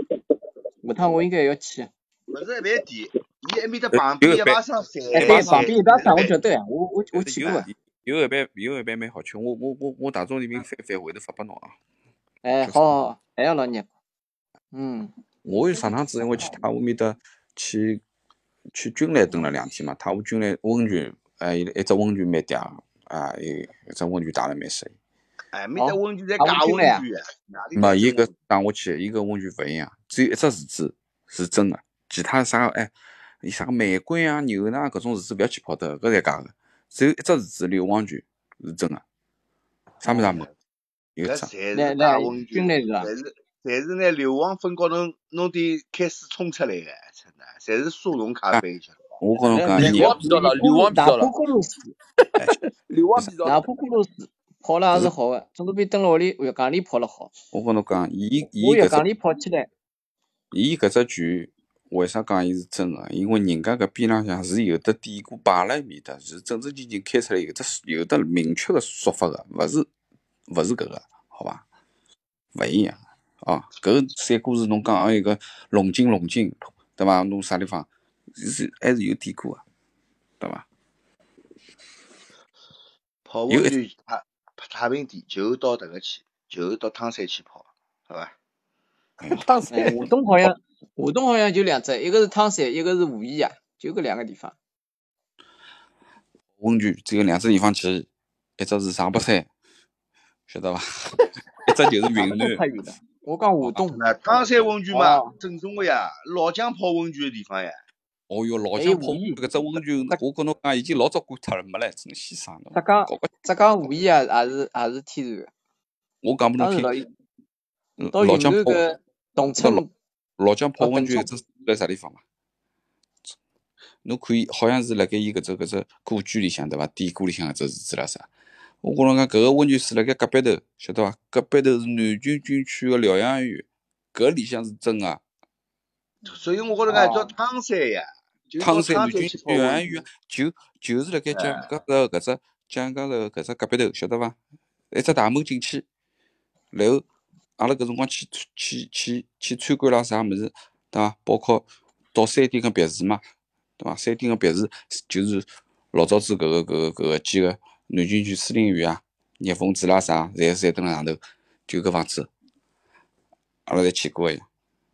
S2: 下趟我应该要去。
S3: 勿是一饭店，伊埃面搭
S4: 呃
S3: 旁
S4: 有
S3: 边
S4: 一
S3: 一
S4: 爿
S3: 排上侪
S2: 哎，
S4: 一排
S2: 对，
S4: 上
S2: 旁
S3: 侪
S2: 边一百
S3: 是
S2: 啥我
S3: 饭
S2: 晓得呀，我我我
S4: 但是
S2: 去
S4: 有
S2: 过啊。
S4: 一有一爿有一爿蛮好吃，我我我我大众点评翻翻，回头发拨侬啊。
S2: 哎，
S4: 叫
S2: 好好好，还要老尼阿哥。嗯，
S4: 我有上趟子因为去太湖面搭去去军来蹲了两天嘛，太湖军来温泉，哎，一一只温泉蛮嗲啊，有一只温泉打了蛮适意。
S3: 哎，面搭
S2: 好，
S3: 温泉侪
S2: 啊，我
S3: 假
S2: 进
S3: 温
S2: 来啊。
S3: 泉啊，哪里
S4: 没，
S3: 侪
S4: 伊
S3: 真
S4: 搿
S3: 温？
S4: 打下去，伊搿温泉勿一样，只有一只池子是真的，其他啥个哎，伊啥个玫瑰啊、牛奶啊搿种池子勿要去跑得，搿侪假个，只有一只池子硫磺泉是真个，啥物事也没
S2: 哦，
S4: 有，有一
S3: 搿
S4: 只
S2: 来
S3: 哎侪是假
S2: 来，
S3: 温泉，
S2: 军来是吧？
S3: 侪是侪是拿硫磺粉高头弄点开水冲出来个，真的，侪是速溶咖
S4: 啊，
S3: 啡，晓得伐？
S4: 我跟侬
S2: 来
S4: 讲，
S2: 呃美
S4: 伊
S7: 硫
S2: 国
S7: 磺味道
S2: 美国路哪怕
S7: 了，硫磺味道了，
S2: 过路斯，
S4: 哎，
S7: 硫
S4: 有
S7: 磺
S4: 啥
S7: 味道
S2: 哪
S7: 了。
S2: 怕过路斯跑了也是
S4: 是
S2: 好的，总归比蹲辣屋里浴缸里跑了好。
S4: 我跟侬讲，伊
S2: 我
S4: 伊
S2: 浴
S4: 搿只
S2: 缸里跑起来，
S4: 伊搿只剧，为啥讲伊是真个？因为人家搿边浪向是有的典故摆辣埃面搭，是正正经经开出来有的有的明确个说法个，勿是勿是搿个，好伐？勿一样啊！搿三故事侬讲还有个龙井龙井，对伐？侬啥地方是还是有典故个，对伐？
S3: 泡
S4: 有
S3: 温
S4: 一
S3: 泉太太平地就到迭个去，就到汤山去泡，好伐？
S4: 哎呀，当
S2: 哎，
S4: 然
S2: 华东好像华东好像就两只，一个是汤山，一个是武夷啊，就搿两个地方。
S4: 温泉只有两只地方去，一只是长白山，晓得伐？ 一只就
S2: 长
S4: 是
S2: 白
S4: 云
S2: 山
S4: 南，
S2: 太远了，我讲
S4: 好
S2: 华
S4: 伐？
S2: 东。
S3: 那汤山温泉嘛，
S2: 哦，
S3: 正宗个呀，老姜泡温泉个地方呀。
S4: 哦哟，老
S2: 还
S4: 乡
S2: 有
S4: 泡
S2: 武夷，
S4: 搿只温泉，我跟侬讲，已经老早关脱了，没来，真稀爽侬
S2: 浙江
S4: 搞个，
S2: 浙江武夷啊，也是也是天然的。
S4: 我讲拨侬
S2: 当时
S4: 听
S2: 到，
S4: 嗯
S2: 到
S4: 老
S2: 云
S4: 姜
S2: 南
S4: 泡，
S2: 搿董
S4: 搿老
S2: 村
S4: 老姜泡
S2: 哦
S4: 温
S2: 邓
S4: 泉有
S2: 村
S4: 只是在啥地方嘛？侬可以好像是辣盖伊搿只搿只故居里向对伐？典故里向搿只是指啦啥？我跟侬讲，搿个温泉是辣盖隔壁头，晓得伐？隔壁头是南京军区个疗养院，搿里向是真啊个、
S3: 所以我高头讲叫
S2: 哦，
S3: 汤山呀，就到
S4: 汤山
S3: 汤
S4: 南
S3: 山
S4: 京
S3: 去泡
S4: 疗
S3: 温
S4: 养
S3: 泉。
S4: 院就就是辣盖蒋
S3: 哎，
S4: 家头搿只蒋家头搿只隔壁头，晓得伐？一只大门进去，然后阿拉搿辰光去去去去参观了啥物事，对伐？包括到山顶个别墅嘛，对伐？山顶个别墅就是老早子搿个搿个搿个几个南京区司令员啊、聂凤子啦啥，侪侪蹲辣上头，就搿房子，阿拉侪去过个呀。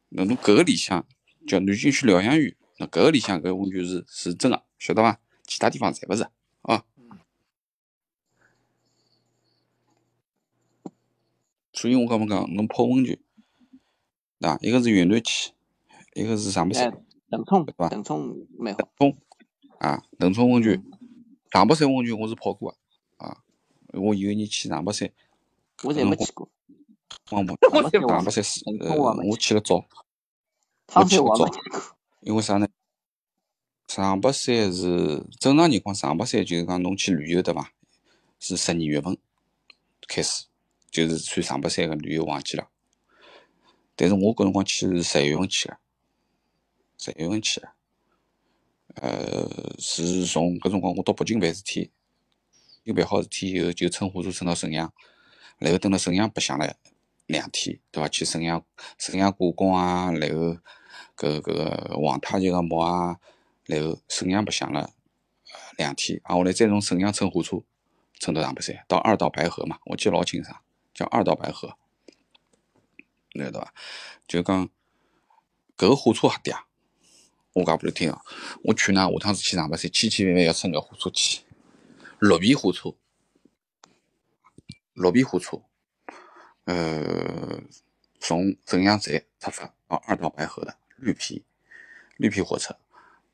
S4: 那侬搿个里向叫南京区疗养院，那搿个里向搿温泉是是啊真个，晓得伐？其他地方侪勿是啊，所以我讲没讲，侬泡温泉，对啊伐？一个是云南去，一个是长白山，
S2: 哎，邓村
S4: 对伐？
S2: 邓村蛮
S4: 腾
S2: 好。
S4: 冲啊，腾冲温泉、
S2: 嗯，
S4: 长白山温泉我是泡过啊，啊，我有一年去长白山，
S2: 我
S4: 搿
S2: 侪
S4: 辰
S2: 没
S4: 光
S2: 去过，
S4: 光没
S2: 长
S4: 去，
S2: 白山我也
S4: 长
S2: 没去，
S4: 白山是
S2: 邓村我
S4: 呃，
S2: 也没
S4: 我
S2: 去，
S4: 去了早，我
S2: 汤
S4: 去
S2: 山
S4: 了
S2: 我也没
S4: 早，
S2: 去。
S4: 因为啥呢？长白山是正常情况，长白山就是讲侬去旅游对伐？是十二月份开始，就是算长白山个旅游旺季了。但是我搿辰光去是十一月份去个，十一月份去的。呃，是从搿辰光我到北京办事体，又办好事体以后，就乘火车乘到沈阳，然后蹲辣沈阳白相了两天，对伐？去沈阳沈阳故宫啊，然后搿搿个皇太极个墓啊，然后沈阳白相了呃两天，啊，后来再从沈阳乘火车乘到长白山，到二道白河嘛，我记得老清爽，叫二道白河，侬晓得伐？就讲搿个火车瞎嗲，我讲拨侬听哦，我去呢，下趟子去长白山，千千万万要乘搿火车去，绿皮火车，绿皮火车，呃，从沈阳站出发到二道白河的绿皮绿皮火车，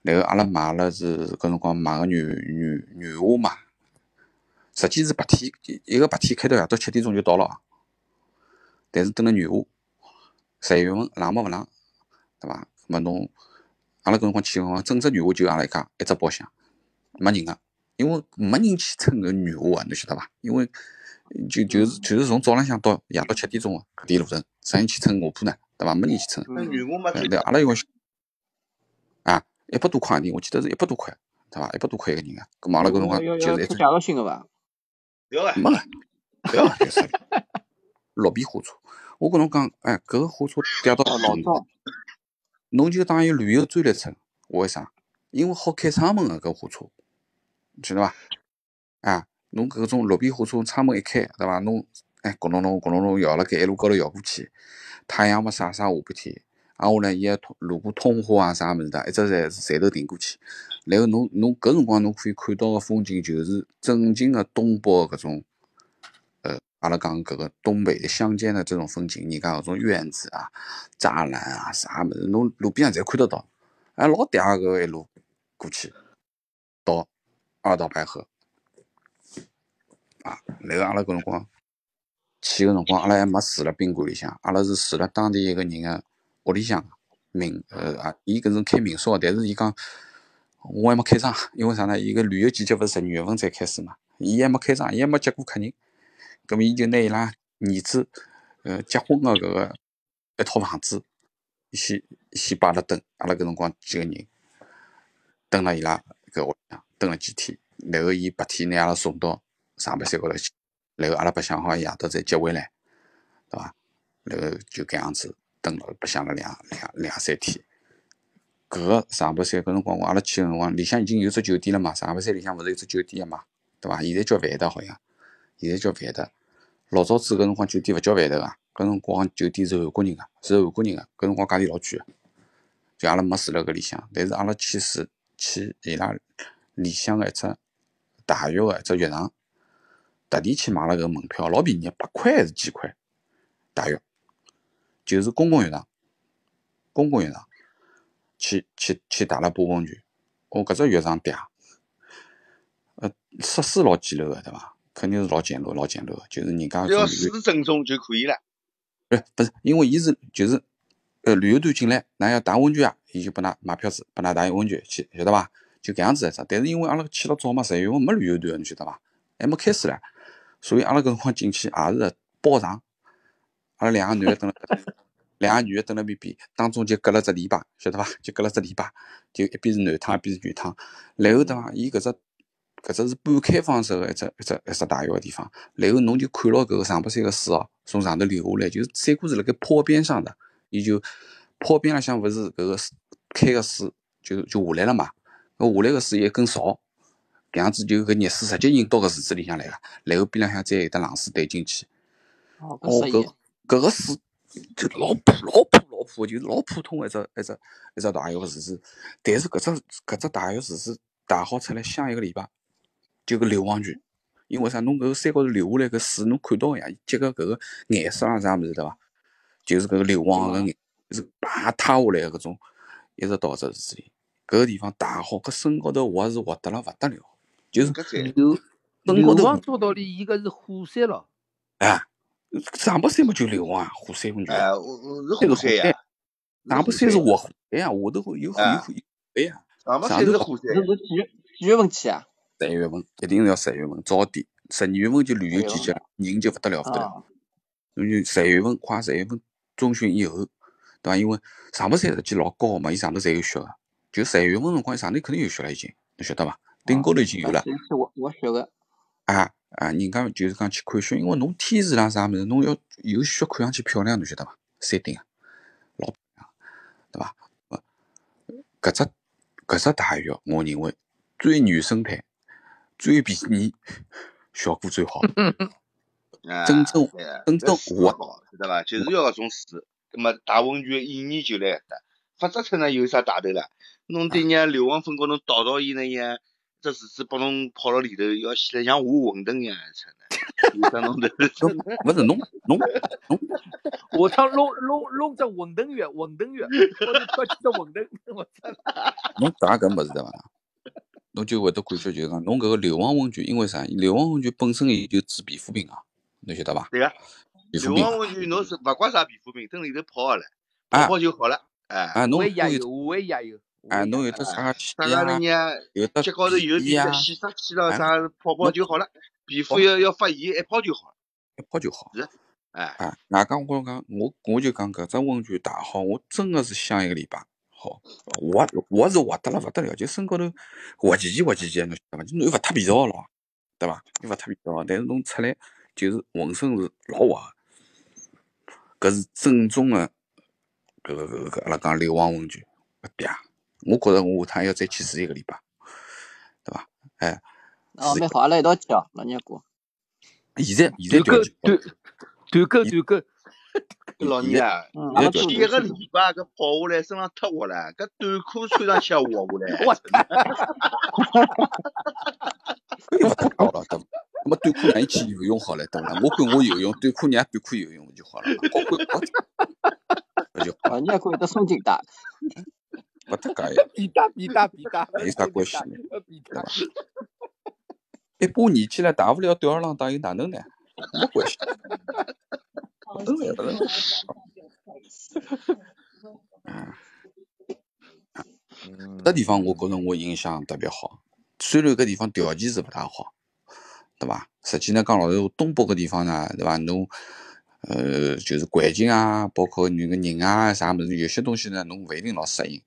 S4: 然后阿拉买了是搿辰光买个软软软话嘛，实际是白天一一个白天开到夜到七点钟就到了啊，但是等了软话，十一月份冷么勿冷，对伐？那么侬阿拉搿辰光去个辰光，整只女巫就阿拉一家一只包厢，没人个，因为没人去乘搿女巫啊，侬晓得伐？因为就就是就是从早浪向到夜到七点钟啊个搿点路程，啥人去乘卧铺呢？对伐？没人去乘。
S2: 嗯
S3: 那女工嘛，
S4: 对
S3: 最
S4: 对，阿拉一个小啊，一百多块钿，我记得是一百多块，对伐？一百多块一个人啊个，咁嘛阿拉搿辰光
S2: 要
S4: 就
S2: 要
S4: 是一
S2: 出
S4: 只
S2: 价格性个伐？
S3: 要啊，
S4: 没个， 不要个，别说绿皮火车。我跟侬讲，哎，搿个火车嗲到
S2: 哦，老早
S4: 侬就当伊旅游专列乘，为啥？因为好开窗门个搿火车，晓得伐？啊，侬搿种绿皮火车窗门一开，对伐？侬哎咕隆隆咕隆隆摇辣盖一路高头摇过去，太阳嘛晒晒下半天，啊，下来伊还通路过通花啊啥物事的，一只站站头停过去，然后侬侬搿辰光侬可以看到个风景就是整景个东北搿种。呃，阿拉讲搿个东北的乡间的这种风景，人家搿种院子啊、栅栏啊啥物事，侬路边上侪看得到，哎，老嗲搿一路过去到二道白河啊，然后阿拉搿辰光去个辰光，阿拉还没住辣宾馆里向，阿拉是住辣当地一个人个屋里向民呃啊，伊搿是开民宿的，但是伊讲我还没开张，因为啥呢？伊个旅游季节勿是十二月份才开始嘛，伊还没开张，伊还没接过客人。咁么伊就拿伊拉儿子呃结婚个搿个一套房子，先先摆辣等，阿拉搿辰光几个人蹲辣伊拉搿屋里向蹲了几天，然后伊白天拿阿拉送到长白山高头去，然后阿拉白相好，夜到再接回来，对伐？然后就搿样子蹲了白相了两两两三天。搿个长白山搿辰光，我阿拉去个辰光，里向已经有只酒店了嘛，长白山里向勿是有只酒店个嘛，对伐？现在叫万达好像，现在叫万达。老早子搿辰光酒店勿叫饭店啊，搿辰光酒店是韩国人个，啊是韩国人个，搿辰光价钿老贵个，就阿拉没住辣搿里向，但是阿拉去住去伊拉里向个一只大浴个一只浴场，特地去买了搿门票，老便宜，八块还是几块？大浴，就是公共浴场，公共浴场，去去去打了波温泉，哦，搿只浴场嗲，呃，设施老简陋个对伐？肯定是老简陋，老简陋个，就是人家
S3: 只要
S4: 从
S3: 水正宗就可以了。
S4: 不呃是不是，因为伊是就是呃旅游团进来，㑚要打温泉啊，伊就拨㑚买票子，拨㑚打温泉去，晓得伐？就搿样子一只。但是因为阿拉去了早嘛，十一月份没旅游团，侬晓得伐？还没开始唻，所以阿拉搿辰光进去也是个包场，阿拉两个男个蹲辣搿搭两个女个蹲辣边边，当中就隔了只篱笆，晓得伐？就隔了只篱笆，就一边是男汤，一边是女汤。然后对伐？伊搿只搿只是半开放式个一只一只一只大浴个地方，然后侬就看牢搿个长白山个水哦，从上头流下来，就是山谷是辣盖坡边上的，伊就坡边浪向勿是搿个水开个水就就下来了嘛，搿下来个水有一根勺，搿样子就搿热水直接引到搿池子里向来个，然后边浪向再有得冷水兑进去，
S2: 哦，搿
S4: 哦，
S2: 适
S4: 搿
S2: 宜。
S4: 搿个水就老普老普老普，就是老普通的一只一只一只大浴池子，但是搿只搿只大浴池子打好出来，像一个礼拜就搿流上去，因为啥？侬搿个山高头流下来搿水，侬看到个呀，伊结个搿个颜色啊啥物事对伐？就是搿个流往
S2: 对
S4: 搿
S2: 啊
S4: 眼，就是啪塌下来搿种，一直到这池子里，搿个地方大好，搿身高头滑是滑得了勿得了，就是
S3: 搿才
S7: 流
S4: 身高
S7: 流
S4: 头
S7: 亡照道理，伊搿是火山咯。
S4: 啊，长白山嘛就流啊，火山温泉。
S3: 呃，我我是
S4: 这
S3: 火
S4: 个火
S3: 山
S4: 山
S3: 呀，是
S4: 长
S3: 火
S4: 白山是
S3: 山呀，
S4: 活火山呀，下头
S8: 哎
S4: 会有有有
S3: 啊
S4: 有海呀，
S3: 长白
S4: 上
S3: 山
S4: 头
S3: 是
S4: 好
S3: 火山
S2: 侬
S3: 呀。
S2: 侬几月几月份去啊？
S4: 十一月份，一定是要十一月份早点，十二月份就旅
S2: 十月
S3: 哎
S4: 游季
S2: 份
S4: 节了，人就不得了不得了。
S2: 啊，
S4: 侬就十一月份快十一月份中旬以后，
S8: 对伐？因为上半山实际老高个嘛，伊上头侪有血个，就十一月份辰光，伊上头肯定有血了已经，侬晓得伐？
S3: 啊
S8: 顶高头已经有了
S2: 是是我我学的，
S8: 啊啊！人家就是讲去看血，因为侬天时啦啥物事，侬要有血看上去漂亮，侬晓得伐？山顶啊，老漂亮，对伐？呃搿只搿只大浴，我认为最原生态、最便宜、效果最好。
S3: 啊
S8: 真正
S3: 对啊
S8: 真正
S3: 搿是
S8: 我
S3: 勿好，晓得伐？就是要搿种水，葛末大温泉意义就辣搿搭，发展出来有啥大头啦？弄点伢硫磺粉高侬倒倒伊呢，伢只水子拨侬泡辣里头，要死了像下馄饨一样，出来，有啥弄头？
S8: 侬勿是侬侬
S7: 下趟弄弄弄只馄饨月，馄饨月，或者挑几只馄饨，我操！
S8: 侬汏搿物事对伐？侬就会得感觉就是讲，侬搿个硫磺温泉，因为啥？硫磺温泉本身伊就治皮肤病啊，侬晓得伐？
S3: 对个，
S8: 皮
S3: 硫
S8: 肤病啊
S3: 磺温泉侬是勿怪啥皮肤病，蹲里头泡好了，
S8: 啊
S3: 泡泡就好了，哎，
S8: 啊，侬
S7: 我
S8: 侬
S7: 也有，
S8: 有
S7: 我也有，我
S8: 啊，
S7: 也
S8: 侬有
S7: 有
S8: 得啥个气
S3: 啥
S8: 啊
S3: 个，人家
S8: 有得
S3: 脚高头有
S8: 皮
S3: 点
S8: 啊，
S3: 点细沙气了
S8: 哎
S3: 啥，泡泡就好了，皮肤要要发炎，一泡就好了，
S8: 一泡就好。
S3: 哎，
S8: 啊，外加我讲，我我就讲搿只温泉大好，我真个是想一个礼拜。好，滑我是滑得了勿得了，就身高头滑唧唧滑唧唧的，侬晓得伐？就侬又勿脱皮套咯，对伐？又勿脱皮套，但是侬出来就是浑身是老滑的，搿是正宗的搿个搿个搿个阿拉讲硫磺温泉，勿嗲。我觉着我下趟要再去试一个礼拜，对伐？哎，
S2: 哦，
S8: 是
S2: 蛮好，阿拉一道去哦，老娘哥，
S8: 现在现在
S7: 团
S8: 条
S7: 购
S8: 件
S7: 团团购团购，
S3: 搿老
S8: 现
S3: 年
S8: 在
S3: 啊。
S2: 嗯，
S8: 你
S2: 阿
S8: 要
S2: 拉
S8: 调
S2: 做
S3: 去一个礼拜，搿跑下来，身上太滑了，搿短裤穿上去也滑下来。
S7: 我操！
S8: 搿又勿搭界了，对伐？那么短裤让伊去游泳好了，对勿啦？我管我游泳，短裤让短裤游泳勿就好了嘛？光管我勿就好
S2: 老
S8: 了？
S2: 娘哥有得松紧带，
S8: 勿搭界呀，
S7: 比大比大比大，
S8: 有啥关系呢？哎
S7: 呃？比
S8: 对
S7: 大
S8: 伐？一把年纪了，大勿了吊儿郎当，又哪能呢？没关系，
S6: 哦，
S8: 真
S6: 这
S8: 的
S6: 个
S8: 勿能
S6: 我想想就可以。
S8: 嗯，
S7: 嗯
S8: 搿地方我觉着我印象特别好。虽然搿地方条件是勿大好，对伐？实际呢，讲老实话，东北搿地方呢，对伐？侬呃，就是环境啊，包括你个人啊，啥物事，有些东西呢，侬勿一定老适应。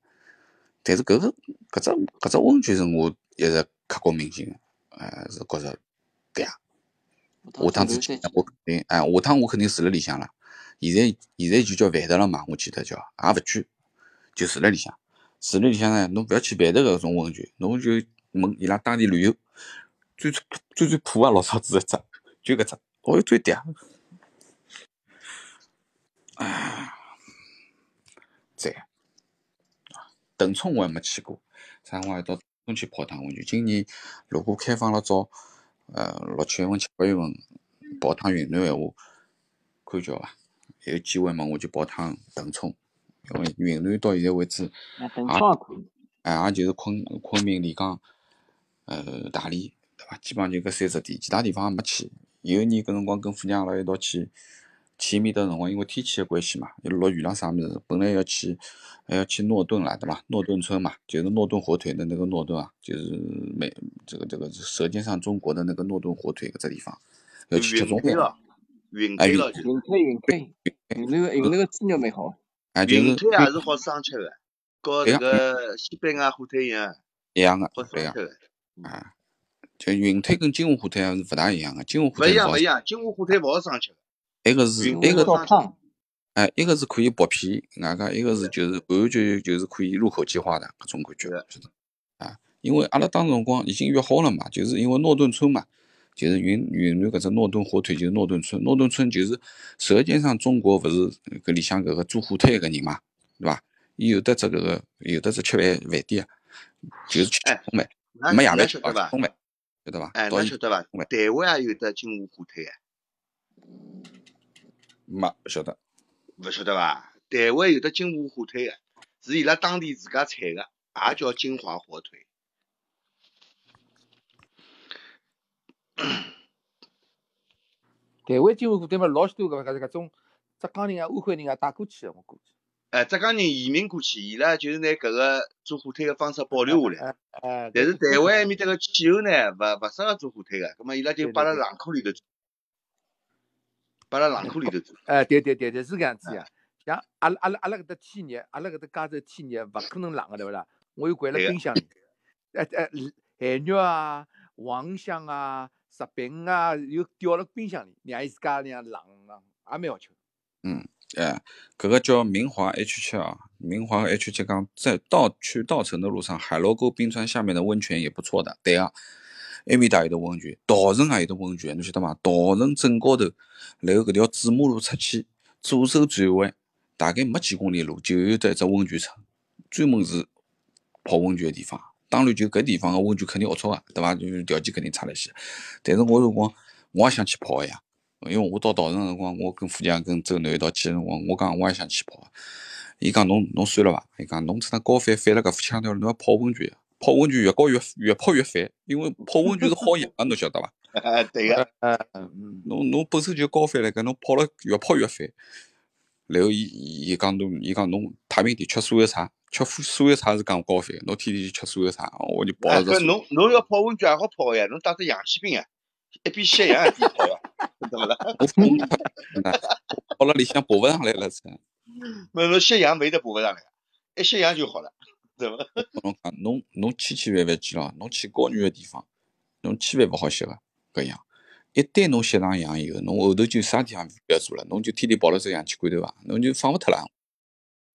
S8: 但是搿个搿只搿只温泉是我一直刻骨铭心的，呃，是觉着对呀。
S2: 下
S8: 下
S2: 趟
S8: 趟
S2: 去
S8: 子
S2: 留再
S8: 去呢
S2: 去，
S8: 我肯定，哎，下趟我肯定住辣里向了。现在现在就叫饭店了嘛，我记得叫，也勿去，就住辣里向。住辣里向呢，侬勿要去饭店搿种温泉，侬就问伊拉当地旅游，最最最最普啊老早子一只，就搿只，哦哟最嗲。哎赞。腾冲啊我还没去过，啥辰光一道腾冲去泡趟温泉。今年如果开放了早，呃六七月份、七八月份跑趟云南闲话，看叫伐？有机会嘛，我就跑趟腾冲，因为云南到现在为止，
S2: 那等
S8: 啊
S2: 上一看，
S8: 哎也就是昆昆明、丽江，呃大理，对伐？基本上就搿三只地，其他地方也没去。有一年搿辰光跟父娘阿拉一道去，去埃面搭辰光，因为天气的关系嘛，又落雨啦啥物事，本来要去，还要去诺顿啦，对伐？诺顿村嘛，就是诺顿火腿的那个诺顿啊，就是美这个这个《舌尖上中国》的那个诺顿火腿搿只地方，要
S3: 就
S8: 去吃
S3: 晕
S8: 中
S3: 开
S8: 饭嘛
S3: 了，晕
S8: 哎
S3: 开
S8: 晕
S3: 了就是，
S2: 云开云开，云南云南个猪肉蛮好，
S8: 哎，就
S3: 云
S8: 是
S3: 开也是好生吃的，和
S8: 对
S3: 这
S8: 呀对呀
S3: 个西班牙火腿一样，
S8: 一样的
S3: 好，
S8: 对
S3: 生
S8: 呀
S3: 吃的。
S8: 啊，就云腿跟金华火腿还是勿大一样的，金华火
S3: 勿
S8: 腿
S3: 一
S8: 是
S3: 样
S8: 好
S3: 勿一，样，金华火腿勿好生吃的，
S8: 一个是
S3: 云
S2: 因
S8: 一
S2: 为
S8: 个
S3: 腿
S2: 我
S3: 好
S2: 照
S3: 生吃的。
S2: 胖，
S8: 哎，一个是可以剥皮，外加一个是就是完完全全就是可以入口即化的搿种感觉
S3: 是的，
S8: 晓得啊，因为阿拉当时辰光已经约好了嘛，就是因为诺顿村嘛，就是云云南搿只诺顿火腿就是诺顿村，诺顿村就是《舌尖上中国》勿是搿里向搿个做火腿搿人嘛，对伐？伊有的只搿个有的只吃饭饭店啊，就是吃
S3: 哎
S8: 中饭，
S3: 㑚
S8: 没夜饭
S3: 㑚
S8: 吃
S3: 晓得
S8: 啊，吃
S3: 伐？
S8: 中饭，晓得伐？
S3: 哎，
S8: 到
S3: 㑚
S8: 伊
S3: 晓得伐？
S8: 中饭
S3: 台湾也有得金华火腿啊，
S8: 没晓得
S3: 勿晓得伐？台湾有得金华火腿啊，是伊拉当地自家产的，也叫金华火腿。
S7: 台湾金华火腿嘛，老许多搿搿搿种浙江人啊、安徽人啊带过去的，我估计。
S3: 哎，浙江人移民过去，伊拉就是拿搿个做火腿个方式保留下来。
S7: 哎哎，
S3: 但
S7: 搿
S3: 是
S7: 是
S3: 台湾埃面搭个气候呢，勿勿适合做火腿个，葛啊末伊拉就
S7: 对
S3: 摆辣
S7: 对对
S3: 冷库里头做，摆辣冷库里头做。
S7: 哎，对对对对，是搿样子呀。像阿拉阿拉阿拉搿搭天热，阿拉搿搭加州天热，勿可能冷个对勿啦？我又掼辣
S3: 对个
S7: 冰箱里，哎哎，海肉啊、黄香啊、石饼啊，又吊辣冰箱里，让伊自家那样冷冷，也蛮好吃。
S4: 哎，搿个叫明华 H 区啊，明华 H 区讲在到去稻城的路上，海螺沟冰川下面的温泉也不错的。对啊，埃面搭有得温泉，稻城也有得温泉，侬晓得伐？稻城镇高头，然后搿条主马路出去，左手转弯，大概没几公里路就有得一只温泉城，专门是泡温泉的地方。当然，就搿地方的温泉肯定龌龊啊，对伐？就是条件肯定差了些。但是我有辰光我也想去泡一下。因为我到稻城个辰光，我跟富强跟周南一道去个辰光，我讲我也想去泡。伊讲侬侬算了伐？伊讲侬只能高反反了搿副腔调，侬要泡温泉，泡温泉越高越越泡越反，因为泡温泉是好养个，侬晓得伐？
S3: 对个，
S7: 嗯，
S4: 侬侬本身就高反了，搿侬泡了越泡越反。然后伊伊伊讲侬，伊讲侬太平天吃酥油茶，吃酥油茶是讲高反，侬天天去吃酥油茶，哦我就泡
S3: 哎，
S4: 了只
S3: 搿
S4: 酥。
S3: 侬侬要泡温泉也好泡呀，侬带只氧气瓶啊，一边吸氧一边泡呀，懂啊勿啦？
S4: 我疯脱了，泡了里向爬勿上来了，真。
S3: 没侬吸氧没得爬勿上来，啊一吸氧就好了，对伐？
S4: 我侬讲，啊侬侬千千万万记牢，侬去高原个地方，侬千万勿好吸个搿样。一旦侬吸上氧以后，侬后头就啥地方勿要做了，侬就天天抱了只氧气罐头伐，侬就放勿脱了，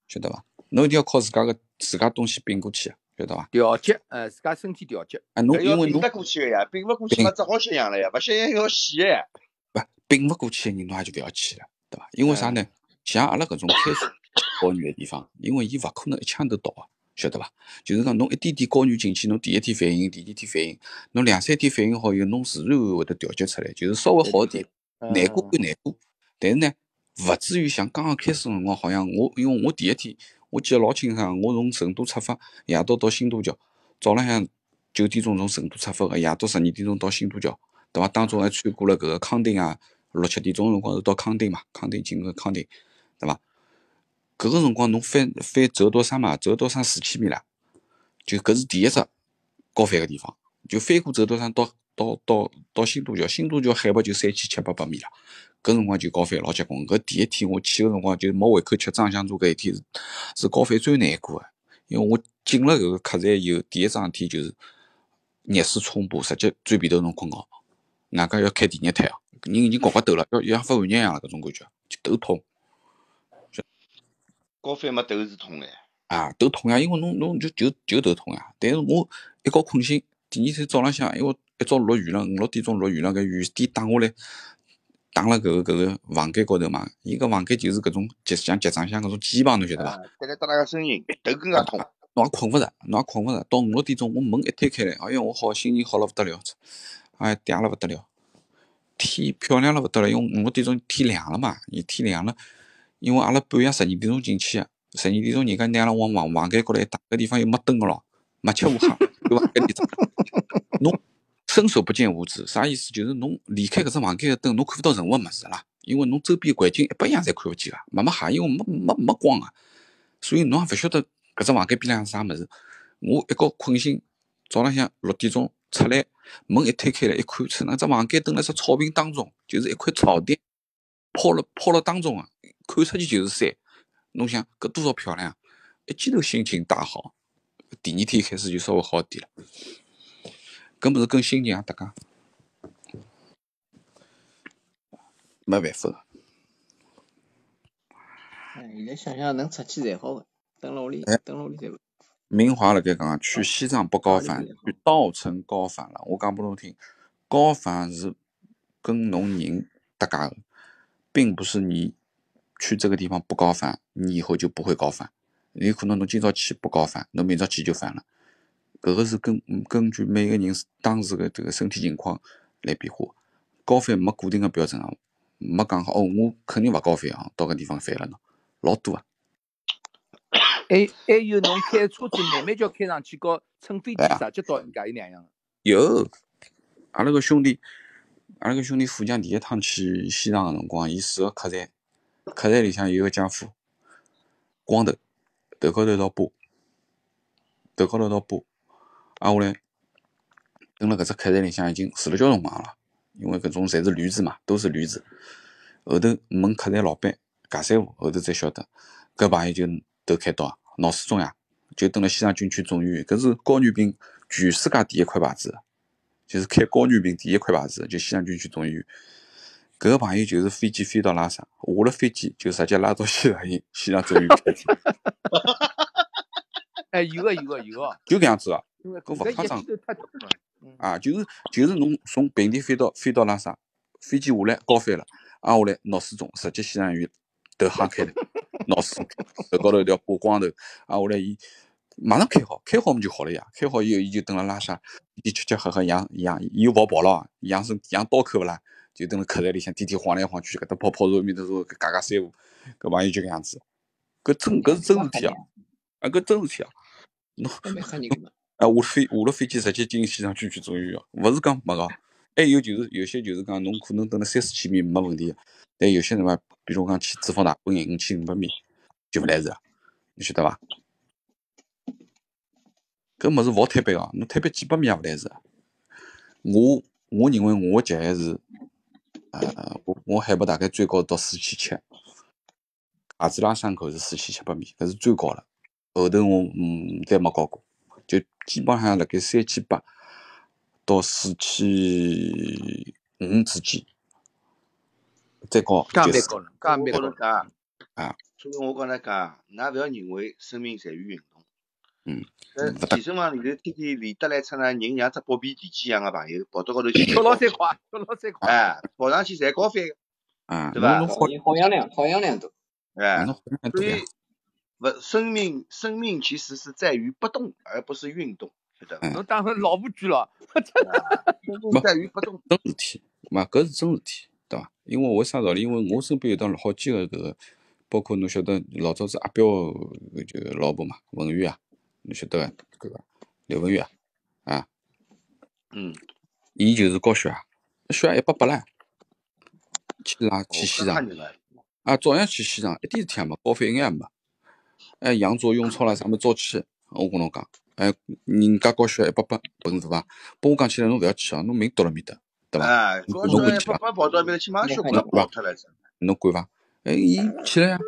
S4: 晓得伐？侬一定要靠自家个自家东西并过去，啊晓得伐？
S7: 调节，呃，自家身体调节。
S4: 啊，侬
S3: 搿
S4: 因
S3: 要
S4: 为
S3: 并
S4: 侬
S3: 得过去个呀，并勿过去嘛，只好吸氧了呀，勿吸氧要死个呀。
S4: 不并勿过去个人，侬也就勿要去了，对伐？因为啥呢？像阿拉搿种开始高原个地方，因为伊勿可能一枪头到啊，晓得伐？就是讲侬一点点高原进去，侬第一天反应，第二天反应，侬两三天反应好以后，侬自然会会得调节出来，就是稍微好一点，难过归难过，但是呢，勿至于像刚刚开始辰光，好像我因为我第一天，我记得老清爽，我从成都出发，夜到到新都桥，早浪向九点钟从成都出发个，夜到十二点钟到新都桥。对伐？当中还穿过了搿个康定啊，六七点钟的辰光是到康定嘛，康定进个康定，对伐？搿个辰光侬翻翻折多山嘛，折多山四千米啦，就搿是第一只高反个地方，就翻过折多山到到到到新都桥，新都桥海拔就三千七八百米啦，搿辰光就高反老结棍。搿第一天我去个辰光就没胃口吃trang 香茶搿一天是是高反最难过个，因为我进了搿个客栈以后，第一桩事体就是热水冲破，直接钻被头弄困觉。外加要开第二胎啊，人已经搞刮头了，要要像发寒热一样了，搿种感觉，就头痛
S3: 高反嘛，头是痛个呀。
S4: 啊，头痛呀，因为侬侬就就就头痛呀。但是我一觉困醒，第二天早浪向，因为一早落雨了，五六点钟落雨了，搿雨点打下来，打辣搿个搿个房间高头嘛，伊搿房间就是搿种结像结账像搿种肩膀，侬晓得伐？
S3: 啊，再来搭那个声音，头更加痛。
S4: 侬也困勿着，侬也困勿着。到五六点钟，我门一推开来，哎哟，我好心情好了勿得了，哎，嗲了勿得了，天漂亮了勿得了，因为五六点钟天凉了嘛，伊天凉了，因为阿拉半夜十二点钟进去个，十二点钟人家拿阿拉往房房间高头一打，搿地方又没灯个咯，没吃无喝，对伐？搿地方，侬伸手不见五指，啥意思？就是侬离开搿只房间个灯，侬看勿到任何物事啦，因为侬周边环境一百样侪看勿见个，啊没没哈，因为没没没光啊，所以侬也勿晓得搿只房间边浪向啥物事。我一觉困醒，早浪向六点钟出来，门一推开来一看，出那只房间蹲辣只草坪当中，就是一块草地，抛了抛了当中啊，看出去就是山。侬想搿多少漂亮啊！一记头心情大好，第二天开始就稍微好一点了。搿物事跟心情也搭界，没办法个。
S2: 哎，现在想想能出去侪好个，蹲辣屋里
S4: 哎，
S2: 蹲辣屋里侪勿
S4: 明华辣盖讲啊去西藏不高反，去稻城高反了。我讲拨侬听，高反是跟侬人搭界个，并不是你去这个地方不高反，你以后就不会高反。有可能侬今朝去不高反，侬明朝去就反了。搿个是根嗯根据每个人当时的这个身体情况来变化。高反没固定个标准啊，没讲好哦，我肯定勿高反啊，到搿地方反了喏，老多啊，
S7: 还还哎有侬开车子慢慢叫开上去，和乘飞机
S4: 对啊。
S7: 直接到人家有两样个。
S4: 有，阿拉个兄弟，阿拉个兄弟富强第一趟去西藏个辰光，伊住个客栈，客栈里向有个家伙，光头，头高头一道疤，头高头一道疤，挨下来蹲辣搿只客栈里向已经住了交辰光了，因为搿种侪是驴子嘛，都是驴子。后头问客栈老板，尬三胡，后头才晓得，搿朋友就头开刀，脑死中呀，就蹲辣西藏军区总医院，搿是高原病全世界第一块牌子，就是开高原病第一块牌子，就西藏军区总医院。搿个朋友就是飞机飞到拉萨，下了飞机就直接拉到西藏医西藏总医院开 刀，
S7: 哎，有个有个有个，
S4: 就搿样子啊。
S7: 因为
S4: 搿
S7: 搿
S4: 勿夸
S7: 一
S4: 张
S7: 记头太多了。嗯，
S4: 啊，就是就是侬从平地飞到飞到拉萨，飞机下来高飞了，挨下来脑死中，直接西藏医院头夯开了，脑死中开了，头高头一条挂光头，挨下来伊马上开好，开好么就好了呀，开好以后伊就等了拉萨，伊吃吃喝喝养养，伊又勿跑了，养生养刀口勿啦，就等了客栈里向天天晃来晃去，搿搭跑跑路面搭说嘎嘎三胡，搿朋友就搿样子，搿真搿是真事体啊，啊搿真事体啊，侬。
S2: 搿蛮吓人个嘛。
S4: 啊，我飞下了飞机直接进西藏军区总医院，勿是讲没个，还有就是有些就是讲侬可能蹲了三四千米没问题，但有些人嘛，比如讲去脂肪大本营五千五百米就勿来事，啊你晓得伐？搿物事勿好推背个，侬推背几百米也勿来事。啊我我认为我的极限是，呃，我我海拔大概最高到四千七，阿兹拉山口是四千七百米，搿是最高了。后头我嗯再没高过，就基本上辣盖三千八到四千五之间，再高
S7: 搿
S4: 就
S7: 也蛮
S4: 是
S7: 高了，
S3: 所
S7: 搿
S3: 以
S7: 也
S3: 我
S7: 蛮高
S3: 跟
S7: 了
S3: 侬。讲
S4: 啊，
S3: 所以我跟侬讲，㑚勿要认为生命在于运动。
S4: 嗯，
S3: 搿
S4: 勿
S3: 健
S4: 得
S3: 身房里头天天练得来出呢，人像只宝贝电击一样个朋友，跑到高
S4: 嗯
S3: 头去
S7: 跳
S3: 练高
S7: 老三
S3: 飞，
S7: 块，跳老三块。
S3: 哎，跑上去侪高飞，
S4: 啊，
S3: 对
S4: 侬
S3: 伐
S4: 侬
S2: 好
S4: 好，
S2: 好养两好养两多。
S4: 啊
S3: 哎，
S4: 侬好
S3: 所
S4: 像对呀
S3: 以，勿生命生命其实是在于不动，而不是运动，晓得伐？
S4: 嗯
S7: 侬当成老婆剧了，
S3: 生
S4: 没
S3: 命在于不动。
S4: 真事体，嘛搿是真事体，对伐？因为为啥道理？因为我身边有当好几个搿个，包括侬晓得老早子阿彪搿就老婆嘛，文玉啊，侬晓得伐？搿个刘文玉啊，啊，
S3: 嗯，
S4: 伊就是高啊血压，血压一百八唻，去拉去
S3: 哦，
S4: 西
S3: 搿
S4: 藏
S3: 吓人个，
S4: 啊，照样去西藏，一点事体也没，高反一眼也没。哎，羊座、雍超啦，啥么早去？我跟侬讲，哎，人家高血压一百八，本事大，拨我讲起来，侬勿要去啊，侬命丢了面搭，对伐？
S3: 哎，
S4: 侬
S3: 高
S4: 侬敢
S3: 血压
S4: 去
S3: 八
S4: 伐？
S3: 八跑到埃面头去，马上血
S4: 侬
S3: 管
S4: 敢伐
S3: 爆？脱了，真的。
S4: 侬管伐？哎，伊起来呀，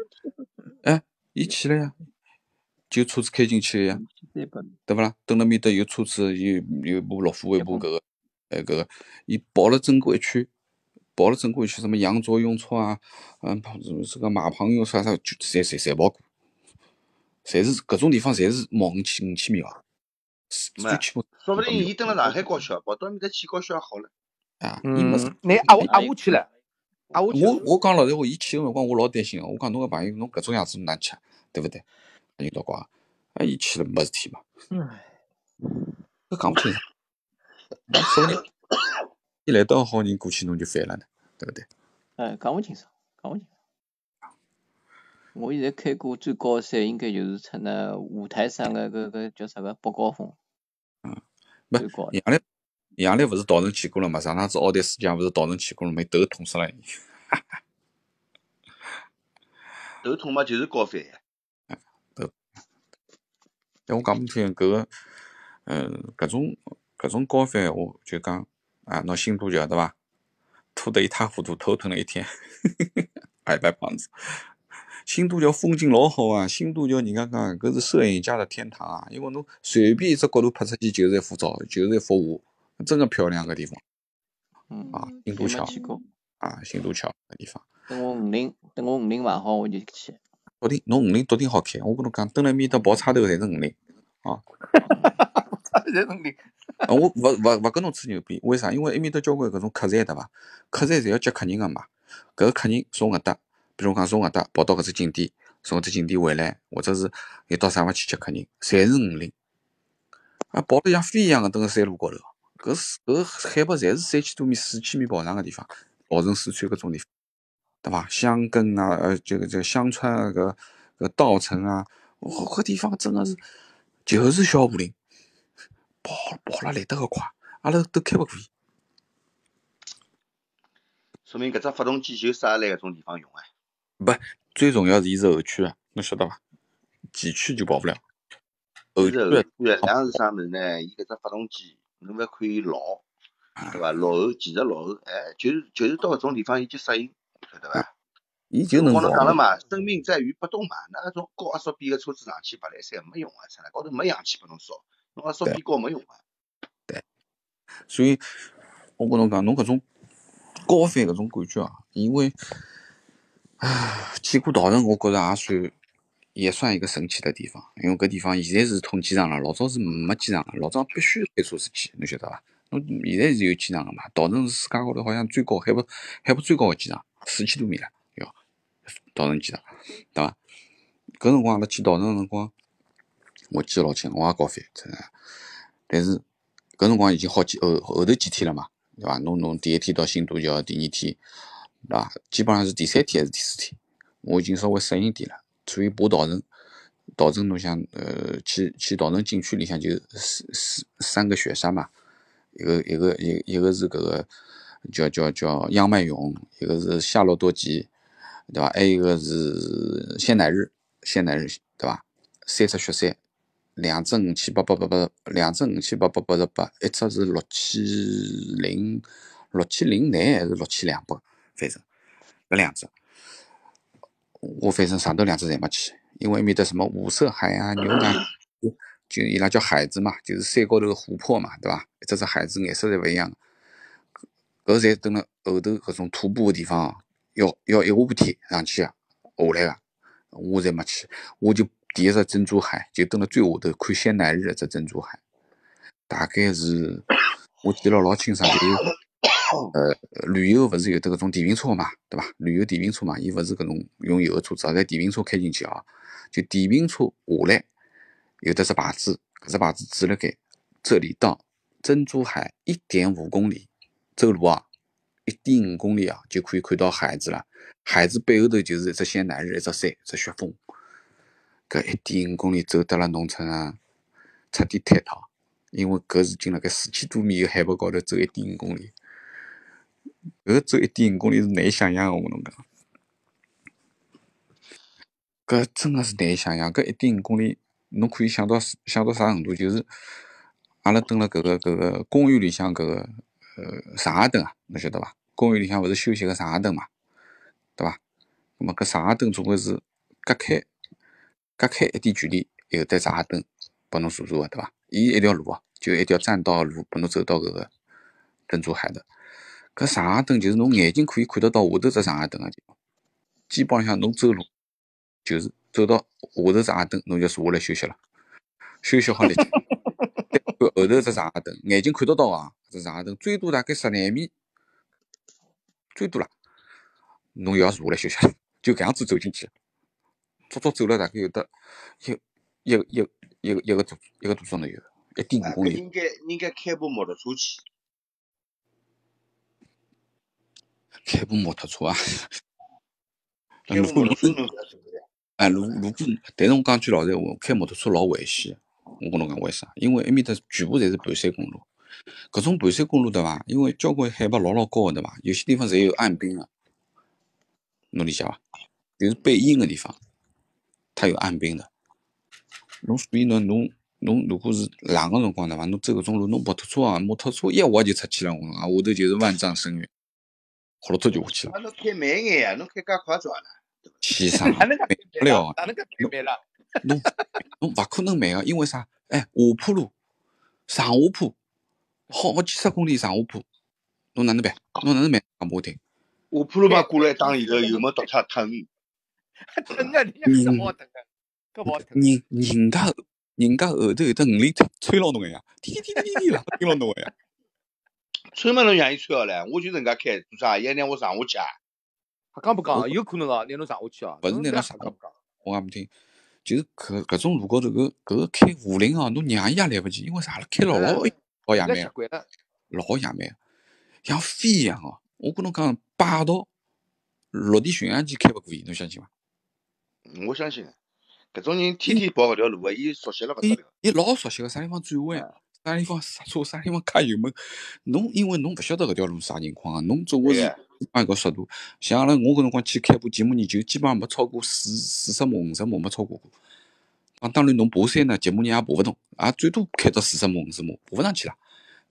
S4: 哎，伊起来呀，就车子开进去了呀，
S2: 对吧？
S4: 对伐啦？蹲辣面搭有车子，有有一部老虎，一部搿个，哎搿个，伊跑了整个一圈，跑了整个一圈，什么羊卓雍措啊，嗯，跑什么这个马旁雍啥啥，就侪侪侪跑过，侪是搿种地方，侪是冒五千五千米啊，四
S3: 没
S4: 最起码
S3: 说不
S4: 五百
S3: 定
S4: 米
S3: 伊蹲辣上海高血压，跑到埃面搭去高血压好了。
S4: 啊，伊没事
S7: 嗯，拿阿我阿我去了，阿我去了
S4: 我。我讲老实话，伊去个辰光我老担心个，我讲侬个朋友侬搿种样子侬哪去啊，对勿对？有道光，啊，伊去了没事体嘛，搿讲勿清爽，侬说不定伊来到好人过去侬就反了呢，对勿对？
S2: 哎，讲勿清爽，讲勿清爽。我现在开过最高的山，应该就是出那五台山个搿搿叫啥个北高峰
S4: 没
S2: 最高的。
S4: 杨澜，杨澜勿是稻城去过了嘛？上趟子奥黛世界勿是稻城去过了嘛？头痛死了，
S3: 头痛嘛，就是高反。
S4: 但我讲拨侬听，搿个，呃，搿种搿种高反，我就讲啊，拿新度桥对伐？吐得一塌糊涂，头疼了一天， 矮白胖子。新都桥风景老好啊！新都桥人家讲搿是摄影家的天堂啊，因为侬随便一只角度拍出去就是一幅照，就是一幅画，真的漂亮个地方
S2: 嗯，
S4: 啊！新都
S2: 也没
S4: 桥
S2: 去过。
S4: 啊，新都桥个地方，
S2: 等我五零，等我五零买好我就去。
S4: 到底侬五菱到底好开？我跟侬讲，蹲辣面搭跑叉头侪是五菱啊！
S7: 人能领。
S4: 啊，我勿勿勿跟侬吹牛逼，为啥？因为埃面搭交关搿种客栈对伐？客栈侪要接客人个嘛。搿个客人从搿搭，比如讲从搿搭跑到搿只景点，从搿只景点回来，或者是又到啥地方去接客人，侪是五菱啊，跑得像飞一样个蹲辣山路高头。搿是搿海拔侪是三千多米、四千米跑上个地方，稻城、四川搿种地方，对伐？箱根啊，呃，这个这个香川啊，搿搿稻城啊，哦，搿地方真个是就是小武林。跑跑了来得个快，阿拉啊都开勿过伊。
S3: 说明搿只发动机就适合来搿种地方用啊。
S4: 不，最重要是伊是后驱啊，侬晓得伐？前驱就跑勿了，后
S7: 哦
S3: 伊
S4: 驱
S3: 是后
S4: 啊
S3: 驱啊，两是啥物事呢？伊搿只发动机，侬勿可以老，对伐？落后，技术落后，哎，就是就是到搿种地方伊就适应，晓得伐？
S4: 伊就
S7: 嗯
S4: 能
S3: 我
S4: 搞
S3: 跟侬讲了
S4: 嘛。
S3: 嘛，生命在于不动嘛。那种高压缩比个车子上去白来塞没用啊，啥高头没氧气拨侬烧，侬压缩比高没用啊。
S4: 所以我跟侬讲，侬搿种高反搿种感觉啊，因为唉，建国大城我觉着也算也算一个神奇的地方，因为搿地方现在是通机场了，老早是没机场了，老早必须开车子去，侬晓得伐？侬现在是有机场了嘛？大城是世界高头好像最高海拔海拔最高的机场，四千多米了，要大城机场，对伐？搿辰光阿拉去大城的辰光，我记得老清，我也高反，真的。但是搿辰光已经好几后后头几天了嘛，对伐？侬侬第一天到新都桥，第二天，对伐？基本上是第三天还是第四天，我已经稍微适应点了。所以爬稻城，稻城侬想，呃，去去稻城景区里向就四四三个雪山嘛，一个一个一一个是搿个叫叫叫央迈勇，一个是夏洛多吉，对伐？还有一个是仙乃日，仙乃日对伐？三只雪山，两只五千八百八十，两只五千八百八十八，一只是六千零六千零廿还是六千两百，反正搿两只。我反正上头两只侪没去，因为埃面搭什么五色海啊、牛奶，就就伊拉叫海子嘛，就是山高头个湖泊嘛，对伐？一只只海子颜色侪勿一样的。搿侪等了后头搿种徒步个地方啊，要要一下半天上去啊，下来个，我侪没去，我就第一只珍珠海就蹲辣最下头看仙乃日一只珍珠海，大概是我记得老清爽，就是呃旅游勿是有得搿种电瓶车嘛，对伐？旅游电瓶车嘛，伊勿是搿种用油个车子，而在电瓶车开进去啊，就电瓶车下来有得只牌子，搿只牌子指辣盖这里到珍珠海一点五公里。走路啊，一点五公里啊，就可以看到海子了。海子背后头就是一只仙乃日，一只山，一只雪峰。搿一点五公里走得了农村啊，彻底坍塌，因为搿是进辣盖四千多米个海拔高头走一点五公里。搿走一点五公里是难以想象个，我跟侬讲，搿真个是难以想象。搿一点五公里，侬可以想到是想到啥程度？就是阿拉蹲辣搿个搿个公园里向搿个呃上下凳啊，侬晓得伐？公园里向勿是休息个上下凳嘛，对伐？那么搿上下凳总归是隔开隔开一点距离，有得上下凳拨侬坐坐个，对伐？伊一条路啊，就一条栈道个路，拨侬走到搿个珍珠海的。搿上下灯就是侬眼睛可以看得到下头只上下灯个地方，基本上侬走路就是走到下头只上下灯，侬就坐下来休息了，休 息好立起来。看后头只上下灯，眼睛看得到啊，只上下灯最多大概十廿米，最多啦。侬又要坐下来休息，就搿样子走进去，足足走了大概有得一一个一个一个一个多一个多钟头有，一点五
S3: 啊
S4: 公
S3: 搿
S4: 里。
S3: 应该应该开部摩托车去，
S4: 开部摩托车啊！
S3: 开
S7: 嗯
S4: 如
S3: 部
S4: 果
S3: 摩
S4: 如
S3: 托
S4: 果
S3: 车侬搿样走勿来。
S4: 哎，如如果，但是我讲句老实闲话，开摩托车老危险。我跟侬讲为啥？因为埃面搭全部侪是盘山公路，搿种盘山公路对伐？因为交关海拔老老高的对伐？有些地方侪有暗冰的，侬理解伐？就是背阴个地方，它有暗冰的。侬所以呢，侬侬如果是冷个辰光对伐？侬走搿种路，侬摩托车啊，摩托车一滑就出去了，我讲下头就是万丈深渊，滑落头就下去了，
S3: 啊，侬开慢一眼啊，侬开介快抓了。
S4: 气啥
S7: 哪能介
S4: 没不
S7: 开慢
S4: 了
S7: 啦
S4: 啊？？
S7: 哪能介开慢啦？
S4: 侬侬勿可能慢个，因为啥？哎，下坡路、上下坡，好几十公里上下坡，侬哪能办？侬哪能慢也勿下
S3: 下坡路嘛，过来打里头，油门倒车疼。
S7: 疼啊！你搿勿好疼啊，搿勿好疼。
S4: 人人家后人家后头有得五 轮车催牢侬个呀，滴滴滴滴 滴啦，盯牢侬个呀。
S3: 穿嘛侬让伊穿好唻，我就人家开，做啥？伊还拿我上下去啊？
S7: 瞎讲不
S4: 我
S7: 讲？有可能哦，拿侬上下去哦。
S4: 勿是
S7: 侬
S4: 拿
S7: 不
S4: 侬
S7: 要
S4: 上下
S7: 瞎讲不讲？
S4: 我讲勿听，就是搿搿种路高头搿搿开五轮啊，侬让伊也来勿及，因为啥？阿拉开了老老野
S7: 人家
S4: 蛮
S7: 习
S4: 个，
S7: 惯了，
S4: 老野蛮个，像飞一样哦。我跟侬讲，霸道陆地巡洋舰开勿过伊，侬相信伐？
S3: 我相信，搿种人天天跑搿条路个，伊熟悉了勿得
S4: 伊
S3: 了。
S4: 伊老熟悉个，啥地方转弯，
S2: 嗯
S4: 啥地方刹车，啥地方加油门。侬因为侬勿晓得搿条路啥情况啊，侬只
S3: 对
S4: 个是
S3: 个，
S4: 按搿速度。像阿拉我搿辰光去开部吉姆尼，就基本上没超过四四十码、五十码，没超过过。啊，当然侬爬山呢，吉姆尼也爬勿动，也最多开到四十码、五十码，爬勿上去啦。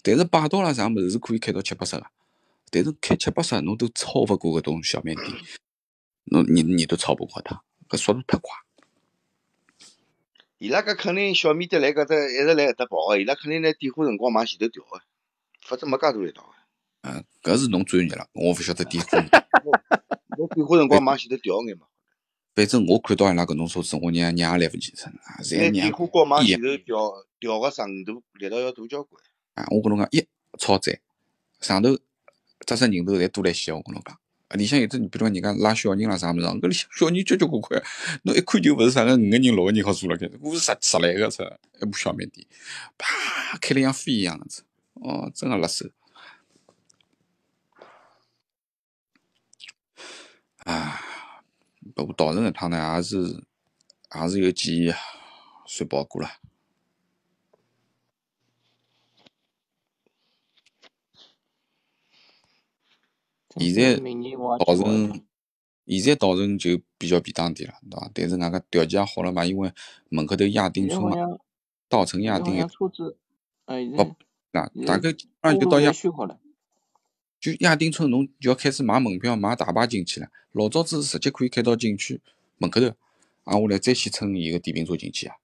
S4: 但是霸道啦啥物事是可以开到七八十个，但是开七八十侬都超勿过搿种小蛮点。侬你你都超不过他，搿速度太快。
S3: 伊拉搿肯定小米的来搿搭一直来搿搭跑个，啊伊拉肯定拿点火辰光往前头调个，否则没介大力道啊个。
S4: 嗯，搿是侬专业了，我勿晓得点火。
S3: 拿点火辰光往前头调眼嘛，
S4: 反正我看到伊拉搿种车子，我娘娘也来勿及身啊，
S3: 拿
S4: 侪
S3: 点
S4: 娘
S3: 火光往前头调，调个长度力道要大交关。
S4: 啊！我跟侬讲，一超载，上头只只人头侪多来些，我跟侬讲。啊里向有只，比如讲人家拉小人啦啥物事啊，搿里向小人交交关关，侬一看就勿是啥个五个人六个人好坐辣盖，我是十十来个车，一部小蛮点，啪开了像飞一样个车，哦，真个辣手啊！不过稻城搿趟呢，也是也是有几算跑过了。现在
S2: 明年我也
S4: 稻
S2: 去玩一趟
S4: 城，现在稻城就比较便当点了，对伐？但是外加条件也好了嘛，因为门口头亚
S2: 现
S4: 丁
S2: 在
S4: 村
S2: 好
S4: 嘛，
S2: 像
S4: 稻城
S2: 现
S4: 亚
S2: 在好
S4: 丁有
S2: 像车子，哎，现
S4: 哦不
S2: 在
S4: 啦，
S2: 现
S4: 大
S2: 在
S4: 概基本
S2: 道
S4: 上就
S2: 路
S4: 到
S2: 侪
S4: 亚
S2: 修好了，
S4: 就亚丁村，侬就要开始买门票、买大巴进去了。老早子是直接可以开到景区门口头，啊，下来再去乘伊个电瓶车进去啊，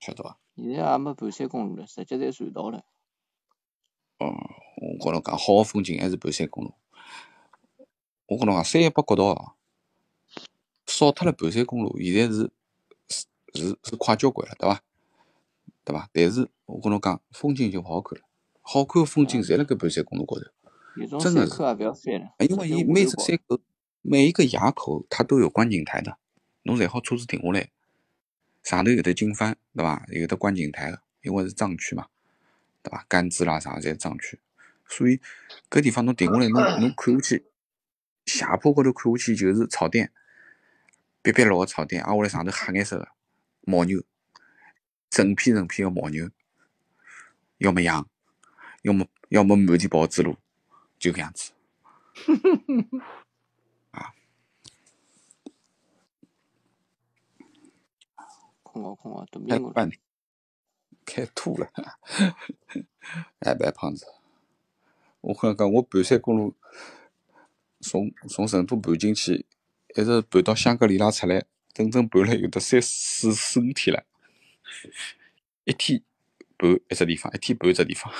S4: 晓得伐？
S2: 现在也没盘山公路了，直接侪隧道了。
S4: 哦，我跟侬讲，好个风景还是盘山公路。我跟侬讲，三一八国道啊，少脱了盘山公路，现在是是是是快交关了，对伐？对伐？但是我跟侬讲，风景就勿好看了，好看个风景侪辣盖盘山公路高头，
S2: 有种
S4: 真个
S2: 山
S4: 是。
S2: 口也不要删了，
S4: 啊，因
S2: 直
S4: 为
S2: 接
S4: 伊
S2: 下
S4: 每
S2: 头
S4: 只
S2: 跑。
S4: 山口每一个垭口，它都有观景台的，侬侪好车子停下来，上头有的经幡，对伐？有的观景台的，因为是藏区嘛，对伐？甘孜啦啥侪是藏区，所以搿地方侬停下来，侬侬看下去，斜坡高头看下去就是草甸，碧碧绿个草甸，啊挨下来上头黑颜色个牦牛，整批整批个牦牛，要么羊，要么要么满地跑子路，就搿样子。
S2: 困觉困觉，肚皮
S4: 开了
S2: 饿了。
S4: 半天，哎开吐了。哎，白胖子，我跟讲，我盘山公路从从成都盘进去，一直盘到香格里拉出来，整整盘了有得三四四五天了，一天盘一只地方，一天盘一只地方。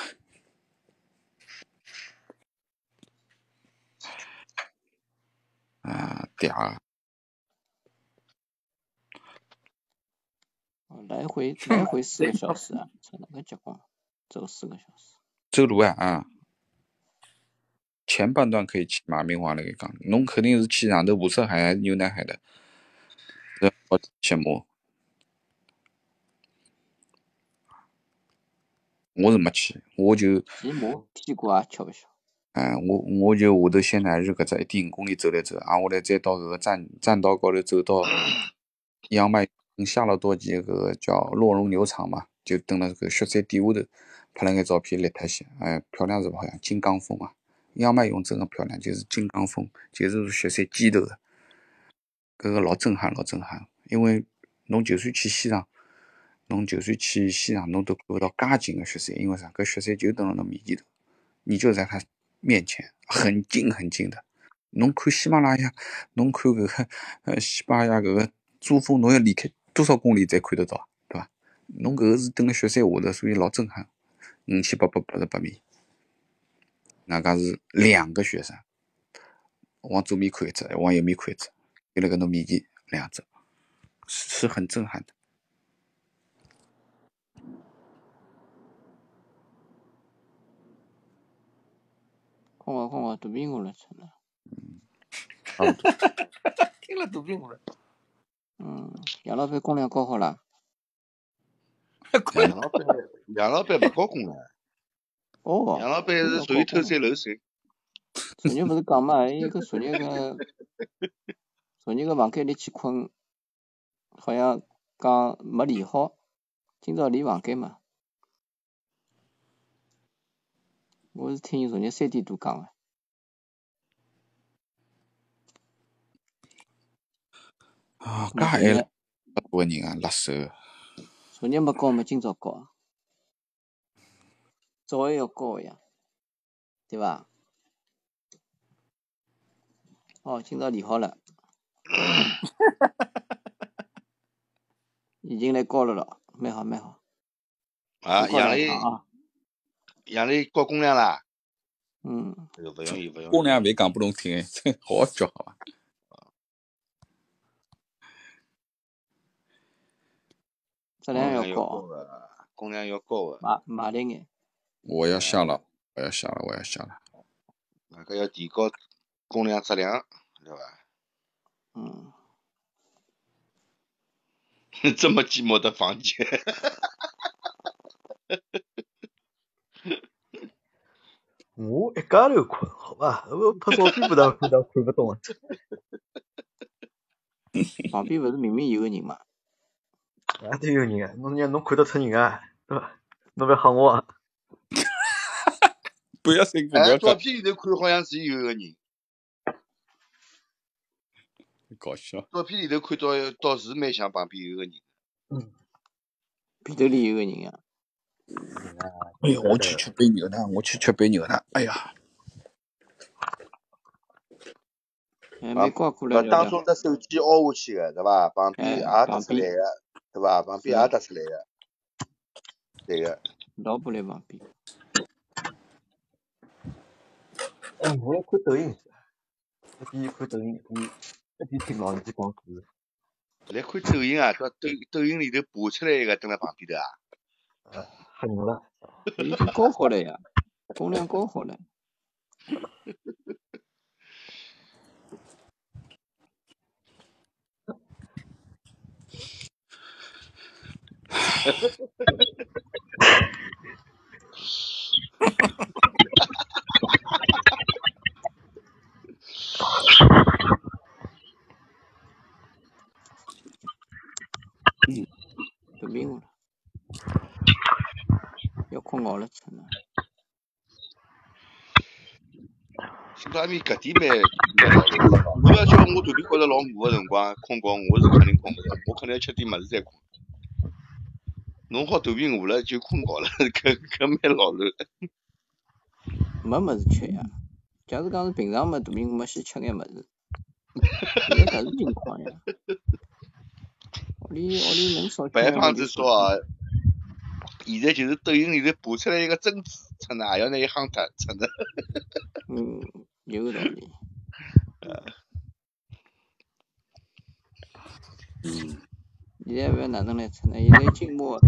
S4: 啊，对啊，
S2: 哦来 回来回四个小时啊，操，哪个结棍？走四个小时，
S4: 走路啊啊，前半段可以去马明华那个港，侬肯定是去上头五色海还是牛奶海的，然后去马，我是没去，我就。
S2: 骑马屁股也吃不消。
S4: 哎，我我就下头先乃是搿只一点五公里走来走，挨下来再到搿个栈栈道高头走到杨麦跟下了多间搿个叫洛龙牛场嘛，就蹲辣搿个雪山底下头拍了眼照片立脱些，哎，漂亮是勿好像金刚峰啊，杨麦用真个漂亮，就是金刚峰，就是雪山尖头个，搿个老震撼老震撼，因为侬就算去西藏。侬就算去西藏，侬都看勿到介近个雪山，因为啥？搿雪山就蹲辣侬面前头，你就在它面前，很近很近的。侬看喜马拉雅，侬看搿个呃西班牙搿个珠峰，侬要离开多少公里才看得到，啊对伐？侬搿个是蹲辣雪山下头，所以老震撼，五千八百八十八米，外加是两个雪山，往左面看一只，往右面看一只，就辣搿侬面前两只，是是很震撼的。
S2: 困觉困觉，肚皮饿了，操哪。
S4: 差不多，
S7: 听了肚皮饿了，
S2: 嗯，杨老板工量高好啦，
S3: 杨老板，杨老板勿高工了，
S2: 高哦，
S3: 杨老板
S2: 工
S3: 是
S2: 量高
S3: 属于
S2: 工
S3: 偷
S2: 量
S3: 税漏税。
S2: 昨日勿是讲嘛，伊搿昨日个昨日个房间里去困，好像讲没理好，今朝理房间嘛。我是听伊昨日三点多讲个，
S4: 啊，
S2: 葛
S4: 介
S2: 末
S4: 还
S2: 昨
S4: 有
S2: 日
S4: 多人啊，辣手
S2: 昨日没高么？今朝高啊，早晚要高个呀，对伐？哦，今朝理好 了，已经来高了了，蛮好蛮好，
S3: 啊，哎
S2: 很高
S3: 杨
S2: 了
S3: 磊，
S2: 啊，
S3: 杨磊高工量啦，
S2: 嗯，
S3: 哎呦，不容易，不容易。
S4: 公粮没讲不侬听哎，真好好叫好伐？
S2: 质量要
S3: 工量要
S2: 高
S3: 高
S2: 啊，
S3: 的，工量要高啊的，
S2: 买买力眼，
S4: 我要下了，我要下了，我要下了。
S3: 那个要提高工量质量，对伐？
S2: 嗯，
S3: 这么寂寞的房间，
S1: 我一家头困，好吧？我拍照片不当看到看不懂啊。
S2: 旁 边勿是明明有个人嘛，
S1: 哪都有人啊，侬让侬看得出人啊，对伐？侬勿要吓我啊！
S4: 不要三哥，不
S3: 哎，
S4: 要
S3: 照
S4: 讲，
S3: 片里头看好像是有一个人，
S4: 搞笑。
S3: 照片里头看到倒是蛮像旁边有个人，
S2: 被头里有个人啊呀，
S1: 人啊，
S4: 哎呀，
S1: 晓得
S4: 我去吃杯牛奶，我去吃杯牛奶。哎呀，
S2: 还
S3: 旁
S2: 蛮高过来
S3: 呃，
S2: 聊
S3: 当
S2: 聊，
S3: 中的手机凹下去的，对伐？旁边
S2: 哎，
S3: 也搭
S2: 旁
S3: 出来
S2: 边
S3: 个，对伐？旁边也搭出来个，对个。
S2: 老婆来旁边，
S1: 哎，我要看抖音，一边看抖音，一边一边听老人家讲故事。
S3: 来看抖音啊，到抖抖音里头爬出来一个蹲辣旁边头啊，
S1: 啊，吓人了！
S2: 伊已经高好了呀，工量高好了，嗯得命了，要困觉了吃呢，
S3: 苏大米搿点蛮蛮老累个。侬要叫我突然觉着老饿个辰光困觉，我是肯定困勿着，我肯定要吃点物事再困。侬好肚皮饿了就困觉了， 搿搿蛮老累。
S2: 没么子吃呀，假如讲是平常么，肚皮饿么先吃眼么子，现在特殊情况呀。屋里屋里能少吃
S3: 白
S2: 眼么
S3: 胖
S2: 就
S3: 子
S2: 少
S3: 说
S2: 吃
S3: 啊
S2: 眼，，
S3: 现在就是抖音里头爬出来一个贞子，真的也要拿伊夯脱，真的。
S2: 嗯，有道理。
S3: 嗯，
S2: 现在勿要哪能来吃呢？现在静默，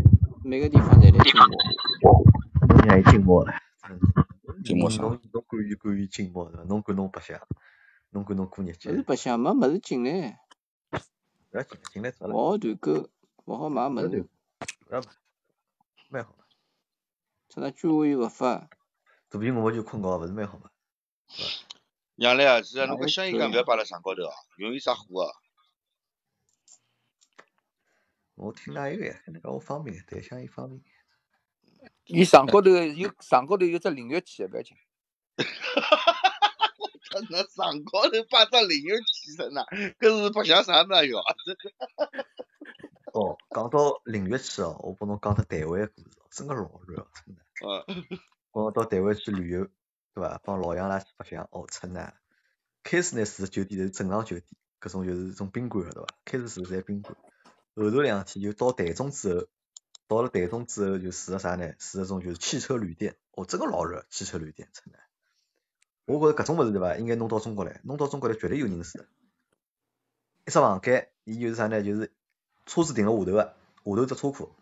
S2: 每个地方侪来静默，
S1: 侬让伊静默了，嗯
S4: 寂寞
S1: 侬
S4: 啥？
S1: 侬侬管伊管伊静默是伐？侬管侬白相，侬管侬过日
S2: 勿是
S1: 节，
S2: 白相，没物事进来，
S1: 勿要紧，进来做了，
S2: 勿好团购，勿好买
S1: 勿
S2: 物
S1: 要对，
S2: 事，
S1: 勿要蛮好嘛。
S2: 趁着居委会勿发，
S1: 肚皮饿么就困觉，勿是蛮好嘛？对伐？
S3: 杨澜啊，是啊，
S2: 哪
S3: 侬搿
S2: 有
S3: 香烟
S2: 这
S3: 缸勿要
S2: 样？
S3: 摆辣床高头哦，容易着火哦。
S1: 我听哪有呀？搿能介我方便，对象一方便。
S7: 伊上高头有上高头有只淋浴器，勿要紧。
S3: 搿那床高头摆只淋浴器身呐，搿是白相啥物事哟？
S1: 哦，讲到领域去哦，我帮侬讲只台湾个故事哦，真个老乱哦，真的。
S3: 呃，
S1: 帮我到台湾去旅游，对伐？帮老杨拉去白相，哦，出呢。开始呢住的酒店是正常酒店，搿种就是种宾馆个对伐？开始住的侪宾馆，后头两天就到台中之后，到了台中之后就住个啥呢？住个种就是汽车旅店，哦，真个老热，汽车旅店真的。我觉着搿种物事对伐？应该弄到中国来，弄到中国来绝对有人住的。一只房间，伊就是啥呢？就是车子停辣下头个，下头只车库，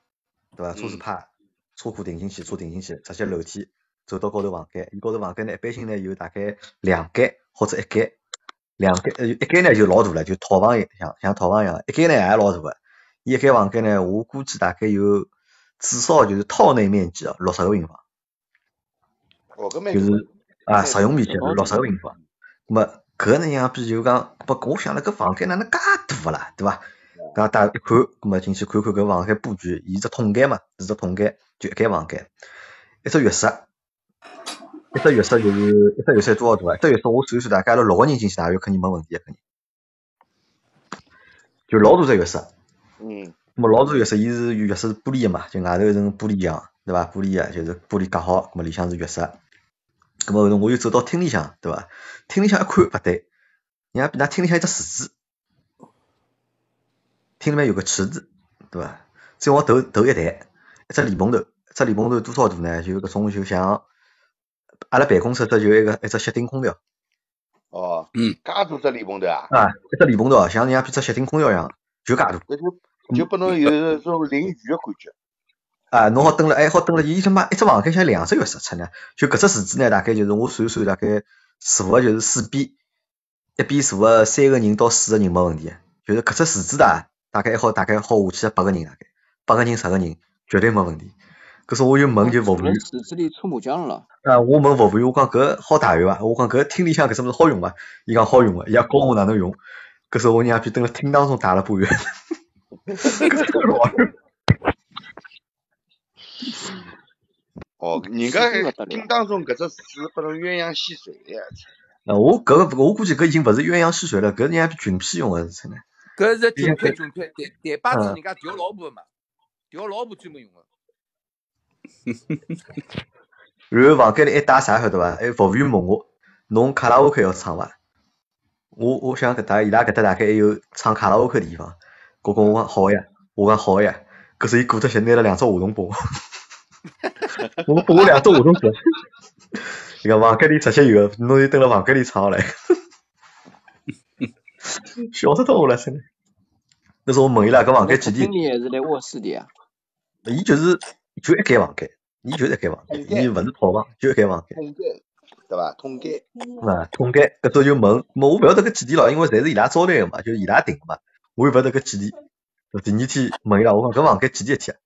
S1: 对伐？车子
S3: 嗯
S1: 趴，车库停进去，车停进去，直接楼梯走到高头房间。伊高头房间呢，一般性呢有大概两间或者一间，两间呃一间呢就老大了，就套房一像像套房一样，一间呢也老大个。伊一间房间呢，我估计大概有至少就是套内面积哦，六十个平方，
S3: 哦，搿蛮
S1: 就
S3: 大个，
S1: 是啊
S3: 蛮
S1: 实
S3: 大个。
S1: 用面积
S2: 老高
S1: 六
S2: 头
S1: 十个
S2: 了，
S1: 平方。咁么搿能样比就讲，不，我想了搿房间哪能介大个啦，对伐？搿大家一看，咁么进去看看搿房间布局，伊只统间嘛，是只统间，就一间房间，一只浴室，一只浴室就是一只浴室有多少大啊？一只浴室我算一算，大概阿拉六个人进去，大约肯定没问题，肯定就老大只浴室。
S3: 嗯
S1: 咁么老大浴室，伊是浴室是玻璃个嘛，就外头一层玻璃样，对伐？玻璃个啊就是玻璃隔好，咁么里向是浴室。咁么后头我又走到厅里向，对伐？厅里向一看勿对，人家比那厅里向有只池子，厅里面有个池子，对伐？再往投投一台，一只莲蓬头，一只莲蓬头多少大呢？就搿种就像阿拉办公室这就一个一只吸顶空调
S3: 哦，
S4: 嗯，
S3: 介多只莲蓬头啊，
S1: 啊，一只莲蓬头啊像人家比只吸顶空调一样，就介大
S3: 搿
S1: 嗯
S3: 就就拨侬有一种淋浴的感觉。
S1: 啊，侬好蹲了，还好蹲了，伊他妈一只房间像两只浴室出呢。就搿只池子呢，大概就是我算一算，大概坐个就是四边，一边坐个三个人到四个人没问题。就是搿只池子大，大概还好，大概好下去八个人，大概八个人十个人绝对没问题。搿时候我就问就服务员，
S2: 池子里搓麻将了，
S1: 啊，我问服务员，我讲搿好汏浴伐？我讲搿厅里向搿只物事好用伐？伊讲好用个，伊也教我哪能用。搿时候我娘逼蹲辣厅当中汏了把浴，搿是老用。
S3: 哦，
S1: 嗯
S3: 人家还听当中搿只水拨侬鸳鸯戏水的呀，
S1: 那我搿个我估计搿已经勿是鸳�鸯戏水了，搿人家比群批用个是呢。
S7: 搿是
S1: 对呀
S7: 军配
S1: 对
S7: 军配，台台把子
S1: 嗯
S7: 人家调老婆的嘛，调老婆专门用啊的。
S1: 然后房间里还带啥晓得伐？还服务员问我，侬卡拉 OK 要唱伐？我我想搿搭伊拉搿搭大概还有唱卡拉 OK 的地方。我讲我讲好呀，我讲好呀。搿是伊过脱去拿了两只话筒拨我， 我拨我两只话筒拨。伊讲房间里直接有个，侬就蹲辣房间里唱好了。 笑死脱我了，真的。那时候我问伊拉搿房间几
S2: 厅
S1: 钿？
S2: 里还是来卧室里啊？
S1: 伊就是就一间房间，伊就一间房间，伊勿是套房，就一间房间。
S3: 通街，对伐？通街，
S1: 啊，统计搿时候就问，么我勿晓得搿几点咯，因为侪是伊拉招来个嘛，就是伊拉定个嘛，我又勿晓得搿几点。第二天问伊拉，我讲搿房间几点一天啊？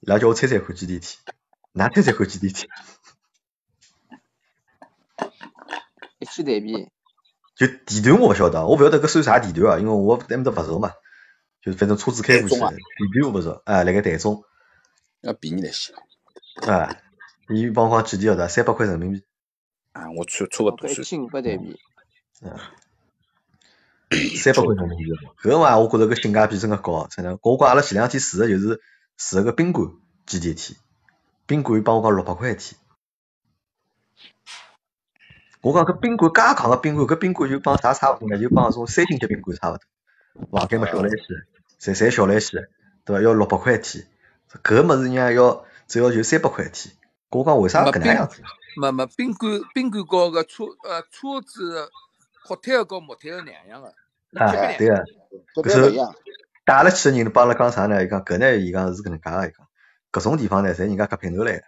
S1: 伊拉叫我猜猜看几点一天，㑚猜猜看几点一天？
S2: 一千台币，
S1: 就地段我勿晓得，我勿晓得搿算啥地段啊，因为我对面搭勿熟嘛，就是反正车子开过去，
S4: 台
S1: 地段
S4: 中啊
S1: 我勿熟，啊，辣盖台中，
S4: 要便宜点些。
S1: 啊，伊帮我讲几点晓得，三百块人民币，
S4: 啊，我差差不
S2: 哦，
S4: 多
S2: 搿一
S4: 算，
S2: 千五百台币，
S1: 三百块人民币，搿嘛我觉着搿性价比真个高，啊真的。我讲阿拉前两天住个就是住个宾馆几点一天，宾馆帮我讲六百块一天。我讲搿宾馆介戆个宾馆，搿宾馆就帮啥差勿多呢？就帮搿种三星级宾馆差勿多，房间嘛小来一些，侪侪小来一些，对伐？要六百块一天，搿物事人家要只要就三百块一天。我讲为啥搿能样子？
S7: 没没，宾馆宾馆高个车呃车子 hotel 高 motel 两样个，伊
S1: 啊，
S7: 级别两
S1: 对
S7: 样。
S1: 个。搿
S3: 特别
S1: 是
S3: 勿一样。
S1: 带阿拉去个人帮阿拉讲啥呢？伊讲搿呢，伊讲是搿能介个，伊讲搿种地方呢，侪人家夹平头来个。对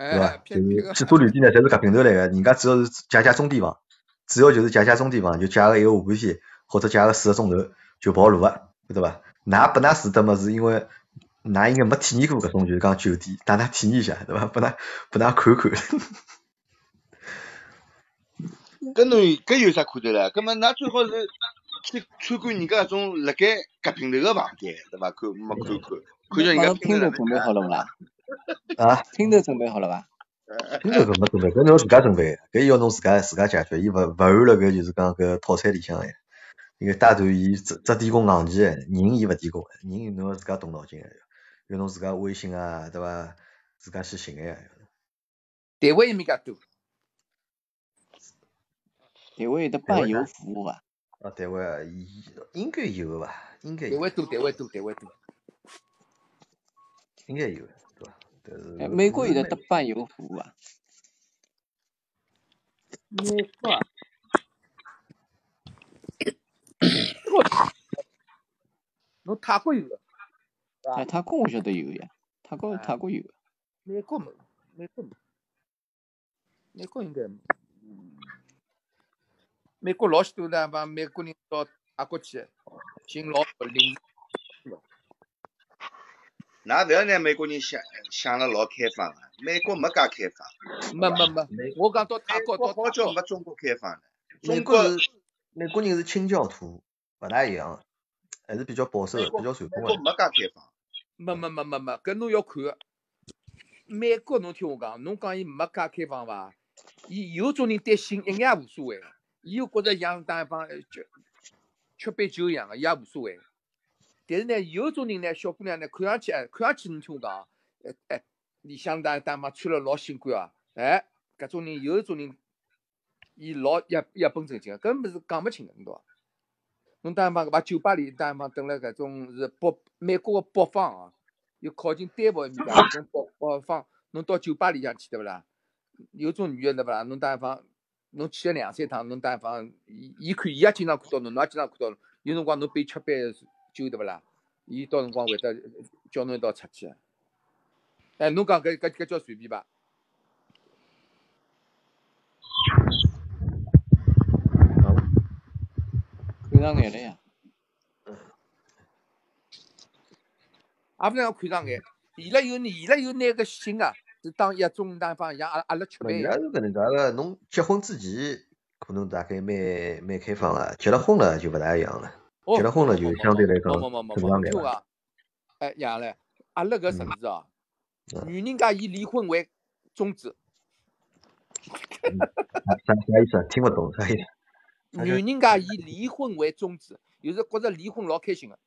S7: 哎
S1: 伐？，
S7: 偏僻
S1: 就
S7: 个
S1: 是几所旅店呢，侪是夹平头来个，人家主要是借借中低房，主要就是借借中低房，就借个一个下半天，或者借个四个钟头就跑路个，晓得伐？㑚拨㑚住得么是因为㑚应该没体验过搿种，就是讲酒店，带㑚体验一下，对伐？拨㑚拨㑚看看。
S3: 搿侬搿有啥看头唻？搿么㑚最好是去参观人家搿种辣盖夹平头个房间，对伐？看没看看，看叫人
S2: 马
S3: 家
S2: 上
S3: 拼
S2: 听头
S3: 了
S2: 准备好了勿啦？
S1: 啊，
S2: 听头准备好了伐？
S1: 听头搿没准备，搿侬自家准备，搿要侬自家自家解决，伊勿勿含辣搿就是讲搿套餐里向个呀。因为带团伊只只提供硬件，人伊勿提供，人侬要自家动脑筋个，要侬自家微信啊，对伐？自家去寻个呀。
S7: 台湾也没介多，
S2: 台湾有得
S1: 台湾
S2: 伴游
S1: 哪
S2: 服务伐？
S1: 啊，台湾啊伊应该有个吧，应该
S7: 台
S1: 有
S7: 湾，多，台湾多，台湾多。
S1: 应该有个，对伐？但是
S2: 哎，美国有得
S1: 美
S2: 得伴游服务啊伐？
S7: 美国啊，侬泰国有个，
S2: 哎，泰国我晓得有呀，泰国
S7: 啊
S2: 泰国有。
S7: 美国没，美国没，美国应该没。嗯美国老许多地方，美国人到泰国去，寻老婆领
S3: 㑚勿要拿美国人想想了老开放啊，美国没介开放，
S7: 没没没，我讲到泰
S3: 美
S7: 国
S3: 国
S7: 到泰
S3: 好叫
S7: 国，
S3: 没中国开放呢。
S1: 美
S3: 中
S1: 国
S3: 国
S1: 是美国人是清教徒，勿大一样，还是比较保守
S3: 美
S1: 个，
S3: 国
S1: 比较传
S3: 美
S1: 统个。
S3: 国没介
S1: 啊
S3: 开放，
S7: 没没没没没，搿侬要看。美国侬听我讲，侬讲伊没介开放伐？伊有种人对性一眼也无所谓，伊又觉着像打一帮呃吃吃杯酒一样个，伊也无所谓。但是呢，有种人呢，小姑娘呢，看上去哎，看上去侬听我讲，哎哎，里向打打嘛穿了老性感啊，哎，搿种人有一种人，伊老一一本正经，搿物事讲勿清个，侬懂伐？侬当然讲搿把酒吧里，当然讲等辣搿种是北美国个北方啊，有靠近丹佛一面搭，种北北方，侬哦到酒吧里向去对勿啦？有种女个对勿啦？侬当然讲，侬去了两三趟，侬当然讲，伊伊看伊也经常看到侬，侬也经常看到侬，有辰光侬被吃杯酒对勿啦？伊到辰光会得叫侬一道出去个。哎，侬讲搿搿搿叫随便伐？看上眼了呀。也勿能讲看上眼，伊拉有伊拉有拿个心啊，是当一种单方像阿拉阿拉吃
S1: 那
S7: 饭
S1: 伊
S7: 一
S1: 拉
S7: 样。
S1: 是搿能介个，侬结婚之前可能大概蛮蛮开放了，结了婚了就勿大一样 了。
S7: 哦
S1: 结了婚了就
S7: 没没
S1: 相对来讲
S7: 没没没
S1: 正
S7: 没
S1: 常
S7: 没，
S1: 点
S7: 听我
S1: 了。
S7: 讲，哎，杨嘞，阿拉搿城市哦，
S1: 嗯
S7: 女人家以离婚为宗旨，
S1: 啥啥啥意思啊？听不懂啥意思？那
S7: 女
S1: 就
S7: 人家以离婚为宗旨，有时觉着离婚老开心个。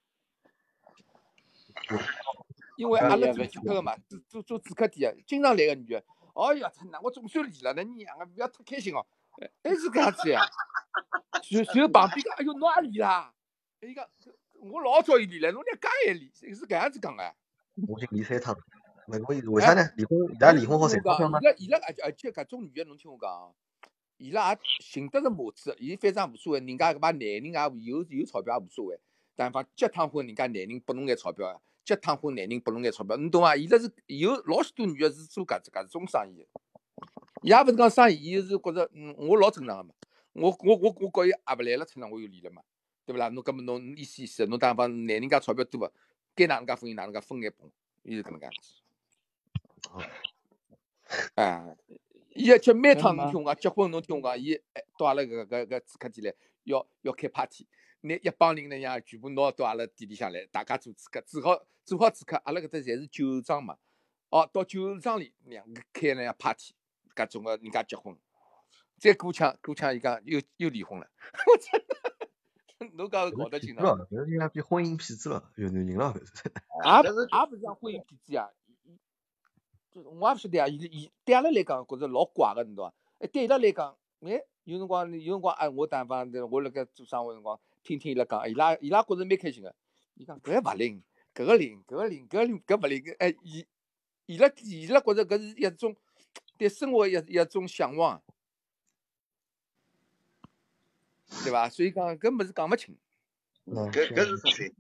S7: 因为
S1: 啊
S7: 阿拉
S1: 也
S7: 做
S1: 不
S7: 主客个嘛，做做做主客店个，啊经常来个女个，哎呀，天哪，我总算离了，那你娘个不要太开心哦，哎还是搿样子呀。然然后旁边讲，哎哟，侬也离啦？伊讲我老早已离了，侬连家也离，是是搿样子讲个。
S1: 我已经离三趟了，那我为啥呢？离婚，伊拉
S7: 哎
S1: 离婚好
S7: 听
S1: 侪正
S7: 我
S1: 常
S7: 讲，
S1: 吗
S7: 伊？拉伊拉而且而且搿种女个，侬听我讲哦，伊拉也寻得着母子，伊反正也无所谓，人家搿帮男人也有有钞票也无所谓，但凡结趟婚，人家男人拨侬眼钞票啊，结趟婚男人拨侬眼钞票，侬懂伐？伊拉是有老许多女个是做搿只搿种生意的，伊也勿是讲生意，伊是觉着嗯我老正常个嘛，我我我我告伊也勿来了，趁了我又离了嘛，对勿啦？侬搿么侬意思意思，侬但凡男人家钞票多个，该哪能介分伊哪能介分眼拨侬，伊是搿能介子。哎，伊个结每趟侬听我讲，结婚侬听我讲，伊哎到阿拉搿搿搿主客店来，要要开 party，拿一帮人呢样全部拿到阿拉店里向来，大家做主客，做好做好主客，阿拉搿搭侪是酒庄嘛，哦，到酒庄里两个开那样 party，搿种个人家结婚，再过腔过腔，伊讲又又离婚了， 我真的， 侬讲搞得
S1: 骗
S7: 清
S1: 子
S7: 爽。
S1: 了，啊搿人家变婚姻骗子了，有男人了，搿是。
S7: 也
S3: 啊哦但是
S1: 啊
S7: 也啊不是讲婚姻骗子呀，伊啊就是我也勿晓得呀。伊伊对阿拉来讲，觉着老怪个，侬懂伐？哎，对伊拉来讲，哎，有辰光有辰光，哎，我但凡我辣盖做生活辰光，听听伊拉讲，哎伊拉伊拉觉着蛮开心个。伊讲搿勿灵，搿个灵，搿个灵，搿个灵，搿勿灵，搿哎，伊伊拉伊拉觉着搿是一种对生活一一种向往啊，对伐？所以讲搿物事讲勿清。
S1: 嗯，
S3: 搿
S1: 是
S3: 搿是实在。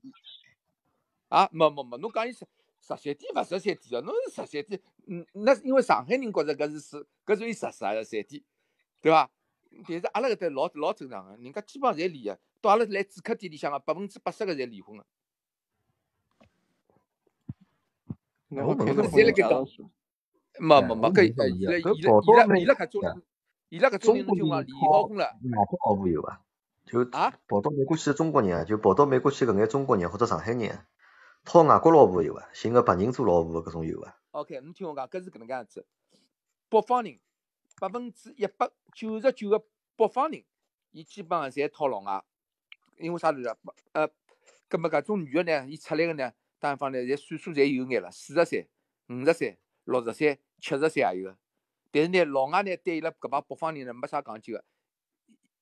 S7: 啊，没没没，侬讲伊十十三点勿十三点哦，侬是十三点，嗯，那是因为上海人觉着搿是十，搿属于十十三点，对伐？但是阿拉搿搭老老正常个，人家基本上侪离个，到阿拉来主客店里向个百分之八十个侪离婚个，
S1: 我问问侬哎我问一下问题啊搿搞到那呀
S7: 百分之三辣盖讲，没没没，搿呃伊拉伊拉伊拉伊拉搿种人，伊拉搿种
S1: 中
S7: 人侬
S1: 国
S7: 听我
S1: 人
S7: 讲，离
S1: 跑外
S7: 好婚了
S1: 国跑步有伐？就
S7: 啊，
S1: 跑到美国去的中国人啊，就跑到美国去搿眼中国人或者上海人啊，讨外国老婆有伐？寻个白人做老婆搿种有啊伐？
S7: OK，侬听我讲，搿是搿能介样子。北方人百分之一百九十九个北方人，伊基本上侪讨老外，因为啥事啊？呃，搿么搿种女个呢，伊出来个呢，单方呢，侪岁数侪有眼了，四十岁、五十岁、六十岁、七十岁也有个。但是呢，老外呢，对伊拉搿帮北方人呢，没啥讲究个。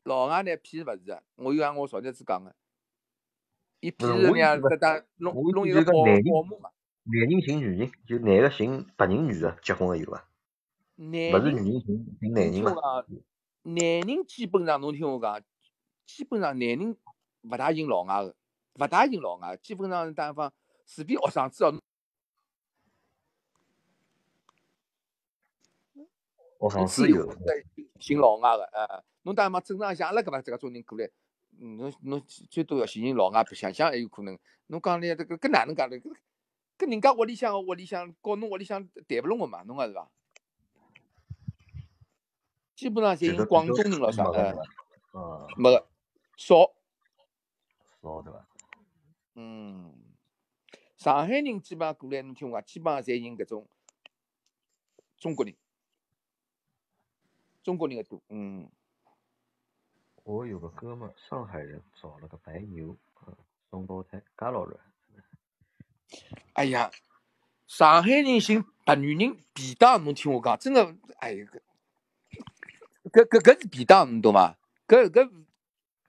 S7: 老外呢，偏勿是个，我有按啊我昨日子讲个，伊
S1: 不
S7: 偏
S1: 是
S7: 是
S1: 我
S7: 那
S1: 意
S7: 样
S1: 思勿，
S7: 搭搭弄
S1: 我意
S7: 弄
S1: 思
S7: 一
S1: 就
S7: 个
S1: 是讲
S7: 保
S1: 男人
S7: 保姆嘛，
S1: 男人寻女人，就男个寻白人女个结婚个有啊伐？
S7: 男
S1: 勿是
S7: 人。
S1: 女人寻寻男人
S7: 侬嗯听我
S1: 嘛？
S7: 讲，男人基本上侬听我讲，基本上男人勿大寻老外个，勿大寻老外，基本上是单方，除非学生子哦。
S1: 学
S7: 侬
S1: 生
S7: 自
S1: 子
S7: 由
S1: 有
S7: 会得寻老外个，呃，侬当然嘛，正常像阿拉搿能这个种人过来，嗯侬侬最多要寻寻老外，想想还有可能。侬讲嘞，这个搿哪能讲嘞？搿搿人家屋里向屋里向，告侬屋里向谈勿拢个嘛，侬讲是伐？基本上侪
S1: 就
S7: 寻
S1: 是比
S7: 广
S1: 较
S7: 东人咯
S1: 时
S7: 啥，
S1: 髦个对
S7: 呃，
S1: 伐？啊，
S7: 没个少，
S1: 少对伐？
S7: 嗯。上海人基本上过来，侬听我讲，基本上侪寻搿种中国人，中国人个多。嗯，
S1: 我有个哥们儿，上海人，找了个白牛，嗯，双胞胎，噶老卵。
S7: 哎呀，上海人寻白女人便当，侬听我讲，真个，哎呀，搿搿搿是便当，侬懂伐？搿搿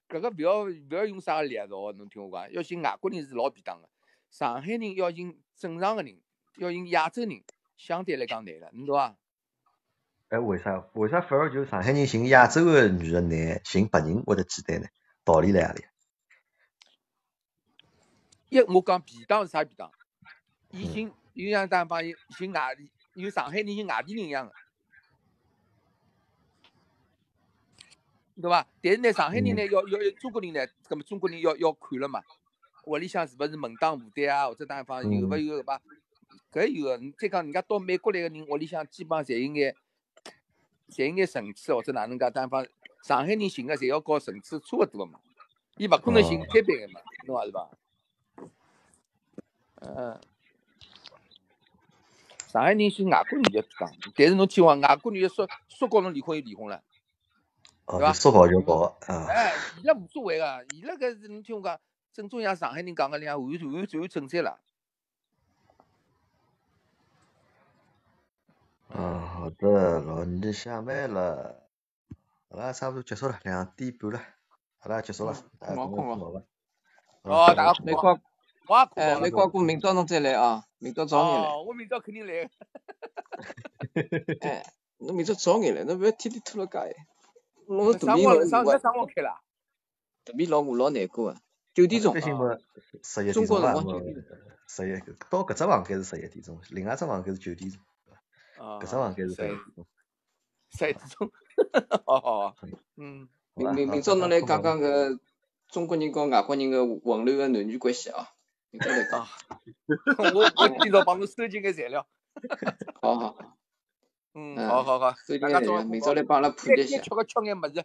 S7: 搿个勿要勿要用啥个力道，侬听我讲，要寻外国人是老便当个，上海人要寻正常个人，要寻亚洲人，相对来讲难了，侬懂伐？
S1: 哎，为啥为啥反而就上海人寻亚洲个女个难，寻白人会得简单呢？道理辣何里？
S7: 一我讲便当是啥便当？伊寻有像咱帮伊寻外地，有上海人寻外地人一样个，对伐？但是呢，上海人呢要要要中国人呢，搿么中国人要要看了嘛，屋里向是勿是门当户对啊，或者单方有勿有搿吧？搿有个，你再讲人家到美国来个人，屋里向基本上侪有眼，侪有眼层次或者哪能介单方，上海人寻个侪要搞层次差勿多个嘛，伊勿可能寻
S1: 哦
S7: 偏僻个嘛，侬话是伐？嗯，上海人寻外国女的讲，但是侬听我，外国女的说说告侬离婚就离婚了，
S1: 哦，
S7: 对吧
S1: 就说跑就跑啊！
S7: 哎，伊拉无所谓个，伊拉搿是侬听我讲，正宗像上海人讲个那样，完完全正确了。
S1: 嗯，好的，老倪下麦了，阿拉差不多结束了，两点半了，阿拉结束了，大家
S2: 嗯我
S1: 等我
S2: 困
S1: 困
S2: 了
S1: 觉吧。嗯
S7: 哦，大家
S1: 困
S2: 美
S7: 困
S1: 觉
S7: 觉
S2: 国，
S7: 我也困
S2: 哎，
S7: 觉了
S2: 美。国哥，明朝侬再来啊，明朝早眼来，
S7: 哦，我明朝肯定来。
S2: 哎，侬明朝早眼来，侬勿要天天拖辣家哎，侬肚
S7: 啥
S2: 皮
S7: 辰光
S2: 老
S7: 了？啥
S2: 饿啊，
S7: 啥啥辰光开啦？
S2: 肚皮老饿，老难过啊，九点钟
S1: 哦最，近么十一
S2: 啊
S1: 点
S2: 中国
S1: 钟
S2: 辰
S1: 伐？
S2: 光
S1: 么
S2: 九点钟，
S1: 十一到搿只房间是十一点钟，另外只房间是九点钟，
S7: 啊
S1: 搿只房间是十一
S7: 十
S1: 点钟。
S7: 十一点钟。 哦哦，嗯，
S1: 好
S2: 明
S1: 吧，
S2: 明
S1: 好，
S2: 明朝
S1: 大
S2: 侬
S1: 家
S2: 来
S1: 困觉
S2: 讲
S1: 吧。
S2: 讲搿中国人跟外国人个混乱个男女关系啊，明朝来讲
S7: 啊， 我我今朝帮侬收集眼材料。
S2: 好好好，
S7: 嗯，好
S2: 嗯，
S7: 好好，
S2: 收集
S7: 大
S2: 眼
S7: 家
S2: 材
S7: 早
S2: 料，
S7: 上困
S2: 明
S7: 觉
S2: 朝。来帮阿拉普
S7: 该
S2: 及一下
S7: 该吃，个吃眼物事。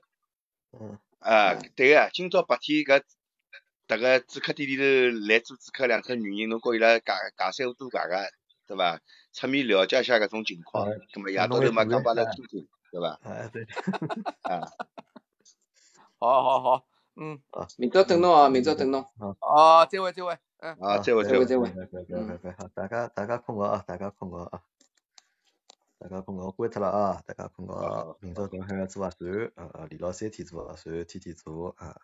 S1: 嗯，
S3: 啊
S2: 嗯，
S3: 对个，今朝白天搿迭个主客店里头来做主客两只女人，侬告伊拉尬尬三胡多尬尬，对伐？侧面了解一下搿种情况
S1: 啊，
S3: 葛末夜到
S1: 侬
S3: 头
S1: 会
S3: 嘛
S1: 做
S3: 讲
S1: 一
S3: 帮阿拉
S1: 下
S3: 听听，对伐？
S1: 啊？对，
S3: 啊，
S7: 好好好，嗯，
S1: 啊，
S2: 明朝等
S1: 嗯，
S2: 侬啊，明朝等侬，
S1: 好，
S7: 哦，再会再会，嗯。
S3: 好，
S1: 好，
S3: 啊再会
S1: 再
S3: 再
S2: 再
S3: 会。
S1: 会，
S2: 会
S1: 再
S2: 再会，
S1: 会，再会，
S2: 嗯。
S1: 再会，好，大家大家困觉啊，大家困觉啊。大家困觉关脱了啊！大家困
S3: 好
S1: 觉
S3: 好，
S1: 明朝早上要做核酸，呃呃，连牢三天做核酸，天天做啊。